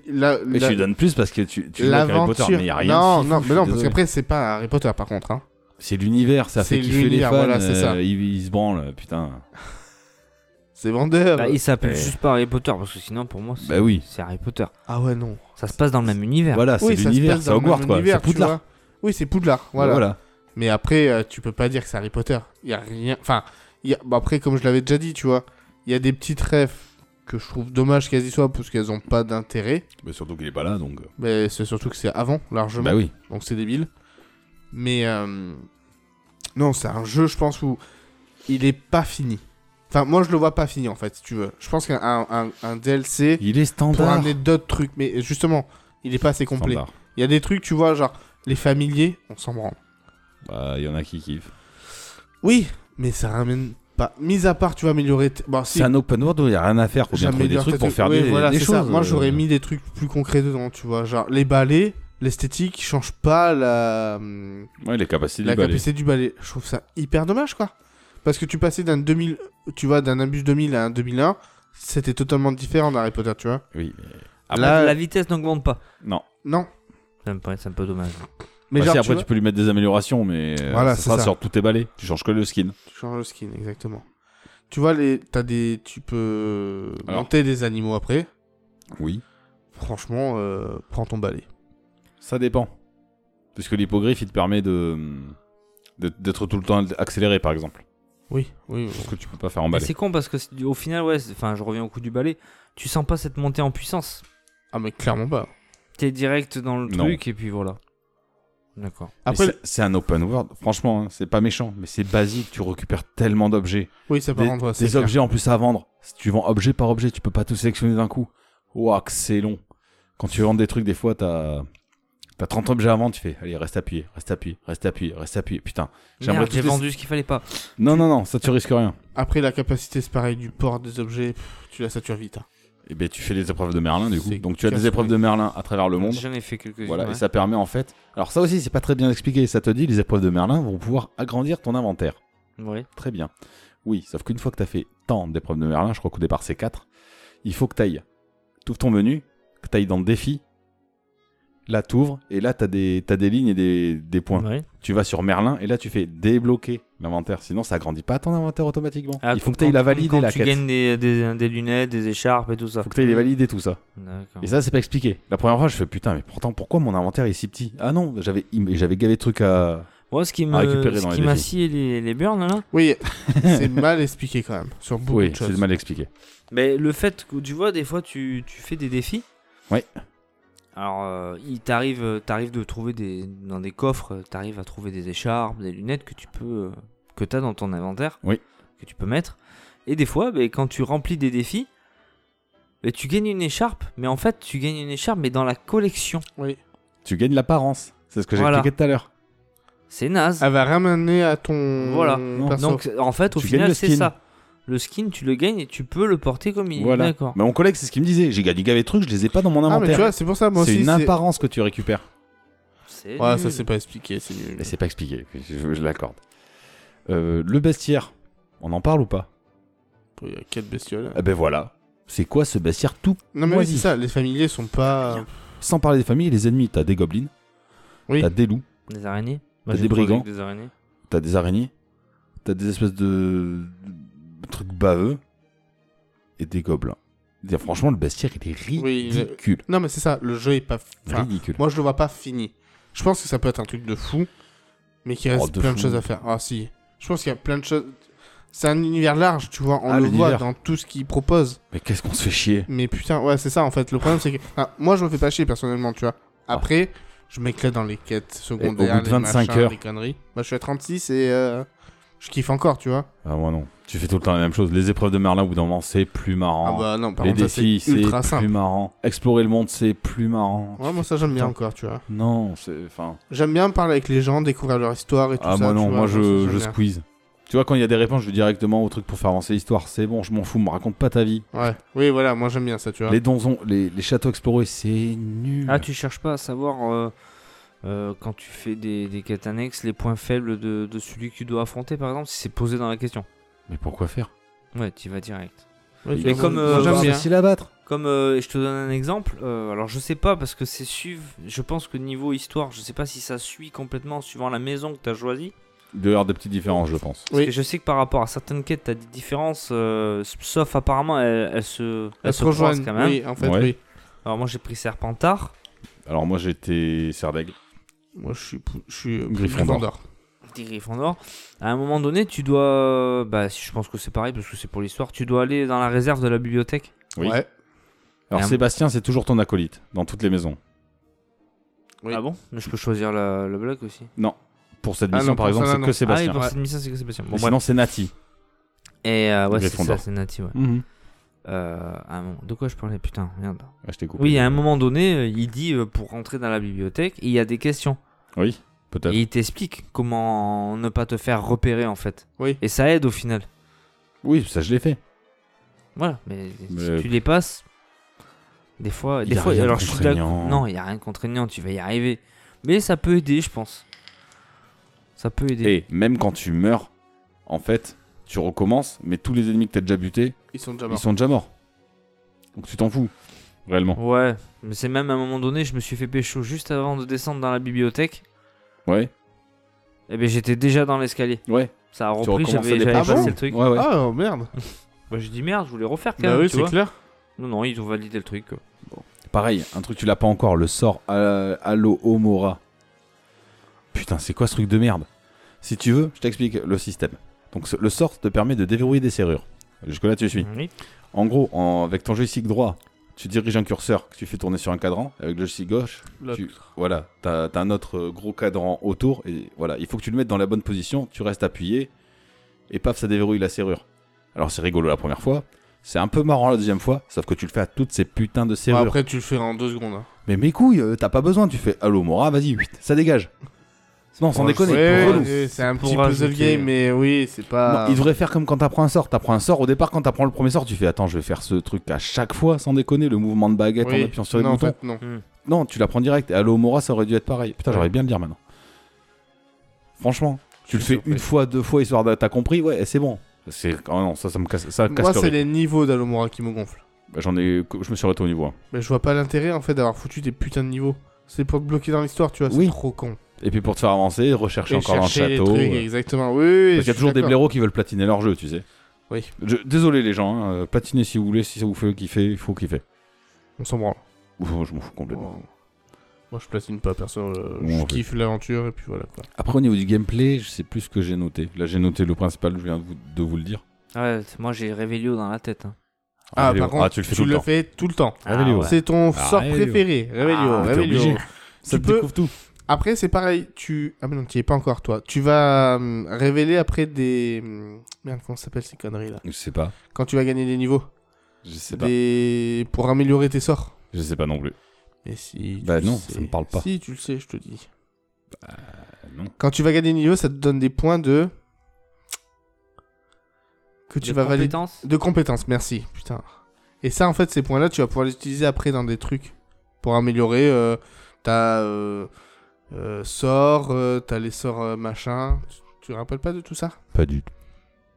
[SPEAKER 3] La,
[SPEAKER 4] Mais
[SPEAKER 3] la-
[SPEAKER 4] je lui donne plus parce que tu, tu joues avec Harry Potter,
[SPEAKER 3] L'aventure.
[SPEAKER 4] mais il y a rien.
[SPEAKER 3] Non,
[SPEAKER 4] de fifou,
[SPEAKER 3] non,
[SPEAKER 4] je suis
[SPEAKER 3] mais non, parce
[SPEAKER 4] désolé.
[SPEAKER 3] qu'après, c'est pas Harry Potter par contre. Hein.
[SPEAKER 4] C'est l'univers, ça fait
[SPEAKER 3] C'est
[SPEAKER 4] kiffer les
[SPEAKER 3] l'univers,
[SPEAKER 4] fans.
[SPEAKER 3] voilà, c'est
[SPEAKER 4] euh,
[SPEAKER 3] ça.
[SPEAKER 4] ils, ils se branlent, putain.
[SPEAKER 3] C'est vendeur.
[SPEAKER 5] Bah, il s'appelle
[SPEAKER 4] Ouais.
[SPEAKER 5] juste pas Harry Potter parce que sinon pour moi c'est
[SPEAKER 4] Bah oui.
[SPEAKER 5] c'est Harry Potter.
[SPEAKER 3] Ah ouais, non.
[SPEAKER 5] Ça se passe dans le même univers.
[SPEAKER 4] Voilà, c'est
[SPEAKER 3] oui, ça se
[SPEAKER 4] l'univers,
[SPEAKER 3] passe
[SPEAKER 4] c'est
[SPEAKER 3] dans le même
[SPEAKER 4] Hogwarts quoi.
[SPEAKER 3] univers,
[SPEAKER 4] C'est
[SPEAKER 3] tu
[SPEAKER 4] Poudlard.
[SPEAKER 3] vois. Oui, c'est Poudlard, voilà.
[SPEAKER 4] voilà.
[SPEAKER 3] Mais après, euh, tu peux pas dire que c'est Harry Potter. Il y a rien. Enfin, il y a... bah, après, comme je l'avais déjà dit, tu vois, il y a des petites rêves que je trouve dommage qu'elles y soient parce qu'elles ont pas d'intérêt.
[SPEAKER 4] Mais surtout qu'il est pas là donc. euh,
[SPEAKER 3] Mais c'est surtout que c'est avant, largement.
[SPEAKER 4] Bah oui.
[SPEAKER 3] Donc c'est débile. Mais euh, non, c'est un jeu, je pense, où il est pas fini. Enfin, moi, je le vois pas fini, en fait, si tu veux. Je pense qu'un un, un- un DLC
[SPEAKER 4] Il est
[SPEAKER 3] pour
[SPEAKER 4] standard.
[SPEAKER 3] amener d'autres trucs, mais justement, il est pas assez complet.
[SPEAKER 4] Standard.
[SPEAKER 3] Il y a des trucs, tu vois, genre les familiers, on s'en branle.
[SPEAKER 4] Bah, il y en a qui kiffent.
[SPEAKER 3] Oui, mais ça ramène pas. Mis à part, tu vas améliorer. t- Bon, si.
[SPEAKER 4] C'est un open world où il n'y a rien à faire. Faut bien trouver des
[SPEAKER 3] j'améliore
[SPEAKER 4] trucs
[SPEAKER 3] tes
[SPEAKER 4] pour faire
[SPEAKER 3] Oui,
[SPEAKER 4] des,
[SPEAKER 3] voilà,
[SPEAKER 4] des
[SPEAKER 3] c'est ça.
[SPEAKER 4] choses.
[SPEAKER 3] Moi, j'aurais
[SPEAKER 4] euh,
[SPEAKER 3] mis des trucs plus concrets dedans, tu vois. Genre les balais, l'esthétique change pas la, hum,
[SPEAKER 4] Ouais, les capacités
[SPEAKER 3] la
[SPEAKER 4] du balai.
[SPEAKER 3] capacité du balai. Je trouve ça hyper dommage, quoi. Parce que tu passais d'un 2000, tu vois, d'un Abus 2000 à un 2001, c'était totalement différent d'Harry Potter, tu vois.
[SPEAKER 4] Oui. mais-
[SPEAKER 5] Après,
[SPEAKER 3] Là-
[SPEAKER 5] Ah, bah, la vitesse n'augmente pas.
[SPEAKER 4] Non.
[SPEAKER 3] Non.
[SPEAKER 5] Ça me paraît c'est un peu dommage.
[SPEAKER 3] Mais
[SPEAKER 4] Bah, si,
[SPEAKER 3] genre, tu
[SPEAKER 4] après,
[SPEAKER 3] vois,
[SPEAKER 4] tu peux lui mettre des améliorations, mais euh, ça
[SPEAKER 3] Voilà, c'est
[SPEAKER 4] sera
[SPEAKER 3] ça.
[SPEAKER 4] sur tous tes balais. Tu changes que le skin.
[SPEAKER 3] Tu changes le skin, exactement. Tu vois, les... as des... tu peux
[SPEAKER 4] Alors.
[SPEAKER 3] monter des animaux après.
[SPEAKER 4] Oui.
[SPEAKER 3] Franchement, euh, prends ton balai.
[SPEAKER 4] Ça dépend. Puisque l'hippogriffe, il te permet de de- d'être tout le temps accéléré, par exemple.
[SPEAKER 3] Oui, oui.
[SPEAKER 4] Ce que tu peux pas faire en
[SPEAKER 5] Mais
[SPEAKER 4] balai.
[SPEAKER 5] C'est con parce que c'est- au final ouais, c'est- enfin je reviens au coup du balai, tu sens pas cette montée en puissance.
[SPEAKER 3] Ah, mais clairement pas.
[SPEAKER 5] T'es direct dans le
[SPEAKER 4] Non.
[SPEAKER 5] truc et puis voilà. D'accord.
[SPEAKER 4] Mais
[SPEAKER 3] Après,
[SPEAKER 4] c'est- c'est un open world. Franchement, hein, c'est pas méchant, mais c'est basique. Tu récupères tellement d'objets.
[SPEAKER 3] oui, ça
[SPEAKER 4] Des,
[SPEAKER 3] par contre, ouais,
[SPEAKER 4] des
[SPEAKER 3] c'est clair.
[SPEAKER 4] objets en plus à vendre. Si tu vends objet par objet, tu peux pas tout sélectionner d'un coup. Ouah, que c'est long. Quand tu vends des trucs, des fois, t'as T'as 30 objets avant, tu fais, allez, reste appuyé, reste appuyé, reste appuyé, reste appuyé. Putain, j'aimerais
[SPEAKER 5] Merde,
[SPEAKER 4] toutes
[SPEAKER 5] j'ai
[SPEAKER 4] les-
[SPEAKER 5] vendu ce qu'il fallait pas.
[SPEAKER 4] Non, non, non, ça tu risques rien.
[SPEAKER 3] Après, la capacité, c'est pareil, du port des objets, pff, tu la satures vite. hein.
[SPEAKER 4] Et ben tu fais les épreuves de Merlin du coup.
[SPEAKER 3] C'est
[SPEAKER 4] Donc tu as des
[SPEAKER 3] casse-couille.
[SPEAKER 4] épreuves de Merlin à travers le monde.
[SPEAKER 5] J'en ai fait quelques-unes.
[SPEAKER 4] Voilà,
[SPEAKER 5] ouais.
[SPEAKER 4] et ça permet en fait. Alors ça aussi, c'est pas très bien expliqué. Ça te dit, les épreuves de Merlin vont pouvoir agrandir ton inventaire.
[SPEAKER 5] Ouais.
[SPEAKER 4] Très bien. Oui, sauf qu'une fois que t'as fait tant d'épreuves de Merlin, je crois qu'au départ c'est 4, il faut que t'ailles. T'ouvres ton menu, que t'ailles dans le défi. Là, t'ouvres, et là, t'as des, t'as des lignes et des, des points.
[SPEAKER 5] Ouais.
[SPEAKER 4] Tu vas sur Merlin, et là, tu fais débloquer l'inventaire. Sinon, ça agrandit pas ton inventaire automatiquement.
[SPEAKER 5] Ah,
[SPEAKER 4] il faut que
[SPEAKER 5] quand-
[SPEAKER 4] t'ailles la
[SPEAKER 5] quand-
[SPEAKER 4] valider,
[SPEAKER 5] quand
[SPEAKER 4] la
[SPEAKER 5] tu
[SPEAKER 4] quête.
[SPEAKER 5] gagnes des, des- des lunettes, des écharpes et tout ça.
[SPEAKER 4] Faut que t'ailles les valider, tout
[SPEAKER 5] Ah.
[SPEAKER 4] ça.
[SPEAKER 5] D'accord.
[SPEAKER 4] Et ça, c'est pas expliqué. La première fois, je fais putain, mais pourtant, pourquoi mon inventaire est si petit Ah non, j'avais im- j'avais gavé de trucs à.
[SPEAKER 5] Moi, ce qui
[SPEAKER 4] à récupérer
[SPEAKER 5] me-
[SPEAKER 4] dans
[SPEAKER 5] ce
[SPEAKER 4] les
[SPEAKER 5] qui m'a
[SPEAKER 4] défis.
[SPEAKER 5] scié les, les burnes, là,
[SPEAKER 3] Oui, c'est mal expliqué quand même, sur beaucoup
[SPEAKER 4] Oui,
[SPEAKER 3] de
[SPEAKER 4] c'est
[SPEAKER 3] choses.
[SPEAKER 4] mal expliqué.
[SPEAKER 5] Mais le fait que tu vois, des fois, tu, tu fais des défis.
[SPEAKER 4] Ouais.
[SPEAKER 5] Alors, euh, il t'arrive, euh, t'arrives de trouver des dans des coffres, euh, t'arrives à trouver des écharpes, des lunettes que tu peux, euh, que t'as dans ton inventaire.
[SPEAKER 4] Oui.
[SPEAKER 5] Que tu peux mettre. Et des fois, ben, quand tu remplis des défis, ben, tu gagnes une écharpe, mais en fait, tu gagnes une écharpe, mais dans la collection.
[SPEAKER 4] Tu gagnes l'apparence. C'est ce que j'ai
[SPEAKER 5] Voilà.
[SPEAKER 4] expliqué tout à l'heure.
[SPEAKER 5] C'est naze.
[SPEAKER 4] Ah,
[SPEAKER 3] Elle va ramener à ton
[SPEAKER 5] Voilà.
[SPEAKER 3] perso. Ah,
[SPEAKER 5] Donc, en fait, au
[SPEAKER 4] Tu gagnes le
[SPEAKER 5] final, c'est
[SPEAKER 4] skin.
[SPEAKER 5] ça. Le skin, tu le gagnes et tu peux le porter comme il est.
[SPEAKER 4] Voilà. Bah,
[SPEAKER 5] D'accord.
[SPEAKER 4] Mais mon collègue, c'est ce qu'il me disait. J'ai gagné gavé de trucs, je les ai pas dans mon
[SPEAKER 3] ah, mais tu
[SPEAKER 4] inventaire.
[SPEAKER 3] vois, c'est pour ça, moi
[SPEAKER 4] c'est
[SPEAKER 3] aussi.
[SPEAKER 4] une apparence que tu récupères.
[SPEAKER 5] C'est
[SPEAKER 3] Ouais,
[SPEAKER 5] nul.
[SPEAKER 3] ça, c'est pas expliqué, c'est nul.
[SPEAKER 4] Mais c'est pas expliqué, je, je- je l'accorde. Euh, le bestiaire, on en parle ou pas
[SPEAKER 3] Il y a 4 bestioles.
[SPEAKER 4] Eh ben voilà. C'est quoi ce bestiaire tout
[SPEAKER 3] Non, mais oui,
[SPEAKER 4] moisi.
[SPEAKER 3] c'est ça, les familiers sont pas.
[SPEAKER 4] Sans parler des familles et des ennemis, t'as des gobelins,
[SPEAKER 3] Oui.
[SPEAKER 4] t'as des loups,
[SPEAKER 5] Des araignées
[SPEAKER 4] Bah, des
[SPEAKER 5] j'ai trouvé
[SPEAKER 4] brigands.
[SPEAKER 5] que Des araignées.
[SPEAKER 4] t'as des araignées, t'as des espèces de... de trucs baveux et des gobelins. Et franchement, le bestiaire, il est
[SPEAKER 3] Oui, il est-
[SPEAKER 4] ridicule.
[SPEAKER 3] Non, mais c'est ça, le jeu est pas. Enfin,
[SPEAKER 4] Ridicule.
[SPEAKER 3] moi, je le vois pas fini. Je pense que ça peut être un truc de fou, mais qu'il reste
[SPEAKER 4] Oh, de
[SPEAKER 3] plein de
[SPEAKER 4] fou.
[SPEAKER 3] choses à faire. Ah, si. Je pense qu'il y a plein de choses. C'est un univers large, tu vois, on
[SPEAKER 4] Ah,
[SPEAKER 3] le voit
[SPEAKER 4] l'univers.
[SPEAKER 3] dans tout ce qu'il propose.
[SPEAKER 4] Mais qu'est-ce qu'on se fait chier
[SPEAKER 3] Mais putain, ouais, c'est ça en fait. Le problème, c'est que. enfin, moi, je me fais pas chier personnellement, tu vois. Après, je m'éclate dans les quêtes secondaires.
[SPEAKER 4] Et au Ah. bout de
[SPEAKER 3] les
[SPEAKER 4] 25
[SPEAKER 3] machins,
[SPEAKER 4] heures.
[SPEAKER 3] Les conneries. Moi, je suis à 36 et. euh, je kiffe encore, tu vois.
[SPEAKER 4] Ah moi non. Tu fais tout le temps la même chose. Les épreuves de Merlin, au bout d'un moment, c'est plus
[SPEAKER 3] Ah
[SPEAKER 4] marrant.
[SPEAKER 3] bah non, par
[SPEAKER 4] Oh, Les
[SPEAKER 3] contre, ça,
[SPEAKER 4] défis,
[SPEAKER 3] c'est ultra
[SPEAKER 4] c'est
[SPEAKER 3] simple.
[SPEAKER 4] plus marrant. Explorer le monde, c'est plus marrant.
[SPEAKER 3] Ouais, moi, ça, j'aime bien
[SPEAKER 4] Putain.
[SPEAKER 3] encore, tu vois.
[SPEAKER 4] Non, c'est. Enfin.
[SPEAKER 3] J'aime bien parler avec les gens, découvrir leur histoire et tout
[SPEAKER 4] Ah,
[SPEAKER 3] ça.
[SPEAKER 4] moi
[SPEAKER 3] tu
[SPEAKER 4] non,
[SPEAKER 3] vois,
[SPEAKER 4] moi je,
[SPEAKER 3] ça,
[SPEAKER 4] je
[SPEAKER 3] j'aime
[SPEAKER 4] squeeze. Tu vois, quand il y a des réponses, je vais directement au truc pour faire avancer l'histoire. C'est bon, je m'en fous, me raconte pas ta vie.
[SPEAKER 3] bien. Ouais, oui, voilà, moi, j'aime bien ça, tu vois.
[SPEAKER 4] Les donjons, les, les châteaux explorés, c'est nul.
[SPEAKER 5] Ah, tu cherches pas à savoir euh, euh, quand tu fais des, des quêtes annexes, les points faibles de, de celui que tu dois affronter, par exemple, si c'est posé dans la question.
[SPEAKER 4] Mais pourquoi faire
[SPEAKER 5] Ouais, tu vas direct.
[SPEAKER 3] Ouais, tu
[SPEAKER 5] mais
[SPEAKER 3] vois,
[SPEAKER 5] comme,
[SPEAKER 3] moi,
[SPEAKER 5] euh,
[SPEAKER 3] j'aime
[SPEAKER 5] bah,
[SPEAKER 3] bien.
[SPEAKER 4] facile à battre.
[SPEAKER 5] Comme euh, je te donne un exemple, euh, alors je sais pas parce que c'est suiv. Je pense que niveau histoire, je sais pas si ça suit complètement suivant la maison que t'as choisie.
[SPEAKER 4] Il doit y avoir des petites différences, je pense.
[SPEAKER 5] Parce
[SPEAKER 3] Oui.
[SPEAKER 5] que je sais que par rapport à certaines quêtes, t'as des différences, euh, sauf apparemment elles, elles se, elles
[SPEAKER 4] bah,
[SPEAKER 3] Elles
[SPEAKER 5] se
[SPEAKER 3] se
[SPEAKER 5] croisent
[SPEAKER 3] rejoignent,
[SPEAKER 5] quand même.
[SPEAKER 3] oui, en fait,
[SPEAKER 4] Ouais.
[SPEAKER 3] oui.
[SPEAKER 5] Alors moi j'ai pris Serpentard.
[SPEAKER 4] Alors moi, j'étais Serdaigle.
[SPEAKER 3] Moi, je suis, pou- je suis euh,
[SPEAKER 4] Gryffondor.
[SPEAKER 3] Gryffondor.
[SPEAKER 5] des Gryffondor. À un moment donné, tu dois. Bah, si- je pense que c'est pareil parce que c'est pour l'histoire. Tu dois aller dans la réserve de la bibliothèque.
[SPEAKER 4] Oui.
[SPEAKER 3] Ouais.
[SPEAKER 4] Alors
[SPEAKER 5] Et un-
[SPEAKER 4] Sébastien, c'est toujours ton acolyte dans toutes les maisons.
[SPEAKER 3] Oui.
[SPEAKER 5] Ah bon Mais je peux choisir la- le bloc aussi.
[SPEAKER 4] Pour cette
[SPEAKER 3] Ah
[SPEAKER 4] mission,
[SPEAKER 3] non,
[SPEAKER 4] par
[SPEAKER 3] pour
[SPEAKER 4] exemple,
[SPEAKER 3] ça,
[SPEAKER 4] c'est
[SPEAKER 3] non,
[SPEAKER 4] que
[SPEAKER 3] non.
[SPEAKER 5] Ah oui,
[SPEAKER 4] Sébastien.
[SPEAKER 5] pour cette mission, c'est que c'est possible. Bon,
[SPEAKER 4] Et
[SPEAKER 5] bref.
[SPEAKER 4] sinon, c'est Nati.
[SPEAKER 5] Et euh, ouais, c'est
[SPEAKER 4] Gryffondor.
[SPEAKER 5] ça, c'est Nati, ouais. Euh, à un moment- De quoi je parlais Putain, merde.
[SPEAKER 4] Ah, je t'ai coupé.
[SPEAKER 5] Oui, à un moment donné, euh, il dit euh, pour rentrer dans la bibliothèque, il y a des questions.
[SPEAKER 4] Oui, peut-être.
[SPEAKER 5] Et il t'explique comment ne pas te faire repérer en fait.
[SPEAKER 3] Oui.
[SPEAKER 5] Et ça aide au final.
[SPEAKER 4] Oui, ça je l'ai fait.
[SPEAKER 5] Voilà, mais,
[SPEAKER 4] Mais-
[SPEAKER 5] si tu les passes, des fois,
[SPEAKER 4] Il
[SPEAKER 5] des
[SPEAKER 4] y a
[SPEAKER 5] fois
[SPEAKER 4] rien de
[SPEAKER 5] alors je suis d'accord.
[SPEAKER 4] contraignant.
[SPEAKER 5] Non, il n'y a rien de contraignant, tu vas y arriver. Mais ça peut aider, je pense. Ça peut aider.
[SPEAKER 4] Et même quand tu meurs, en fait, tu recommences, mais tous les ennemis que t'as déjà butés,
[SPEAKER 3] Ils sont déjà
[SPEAKER 4] ils
[SPEAKER 3] morts.
[SPEAKER 4] sont déjà morts. Donc tu t'en fous, réellement.
[SPEAKER 5] Ouais, mais c'est même à un moment donné, je me suis fait pécho juste avant de descendre dans la bibliothèque. Oh.
[SPEAKER 4] Ouais,
[SPEAKER 5] Et ben j'étais déjà dans l'escalier.
[SPEAKER 4] ouais.
[SPEAKER 5] Ça a
[SPEAKER 4] Tu
[SPEAKER 5] repris,
[SPEAKER 4] recommences
[SPEAKER 5] j'avais
[SPEAKER 4] les
[SPEAKER 5] j'avais
[SPEAKER 3] Ah
[SPEAKER 5] passé
[SPEAKER 3] bon
[SPEAKER 5] le truc.
[SPEAKER 4] Ouais, ouais.
[SPEAKER 3] Ah, oh, merde.
[SPEAKER 5] Bah j'ai dit merde, je voulais refaire quand
[SPEAKER 3] Bah
[SPEAKER 5] même,
[SPEAKER 3] oui,
[SPEAKER 5] tu
[SPEAKER 3] c'est
[SPEAKER 5] vois.
[SPEAKER 3] clair.
[SPEAKER 5] Non, non, ils ont validé le truc. quoi.
[SPEAKER 4] Pareil, un truc tu l'as pas encore, le sort euh, Allo Homora. Putain, c'est quoi ce truc de merde Si tu veux, je t'explique le système. Donc ce- le sort te permet de déverrouiller des serrures. Jusque-là, tu suis.
[SPEAKER 5] Oui.
[SPEAKER 4] En gros, en- avec ton joystick droit, tu diriges un curseur que tu fais tourner sur un cadran. Avec le joystick gauche,
[SPEAKER 3] L'autre.
[SPEAKER 4] tu, voilà, t'as as un autre euh, gros cadran autour. Et voilà, il faut que tu le mettes dans la bonne position. Tu restes appuyé et paf, ça déverrouille la serrure. Alors c'est rigolo la première fois. C'est un peu marrant la deuxième fois, sauf que tu le fais à toutes ces putains de
[SPEAKER 3] Bon,
[SPEAKER 4] serrures.
[SPEAKER 3] après, tu le fais en deux secondes. hein.
[SPEAKER 4] Mais mes couilles, euh, t'as pas besoin, tu fais Allo Mora, vas-y, huit, ça dégage. Non, sans
[SPEAKER 3] Ouais,
[SPEAKER 4] déconner,
[SPEAKER 3] ouais,
[SPEAKER 4] relou.
[SPEAKER 3] ouais, c'est un
[SPEAKER 5] Pour
[SPEAKER 3] petit puzzle
[SPEAKER 5] rajouter-
[SPEAKER 3] game, mais oui, c'est pas.
[SPEAKER 4] Non, il devrait faire comme quand t'apprends un sort. T'apprends un sort, au départ, quand t'apprends le premier sort, tu fais Attends, je vais faire ce truc à chaque fois, sans déconner, le mouvement de baguette
[SPEAKER 3] Oui.
[SPEAKER 4] en appuyant sur les
[SPEAKER 3] non, en
[SPEAKER 4] boutons.
[SPEAKER 3] fait, non.
[SPEAKER 4] Non, tu la prends direct. Et à Mora, ça aurait dû être pareil. Putain,
[SPEAKER 3] Ouais.
[SPEAKER 4] j'aurais bien le dire maintenant. Franchement, tu le
[SPEAKER 3] suis
[SPEAKER 4] fais une fois, deux fois, histoire de. T'as compris Ouais, et c'est bon. C'est. Oh non, ça, ça me casse. Ça
[SPEAKER 3] Moi,
[SPEAKER 4] casse le
[SPEAKER 3] c'est
[SPEAKER 4] rythme.
[SPEAKER 3] les niveaux d'Alomora qui me gonflent.
[SPEAKER 4] Bah, J'en ai. Je me suis arrêté au niveau. un.
[SPEAKER 3] Mais je vois pas l'intérêt en fait d'avoir foutu des putains de niveaux. C'est pour te bloquer dans l'histoire, tu vois,
[SPEAKER 4] Oui.
[SPEAKER 3] c'est trop con.
[SPEAKER 4] Et puis pour te faire avancer, rechercher
[SPEAKER 3] Et
[SPEAKER 4] encore un
[SPEAKER 3] chercher les
[SPEAKER 4] château.
[SPEAKER 3] trucs,
[SPEAKER 4] euh,
[SPEAKER 3] exactement. Oui, oui,
[SPEAKER 4] Parce qu'il y
[SPEAKER 3] je
[SPEAKER 4] a toujours des
[SPEAKER 3] suis d'accord.
[SPEAKER 4] blaireaux qui veulent platiner leur jeu, tu sais.
[SPEAKER 3] Oui.
[SPEAKER 4] Je- Désolé les gens, hein, euh, platinez si vous voulez, si ça vous fait kiffer, il faut kiffer.
[SPEAKER 3] On s'en branle.
[SPEAKER 4] Ouf, je m'en fous complètement.
[SPEAKER 3] Moi, je platine pas, perso. euh,
[SPEAKER 4] Bon,
[SPEAKER 3] je
[SPEAKER 4] en fait.
[SPEAKER 3] kiffe l'aventure et puis voilà quoi.
[SPEAKER 4] Après, au niveau du gameplay, je sais plus ce que j'ai noté. Là, j'ai noté le principal, je viens de vous, de vous le dire.
[SPEAKER 5] Ah Ouais, t- moi j'ai Révélio dans la tête. hein.
[SPEAKER 3] Ah,
[SPEAKER 4] Révélio.
[SPEAKER 3] par contre,
[SPEAKER 4] oh. tu le fais
[SPEAKER 3] tu
[SPEAKER 4] tout le
[SPEAKER 3] le
[SPEAKER 4] temps.
[SPEAKER 3] fais tout le temps.
[SPEAKER 5] Ah,
[SPEAKER 4] Révélio.
[SPEAKER 5] ouais.
[SPEAKER 3] C'est ton
[SPEAKER 4] Ah,
[SPEAKER 3] sort
[SPEAKER 4] Révélio.
[SPEAKER 3] préféré. Révélio,
[SPEAKER 5] Ah,
[SPEAKER 4] t'es
[SPEAKER 3] Révélio.
[SPEAKER 4] obligé.
[SPEAKER 3] oh. Tu
[SPEAKER 4] Ça te
[SPEAKER 3] peux-
[SPEAKER 4] découvre tout.
[SPEAKER 3] Après, c'est pareil. Tu... Ah, mais non, tu y es pas encore, toi. Tu vas hum, révéler après des. hum, Merde, comment ça s'appelle ces conneries là
[SPEAKER 4] Je sais pas.
[SPEAKER 3] Quand tu vas gagner des niveaux.
[SPEAKER 4] Je sais pas.
[SPEAKER 3] Des... Pour améliorer tes sorts.
[SPEAKER 4] Je sais pas non plus.
[SPEAKER 3] Mais si.
[SPEAKER 4] Bah
[SPEAKER 3] tu
[SPEAKER 4] non,
[SPEAKER 3] le
[SPEAKER 4] ça
[SPEAKER 3] sais.
[SPEAKER 4] me parle pas.
[SPEAKER 3] Si, tu le sais, je te dis.
[SPEAKER 4] Euh, non.
[SPEAKER 3] Quand tu vas gagner des niveaux, ça te donne des points de. Que tu
[SPEAKER 5] De
[SPEAKER 3] vas valider.
[SPEAKER 5] compétences
[SPEAKER 3] De compétences, merci. Putain. Et ça, en fait, ces points-là, tu vas pouvoir les utiliser après dans des trucs. Pour améliorer euh, ta. Euh, euh, sort, euh, t'as les sorts euh, machin. Tu, tu te rappelles pas de tout ça
[SPEAKER 4] Pas du tout.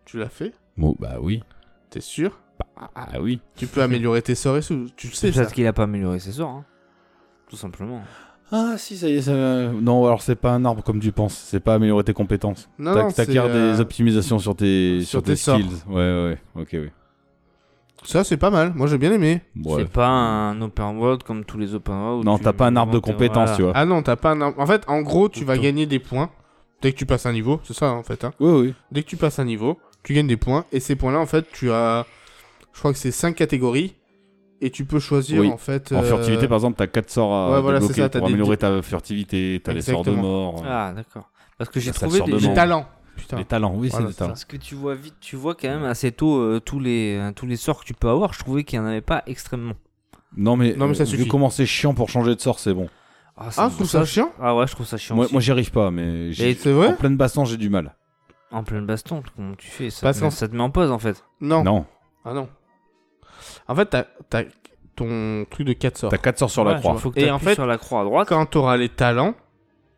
[SPEAKER 3] Tu l'as fait
[SPEAKER 4] Bon, bah oui.
[SPEAKER 3] T'es sûr
[SPEAKER 4] Ah oui.
[SPEAKER 3] Tu peux améliorer tes sorts et sous. Tu le sais,
[SPEAKER 5] C'est
[SPEAKER 3] ça.
[SPEAKER 5] peut-être qu'il a pas amélioré ses sorts. hein. Tout simplement.
[SPEAKER 4] Ah si, ça y est. Ça... Non, alors c'est pas un arbre comme tu penses. C'est pas améliorer tes compétences.
[SPEAKER 3] Non,
[SPEAKER 4] T'ac-
[SPEAKER 3] non, c'est,
[SPEAKER 4] T'acquiers
[SPEAKER 3] euh,
[SPEAKER 4] des optimisations sur tes,
[SPEAKER 3] sur
[SPEAKER 4] sur
[SPEAKER 3] tes
[SPEAKER 4] tes,
[SPEAKER 3] sorts.
[SPEAKER 4] skills. Ouais, ouais, ouais. ok, oui.
[SPEAKER 3] Ça, c'est pas mal. Moi, j'ai bien aimé.
[SPEAKER 4] Ouais.
[SPEAKER 5] C'est pas un open world comme tous les open world. où
[SPEAKER 4] Non,
[SPEAKER 5] tu
[SPEAKER 4] t'as pas un arbre de
[SPEAKER 5] inventes, euh,
[SPEAKER 4] compétences,
[SPEAKER 5] voilà.
[SPEAKER 4] tu vois.
[SPEAKER 3] Ah non, t'as pas un... En fait, en gros, tu vas
[SPEAKER 5] Autant.
[SPEAKER 3] gagner des points dès que tu passes un niveau. C'est ça, en fait. hein.
[SPEAKER 4] Oui, oui.
[SPEAKER 3] Dès que tu passes un niveau, tu gagnes des points. Et ces points-là, en fait, tu as... Je crois que c'est 5 catégories. Et tu peux choisir,
[SPEAKER 4] Oui.
[SPEAKER 3] en fait...
[SPEAKER 4] En
[SPEAKER 3] euh,
[SPEAKER 4] furtivité, par exemple, t'as 4 sorts à
[SPEAKER 3] ouais, voilà, c'est
[SPEAKER 4] débloquer
[SPEAKER 3] ça, t'as
[SPEAKER 4] pour
[SPEAKER 3] des-
[SPEAKER 4] améliorer ta furtivité, t'as les sorts de
[SPEAKER 3] Exactement.
[SPEAKER 4] mort, euh,
[SPEAKER 5] Ah, d'accord. Parce que j'ai
[SPEAKER 4] Ça
[SPEAKER 5] trouvé
[SPEAKER 4] sort de
[SPEAKER 5] des.
[SPEAKER 3] Les
[SPEAKER 4] Non.
[SPEAKER 3] talents. Putain.
[SPEAKER 4] les talents. Oui,
[SPEAKER 3] Voilà,
[SPEAKER 4] c'est des
[SPEAKER 3] c'est ça.
[SPEAKER 4] talents.
[SPEAKER 5] Parce que tu vois vite, tu vois quand même assez tôt euh, tous les euh, tous les sorts que tu peux avoir. Je trouvais qu'il n'y en avait pas extrêmement.
[SPEAKER 4] Non, mais,
[SPEAKER 3] Non, mais ça
[SPEAKER 4] euh, vu
[SPEAKER 3] suffit.
[SPEAKER 4] comment c'est chiant pour changer de sort, c'est bon.
[SPEAKER 3] Ah, je trouve ça chiant
[SPEAKER 5] Ah ouais, je trouve ça chiant.
[SPEAKER 4] Moi,
[SPEAKER 5] aussi.
[SPEAKER 4] moi j'y arrive pas, mais j'ai-
[SPEAKER 5] Et
[SPEAKER 3] C'est
[SPEAKER 4] en
[SPEAKER 3] vrai
[SPEAKER 4] pleine baston, j'ai du mal.
[SPEAKER 5] En pleine baston, comment tu fais ça,
[SPEAKER 3] Parce
[SPEAKER 5] te
[SPEAKER 3] qu'en-
[SPEAKER 5] met, ça te met en pause en fait.
[SPEAKER 3] Non.
[SPEAKER 4] Non,
[SPEAKER 3] Ah non. En fait, t'as... t'as ton truc de 4 sorts.
[SPEAKER 4] t'as 4 sorts sur la
[SPEAKER 5] Ouais,
[SPEAKER 4] croix.
[SPEAKER 5] Faut que
[SPEAKER 3] Et
[SPEAKER 5] tu
[SPEAKER 3] en fait-
[SPEAKER 5] sur la croix à droite.
[SPEAKER 3] Quand t'auras les talents...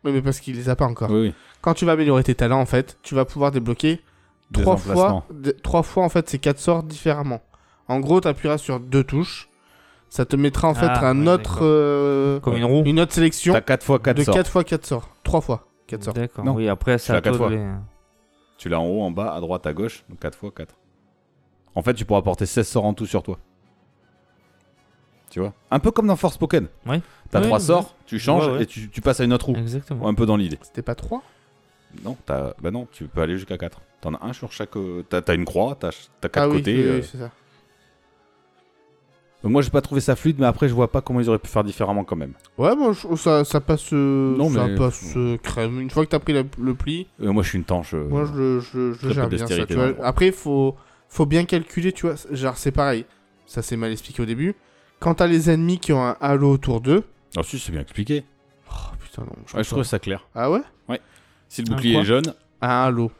[SPEAKER 3] Oui, mais parce qu'il les a pas encore.
[SPEAKER 4] Oui, oui.
[SPEAKER 3] Quand tu vas améliorer tes talents, en fait, tu vas pouvoir débloquer
[SPEAKER 4] Des
[SPEAKER 3] trois
[SPEAKER 4] emplacements.
[SPEAKER 3] fois, de- trois fois en fait ces quatre sorts différemment. En gros, tu appuieras sur deux touches, ça te mettra en fait
[SPEAKER 5] Ah,
[SPEAKER 3] un
[SPEAKER 5] ouais,
[SPEAKER 3] autre
[SPEAKER 5] d'accord.
[SPEAKER 3] euh,
[SPEAKER 5] Comme une roue.
[SPEAKER 3] une autre sélection
[SPEAKER 4] T'as 4 fois 4
[SPEAKER 3] de
[SPEAKER 4] sorts.
[SPEAKER 3] 4 fois 4 sorts, 3 fois 4 sorts.
[SPEAKER 5] D'accord.
[SPEAKER 4] Non.
[SPEAKER 5] Oui, après
[SPEAKER 4] l'as
[SPEAKER 5] ça
[SPEAKER 4] quatre fois.
[SPEAKER 5] les...
[SPEAKER 4] Tu l'as en haut, en bas, à droite, à gauche. Donc 4 fois 4. En fait, tu pourras porter 16 sorts en tout sur toi. Tu vois Un peu comme dans Force Pokémon.
[SPEAKER 5] Ouais.
[SPEAKER 4] T'as
[SPEAKER 5] Ouais,
[SPEAKER 4] 3
[SPEAKER 5] ouais.
[SPEAKER 4] sorts, tu changes
[SPEAKER 5] Ouais, ouais.
[SPEAKER 4] et tu, tu passes à une autre roue.
[SPEAKER 5] Exactement.
[SPEAKER 4] Un peu dans l'idée.
[SPEAKER 3] C'était pas 3
[SPEAKER 4] Non, t'as... Bah non, tu peux aller jusqu'à 4. T'en as un sur chaque. euh, T'as, t'as une croix, t'as, ch- t'as 4
[SPEAKER 3] Ah oui,
[SPEAKER 4] côtés.
[SPEAKER 3] oui,
[SPEAKER 4] euh.
[SPEAKER 3] oui, c'est ça.
[SPEAKER 4] Donc Euh, moi, j'ai pas trouvé ça fluide, mais après, je vois pas comment ils auraient pu faire différemment quand même.
[SPEAKER 3] Ouais, bon, je- ça, ça passe, euh,
[SPEAKER 4] Non,
[SPEAKER 3] ça
[SPEAKER 4] mais-
[SPEAKER 3] passe euh, crème. Une fois que t'as pris la- le pli,
[SPEAKER 4] Euh, moi, je suis une tanche. euh,
[SPEAKER 3] moi je, le- je, le- je
[SPEAKER 4] Très
[SPEAKER 3] le
[SPEAKER 4] peu
[SPEAKER 3] gère bien ça.
[SPEAKER 4] d'austérité
[SPEAKER 3] Tu
[SPEAKER 4] dans
[SPEAKER 3] vois.
[SPEAKER 4] le droit.
[SPEAKER 3] Après, faut, faut bien calculer, tu vois. Genre, c'est pareil. Ça, c'est mal expliqué au début. Quand t'as les ennemis qui ont un halo autour d'eux.
[SPEAKER 4] Ah si, c'est bien expliqué.
[SPEAKER 3] Oh putain, non.
[SPEAKER 4] Ouais, je trouve ça clair.
[SPEAKER 3] Ah ouais
[SPEAKER 4] Si le
[SPEAKER 5] Un
[SPEAKER 4] bouclier
[SPEAKER 5] quoi
[SPEAKER 4] est jaune,
[SPEAKER 3] un halo.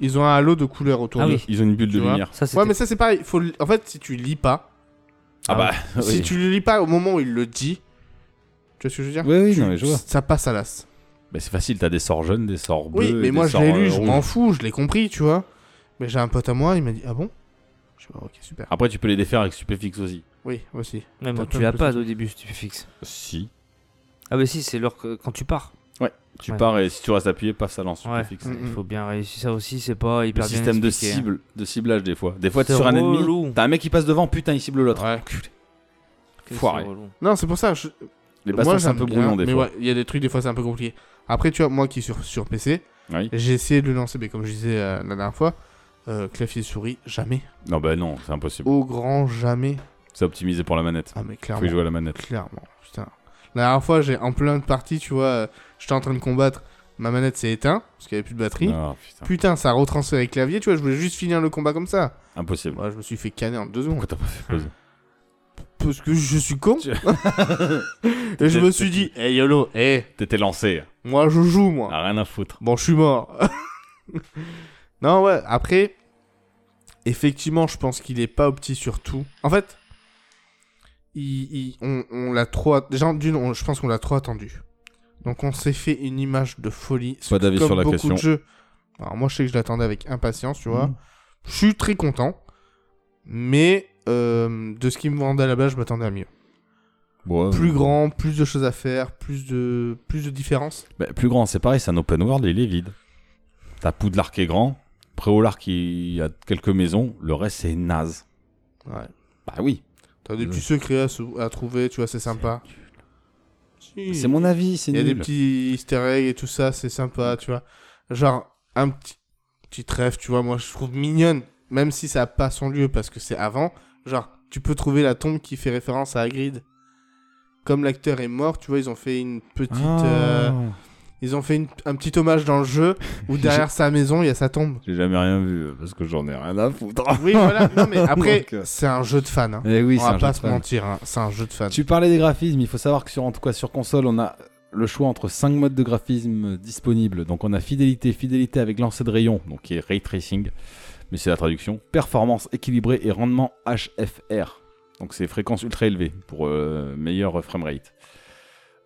[SPEAKER 3] Ils ont un halo de couleur autour
[SPEAKER 5] Ah
[SPEAKER 3] d'eux.
[SPEAKER 5] oui.
[SPEAKER 4] ils ont une bulle
[SPEAKER 3] Tu
[SPEAKER 4] de
[SPEAKER 3] vois
[SPEAKER 4] lumière.
[SPEAKER 5] Ça c'est.
[SPEAKER 3] Ouais, mais ça c'est pareil. Faut le- En fait, si tu lis pas,
[SPEAKER 4] Ah bah,
[SPEAKER 3] si tu le lis pas au moment où il le dit, tu vois ce que je veux dire
[SPEAKER 4] Oui, oui, non, mais je vois.
[SPEAKER 3] Ça passe à l'as.
[SPEAKER 4] Bah, c'est facile, t'as des sorts jaunes, des sorts bleus.
[SPEAKER 3] Oui,
[SPEAKER 4] et
[SPEAKER 3] mais
[SPEAKER 4] des
[SPEAKER 3] moi je
[SPEAKER 4] sorts,
[SPEAKER 3] l'ai
[SPEAKER 4] euh,
[SPEAKER 3] lu, je
[SPEAKER 4] rouges.
[SPEAKER 3] m'en fous, je l'ai compris, tu vois. Mais j'ai un pote à moi, il m'a dit Ah bon Je sais pas, ok, super.
[SPEAKER 4] Après, tu peux les défaire avec Superfix aussi.
[SPEAKER 3] Oui, aussi.
[SPEAKER 5] Même
[SPEAKER 3] T'as
[SPEAKER 5] tu
[SPEAKER 3] plein
[SPEAKER 5] l'as
[SPEAKER 3] de
[SPEAKER 5] pas
[SPEAKER 3] petits-
[SPEAKER 5] au début si tu fixes.
[SPEAKER 4] Si.
[SPEAKER 5] Ah bah si, c'est l'heure que- quand tu pars.
[SPEAKER 4] Tu
[SPEAKER 5] Ouais.
[SPEAKER 4] pars et si tu restes appuyé, paf, ça lance
[SPEAKER 5] Ouais.
[SPEAKER 4] Superfix.
[SPEAKER 3] Mm.
[SPEAKER 5] Il faut bien réussir ça aussi, c'est pas
[SPEAKER 4] Le
[SPEAKER 5] hyper bien
[SPEAKER 4] système de
[SPEAKER 5] expliqué, hein.
[SPEAKER 4] cible, de ciblage des fois. Des fois, t'es
[SPEAKER 5] C'est
[SPEAKER 4] sur un ennemi,
[SPEAKER 5] relou.
[SPEAKER 4] t'as un mec qui passe devant, putain, il cible l'autre.
[SPEAKER 3] Ouais.
[SPEAKER 5] Que c'est
[SPEAKER 4] Foiré.
[SPEAKER 5] relou.
[SPEAKER 3] Non, c'est pour ça. je-
[SPEAKER 4] Les
[SPEAKER 3] Euh, moi,
[SPEAKER 4] bastons, c'est un
[SPEAKER 3] j'aime
[SPEAKER 4] peu
[SPEAKER 3] bien,
[SPEAKER 4] brouillon des
[SPEAKER 3] mais
[SPEAKER 4] fois.
[SPEAKER 3] ouais, il y a des trucs, des fois, c'est un peu compliqué. Après, tu vois, moi qui suis sur, sur PC,
[SPEAKER 4] Oui.
[SPEAKER 3] j'ai essayé de le lancer, mais comme je disais euh, la dernière fois, euh, clavier souris, jamais.
[SPEAKER 4] Non, bah non, c'est impossible.
[SPEAKER 3] Au grand jamais.
[SPEAKER 4] C'est optimisé pour la manette.
[SPEAKER 3] Ah, mais
[SPEAKER 4] Faut
[SPEAKER 3] Oh. clairement.
[SPEAKER 4] y jouer à la manette.
[SPEAKER 3] Clairement, putain. La dernière fois, j'ai en plein de parties, tu vois, euh, j'étais en train de combattre Ma manette s'est éteinte parce qu'il n'y avait plus de batterie.
[SPEAKER 4] Ah, putain,
[SPEAKER 3] Putain, ça a retransféré les claviers, tu vois, je voulais juste finir le combat comme ça.
[SPEAKER 4] impossible.
[SPEAKER 3] Moi, je me suis fait canner en deux secondes.
[SPEAKER 4] Pourquoi t'as pas fait pause
[SPEAKER 3] Parce que je suis con.
[SPEAKER 4] Tu-
[SPEAKER 3] Et je me suis dit, hey Eh, YOLO, hey,
[SPEAKER 4] T'étais lancé,
[SPEAKER 3] moi je joue, moi.
[SPEAKER 4] ah, rien à foutre.
[SPEAKER 3] Bon, je suis mort. non, ouais, après, effectivement, je pense qu'il est pas opti sur tout. En fait, il- il- on, on l'a trop. att- Déjà, d'une, on- je pense qu'on l'a trop attendu. Donc, on s'est fait une image de folie.
[SPEAKER 4] Pas d'avis
[SPEAKER 3] comme
[SPEAKER 4] sur la
[SPEAKER 3] beaucoup
[SPEAKER 4] question. Mm.
[SPEAKER 3] de jeux. Alors, moi, je sais que je l'attendais avec impatience, tu vois. Je suis très content. Mais euh, de ce qui me vendait à la base, je m'attendais à mieux.
[SPEAKER 4] Ouais,
[SPEAKER 3] Plus
[SPEAKER 4] ouais.
[SPEAKER 3] grand, plus de choses à faire, plus de, plus de différences.
[SPEAKER 4] Bah, plus grand, c'est pareil, c'est un open world et il est vide. T'as Poudlard qui est grand, Préolard qui a quelques maisons, le reste c'est naze.
[SPEAKER 3] Ouais.
[SPEAKER 4] Bah oui,
[SPEAKER 3] T'as des
[SPEAKER 4] Oui.
[SPEAKER 3] petits secrets à, sou- à trouver, tu vois, c'est sympa. Si.
[SPEAKER 4] c'est mon avis, c'est
[SPEAKER 3] Il y a
[SPEAKER 4] nul.
[SPEAKER 3] des petits easter eggs et tout ça, c'est sympa, tu vois. Genre, un petit, petit rêve, tu vois, moi je trouve mignonne, même si ça n'a pas son lieu parce que c'est avant. Genre, tu peux trouver la tombe qui fait référence à Hagrid. Comme l'acteur est mort, tu vois, ils ont fait une petite.
[SPEAKER 4] Ah.
[SPEAKER 3] euh, ils ont fait une- un petit hommage dans le jeu où derrière sa maison, il y a sa tombe.
[SPEAKER 4] J'ai jamais rien vu euh, parce que j'en ai rien à foutre.
[SPEAKER 3] Oui, voilà. Non, mais après,
[SPEAKER 4] Donc, euh,
[SPEAKER 3] c'est un jeu de fan. Hein.
[SPEAKER 4] Eh oui,
[SPEAKER 3] On
[SPEAKER 4] c'est
[SPEAKER 3] va
[SPEAKER 4] un
[SPEAKER 3] pas
[SPEAKER 4] jeu de
[SPEAKER 3] se
[SPEAKER 4] fan.
[SPEAKER 3] mentir, hein, c'est un jeu de fan.
[SPEAKER 4] Tu parlais des graphismes, il faut savoir que sur, en tout cas sur console, on a le choix entre 5 modes de graphisme disponibles. Donc on a fidélité, fidélité avec lancer de rayon, donc qui est ray tracing, mais c'est la traduction. Performance équilibrée et rendement HFR. Donc c'est fréquence ultra élevée pour euh, meilleur framerate.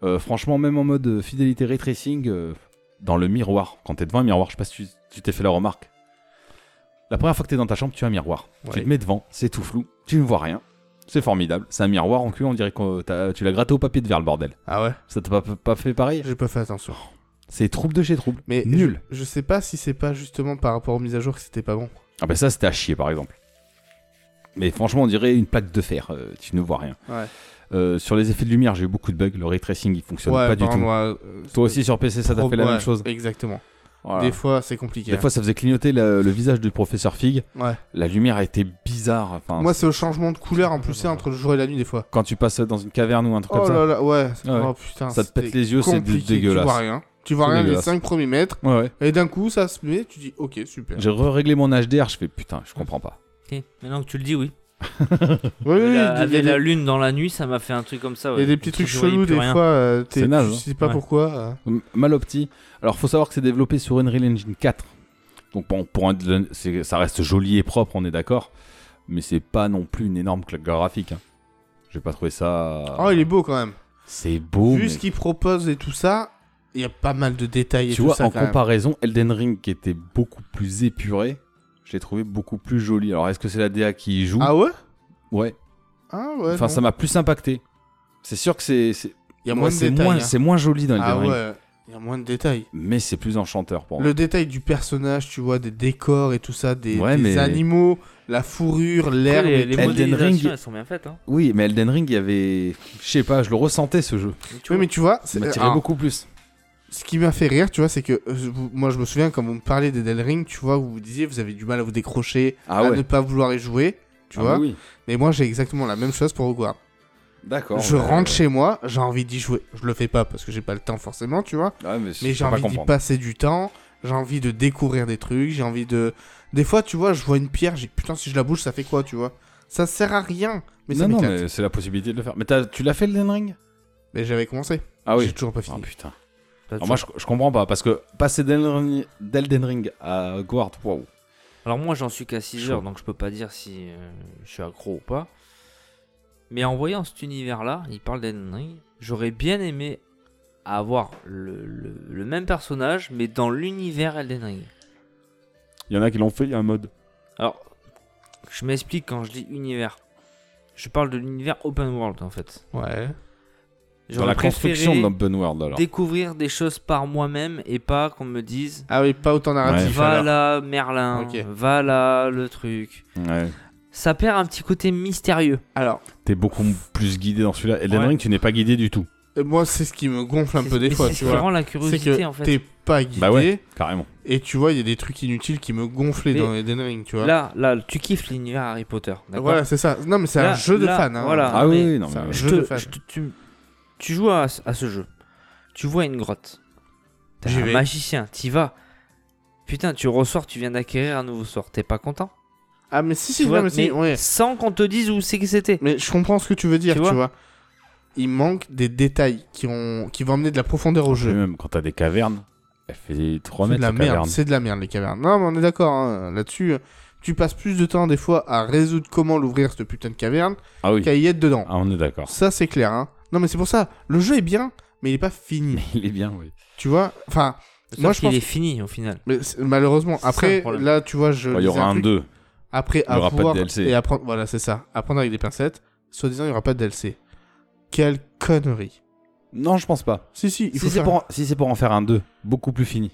[SPEAKER 4] Euh, franchement, même en mode fidélité ray tracing, euh, dans le miroir, quand t'es devant un miroir, je sais pas si tu- tu t'es fait la remarque. La première fois que t'es dans ta chambre, tu as un miroir. Tu
[SPEAKER 3] Ouais.
[SPEAKER 4] te mets devant, c'est tout flou, tu ne vois rien. C'est formidable. C'est un miroir en cul, on dirait que t'as- tu l'as gratté au papier de verre, le bordel.
[SPEAKER 3] Ah ouais
[SPEAKER 4] Ça t'a pas, pas fait pareil
[SPEAKER 3] J'ai pas fait attention.
[SPEAKER 4] C'est trouble de chez trouble.
[SPEAKER 3] Mais
[SPEAKER 4] Oh, Nul.
[SPEAKER 3] Je, je sais pas si c'est pas justement par rapport aux mises à jour que c'était pas bon.
[SPEAKER 4] Ah bah ça, c'était à chier, par exemple. Mais franchement, on dirait une plaque de fer. euh, tu ne vois rien.
[SPEAKER 3] Ouais.
[SPEAKER 4] Euh, sur les effets de lumière, j'ai eu beaucoup de bugs. Le ray tracing, il fonctionne pas du
[SPEAKER 3] par
[SPEAKER 4] tout.
[SPEAKER 3] moi, euh,
[SPEAKER 4] Toi aussi, sur PC, ça t'a
[SPEAKER 3] trop-
[SPEAKER 4] fait la
[SPEAKER 3] ouais,
[SPEAKER 4] même chose.
[SPEAKER 3] Exactement.
[SPEAKER 4] Voilà.
[SPEAKER 3] Des fois, c'est compliqué. hein.
[SPEAKER 4] Des fois, ça faisait clignoter la- le visage du professeur Fig.
[SPEAKER 3] Ouais.
[SPEAKER 4] La lumière était bizarre. Enfin,
[SPEAKER 3] Moi, c'est au changement de couleur en plus, c'est entre le jour et la nuit, des fois.
[SPEAKER 4] quand tu passes dans une caverne ou un truc
[SPEAKER 3] Oh
[SPEAKER 4] comme Ah
[SPEAKER 3] là là, ouais.
[SPEAKER 4] Ouais.
[SPEAKER 3] Oh putain.
[SPEAKER 4] ça, ça te pète
[SPEAKER 3] c'était
[SPEAKER 4] les yeux, c'est
[SPEAKER 3] compliqué,
[SPEAKER 4] dégueulasse.
[SPEAKER 3] Tu vois rien. Tu vois
[SPEAKER 4] C'est
[SPEAKER 3] rien les
[SPEAKER 4] dégueulasse.
[SPEAKER 3] 5 premiers mètres.
[SPEAKER 4] Ouais, ouais.
[SPEAKER 3] Et d'un coup, ça se met, tu dis, ok, super.
[SPEAKER 4] J'ai réglé mon HDR, je fais putain, je comprends pas.
[SPEAKER 5] Ok, Maintenant que tu le dis, oui. Euh,
[SPEAKER 3] Oui, oui,
[SPEAKER 5] La-
[SPEAKER 3] il y a
[SPEAKER 5] avec
[SPEAKER 3] des-
[SPEAKER 5] la lune dans la nuit, ça m'a fait un truc comme ça.
[SPEAKER 3] il y
[SPEAKER 5] ouais.
[SPEAKER 3] a des petits
[SPEAKER 5] Le
[SPEAKER 3] trucs
[SPEAKER 5] truc, je voyais
[SPEAKER 3] chelous
[SPEAKER 5] plus
[SPEAKER 3] des
[SPEAKER 5] rien.
[SPEAKER 3] fois, euh, t'es-
[SPEAKER 4] C'est naze,
[SPEAKER 3] tu
[SPEAKER 4] hein.
[SPEAKER 3] sais pas
[SPEAKER 5] Ouais.
[SPEAKER 3] pourquoi. euh.
[SPEAKER 4] M- Malopti. Alors, faut savoir que c'est développé sur Unreal Engine 4. Donc, bon, pour un, c'est- ça reste joli et propre, on est d'accord. Mais c'est pas non plus une énorme claque graphique. hein. J'ai pas trouvé ça.
[SPEAKER 3] Oh, il est beau quand même.
[SPEAKER 4] C'est Ah. beau.
[SPEAKER 3] Vu
[SPEAKER 4] mais-
[SPEAKER 3] ce qu'il propose et tout ça, il y a pas mal de détails et
[SPEAKER 4] Tu
[SPEAKER 3] tout
[SPEAKER 4] vois,
[SPEAKER 3] ça.
[SPEAKER 4] en
[SPEAKER 3] quand même.
[SPEAKER 4] comparaison, Elden Ring, qui était beaucoup plus épuré, je l'ai trouvé beaucoup plus joli. Alors, est-ce que c'est la DA qui y joue
[SPEAKER 3] Ah ouais
[SPEAKER 4] Ouais.
[SPEAKER 3] Ah ouais.
[SPEAKER 4] Enfin,
[SPEAKER 3] non.
[SPEAKER 4] ça m'a plus impacté. C'est sûr que c'est. c'est-
[SPEAKER 3] Il y a
[SPEAKER 4] ouais,
[SPEAKER 3] moins de
[SPEAKER 4] c'est
[SPEAKER 3] détails.
[SPEAKER 4] moins,
[SPEAKER 3] hein.
[SPEAKER 4] c'est moins joli dans Elden
[SPEAKER 3] Ah
[SPEAKER 4] Ring.
[SPEAKER 3] ouais, il y a moins de détails.
[SPEAKER 4] Mais c'est plus enchanteur pour moi.
[SPEAKER 3] Le détail du personnage, tu vois, des décors et tout ça, des,
[SPEAKER 4] Ouais,
[SPEAKER 3] des
[SPEAKER 4] mais-
[SPEAKER 3] animaux, la fourrure, l'herbe.
[SPEAKER 5] les,
[SPEAKER 3] et
[SPEAKER 5] les
[SPEAKER 3] tout.
[SPEAKER 4] Elden
[SPEAKER 5] modélisations,
[SPEAKER 4] Ring-
[SPEAKER 5] elles sont bien faites. Hein.
[SPEAKER 4] Oui, mais Elden Ring, il y avait. Je sais pas, je le ressentais ce jeu.
[SPEAKER 5] Tu
[SPEAKER 3] Oui,
[SPEAKER 5] vois.
[SPEAKER 3] mais tu vois,
[SPEAKER 4] Ça
[SPEAKER 3] c'est-
[SPEAKER 4] m'attirait
[SPEAKER 3] alors,
[SPEAKER 4] beaucoup plus.
[SPEAKER 3] ce qui m'a fait rire, tu vois, c'est que euh, vous- moi je me souviens quand vous me parlez des Del Ring, tu vois, vous vous disiez vous avez du mal à vous décrocher,
[SPEAKER 4] Ah
[SPEAKER 3] à
[SPEAKER 4] ouais.
[SPEAKER 3] ne pas vouloir y jouer, tu
[SPEAKER 4] Ah
[SPEAKER 3] vois.
[SPEAKER 4] oui.
[SPEAKER 3] Mais moi j'ai exactement la même chose pour Hogwarts.
[SPEAKER 4] D'accord.
[SPEAKER 3] je
[SPEAKER 4] bah, ouais.
[SPEAKER 3] rentre chez moi, j'ai envie d'y jouer. Je le fais pas parce que j'ai pas le temps forcément, tu vois.
[SPEAKER 4] Ouais, mais
[SPEAKER 3] Mais j'ai envie d'y passer du temps, j'ai envie de découvrir des trucs, j'ai envie de. Des fois, tu vois, je vois une pierre, j'ai putain, si je la bouge, ça fait quoi, tu vois Ça sert à rien,
[SPEAKER 4] Mais
[SPEAKER 3] mais ça
[SPEAKER 4] non, non,
[SPEAKER 3] m'éclate. Mais,
[SPEAKER 4] mais c'est la possibilité de le faire. Mais t'as- tu l'as fait Elden Ring
[SPEAKER 3] j'avais commencé,
[SPEAKER 4] Ah
[SPEAKER 3] j'ai
[SPEAKER 4] oui.
[SPEAKER 3] toujours pas
[SPEAKER 4] Ah
[SPEAKER 3] fini.
[SPEAKER 4] putain.
[SPEAKER 5] Pas de
[SPEAKER 4] Alors Ah, moi, je, je comprends pas parce que passer d'Elden Ring- d'Elden Ring à Guard, waouh.
[SPEAKER 5] Alors moi j'en suis qu'à 6
[SPEAKER 4] Chaud.
[SPEAKER 5] heures donc je peux pas dire si euh, je suis accro ou pas. Mais en voyant cet univers là, il parle d'Elden Ring, j'aurais bien aimé avoir le, le- le même personnage mais dans l'univers Elden Ring.
[SPEAKER 4] Il y en a qui l'ont fait, il y a un mode.
[SPEAKER 5] Alors, je m'explique quand je dis univers. Je parle de l'univers open world en fait.
[SPEAKER 3] Ouais.
[SPEAKER 4] Dans la
[SPEAKER 5] J'aurais
[SPEAKER 4] construction
[SPEAKER 5] préféré
[SPEAKER 4] de l'open world alors.
[SPEAKER 5] découvrir des choses par moi-même et pas qu'on me dise
[SPEAKER 3] Ah oui, pas autant narratif.
[SPEAKER 5] va
[SPEAKER 3] alors.
[SPEAKER 5] là Merlin,
[SPEAKER 3] Ok.
[SPEAKER 5] va là le truc.
[SPEAKER 4] Ouais.
[SPEAKER 5] Ça perd un petit côté mystérieux.
[SPEAKER 3] Alors,
[SPEAKER 4] T'es beaucoup plus guidé dans celui-là. Elden
[SPEAKER 5] Ouais.
[SPEAKER 4] Ring, tu n'es pas guidé du tout.
[SPEAKER 3] euh, moi, c'est ce qui me gonfle un
[SPEAKER 5] C'est-
[SPEAKER 3] peu des
[SPEAKER 5] mais
[SPEAKER 3] fois,
[SPEAKER 5] c'est ce
[SPEAKER 3] tu
[SPEAKER 5] qui
[SPEAKER 3] vois.
[SPEAKER 5] rend la
[SPEAKER 3] C'est
[SPEAKER 5] curiosité
[SPEAKER 3] que
[SPEAKER 5] en fait.
[SPEAKER 3] t'es pas guidé,
[SPEAKER 4] Bah ouais. Carrément.
[SPEAKER 3] et tu vois, il y a des trucs inutiles qui me gonflaient
[SPEAKER 5] Mais
[SPEAKER 3] dans Elden Ring, tu vois.
[SPEAKER 5] Là, là, tu kiffes l'univers Harry Potter. d'accord
[SPEAKER 3] voilà, c'est ça. Non, mais c'est un
[SPEAKER 5] Là-
[SPEAKER 3] jeu de
[SPEAKER 5] là,
[SPEAKER 3] fan. Hein.
[SPEAKER 5] voilà.
[SPEAKER 4] Ah,
[SPEAKER 5] Ah,
[SPEAKER 4] oui,
[SPEAKER 5] mais-
[SPEAKER 4] oui, non
[SPEAKER 3] ça-
[SPEAKER 4] mais.
[SPEAKER 3] je-
[SPEAKER 5] Je
[SPEAKER 3] jeu de
[SPEAKER 5] te-
[SPEAKER 3] fan.
[SPEAKER 5] je te- tu, tu joues à, ce- à ce jeu. Tu vois à une grotte. T'es
[SPEAKER 3] J'y
[SPEAKER 5] un
[SPEAKER 3] vais.
[SPEAKER 5] magicien, t'y vas. Putain, tu ressors, tu viens d'acquérir un nouveau sort. T'es pas content
[SPEAKER 3] Ah, mais si,
[SPEAKER 5] Tu
[SPEAKER 3] si, non,
[SPEAKER 5] vois,
[SPEAKER 3] mais si,
[SPEAKER 5] mais
[SPEAKER 3] ouais.
[SPEAKER 5] Sans qu'on te dise où c'est que c'était.
[SPEAKER 3] Mais je comprends ce que tu veux dire,
[SPEAKER 5] Tu
[SPEAKER 3] tu
[SPEAKER 5] vois
[SPEAKER 3] vois. Il manque des détails qui, ont... qui vont amener de la profondeur au
[SPEAKER 4] Et
[SPEAKER 3] jeu.
[SPEAKER 4] même quand t'as des cavernes, elle fait 3
[SPEAKER 3] C'est de
[SPEAKER 4] mètres
[SPEAKER 3] la
[SPEAKER 4] la
[SPEAKER 3] merde,
[SPEAKER 4] caverne.
[SPEAKER 3] c'est de la merde les cavernes. Non, mais on est d'accord hein, là-dessus. euh, Tu passes plus de temps des fois à résoudre comment l'ouvrir cette putain de caverne
[SPEAKER 4] Ah oui,
[SPEAKER 3] qu'à y être dedans.
[SPEAKER 4] ah, on est d'accord.
[SPEAKER 3] Ça c'est clair. Hein. Non, mais c'est pour ça. Le jeu est bien, mais il est pas fini.
[SPEAKER 4] Il est bien, oui.
[SPEAKER 3] tu vois Enfin, moi je
[SPEAKER 5] qu'il
[SPEAKER 3] pense.
[SPEAKER 5] est fini au final.
[SPEAKER 3] Mais c'est- malheureusement,
[SPEAKER 5] C'est ça, le
[SPEAKER 3] après
[SPEAKER 5] problème.
[SPEAKER 3] là, tu vois, je.
[SPEAKER 4] Il y
[SPEAKER 3] lisais
[SPEAKER 4] aura un
[SPEAKER 3] truc.
[SPEAKER 4] 2.
[SPEAKER 3] Après,
[SPEAKER 4] Il y aura
[SPEAKER 3] à
[SPEAKER 4] pas de
[SPEAKER 3] voir
[SPEAKER 4] DLC.
[SPEAKER 3] et apprendre. Voilà, c'est ça. Apprendre avec des pincettes. Soi-disant, il n'y aura pas de DLC. Quelle connerie.
[SPEAKER 4] Non, je pense pas.
[SPEAKER 3] Si, si, il faut
[SPEAKER 4] Si c'est
[SPEAKER 3] faire-
[SPEAKER 4] pour, en- si c'est pour en faire un 2, beaucoup plus fini.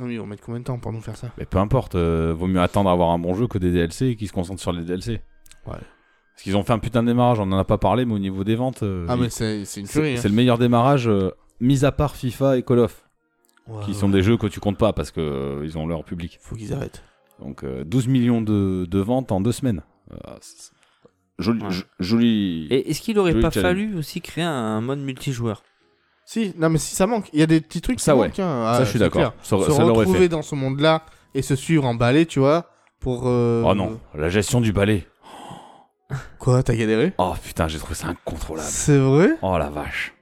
[SPEAKER 3] Non, mais ils vont mettre combien de temps pour nous faire ça
[SPEAKER 4] Mais peu importe, euh, vaut mieux attendre à avoir un bon jeu que des DLC et qui se concentrent sur les DLC.
[SPEAKER 3] Ouais.
[SPEAKER 4] Parce qu'ils ont fait un putain de démarrage, on en a pas parlé, mais au niveau des ventes, euh,
[SPEAKER 3] Ah,
[SPEAKER 4] ils-
[SPEAKER 3] mais c'est c'est une
[SPEAKER 4] c'est
[SPEAKER 3] tuerie. hein.
[SPEAKER 4] c'est le meilleur démarrage, euh, mis à part FIFA et Call of,
[SPEAKER 3] Ouais,
[SPEAKER 4] qui
[SPEAKER 3] Ah, ouais.
[SPEAKER 4] sont des jeux que tu comptes pas parce que euh, ils ont leur public.
[SPEAKER 3] Faut qu'ils arrêtent.
[SPEAKER 4] Donc euh, 12 millions de, de ventes en deux semaines. Euh, c'est- joli.
[SPEAKER 5] Ouais.
[SPEAKER 4] jo- joli...
[SPEAKER 5] Et est-ce qu'il aurait
[SPEAKER 4] Joli
[SPEAKER 5] pas
[SPEAKER 4] challenge.
[SPEAKER 5] fallu aussi créer un mode multijoueur
[SPEAKER 3] Si, non mais si ça manque, il y a des petits trucs
[SPEAKER 4] Ça,
[SPEAKER 3] qui
[SPEAKER 4] ouais.
[SPEAKER 3] manquent. hein. Ah,
[SPEAKER 4] ça, je suis
[SPEAKER 3] c'est
[SPEAKER 4] d'accord.
[SPEAKER 3] clair.
[SPEAKER 4] Ça,
[SPEAKER 3] Se
[SPEAKER 4] ça l'aurait
[SPEAKER 3] retrouver
[SPEAKER 4] fait.
[SPEAKER 3] dans ce monde-là et se suivre en balai, tu vois, pour. euh,
[SPEAKER 4] Oh non, la gestion du balai.
[SPEAKER 3] Quoi, t'as galéré
[SPEAKER 4] Oh putain, j'ai trouvé ça incontrôlable.
[SPEAKER 3] C'est vrai
[SPEAKER 4] Oh la vache.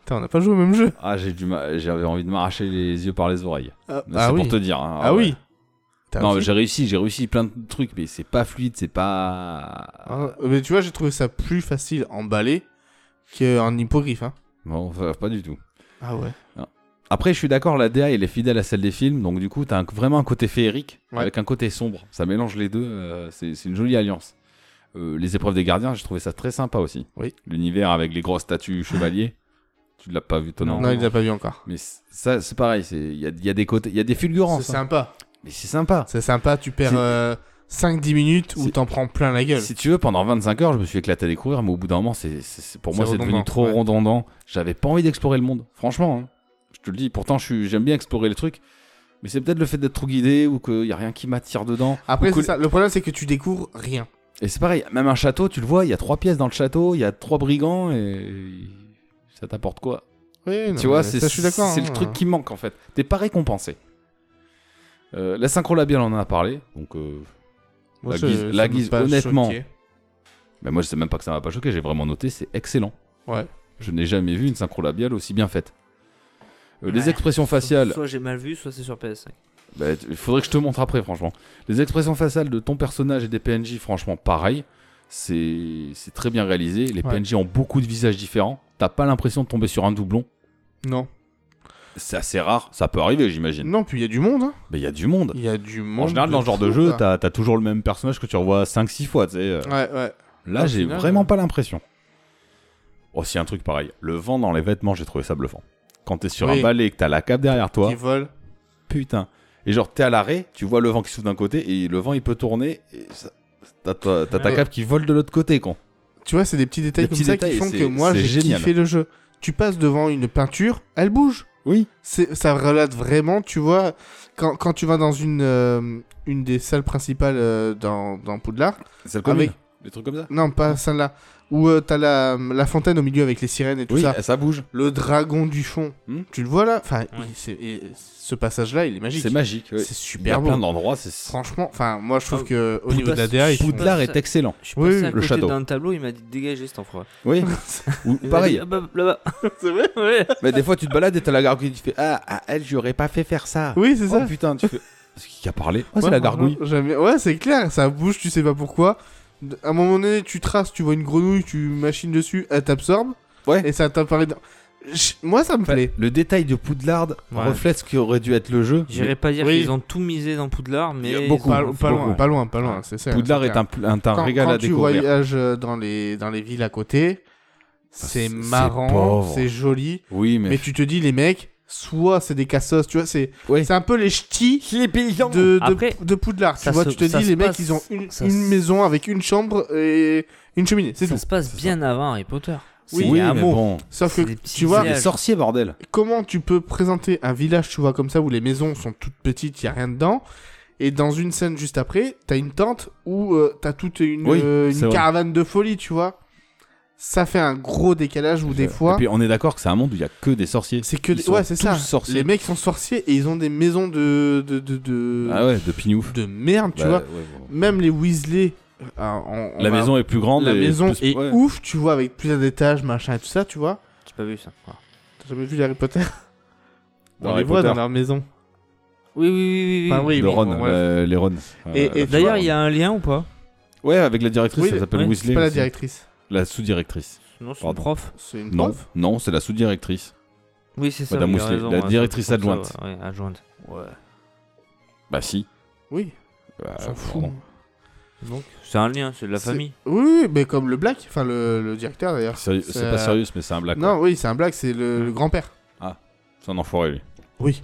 [SPEAKER 3] Putain, on n'a pas joué au même jeu.
[SPEAKER 4] Ah, j'ai du mal- j'avais envie de m'arracher les yeux par les oreilles.
[SPEAKER 3] Ah,
[SPEAKER 4] C'est
[SPEAKER 3] ah
[SPEAKER 4] pour
[SPEAKER 3] oui.
[SPEAKER 4] te dire. hein.
[SPEAKER 3] Ah,
[SPEAKER 4] ouais.
[SPEAKER 3] oui. T'as
[SPEAKER 4] Non, mais
[SPEAKER 3] aussi-
[SPEAKER 4] j'ai réussi, j'ai réussi plein de trucs, mais c'est pas fluide, c'est pas.
[SPEAKER 3] Ah, mais tu vois, j'ai trouvé ça plus facile en balai qu'en hippogriffe. Hein.
[SPEAKER 4] Bon, enfin, pas du tout.
[SPEAKER 3] Ah ouais.
[SPEAKER 4] Après, je suis d'accord, la DA, elle est fidèle à celle des films, donc du coup, t'as un- vraiment un côté féerique
[SPEAKER 3] Ouais.
[SPEAKER 4] avec un côté sombre. Ça mélange les deux, euh, c'est c'est une jolie alliance. Euh, les épreuves des gardiens, j'ai trouvé ça très sympa aussi.
[SPEAKER 3] Oui.
[SPEAKER 4] L'univers avec les grosses statues chevaliers, tu l'as pas vu, toi, Euh, non,
[SPEAKER 3] Non, il l'a pas vu encore.
[SPEAKER 4] Mais c- ça, c'est pareil, c'est- il y a, il y a des côtés, il y a des
[SPEAKER 3] C'est
[SPEAKER 4] fulgurances. hein.
[SPEAKER 3] sympa.
[SPEAKER 4] Mais c'est sympa.
[SPEAKER 3] C'est sympa, tu perds
[SPEAKER 4] C'est-
[SPEAKER 3] euh, 5-10 minutes où
[SPEAKER 4] C'est-
[SPEAKER 3] t'en prends plein la gueule.
[SPEAKER 4] Si tu veux, pendant 25 heures, je me suis éclaté à découvrir, mais au bout d'un moment, c'est, c'est- c'est- pour
[SPEAKER 3] C'est
[SPEAKER 4] moi, c'est devenu
[SPEAKER 3] redondant,
[SPEAKER 4] trop
[SPEAKER 3] ouais.
[SPEAKER 4] redondant. J'avais pas envie d'explorer le monde, franchement. hein. Je te le dis, pourtant, je suis, j'aime bien explorer le truc. Mais c'est peut-être le fait d'être trop guidé ou qu'il y a rien qui m'attire dedans.
[SPEAKER 3] Après,
[SPEAKER 4] Ou que-
[SPEAKER 3] c'est ça. Le problème, c'est que tu découvres rien.
[SPEAKER 4] Et c'est pareil, même un château, tu le vois, il y a trois pièces dans le château, il y a trois brigands et. Ça t'apporte quoi
[SPEAKER 3] Oui, non,
[SPEAKER 4] Tu vois,
[SPEAKER 3] mais
[SPEAKER 4] c'est,
[SPEAKER 3] ça, je suis d'accord.
[SPEAKER 4] c'est
[SPEAKER 3] hein.
[SPEAKER 4] le truc qui manque en fait. T'es pas récompensé. Euh, la synchro labiale, on en a parlé. Donc, euh,
[SPEAKER 3] Moi,
[SPEAKER 4] La
[SPEAKER 3] ça-
[SPEAKER 4] guise-
[SPEAKER 3] ça
[SPEAKER 4] la
[SPEAKER 3] m'a
[SPEAKER 4] guise,
[SPEAKER 3] pas
[SPEAKER 4] honnêtement.
[SPEAKER 3] choqué.
[SPEAKER 4] bah, moi, je sais même pas que ça m'a pas choqué, j'ai vraiment noté, c'est excellent.
[SPEAKER 3] Ouais.
[SPEAKER 4] Je n'ai jamais vu une synchro labiale aussi bien faite. Euh,
[SPEAKER 5] Ouais.
[SPEAKER 4] Les expressions faciales,
[SPEAKER 5] Soit j'ai mal vu, soit c'est sur PS5.
[SPEAKER 4] bah, t- il faudrait que je te montre après, franchement. Les expressions faciales de ton personnage et des PNJ, franchement, pareil. C'est c'est très bien réalisé. Les
[SPEAKER 3] Ouais.
[SPEAKER 4] PNJ ont beaucoup de visages différents. T'as pas l'impression de tomber sur un doublon.
[SPEAKER 3] Non.
[SPEAKER 4] C'est assez rare. Ça peut arriver, j'imagine.
[SPEAKER 3] Non, puis il y a du monde. hein.
[SPEAKER 4] Mais il y a du monde.
[SPEAKER 3] Il y a du monde.
[SPEAKER 4] En général,
[SPEAKER 3] de
[SPEAKER 4] dans ce genre de
[SPEAKER 3] fou,
[SPEAKER 4] jeu,
[SPEAKER 3] quoi.
[SPEAKER 4] t'as as toujours le même personnage que tu revois 5-6 fois. tu sais, euh.
[SPEAKER 3] Ouais, ouais.
[SPEAKER 4] Là,
[SPEAKER 3] Au
[SPEAKER 4] j'ai
[SPEAKER 3] final, euh,
[SPEAKER 4] vraiment
[SPEAKER 3] ouais.
[SPEAKER 4] pas l'impression. Aussi, un truc pareil. Le vent dans les vêtements, j'ai trouvé ça bluffant. Quand t'es sur
[SPEAKER 3] Oui.
[SPEAKER 4] un balai et que t'as la cape derrière toi,
[SPEAKER 3] Qui vole.
[SPEAKER 4] putain. Et genre, t'es à l'arrêt, tu vois le vent qui souffle d'un côté et le vent il peut tourner. et ça- T'as ta, t'as ta
[SPEAKER 5] Ouais.
[SPEAKER 4] cape qui vole de l'autre côté, con.
[SPEAKER 3] Tu vois, c'est des petits détails
[SPEAKER 4] Des
[SPEAKER 3] comme
[SPEAKER 4] petits
[SPEAKER 3] ça
[SPEAKER 4] détails,
[SPEAKER 3] qui font
[SPEAKER 4] c'est-
[SPEAKER 3] que moi,
[SPEAKER 4] c'est
[SPEAKER 3] j'ai
[SPEAKER 4] génial.
[SPEAKER 3] kiffé le jeu. Tu passes devant une peinture, elle bouge.
[SPEAKER 4] Oui.
[SPEAKER 3] C'est- Ça relate vraiment, tu vois. Quand, quand tu vas dans une, euh, une des salles principales euh, dans, dans Poudlard,
[SPEAKER 4] C'est le
[SPEAKER 3] avec.
[SPEAKER 4] Des trucs comme ça.
[SPEAKER 3] Non, pas celle-là. Où euh, t'as la, la fontaine au milieu avec les sirènes et tout
[SPEAKER 4] Oui,
[SPEAKER 3] ça.
[SPEAKER 4] ça, bouge.
[SPEAKER 3] Le dragon du fond.
[SPEAKER 4] Hmm.
[SPEAKER 3] Tu le vois là Enfin,
[SPEAKER 5] Ouais.
[SPEAKER 3] il- c'est- et ce passage-là, il est magique.
[SPEAKER 4] C'est magique. ouais.
[SPEAKER 3] C'est
[SPEAKER 4] Il y a
[SPEAKER 3] super
[SPEAKER 4] plein
[SPEAKER 3] beau.
[SPEAKER 4] d'endroits. c'est-
[SPEAKER 3] Franchement, enfin, moi, je trouve
[SPEAKER 5] Ah,
[SPEAKER 3] que au
[SPEAKER 5] Poudlard,
[SPEAKER 3] niveau de la DA, ils font-
[SPEAKER 5] Poudlard.
[SPEAKER 4] Poudlard est excellent.
[SPEAKER 5] Je suis
[SPEAKER 3] Oui,
[SPEAKER 5] passé
[SPEAKER 3] oui,
[SPEAKER 5] à
[SPEAKER 4] le
[SPEAKER 5] côté
[SPEAKER 4] château.
[SPEAKER 5] d'un tableau, il m'a dit dégager cet enfoiré.
[SPEAKER 4] Oui. Ou
[SPEAKER 5] Il m'a dit,
[SPEAKER 4] pareil.
[SPEAKER 5] Ah, bah, Là-bas. c'est vrai Ouais.
[SPEAKER 4] Mais des fois, tu te balades et t'as la gargouille qui fait Ah, à elle, j'aurais pas fait faire ça.
[SPEAKER 3] Oui, c'est ça.
[SPEAKER 4] Oh putain, tu fais. C'est qui qui a parlé Ah,
[SPEAKER 3] Ouais,
[SPEAKER 4] c'est la
[SPEAKER 3] franchement,
[SPEAKER 4] gargouille.
[SPEAKER 3] jamais- Ouais, c'est clair, ça bouge, tu sais pas pourquoi. D- À un moment donné, tu traces, tu vois une grenouille, tu machines dessus, elle t'absorbe.
[SPEAKER 4] Ouais.
[SPEAKER 3] Et ça t'apparaît dans. Ch- Moi, ça me
[SPEAKER 4] Enfin,
[SPEAKER 3] plaît.
[SPEAKER 4] Bah, le détail de Poudlard
[SPEAKER 5] Ouais.
[SPEAKER 4] reflète ce qui aurait dû être le jeu.
[SPEAKER 5] J'irai pas dire
[SPEAKER 3] Oui.
[SPEAKER 5] qu'ils ont tout misé dans Poudlard,
[SPEAKER 4] y a
[SPEAKER 5] mais.
[SPEAKER 4] beaucoup.
[SPEAKER 5] ils
[SPEAKER 3] Pas,
[SPEAKER 5] ont-
[SPEAKER 3] pas loin,
[SPEAKER 4] beaucoup.
[SPEAKER 3] pas loin, pas loin, c'est ça.
[SPEAKER 4] Poudlard
[SPEAKER 3] c'est
[SPEAKER 4] est
[SPEAKER 3] clair.
[SPEAKER 4] un, pl- un, un
[SPEAKER 3] Quand,
[SPEAKER 4] régal
[SPEAKER 3] quand
[SPEAKER 4] à
[SPEAKER 3] tu
[SPEAKER 4] découvrir. Bah,
[SPEAKER 3] voyages euh, dans les, dans les villes à côté,
[SPEAKER 4] c'est
[SPEAKER 3] c'est marrant,
[SPEAKER 4] pauvre.
[SPEAKER 3] c'est joli,
[SPEAKER 4] Oui,
[SPEAKER 3] mais tu te dis, les mecs, soit c'est des cassos, tu vois, c'est
[SPEAKER 4] Ouais.
[SPEAKER 3] c'est un peu les ch'tis
[SPEAKER 4] les paysans
[SPEAKER 3] de, de,
[SPEAKER 5] Après,
[SPEAKER 3] de Poudlard. Tu
[SPEAKER 5] ça
[SPEAKER 3] vois,
[SPEAKER 5] se-
[SPEAKER 3] tu te
[SPEAKER 5] ça
[SPEAKER 3] dis,
[SPEAKER 5] se
[SPEAKER 3] les mecs,
[SPEAKER 5] passe-
[SPEAKER 3] ils ont une,
[SPEAKER 5] ça
[SPEAKER 3] une
[SPEAKER 5] se-
[SPEAKER 3] maison avec une chambre et une cheminée, c'est
[SPEAKER 5] Ça
[SPEAKER 3] tout.
[SPEAKER 5] se passe bien avant Harry Potter.
[SPEAKER 4] Oui,
[SPEAKER 5] C'est
[SPEAKER 4] oui,
[SPEAKER 5] un
[SPEAKER 4] mais
[SPEAKER 5] mot.
[SPEAKER 4] bon.
[SPEAKER 3] Sauf que,
[SPEAKER 5] C'est des petits
[SPEAKER 3] tu vois,
[SPEAKER 4] Les
[SPEAKER 5] villages.
[SPEAKER 4] sorciers, bordel.
[SPEAKER 3] comment tu peux présenter un village, tu vois, comme ça, où les maisons sont toutes petites, il a rien dedans, et dans une scène juste après, t'as une tente où euh, t'as toute une,
[SPEAKER 4] Oui,
[SPEAKER 3] euh, une
[SPEAKER 4] c'est vrai.
[SPEAKER 3] caravane de folie, tu vois. ça fait un gros décalage où des fois
[SPEAKER 4] Et puis on est d'accord que c'est un monde où il y a que des sorciers.
[SPEAKER 3] c'est que
[SPEAKER 4] ils
[SPEAKER 3] des-
[SPEAKER 4] sont
[SPEAKER 3] ouais c'est
[SPEAKER 4] tous
[SPEAKER 3] ça
[SPEAKER 4] sorciers.
[SPEAKER 3] les mecs sont sorciers et ils ont des maisons de de de, de-
[SPEAKER 4] Ah ouais, de pignouf.
[SPEAKER 3] de merde tu
[SPEAKER 4] Bah,
[SPEAKER 3] vois
[SPEAKER 4] ouais, bon.
[SPEAKER 3] même les Weasley euh, on- on
[SPEAKER 4] La
[SPEAKER 3] va-
[SPEAKER 4] maison est plus grande.
[SPEAKER 3] la
[SPEAKER 4] et
[SPEAKER 3] maison
[SPEAKER 4] plus-
[SPEAKER 3] est
[SPEAKER 4] ouais.
[SPEAKER 3] ouf tu vois avec plusieurs étages machin et tout ça tu vois
[SPEAKER 5] J'ai pas vu ça. Ah.
[SPEAKER 3] t'as jamais vu les Harry Potter
[SPEAKER 4] Dans
[SPEAKER 3] on les
[SPEAKER 4] Harry
[SPEAKER 3] voit
[SPEAKER 4] Potter.
[SPEAKER 3] dans leur maison
[SPEAKER 5] Oui, oui, oui, oui. oui.
[SPEAKER 3] Enfin, oui,
[SPEAKER 4] Le
[SPEAKER 3] bon,
[SPEAKER 4] Ron,
[SPEAKER 3] bon, bref.
[SPEAKER 4] euh, les Ron.
[SPEAKER 3] Et-
[SPEAKER 4] Euh,
[SPEAKER 3] et-
[SPEAKER 4] tu
[SPEAKER 5] D'ailleurs,
[SPEAKER 4] vois,
[SPEAKER 5] il y a un lien ou pas
[SPEAKER 4] Ouais, avec la directrice,
[SPEAKER 3] Oui,
[SPEAKER 4] elle s'appelle
[SPEAKER 5] ouais,
[SPEAKER 3] c'est
[SPEAKER 4] Weasley.
[SPEAKER 3] pas la
[SPEAKER 4] aussi.
[SPEAKER 3] directrice
[SPEAKER 4] La sous-directrice.
[SPEAKER 5] Sinon, c'est une
[SPEAKER 4] Pardon.
[SPEAKER 5] prof.
[SPEAKER 3] c'est une
[SPEAKER 4] Non,
[SPEAKER 3] prof
[SPEAKER 4] non, c'est la sous-directrice.
[SPEAKER 5] Oui, c'est ça.
[SPEAKER 4] Madame
[SPEAKER 5] oui,
[SPEAKER 4] Mousselet,
[SPEAKER 5] raison,
[SPEAKER 4] Bah, la
[SPEAKER 5] ouais, ça,
[SPEAKER 4] directrice
[SPEAKER 5] je trouve
[SPEAKER 4] adjointe.
[SPEAKER 5] ça, ouais, ouais, adjointe.
[SPEAKER 4] Bah si.
[SPEAKER 3] oui
[SPEAKER 4] Bah,
[SPEAKER 3] on s'en fout
[SPEAKER 4] pardon.
[SPEAKER 5] Donc, c'est un lien, c'est de la
[SPEAKER 3] C'est-
[SPEAKER 5] famille.
[SPEAKER 3] oui oui, mais comme le Black enfin le, le directeur d'ailleurs
[SPEAKER 4] Sérieux- C'est
[SPEAKER 3] C'est- euh,
[SPEAKER 4] pas sérieux, mais c'est un blague.
[SPEAKER 3] non oui c'est un Black c'est le, le grand-père
[SPEAKER 4] C'est un enfoiré, lui.
[SPEAKER 3] oui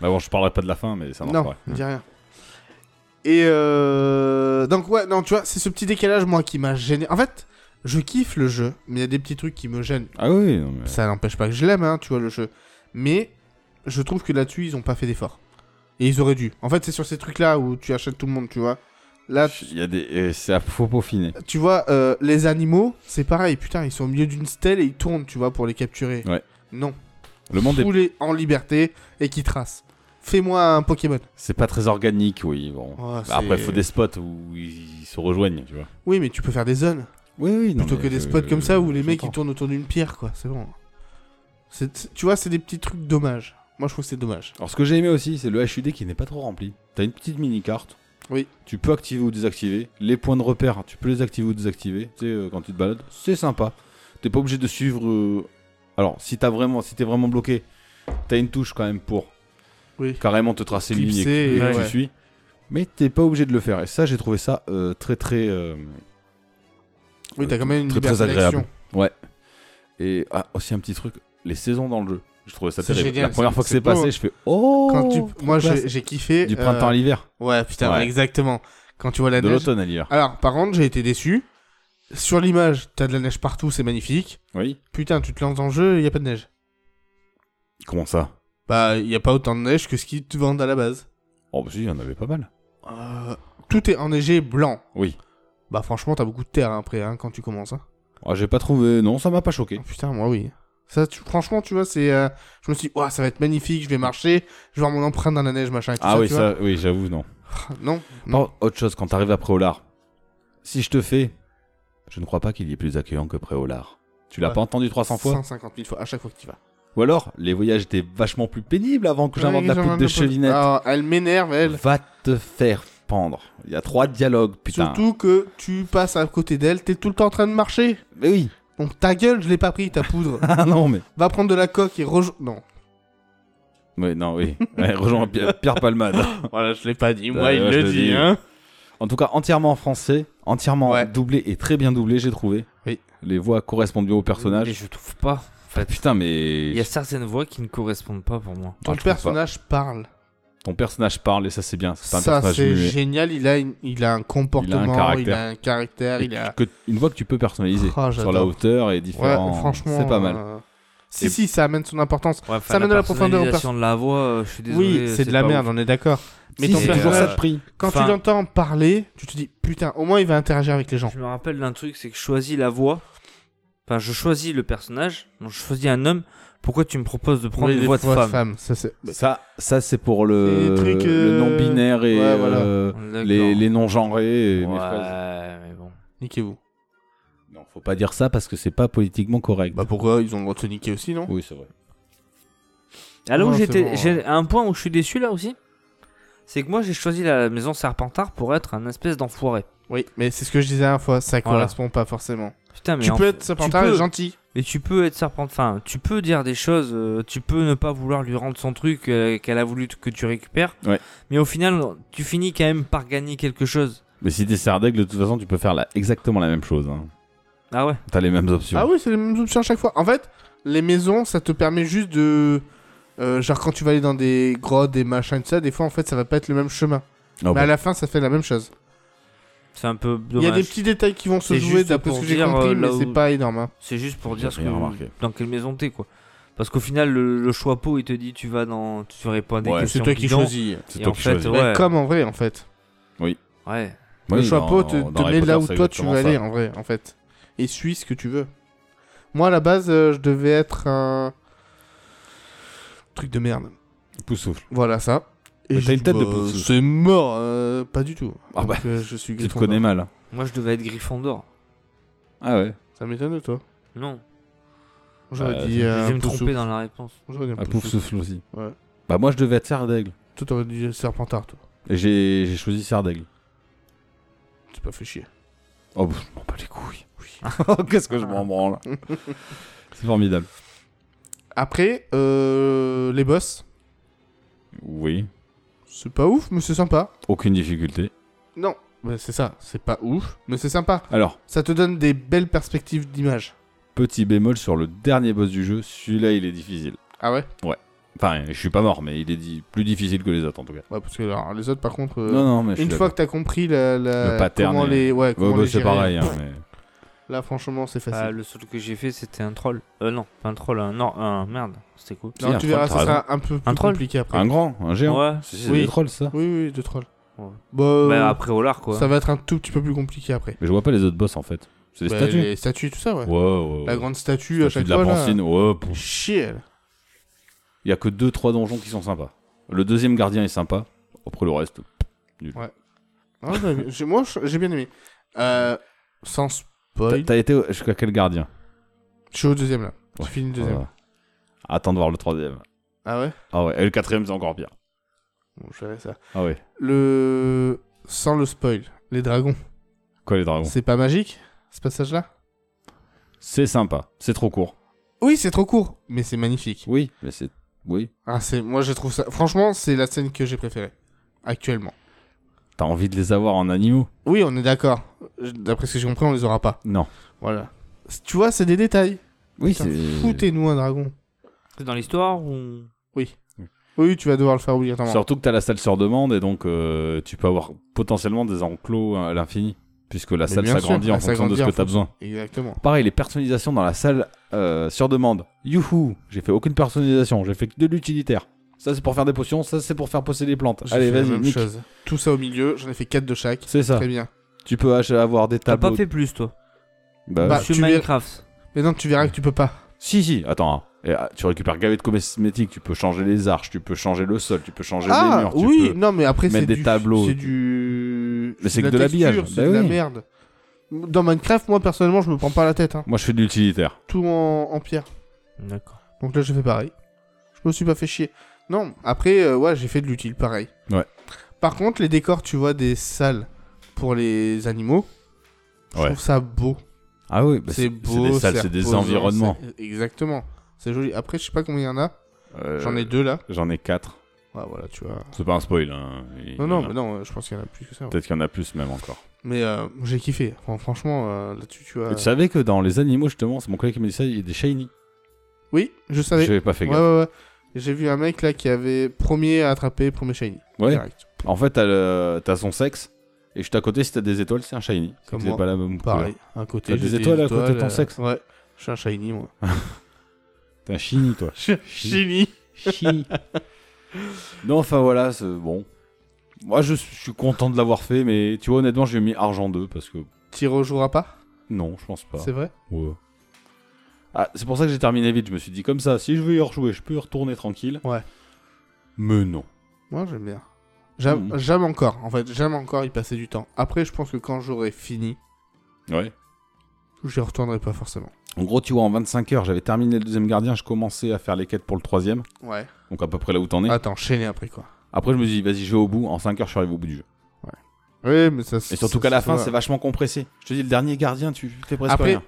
[SPEAKER 4] Bah bon, je parlerai pas de la fin, mais c'est un
[SPEAKER 3] non
[SPEAKER 4] enfoiré.
[SPEAKER 3] dis rien et euh, donc ouais non tu vois c'est ce petit décalage moi qui m'a gêné en fait je kiffe le jeu mais il y a des petits trucs qui me gênent
[SPEAKER 4] Ah oui, non, mais...
[SPEAKER 3] ça n'empêche pas que je l'aime hein, tu vois le jeu mais je trouve que là-dessus ils ont pas fait d'effort et ils auraient dû en fait c'est sur ces trucs là où tu achètes tout le monde tu vois là tu-
[SPEAKER 4] Il y a des... et C'est à faux peaufiner.
[SPEAKER 3] tu vois, euh, les animaux, c'est pareil, putain, ils sont au milieu d'une stèle et ils tournent, tu vois, pour les capturer.
[SPEAKER 4] Ouais.
[SPEAKER 3] Non.
[SPEAKER 4] Le monde, est...
[SPEAKER 3] Foulez en liberté et qui trace. Fais-moi un Pokémon.
[SPEAKER 4] c'est pas très organique, oui. Bon.
[SPEAKER 3] Oh, c'est-
[SPEAKER 4] Bah, Après, il faut des spots où ils se rejoignent, tu vois.
[SPEAKER 3] Oui, mais tu peux faire des zones.
[SPEAKER 4] Oui, oui,
[SPEAKER 3] plutôt que des spots comme ça où les mecs ils tournent autour d'une pierre, quoi. C'est bon. C'est- Tu vois, c'est des petits trucs dommages. Moi, je trouve que c'est dommage.
[SPEAKER 4] Alors, ce que j'ai aimé aussi, c'est le HUD qui n'est pas trop rempli. T'as une petite mini-carte.
[SPEAKER 3] Oui.
[SPEAKER 4] Tu peux activer ou désactiver. Les points de repère, tu peux les activer ou désactiver. Tu sais, euh, quand tu te balades, c'est sympa. T'es pas obligé de suivre. euh, Alors, si t'as vraiment, si t'es vraiment bloqué, t'as une touche quand même pour
[SPEAKER 3] Oui.
[SPEAKER 4] carrément te tracer une ligne et
[SPEAKER 3] Clipser
[SPEAKER 4] que-
[SPEAKER 3] et-
[SPEAKER 4] que tu
[SPEAKER 3] ouais.
[SPEAKER 4] suis. Mais t'es pas obligé de le faire. Et ça, j'ai trouvé ça euh, très très. euh,
[SPEAKER 3] Oui, t'as quand même une
[SPEAKER 4] Très, très
[SPEAKER 3] liberté
[SPEAKER 4] agréable.
[SPEAKER 3] d'action.
[SPEAKER 4] Et ah, aussi un petit truc, les saisons dans le jeu. Je trouvais ça
[SPEAKER 3] C'est
[SPEAKER 4] terrible.
[SPEAKER 3] génial,
[SPEAKER 4] La première
[SPEAKER 3] c'est-
[SPEAKER 4] fois que
[SPEAKER 3] c'est
[SPEAKER 4] c'est
[SPEAKER 3] beau,
[SPEAKER 4] passé,
[SPEAKER 3] hein.
[SPEAKER 4] je fais oh.
[SPEAKER 3] Quand tu... Moi,
[SPEAKER 4] classe.
[SPEAKER 3] j'ai j'ai kiffé.
[SPEAKER 4] du
[SPEAKER 3] euh,
[SPEAKER 4] printemps à l'hiver,
[SPEAKER 3] Ouais, putain,
[SPEAKER 4] Ouais.
[SPEAKER 3] exactement. Quand tu vois la
[SPEAKER 4] de
[SPEAKER 3] neige,
[SPEAKER 4] l'automne à l'hiver.
[SPEAKER 3] Alors, par contre, j'ai été déçu. Sur l'image, t'as de la neige partout, c'est magnifique.
[SPEAKER 4] Oui.
[SPEAKER 3] Putain, tu te lances dans le jeu, y a pas de neige.
[SPEAKER 4] Comment ça
[SPEAKER 3] Bah, y a pas autant de neige que ce qu'ils te vendent à la base.
[SPEAKER 4] Oh bah si, il y en avait pas mal.
[SPEAKER 3] Euh, tout est enneigé blanc.
[SPEAKER 4] Oui.
[SPEAKER 3] Bah, franchement, t'as beaucoup de terre hein, après hein, quand tu commences. hein.
[SPEAKER 4] Ah, j'ai pas trouvé. Non, ça m'a pas choqué.
[SPEAKER 3] Oh, putain, moi oui. Ça, tu- franchement, tu vois, c'est. euh, Je me suis dit, Ouah, ça va être magnifique, je vais marcher, je vais voir mon empreinte dans la neige, machin. et tout
[SPEAKER 4] Ah oui,
[SPEAKER 3] tu vois.
[SPEAKER 4] ça, oui, j'avoue, non.
[SPEAKER 3] Non.
[SPEAKER 4] Par- autre chose, quand t'arrives à Préolard, si je te fais, je ne crois pas qu'il y ait plus accueillant que Préolard. Tu l'as
[SPEAKER 3] Ouais.
[SPEAKER 4] pas entendu 300 fois
[SPEAKER 3] 150 000 fois à chaque fois que tu vas.
[SPEAKER 4] Ou alors, les voyages étaient vachement plus pénibles avant que j'invente
[SPEAKER 3] Ouais,
[SPEAKER 4] la poudre
[SPEAKER 3] j'invente
[SPEAKER 4] de
[SPEAKER 3] la poudre.
[SPEAKER 4] chevinette.
[SPEAKER 3] Ah, elle m'énerve, elle.
[SPEAKER 4] Va te faire pendre. Il y a trois dialogues, putain.
[SPEAKER 3] Surtout que tu passes à côté d'elle, t'es tout le temps en train de marcher.
[SPEAKER 4] Mais oui.
[SPEAKER 3] Donc ta gueule, je l'ai pas pris, ta poudre.
[SPEAKER 4] Ah non, mais.
[SPEAKER 3] Va prendre de la coque et rejoins.
[SPEAKER 4] Ah,
[SPEAKER 3] Non.
[SPEAKER 4] Ouais, non, oui. Ouais, rejoins Pierre, Pierre Palmade.
[SPEAKER 3] Voilà, je l'ai pas dit,
[SPEAKER 4] moi, il le dit, hein. En tout cas, entièrement en français, entièrement
[SPEAKER 3] Ouais.
[SPEAKER 4] doublé et très bien doublé, j'ai trouvé.
[SPEAKER 3] Oui.
[SPEAKER 4] Les voix correspondent bien au personnage.
[SPEAKER 5] Mais je trouve pas.
[SPEAKER 4] Ah, putain, mais.
[SPEAKER 5] Il y a certaines voix qui ne correspondent pas pour moi.
[SPEAKER 4] Ah,
[SPEAKER 3] Ton
[SPEAKER 4] je trouve
[SPEAKER 3] personnage parle.
[SPEAKER 4] Ton personnage parle et ça, c'est bien. C'est un
[SPEAKER 3] Ça,
[SPEAKER 4] personnage
[SPEAKER 3] c'est
[SPEAKER 4] muet.
[SPEAKER 3] génial. Il a, une- il a un comportement, il
[SPEAKER 4] caractère.
[SPEAKER 3] a un caractère,
[SPEAKER 4] Et
[SPEAKER 3] il a.
[SPEAKER 4] que- une voix que tu peux personnaliser
[SPEAKER 3] Oh,
[SPEAKER 4] sur la
[SPEAKER 3] j'adore.
[SPEAKER 4] hauteur et
[SPEAKER 3] Ouais,
[SPEAKER 4] différent.
[SPEAKER 3] franchement.
[SPEAKER 4] c'est pas mal.
[SPEAKER 3] euh, Si,
[SPEAKER 4] Et-
[SPEAKER 3] si, ça amène son importance.
[SPEAKER 5] Ouais,
[SPEAKER 3] Ça amène à la profondeur au
[SPEAKER 5] personnalisation de la voix, euh, je suis désolé.
[SPEAKER 3] oui, c'est de la
[SPEAKER 5] pas
[SPEAKER 3] merde,
[SPEAKER 5] ouf.
[SPEAKER 3] on est d'accord. Mais
[SPEAKER 4] Si,
[SPEAKER 3] ton
[SPEAKER 4] c'est toujours
[SPEAKER 3] personnage,
[SPEAKER 4] ça de prix.
[SPEAKER 3] quand
[SPEAKER 5] Enfin-
[SPEAKER 3] tu l'entends parler, tu te dis putain, au moins il va interagir avec les gens.
[SPEAKER 5] Je me rappelle d'un truc, c'est que je choisis la voix. Enfin, je choisis le personnage. Donc, je choisis un homme. Pourquoi tu me proposes de prendre
[SPEAKER 3] Oui,
[SPEAKER 5] une
[SPEAKER 3] des
[SPEAKER 5] voix de
[SPEAKER 3] fois,
[SPEAKER 5] femme,
[SPEAKER 3] Ça, c'est.
[SPEAKER 4] Ça, ça c'est pour le,
[SPEAKER 3] Bah, C'est des trucs,
[SPEAKER 4] le
[SPEAKER 3] euh,
[SPEAKER 4] non binaire et
[SPEAKER 3] ouais, voilà.
[SPEAKER 4] euh,
[SPEAKER 5] D'accord.
[SPEAKER 4] les, les non genrés. et mes phrases.
[SPEAKER 5] Ouais, mais bon.
[SPEAKER 3] Niquez-vous.
[SPEAKER 4] Non, faut pas dire ça parce que c'est pas politiquement correct.
[SPEAKER 3] Bah pourquoi Ils ont le droit de se niquer aussi, non
[SPEAKER 4] oui, c'est vrai.
[SPEAKER 5] Alors où
[SPEAKER 3] Non, c'est
[SPEAKER 5] j'étais,
[SPEAKER 3] bon, hein. ouais.
[SPEAKER 5] j'ai un point où je suis déçu là aussi, c'est que moi j'ai choisi la maison Serpentard pour être un espèce d'enfoiré.
[SPEAKER 3] Oui, mais c'est ce que je disais la dernière fois, ça
[SPEAKER 5] Voilà.
[SPEAKER 3] correspond pas forcément.
[SPEAKER 5] Putain, mais
[SPEAKER 3] tu
[SPEAKER 5] en-
[SPEAKER 3] peux être serpentard
[SPEAKER 5] tu
[SPEAKER 3] et
[SPEAKER 5] peux-
[SPEAKER 3] gentil.
[SPEAKER 5] mais tu peux être Serpentard. Enfin, tu peux dire des choses. euh, tu peux ne pas vouloir lui rendre son truc euh, qu'elle a voulu t- que tu récupères.
[SPEAKER 4] Ouais.
[SPEAKER 5] Mais au final, tu finis quand même par gagner quelque chose.
[SPEAKER 4] Mais si t'es sardègue, de toute façon, tu peux faire la- exactement la même chose. hein.
[SPEAKER 5] Ah ouais.
[SPEAKER 4] T'as les mêmes options.
[SPEAKER 3] Ah oui, c'est les mêmes options à chaque fois. En fait, les maisons, ça te permet juste de. euh, genre, quand tu vas aller dans des grottes, des machins, tout ça, des fois, en fait, ça va pas être le même chemin.
[SPEAKER 4] Ah
[SPEAKER 3] mais
[SPEAKER 4] bon.
[SPEAKER 3] à la fin, ça fait la même chose.
[SPEAKER 5] C'est un peu
[SPEAKER 3] Il y
[SPEAKER 5] dommage.
[SPEAKER 3] a des petits détails qui vont se
[SPEAKER 5] C'est
[SPEAKER 3] jouer,
[SPEAKER 5] juste
[SPEAKER 3] d'après ce
[SPEAKER 5] pour
[SPEAKER 3] que j'ai
[SPEAKER 5] dire,
[SPEAKER 3] compris,
[SPEAKER 5] euh,
[SPEAKER 3] mais
[SPEAKER 5] là où-
[SPEAKER 3] c'est pas énorme. hein.
[SPEAKER 5] C'est juste pour
[SPEAKER 4] J'ai
[SPEAKER 5] dire ce
[SPEAKER 4] rien
[SPEAKER 5] que-
[SPEAKER 4] remarqué.
[SPEAKER 5] dans quelle maison t'es quoi. Parce qu'au final, le, le choix pot, il te dit tu vas dans, tu réponds à des
[SPEAKER 4] Ouais,
[SPEAKER 5] questions.
[SPEAKER 3] c'est toi qui
[SPEAKER 5] bidons.
[SPEAKER 3] choisis.
[SPEAKER 4] C'est
[SPEAKER 5] Et
[SPEAKER 4] toi
[SPEAKER 5] en
[SPEAKER 4] qui
[SPEAKER 5] fait,
[SPEAKER 4] choisis.
[SPEAKER 5] ouais.
[SPEAKER 3] Bah, Comme en vrai, en fait.
[SPEAKER 5] Ouais.
[SPEAKER 4] Oui,
[SPEAKER 3] le chapeau
[SPEAKER 4] dans-
[SPEAKER 3] te,
[SPEAKER 4] dans
[SPEAKER 3] te
[SPEAKER 4] Harry
[SPEAKER 3] met
[SPEAKER 4] Potter,
[SPEAKER 3] là où
[SPEAKER 4] c'est
[SPEAKER 3] toi tu
[SPEAKER 4] exactement
[SPEAKER 3] veux
[SPEAKER 4] ça.
[SPEAKER 3] aller, en vrai. En fait. et suis ce que tu veux. Moi, à la base, euh, je devais être un truc de merde.
[SPEAKER 4] Poussoufle.
[SPEAKER 3] Voilà ça.
[SPEAKER 4] Mais
[SPEAKER 3] je
[SPEAKER 4] t'as une
[SPEAKER 3] dis,
[SPEAKER 4] tête de
[SPEAKER 3] bah,
[SPEAKER 4] pouce.
[SPEAKER 3] C'est mort, euh, pas du tout.
[SPEAKER 4] Ah
[SPEAKER 3] Donc,
[SPEAKER 4] bah,
[SPEAKER 3] euh, je suis
[SPEAKER 4] Tu te
[SPEAKER 3] Gryffondor.
[SPEAKER 4] connais mal. hein.
[SPEAKER 5] Moi, je devais être Gryffondor.
[SPEAKER 4] Ah ouais.
[SPEAKER 3] Ça m'étonne de toi.
[SPEAKER 5] Non,
[SPEAKER 3] J'aurais
[SPEAKER 4] Euh,
[SPEAKER 3] dit.
[SPEAKER 5] je
[SPEAKER 3] euh,
[SPEAKER 5] vais me
[SPEAKER 3] Poussouf.
[SPEAKER 5] tromper dans la réponse.
[SPEAKER 3] J'aurais dit un
[SPEAKER 4] Un
[SPEAKER 3] Poussouf.
[SPEAKER 4] poufsouffle ah, aussi.
[SPEAKER 3] Ouais.
[SPEAKER 4] Bah moi je devais être Sardaigle.
[SPEAKER 3] Toi, t'aurais dit euh, Serpentard, toi.
[SPEAKER 4] Et j'ai j'ai choisi Sardaigle.
[SPEAKER 3] C'est pas fait chier.
[SPEAKER 4] Oh, pff, je m'en bats les couilles. Qu'est-ce que je m'en branle. C'est formidable.
[SPEAKER 3] Après, euh, les boss.
[SPEAKER 4] Oui.
[SPEAKER 3] C'est pas ouf, mais c'est sympa.
[SPEAKER 4] Aucune difficulté.
[SPEAKER 3] Non, mais c'est ça. C'est pas ouf, mais c'est sympa.
[SPEAKER 4] Alors,
[SPEAKER 3] Ça te donne des belles perspectives d'image.
[SPEAKER 4] petit bémol sur le dernier boss du jeu. Celui-là, il est difficile.
[SPEAKER 3] Ah ouais
[SPEAKER 4] Enfin, je suis pas mort, mais il est di- plus difficile que les autres en tout cas.
[SPEAKER 3] Ouais, parce que alors, les autres, par contre. euh,
[SPEAKER 4] non, non, mais je
[SPEAKER 3] Une
[SPEAKER 4] suis
[SPEAKER 3] fois que t'as compris la, la-
[SPEAKER 4] Le pattern
[SPEAKER 3] comment
[SPEAKER 4] est-
[SPEAKER 3] les, ouais,
[SPEAKER 4] d'accord.
[SPEAKER 3] comment
[SPEAKER 4] Ouais, bah,
[SPEAKER 3] les
[SPEAKER 4] c'est
[SPEAKER 3] gérer.
[SPEAKER 4] pareil. hein, mais-
[SPEAKER 3] Là, franchement, c'est
[SPEAKER 5] Bah,
[SPEAKER 3] facile.
[SPEAKER 5] le seul que j'ai fait, c'était un troll. Euh, non, pas un troll, un. Non, un. Merde, c'était cool.
[SPEAKER 4] Si, un
[SPEAKER 3] non, tu
[SPEAKER 4] troll,
[SPEAKER 3] verras,
[SPEAKER 4] t'as
[SPEAKER 3] ça
[SPEAKER 4] raison.
[SPEAKER 3] sera un peu plus
[SPEAKER 5] Un troll
[SPEAKER 3] compliqué après.
[SPEAKER 4] Un grand, un géant.
[SPEAKER 5] Ouais.
[SPEAKER 4] Si, si, c'est
[SPEAKER 3] Oui.
[SPEAKER 4] des trolls, ça.
[SPEAKER 3] Oui, oui, de troll.
[SPEAKER 5] Ouais.
[SPEAKER 3] Bah, euh,
[SPEAKER 5] Bah, après Olar, quoi.
[SPEAKER 3] ça va être un tout petit peu plus compliqué après.
[SPEAKER 4] Mais je vois pas les autres boss en fait. C'est des
[SPEAKER 3] Bah,
[SPEAKER 4] statues.
[SPEAKER 3] Les statues, tout ça, ouais.
[SPEAKER 4] Ouais, ouais, ouais.
[SPEAKER 3] La grande statue, à
[SPEAKER 4] Statue
[SPEAKER 3] chaque
[SPEAKER 4] de la
[SPEAKER 3] fois. là.
[SPEAKER 4] Pansine. Ouais, pff.
[SPEAKER 3] Chier.
[SPEAKER 4] Il y a que 2-3 donjons qui sont sympas. Le deuxième gardien est sympa. Après le reste.
[SPEAKER 3] Ah, j'avais bien- j'ai- moi, j'ai bien aimé. Euh, sans
[SPEAKER 4] T'as-
[SPEAKER 3] spoil.
[SPEAKER 4] T'as été jusqu'à quel gardien Ah
[SPEAKER 3] Je suis au deuxième là. Je
[SPEAKER 4] Ouais,
[SPEAKER 3] finis le deuxième.
[SPEAKER 4] Voilà. Attends de voir le troisième.
[SPEAKER 3] Ah ouais
[SPEAKER 4] Ah ouais. Et le quatrième c'est encore pire.
[SPEAKER 3] Bon, je verrai ça.
[SPEAKER 4] Ah ouais.
[SPEAKER 3] Le. Sans le spoil, les dragons.
[SPEAKER 4] Quoi les dragons
[SPEAKER 3] C'est pas magique, ce passage-là
[SPEAKER 4] C'est sympa. C'est trop court.
[SPEAKER 3] Oui, c'est trop court, mais c'est magnifique.
[SPEAKER 4] Oui. Mais c'est. Oui.
[SPEAKER 3] Ah, c'est... Moi, je trouve ça. Franchement, c'est la scène que j'ai préférée. Actuellement.
[SPEAKER 4] T'as envie de les avoir en animaux
[SPEAKER 3] Oui, on est d'accord. Je- D'après ce que j'ai compris, on les aura pas.
[SPEAKER 4] Non.
[SPEAKER 3] Voilà. C- Tu vois, c'est des détails.
[SPEAKER 4] Oui,
[SPEAKER 3] Putain, Foutez-nous un dragon.
[SPEAKER 5] C'est dans l'histoire ou.
[SPEAKER 3] Oui, tu vas devoir le faire obligatoirement.
[SPEAKER 4] Surtout que t'as la salle sur demande et donc euh, tu peux avoir potentiellement des enclos à l'infini. Puisque la
[SPEAKER 3] Mais
[SPEAKER 4] salle
[SPEAKER 3] bien
[SPEAKER 4] s'agrandit
[SPEAKER 3] sûr,
[SPEAKER 4] en
[SPEAKER 3] elle
[SPEAKER 4] fonction de
[SPEAKER 3] s'agrandit
[SPEAKER 4] ce
[SPEAKER 3] en
[SPEAKER 4] que t'as
[SPEAKER 3] fonction.
[SPEAKER 4] besoin.
[SPEAKER 3] Exactement.
[SPEAKER 4] Pareil, les personnalisations dans la salle euh, sur demande. Youhou, j'ai fait aucune personnalisation, j'ai fait que de l'utilitaire. Ça c'est pour faire des potions, ça c'est pour faire pousser des plantes.
[SPEAKER 3] J'ai
[SPEAKER 4] Allez,
[SPEAKER 3] fait la
[SPEAKER 4] vas-y,
[SPEAKER 3] même
[SPEAKER 4] nique.
[SPEAKER 3] chose. Tout ça au milieu, j'en ai fait 4 de chaque.
[SPEAKER 4] C'est ça.
[SPEAKER 3] Très bien.
[SPEAKER 4] Tu peux ach- avoir des
[SPEAKER 5] T'as
[SPEAKER 4] tableaux.
[SPEAKER 5] pas fait plus, toi.
[SPEAKER 4] Bah,
[SPEAKER 3] Bah,
[SPEAKER 5] Sur
[SPEAKER 3] tu verras-
[SPEAKER 5] Minecraft.
[SPEAKER 3] Mais non, tu verras que tu peux pas.
[SPEAKER 4] Si, si, attends. hein. Et, ah, tu récupères gavé de cosmétiques, tu peux changer les arches, tu peux changer le sol, tu peux changer les
[SPEAKER 3] Ah
[SPEAKER 4] murs. tu
[SPEAKER 3] oui,
[SPEAKER 4] peux-
[SPEAKER 3] non mais après
[SPEAKER 4] mettre
[SPEAKER 3] c'est
[SPEAKER 4] des
[SPEAKER 3] du,
[SPEAKER 4] tableaux.
[SPEAKER 3] c'est du,
[SPEAKER 4] Mais c'est que de l'habillage.
[SPEAKER 3] texture, C'est
[SPEAKER 4] Bah
[SPEAKER 3] de la
[SPEAKER 4] oui.
[SPEAKER 3] merde. Dans Minecraft, moi personnellement, je me prends pas la tête. hein.
[SPEAKER 4] Moi je fais de l'utilitaire.
[SPEAKER 3] Tout en, en pierre.
[SPEAKER 5] D'accord.
[SPEAKER 3] Donc là, j'ai fait pareil. Je me suis pas fait chier. Non, après, euh, ouais, j'ai fait de l'utile, pareil.
[SPEAKER 4] Ouais.
[SPEAKER 3] Par contre, les décors, tu vois, des salles pour les animaux, je
[SPEAKER 4] Ouais.
[SPEAKER 3] trouve ça beau.
[SPEAKER 4] Ah oui, bah,
[SPEAKER 3] c'est beau,
[SPEAKER 4] des salles, c'est des
[SPEAKER 3] reposant,
[SPEAKER 4] environnements.
[SPEAKER 3] c'est- Exactement. C'est joli. Après, je sais pas combien il y en a.
[SPEAKER 4] Euh,
[SPEAKER 3] J'en ai deux là.
[SPEAKER 4] J'en ai quatre.
[SPEAKER 3] Ouais, voilà, tu vois.
[SPEAKER 4] C'est pas un spoil. hein. Il-
[SPEAKER 3] Non, non,
[SPEAKER 4] il
[SPEAKER 3] mais
[SPEAKER 4] y en a-
[SPEAKER 3] non, euh, je pense qu'il y en a plus que ça. ouais.
[SPEAKER 4] Peut-être qu'il y en a plus même encore. Mais
[SPEAKER 3] Mais euh, j'ai kiffé. Enfin, franchement, euh, là-dessus, tu vois.
[SPEAKER 4] Tu savais que dans les animaux justement, c'est mon collègue qui m'a dit ça, il y a des shiny.
[SPEAKER 3] Oui, je savais.
[SPEAKER 4] J'avais pas fait
[SPEAKER 3] Ouais,
[SPEAKER 4] gaffe.
[SPEAKER 3] ouais, ouais. J'ai vu un mec là qui avait premier attrapé, premier shiny.
[SPEAKER 4] Ouais.
[SPEAKER 3] Direct.
[SPEAKER 4] En fait, t'as, le- t'as son sexe, et juste à côté, si t'as des étoiles, c'est un shiny. C'est
[SPEAKER 3] Comme
[SPEAKER 4] que c'est
[SPEAKER 3] moi.
[SPEAKER 4] pas la même couleur.
[SPEAKER 3] Pareil, à côté.
[SPEAKER 4] T'as
[SPEAKER 3] j'ai
[SPEAKER 4] des étoiles à côté de ton
[SPEAKER 3] euh,
[SPEAKER 4] sexe.
[SPEAKER 3] Ouais, je suis un shiny moi.
[SPEAKER 4] T'es un shiny, toi.
[SPEAKER 3] Shiny
[SPEAKER 4] non, enfin voilà, c'est bon. Moi, je suis content de l'avoir fait, mais tu vois, honnêtement, j'ai mis argent 2 parce que
[SPEAKER 3] Tu rejoueras pas
[SPEAKER 4] non, je pense pas.
[SPEAKER 3] C'est vrai
[SPEAKER 4] Ouais. Ah, c'est pour ça que j'ai terminé vite. Je me suis dit, comme ça, si je veux y rejouer, je peux y retourner tranquille.
[SPEAKER 3] Ouais.
[SPEAKER 4] Mais non.
[SPEAKER 3] Moi j'aime bien. J'aime
[SPEAKER 4] Mhm.
[SPEAKER 3] j'aime encore, en fait, j'aime encore y passer du temps. Après, je pense que quand j'aurai fini,
[SPEAKER 4] Ouais.
[SPEAKER 3] j'y retournerai pas forcément.
[SPEAKER 4] En gros, tu vois, en 25 heures, j'avais terminé le deuxième gardien, je commençais à faire les quêtes pour le troisième.
[SPEAKER 3] Ouais.
[SPEAKER 4] Donc à peu près là où t'en es.
[SPEAKER 3] Attends, chaîner Ah, après quoi.
[SPEAKER 4] Après, je me suis dit, vas-y, je vais au bout. En 5 heures, je suis arrivé au bout du jeu.
[SPEAKER 3] Oui, mais ça
[SPEAKER 4] Et surtout
[SPEAKER 3] ça-
[SPEAKER 4] qu'à la
[SPEAKER 3] ça
[SPEAKER 4] fin,
[SPEAKER 3] va.
[SPEAKER 4] c'est vachement compressé. Je te dis, le dernier gardien, tu tu fais presque
[SPEAKER 3] Après,
[SPEAKER 4] rien.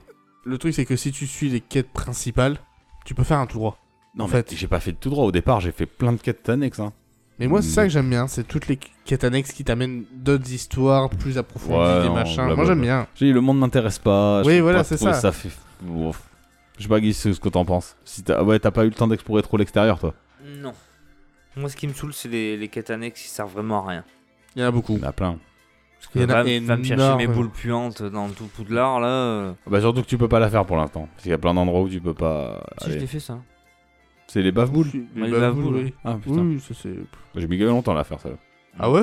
[SPEAKER 3] le truc c'est que si tu suis les quêtes principales, tu peux faire un tout droit.
[SPEAKER 4] Non,
[SPEAKER 3] en
[SPEAKER 4] mais
[SPEAKER 3] fait-
[SPEAKER 4] j'ai pas fait de tout droit. Au départ, j'ai fait plein de quêtes annexes. Hein.
[SPEAKER 3] Mais moi, c'est ça
[SPEAKER 4] Mais-
[SPEAKER 3] que j'aime bien, c'est toutes les quêtes annexes qui t'amènent d'autres histoires plus approfondies,
[SPEAKER 4] Ouais,
[SPEAKER 3] des
[SPEAKER 4] non,
[SPEAKER 3] machins.
[SPEAKER 4] blablabla.
[SPEAKER 3] Moi, j'aime bien.
[SPEAKER 4] J'ai dit, le monde m'intéresse pas. je
[SPEAKER 3] Oui,
[SPEAKER 4] trouve
[SPEAKER 3] voilà,
[SPEAKER 4] pas
[SPEAKER 3] c'est
[SPEAKER 4] trop,
[SPEAKER 3] ça.
[SPEAKER 4] fait... Ouf. Je sais pas, Guy, ce ce que t'en penses. Si t'as... Ouais, t'as pas eu le temps d'explorer trop l'extérieur, toi.
[SPEAKER 5] Non. Moi, ce qui me saoule, c'est les, les quêtes annexes qui servent vraiment à rien.
[SPEAKER 3] Il y en a beaucoup.
[SPEAKER 4] Il y en a plein.
[SPEAKER 5] Parce que
[SPEAKER 3] Il y en a
[SPEAKER 5] va, va me chercher mes
[SPEAKER 3] énormément.
[SPEAKER 5] boules puantes dans tout Poudlard, là. euh,
[SPEAKER 4] Ah Bah, surtout que tu peux pas la faire pour l'instant. Parce qu'il y a plein d'endroits où tu peux pas.
[SPEAKER 5] Si, je
[SPEAKER 4] aller.
[SPEAKER 5] l'ai fait, ça.
[SPEAKER 4] C'est les baves boules.
[SPEAKER 3] Oui,
[SPEAKER 5] Ouais, les
[SPEAKER 3] bah,
[SPEAKER 5] baboules,
[SPEAKER 3] oui,
[SPEAKER 5] ouais.
[SPEAKER 3] oui.
[SPEAKER 4] Ah putain.
[SPEAKER 3] Oui, ça, c'est.
[SPEAKER 4] J'ai mis longtemps à la faire, ça.
[SPEAKER 3] Ah ouais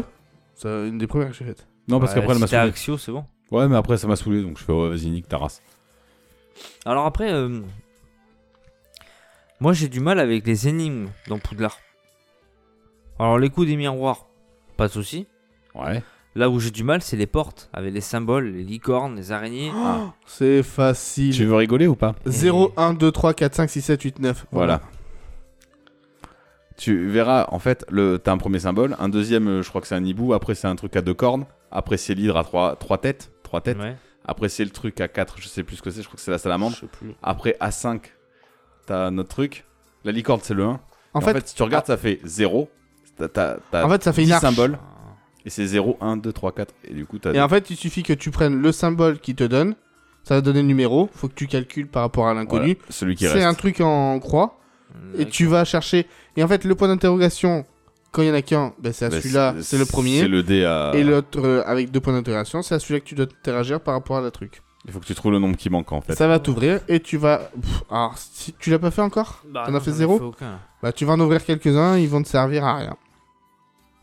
[SPEAKER 3] C'est une des premières que j'ai faites.
[SPEAKER 4] Non, parce
[SPEAKER 5] Ouais,
[SPEAKER 4] qu'après, elle
[SPEAKER 5] si
[SPEAKER 4] m'a
[SPEAKER 5] t'as
[SPEAKER 4] saoulé.
[SPEAKER 5] Axio, c'est bon.
[SPEAKER 4] Ouais, mais après, ça m'a saoulé, donc je fais, ouais, vas-y, nique ta race.
[SPEAKER 5] Alors après, euh, moi j'ai du mal avec les énigmes dans Poudlard. Alors les coups des miroirs, pas de souci.
[SPEAKER 4] Ouais.
[SPEAKER 5] Là où j'ai du mal, c'est les portes avec les symboles, les licornes, les araignées.
[SPEAKER 3] Ah,
[SPEAKER 5] Ah,
[SPEAKER 3] C'est facile.
[SPEAKER 4] Tu veux rigoler ou pas
[SPEAKER 3] 0, 1, 2, 3, 4, 5, 6, 7, 8, 9.
[SPEAKER 4] Voilà. Tu verras, en fait, le... t'as un premier symbole, un deuxième, euh, je crois que c'est un hibou, après c'est un truc à deux cornes, après c'est l'hydre à trois, trois têtes, trois têtes,
[SPEAKER 5] Ouais.
[SPEAKER 4] après c'est le truc à quatre, je sais plus ce que c'est, je crois que c'est la
[SPEAKER 5] Je
[SPEAKER 4] salamandre,
[SPEAKER 5] sais plus.
[SPEAKER 4] après à 5 t'as notre truc, la licorne c'est le 1,
[SPEAKER 3] En,
[SPEAKER 4] Et
[SPEAKER 3] fait, ah.
[SPEAKER 4] si tu regardes, ça fait 0. T'as, t'as, t'as
[SPEAKER 3] en fait, ça fait
[SPEAKER 4] 10
[SPEAKER 3] une arche.
[SPEAKER 4] symboles. Et c'est 0, 1, 2, 3, 4. Et du coup, t'as.
[SPEAKER 3] Et en fait, il suffit que tu prennes le symbole qui te donne. Ça va donner le numéro. Faut que tu calcules par rapport à
[SPEAKER 4] Voilà,
[SPEAKER 3] l'inconnu.
[SPEAKER 4] celui qui
[SPEAKER 3] c'est
[SPEAKER 4] reste.
[SPEAKER 3] un truc en croix.
[SPEAKER 5] Ah,
[SPEAKER 3] Et tu vas chercher. Et en fait, le point d'interrogation, quand il y en a qu'un, ben, c'est à
[SPEAKER 4] Bah,
[SPEAKER 3] celui-là, c'est le premier.
[SPEAKER 4] C'est le dé à.
[SPEAKER 3] Et l'autre, euh, avec deux points d'interrogation, c'est à celui-là que tu dois interagir par rapport à la truc.
[SPEAKER 4] Il faut que tu trouves le nombre qui manque en fait.
[SPEAKER 3] Ça va t'ouvrir et tu vas. Pff, alors, si... tu l'as pas fait encore
[SPEAKER 5] Bah,
[SPEAKER 3] T'en
[SPEAKER 5] non,
[SPEAKER 3] as fait
[SPEAKER 5] j'en ai
[SPEAKER 3] zéro
[SPEAKER 5] aucun.
[SPEAKER 3] Bah, tu vas en ouvrir quelques-uns, ils vont te servir à rien.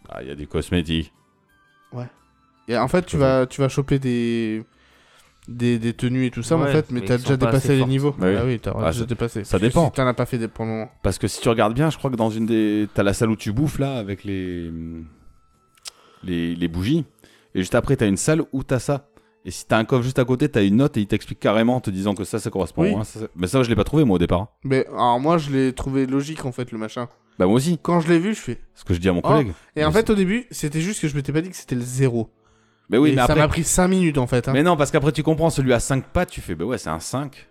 [SPEAKER 4] Ah, il y a des cosmétiques.
[SPEAKER 3] Et en fait, tu vas, tu vas choper des. Des, des tenues et tout ça, mais en
[SPEAKER 5] Ouais,
[SPEAKER 3] fait, mais
[SPEAKER 5] mais
[SPEAKER 3] t'as
[SPEAKER 5] ils sont
[SPEAKER 3] déjà
[SPEAKER 5] pas assez
[SPEAKER 3] dépassé les
[SPEAKER 5] fortes.
[SPEAKER 3] niveaux.
[SPEAKER 4] Bah oui.
[SPEAKER 3] Ah oui, t'as
[SPEAKER 4] Ah,
[SPEAKER 3] déjà
[SPEAKER 4] ça-
[SPEAKER 3] dépassé.
[SPEAKER 4] ça
[SPEAKER 3] Parce que
[SPEAKER 4] dépend.
[SPEAKER 3] Si t'en as pas fait des pour le moment.
[SPEAKER 4] Parce que si tu regardes bien, je crois que dans une des. T'as la salle où tu bouffes là, avec les. Les, les bougies. Et juste après, t'as une salle où t'as ça. Et si t'as un coffre juste à côté, t'as une note et il t'explique carrément en te disant que ça, ça correspond.
[SPEAKER 3] Oui.
[SPEAKER 4] hein, ça, ça- Mais ça, je l'ai pas trouvé moi au départ. hein.
[SPEAKER 3] Mais alors, moi, je l'ai trouvé logique en fait, le machin.
[SPEAKER 4] Bah, moi aussi.
[SPEAKER 3] Quand je l'ai vu, je fais.
[SPEAKER 4] Ce que je dis à mon
[SPEAKER 3] Oh.
[SPEAKER 4] collègue.
[SPEAKER 3] Et en
[SPEAKER 4] Mais
[SPEAKER 3] fait, au début, c'était juste que je m'étais pas dit que c'était le zéro.
[SPEAKER 4] Mais oui,
[SPEAKER 3] Et
[SPEAKER 4] mais
[SPEAKER 3] ça
[SPEAKER 4] après.
[SPEAKER 3] m'a pris 5 minutes en fait. hein.
[SPEAKER 4] Mais non, parce qu'après tu comprends, celui à 5 pattes, tu fais, bah ouais, c'est un 5.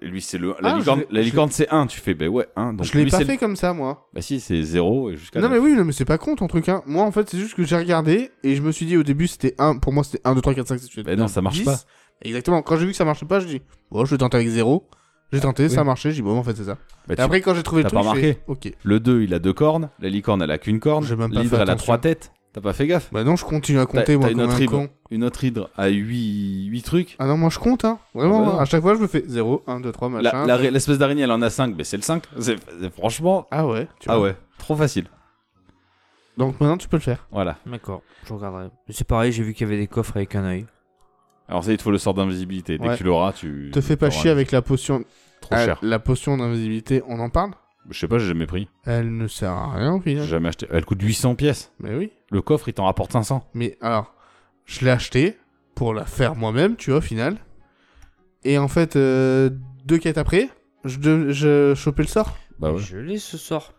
[SPEAKER 4] Et lui, c'est le. La
[SPEAKER 3] Ah,
[SPEAKER 4] licorne,
[SPEAKER 3] je l'ai-
[SPEAKER 4] la
[SPEAKER 3] je
[SPEAKER 4] licorne, c'est 1, tu fais, bah ouais, 1. Donc
[SPEAKER 3] je l'ai
[SPEAKER 4] lui,
[SPEAKER 3] pas
[SPEAKER 4] c'est
[SPEAKER 3] fait
[SPEAKER 4] le-
[SPEAKER 3] comme ça, moi.
[SPEAKER 4] Bah si, c'est 0 et jusqu'à.
[SPEAKER 3] Non, mais
[SPEAKER 4] neuf.
[SPEAKER 3] oui, non, mais c'est pas con ton truc. Hein. Moi, en fait, c'est juste que j'ai regardé et je me suis dit au début, c'était 1. Pour moi, c'était 1, 2, 3, 4, 5, 6, 7.
[SPEAKER 4] Bah non, ça marche pas.
[SPEAKER 3] Exactement. Quand j'ai vu que ça marchait pas, je dis, bon, je vais tenter avec 0. J'ai tenté, ça a marché. J'ai dit, bon, en fait, c'est ça.
[SPEAKER 4] Ah, Bah,
[SPEAKER 3] Et
[SPEAKER 4] tu-
[SPEAKER 3] après, quand j'ai trouvé le
[SPEAKER 4] t'as pas
[SPEAKER 3] truc, j'ai
[SPEAKER 4] remarqué
[SPEAKER 3] fait, ok.
[SPEAKER 4] Le 2, il a deux cornes. La licorne, elle a qu'une corne.
[SPEAKER 3] J'ai même pas
[SPEAKER 4] L'hydre,
[SPEAKER 3] fait
[SPEAKER 4] elle a
[SPEAKER 3] attention.
[SPEAKER 4] trois têtes. T'as pas fait gaffe
[SPEAKER 3] Bah non, je continue à
[SPEAKER 4] T'as-
[SPEAKER 3] compter, moi,
[SPEAKER 4] t'as une
[SPEAKER 3] comme
[SPEAKER 4] autre
[SPEAKER 3] un
[SPEAKER 4] hydre.
[SPEAKER 3] con.
[SPEAKER 4] Une autre hydre a 8, trucs.
[SPEAKER 3] Ah non, moi, je compte, hein. Vraiment,
[SPEAKER 4] Ah bah non.
[SPEAKER 3] à chaque fois, je me fais 0, 1, 2, 3,
[SPEAKER 4] La-
[SPEAKER 3] machin.
[SPEAKER 4] la- L'espèce d'araignée, elle en a 5, mais c'est le 5. Franchement.
[SPEAKER 3] Ah ouais. tu
[SPEAKER 4] Ah
[SPEAKER 3] vois.
[SPEAKER 4] ouais, trop facile.
[SPEAKER 3] Donc maintenant, tu peux le faire.
[SPEAKER 4] Voilà.
[SPEAKER 5] D'accord, je regarderai. C'est pareil, j'ai vu qu'il y avait des coffres avec un œil.
[SPEAKER 4] Alors ça, il te faut le sort d'invisibilité. Dès
[SPEAKER 3] Ouais.
[SPEAKER 4] que tu l'auras, tu.
[SPEAKER 3] Te fais pas
[SPEAKER 4] t'auras
[SPEAKER 3] chier
[SPEAKER 4] un-
[SPEAKER 3] avec la potion.
[SPEAKER 4] Trop
[SPEAKER 3] Ah,
[SPEAKER 4] cher.
[SPEAKER 3] La potion d'invisibilité, on en parle
[SPEAKER 4] Je sais pas, j'ai jamais pris.
[SPEAKER 3] Elle ne sert à rien au
[SPEAKER 4] J'ai
[SPEAKER 3] final.
[SPEAKER 4] jamais acheté. Elle coûte 800 pièces.
[SPEAKER 3] Mais oui.
[SPEAKER 4] Le coffre, il t'en rapporte 500.
[SPEAKER 3] Mais alors, je l'ai acheté pour la faire moi-même, tu vois, au final. Et en fait, euh, deux quêtes après, je, de- je chopais le sort.
[SPEAKER 4] Bah
[SPEAKER 5] Je l'ai ce sort.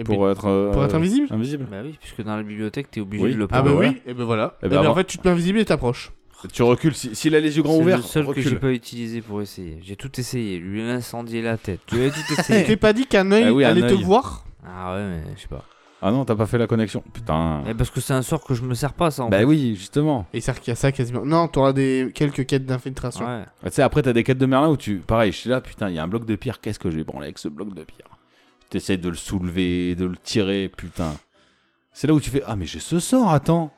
[SPEAKER 3] Et
[SPEAKER 4] Pour être, euh,
[SPEAKER 3] pour être invisible
[SPEAKER 4] invisible.
[SPEAKER 5] Bah oui, puisque dans la bibliothèque, t'es obligé
[SPEAKER 4] Oui.
[SPEAKER 5] de le
[SPEAKER 3] Ah
[SPEAKER 5] prendre.
[SPEAKER 3] bah
[SPEAKER 4] ouais.
[SPEAKER 3] oui, et ben voilà.
[SPEAKER 4] Eh
[SPEAKER 3] Et
[SPEAKER 4] ben
[SPEAKER 3] ben
[SPEAKER 4] avant-
[SPEAKER 3] en fait, tu te mets invisible et t'approches.
[SPEAKER 4] Tu recules. Si- S'il a les yeux grands
[SPEAKER 5] C'est
[SPEAKER 4] ouverts,
[SPEAKER 5] le seul que j'ai
[SPEAKER 4] recule.
[SPEAKER 5] pas utilisé pour essayer. J'ai tout essayé, lui incendier la tête. Tu avais tout
[SPEAKER 3] Tu
[SPEAKER 5] essayé.
[SPEAKER 3] t'es pas dit qu'un œil
[SPEAKER 4] Ah oui, un
[SPEAKER 3] allait te
[SPEAKER 4] œil.
[SPEAKER 3] voir
[SPEAKER 5] ah ouais, mais je sais pas.
[SPEAKER 4] Ah non, t'as pas fait la connexion. Putain.
[SPEAKER 3] Ah.
[SPEAKER 5] Mais parce que c'est un sort que je me sers pas, ça. En
[SPEAKER 4] Bah
[SPEAKER 5] fait.
[SPEAKER 4] oui, justement.
[SPEAKER 3] Et c'est qu'il y a ça quasiment. Non, t'auras des... quelques quêtes d'infiltration.
[SPEAKER 5] Ouais.
[SPEAKER 4] Tu sais, après, t'as des quêtes de Merlin où tu. Pareil, je suis là, putain, il y a un bloc de pierre. Qu'est-ce que j'ai branlé avec ce bloc de pierre T'essayes de le soulever, de le tirer, putain. C'est là où tu fais Ah, mais j'ai ce sort, attends.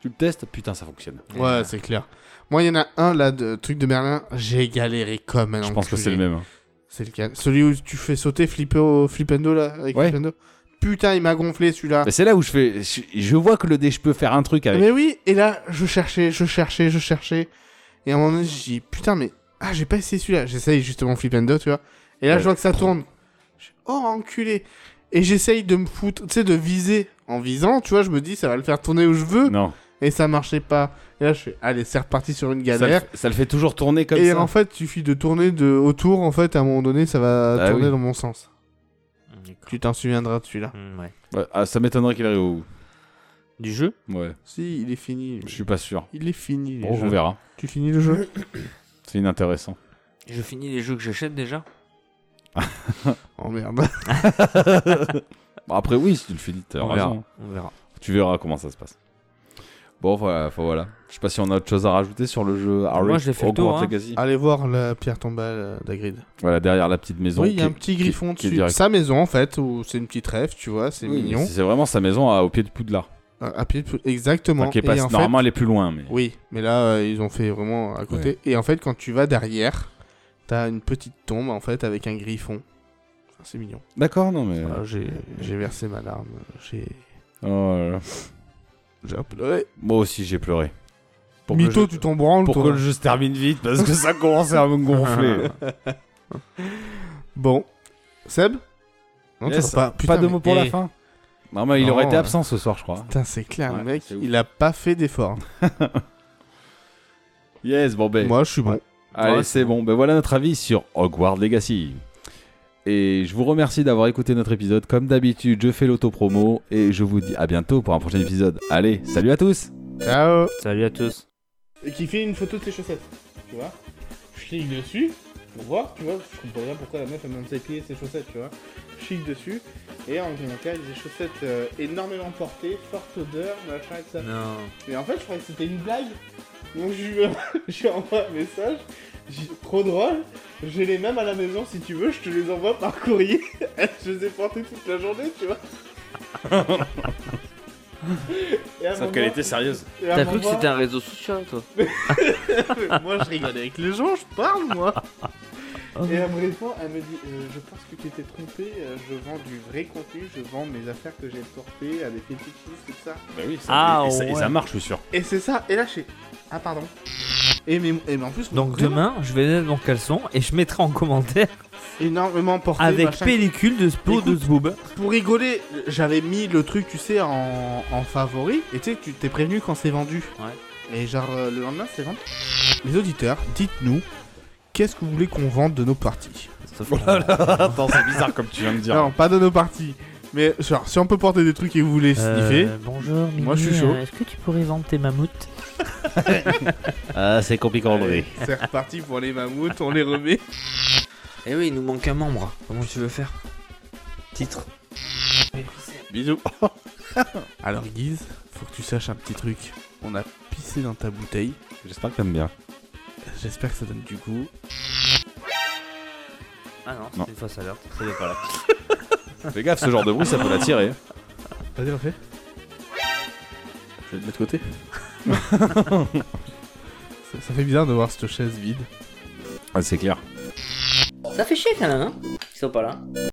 [SPEAKER 4] Tu le testes, putain, ça fonctionne.
[SPEAKER 3] Ouais, c'est clair. Moi, il y en a un là, de truc de Merlin, j'ai galéré comme un
[SPEAKER 4] Je pense que
[SPEAKER 3] enculé.
[SPEAKER 4] c'est le même. hein.
[SPEAKER 3] C'est le cas. Celui où tu fais sauter Flippo, Flipendo là, avec
[SPEAKER 4] Ouais.
[SPEAKER 3] Flipendo. Putain, il m'a gonflé celui-là.
[SPEAKER 4] Mais c'est là où je fais. Je, je vois que le dé, je peux faire un truc avec.
[SPEAKER 3] Mais oui, et là, je cherchais, je cherchais, je cherchais. Et à un moment donné, je dis, putain, mais. Ah, j'ai pas essayé celui-là. J'essaye justement Flipendo, tu vois. Et là,
[SPEAKER 4] Ouais.
[SPEAKER 3] je vois que ça tourne. Je fais, Oh, enculé. Et j'essaye de me foutre, tu sais, de viser. En visant, tu vois, je me dis, ça va le faire tourner où je veux.
[SPEAKER 4] Non.
[SPEAKER 3] Et ça marchait pas. Et là, je fais, allez, c'est reparti sur une
[SPEAKER 4] Ça le,
[SPEAKER 3] galère.
[SPEAKER 4] f- ça le fait toujours tourner comme
[SPEAKER 3] Et
[SPEAKER 4] ça.
[SPEAKER 3] en fait, il suffit de tourner de autour, en fait, à un moment donné, ça va
[SPEAKER 4] Bah
[SPEAKER 3] tourner
[SPEAKER 4] oui.
[SPEAKER 3] dans mon sens. Tu t'en souviendras de celui-là.
[SPEAKER 5] Mm, ouais.
[SPEAKER 4] Ouais, ah, ça m'étonnerait qu'il arrive au.
[SPEAKER 5] Du jeu
[SPEAKER 4] Ouais,
[SPEAKER 3] Si, il est fini.
[SPEAKER 4] je suis pas sûr.
[SPEAKER 3] Il est fini. les
[SPEAKER 4] Bon,
[SPEAKER 3] jeux.
[SPEAKER 4] on verra.
[SPEAKER 3] Tu finis le jeu
[SPEAKER 4] C'est inintéressant.
[SPEAKER 5] Je finis les jeux que j'achète déjà.
[SPEAKER 3] Oh merde.
[SPEAKER 4] Bon, après, oui, si tu le finis, t'as
[SPEAKER 5] On
[SPEAKER 4] raison.
[SPEAKER 5] verra. On verra.
[SPEAKER 4] Tu verras comment ça se passe. Bon, voilà. enfin, voilà. Je sais pas si on a autre chose à rajouter sur le jeu. Ah, Harry,
[SPEAKER 5] Moi, je l'ai fait le
[SPEAKER 4] Hogwarts
[SPEAKER 5] tour, hein.
[SPEAKER 4] Legacy.
[SPEAKER 3] Allez voir la pierre tombale euh, d'Agrid.
[SPEAKER 4] Voilà, derrière la petite maison.
[SPEAKER 3] Oui, il y a
[SPEAKER 4] qui-
[SPEAKER 3] un petit
[SPEAKER 4] qui-
[SPEAKER 3] griffon
[SPEAKER 4] qui est
[SPEAKER 3] dessus.
[SPEAKER 4] direct.
[SPEAKER 3] Sa maison, en fait, où c'est une petite rêve, tu vois, c'est
[SPEAKER 4] Oui,
[SPEAKER 3] mignon.
[SPEAKER 4] c'est- C'est vraiment sa maison à- au pied de Poudlard.
[SPEAKER 3] À à pied de- Exactement.
[SPEAKER 4] Enfin, qui est
[SPEAKER 3] Et
[SPEAKER 4] pas
[SPEAKER 3] en fait-
[SPEAKER 4] normalement elle est plus loin, mais.
[SPEAKER 3] Oui, mais là, euh, ils ont fait vraiment à côté. Et en fait, quand tu vas derrière, t'as une petite tombe, en fait, avec un griffon. Enfin, C'est mignon.
[SPEAKER 4] D'accord, non mais.
[SPEAKER 3] Voilà, j'ai j'ai versé ma larme. J'ai
[SPEAKER 4] Oh là là.
[SPEAKER 3] j'ai un peu- ouais.
[SPEAKER 4] Moi aussi j'ai pleuré. Pour que
[SPEAKER 3] Mytho,
[SPEAKER 4] je-
[SPEAKER 3] tu t'en branles,
[SPEAKER 4] pour
[SPEAKER 3] toi.
[SPEAKER 4] que le jeu se termine vite parce que ça commence à me gonfler.
[SPEAKER 3] Bon. Seb
[SPEAKER 4] Non,
[SPEAKER 3] Yes.
[SPEAKER 4] toujours
[SPEAKER 3] pas,
[SPEAKER 4] Pas de mots pour la
[SPEAKER 3] fin.
[SPEAKER 4] fin Non, mais il
[SPEAKER 3] eh. Non,
[SPEAKER 4] aurait été
[SPEAKER 3] euh.
[SPEAKER 4] absent ce soir, je crois.
[SPEAKER 3] Putain, c'est clair, le
[SPEAKER 4] Ouais,
[SPEAKER 3] mec,
[SPEAKER 4] c'est ouf.
[SPEAKER 3] il a pas fait d'effort.
[SPEAKER 4] Yes, bon ben.
[SPEAKER 3] Moi, je suis bon.
[SPEAKER 4] Allez,
[SPEAKER 3] Ouais,
[SPEAKER 4] c'est bon. Ben voilà notre avis sur Hogwarts Legacy. Et je vous remercie d'avoir écouté notre épisode. Comme d'habitude, je fais l'auto-promo et je vous dis à bientôt pour un prochain épisode. Allez, salut à tous
[SPEAKER 3] Ciao
[SPEAKER 5] Salut à tous.
[SPEAKER 3] Et qui fait une photo de ses chaussettes, tu vois Je clique dessus pour voir, tu vois, je comprends bien pourquoi la meuf elle me demande plier ses chaussettes, tu vois. Je clique dessus, et en général, il y a des chaussettes euh, énormément portées, forte odeur, machin, etc.
[SPEAKER 5] Non.
[SPEAKER 3] Et en fait, je croyais que c'était une blague. Donc je lui, je lui envoie un message. J'ai dit, trop drôle. J'ai les mêmes à la maison si tu veux. Je te les envoie par courrier. je les ai portés toute la journée, tu vois. Et à un moment-
[SPEAKER 4] sérieuse.
[SPEAKER 3] et à un
[SPEAKER 5] T'as cru que
[SPEAKER 3] moment-
[SPEAKER 5] c'était un réseau social, toi
[SPEAKER 3] moi je rigole avec les gens, je parle moi Et elle me répond, elle me dit euh, Je pense que tu t'es trompé, euh, je vends du vrai contenu, je vends mes affaires que j'ai portées à des fétichistes, tout ça.
[SPEAKER 4] Bah oui,
[SPEAKER 5] Ah, et ça- et ça ouais.
[SPEAKER 4] marche, je suis sûr.
[SPEAKER 3] Et c'est ça, et là je fais, Ah pardon et mais, et mais en plus,
[SPEAKER 5] Donc
[SPEAKER 3] vraiment
[SPEAKER 5] demain, je vais mettre mon caleçon et je mettrai en commentaire
[SPEAKER 3] énormément porté
[SPEAKER 5] avec
[SPEAKER 3] machin.
[SPEAKER 5] pellicule de Spo de
[SPEAKER 3] Écoute.
[SPEAKER 5] Zboob.
[SPEAKER 3] Pour rigoler, j'avais mis le truc, tu sais, en, en favori, et tu sais, tu t'es prévenu quand c'est vendu. Ouais. Et genre, euh, le lendemain, c'est vendu. Les auditeurs, dites-nous, qu'est-ce que vous voulez qu'on vende de nos parties
[SPEAKER 4] Attends, c'est bizarre comme tu viens de dire.
[SPEAKER 3] Non, pas de nos parties. Mais genre, si on peut porter des trucs et vous voulez
[SPEAKER 5] Euh,
[SPEAKER 3] sniffer,
[SPEAKER 5] bonjour,
[SPEAKER 3] Moi, je suis Mimi, chaud. euh,
[SPEAKER 5] Est-ce que tu pourrais vendre tes mammouths
[SPEAKER 7] Ah, c'est compliqué,
[SPEAKER 3] allez, c'est reparti pour les mammouths, on les remet.
[SPEAKER 5] Eh oui, il nous manque un membre. Comment tu veux faire Titre.
[SPEAKER 4] Bisous.
[SPEAKER 3] Alors Guise, faut que tu saches un petit truc. On a pissé dans ta bouteille.
[SPEAKER 4] J'espère que t'aimes bien.
[SPEAKER 3] J'espère que ça donne du goût.
[SPEAKER 5] Ah non,
[SPEAKER 4] Non.
[SPEAKER 5] c'est une fausse alerte. Ça n'est pas là.
[SPEAKER 4] Fais gaffe, ce genre de bruit, ça peut l'attirer.
[SPEAKER 3] Vas-y, refais.
[SPEAKER 4] Je vais te mettre de côté.
[SPEAKER 3] Ça, ça fait bizarre de voir cette chaise vide.
[SPEAKER 4] Ah, c'est clair.
[SPEAKER 5] Ça fait chier quand même, hein Ils sont pas là.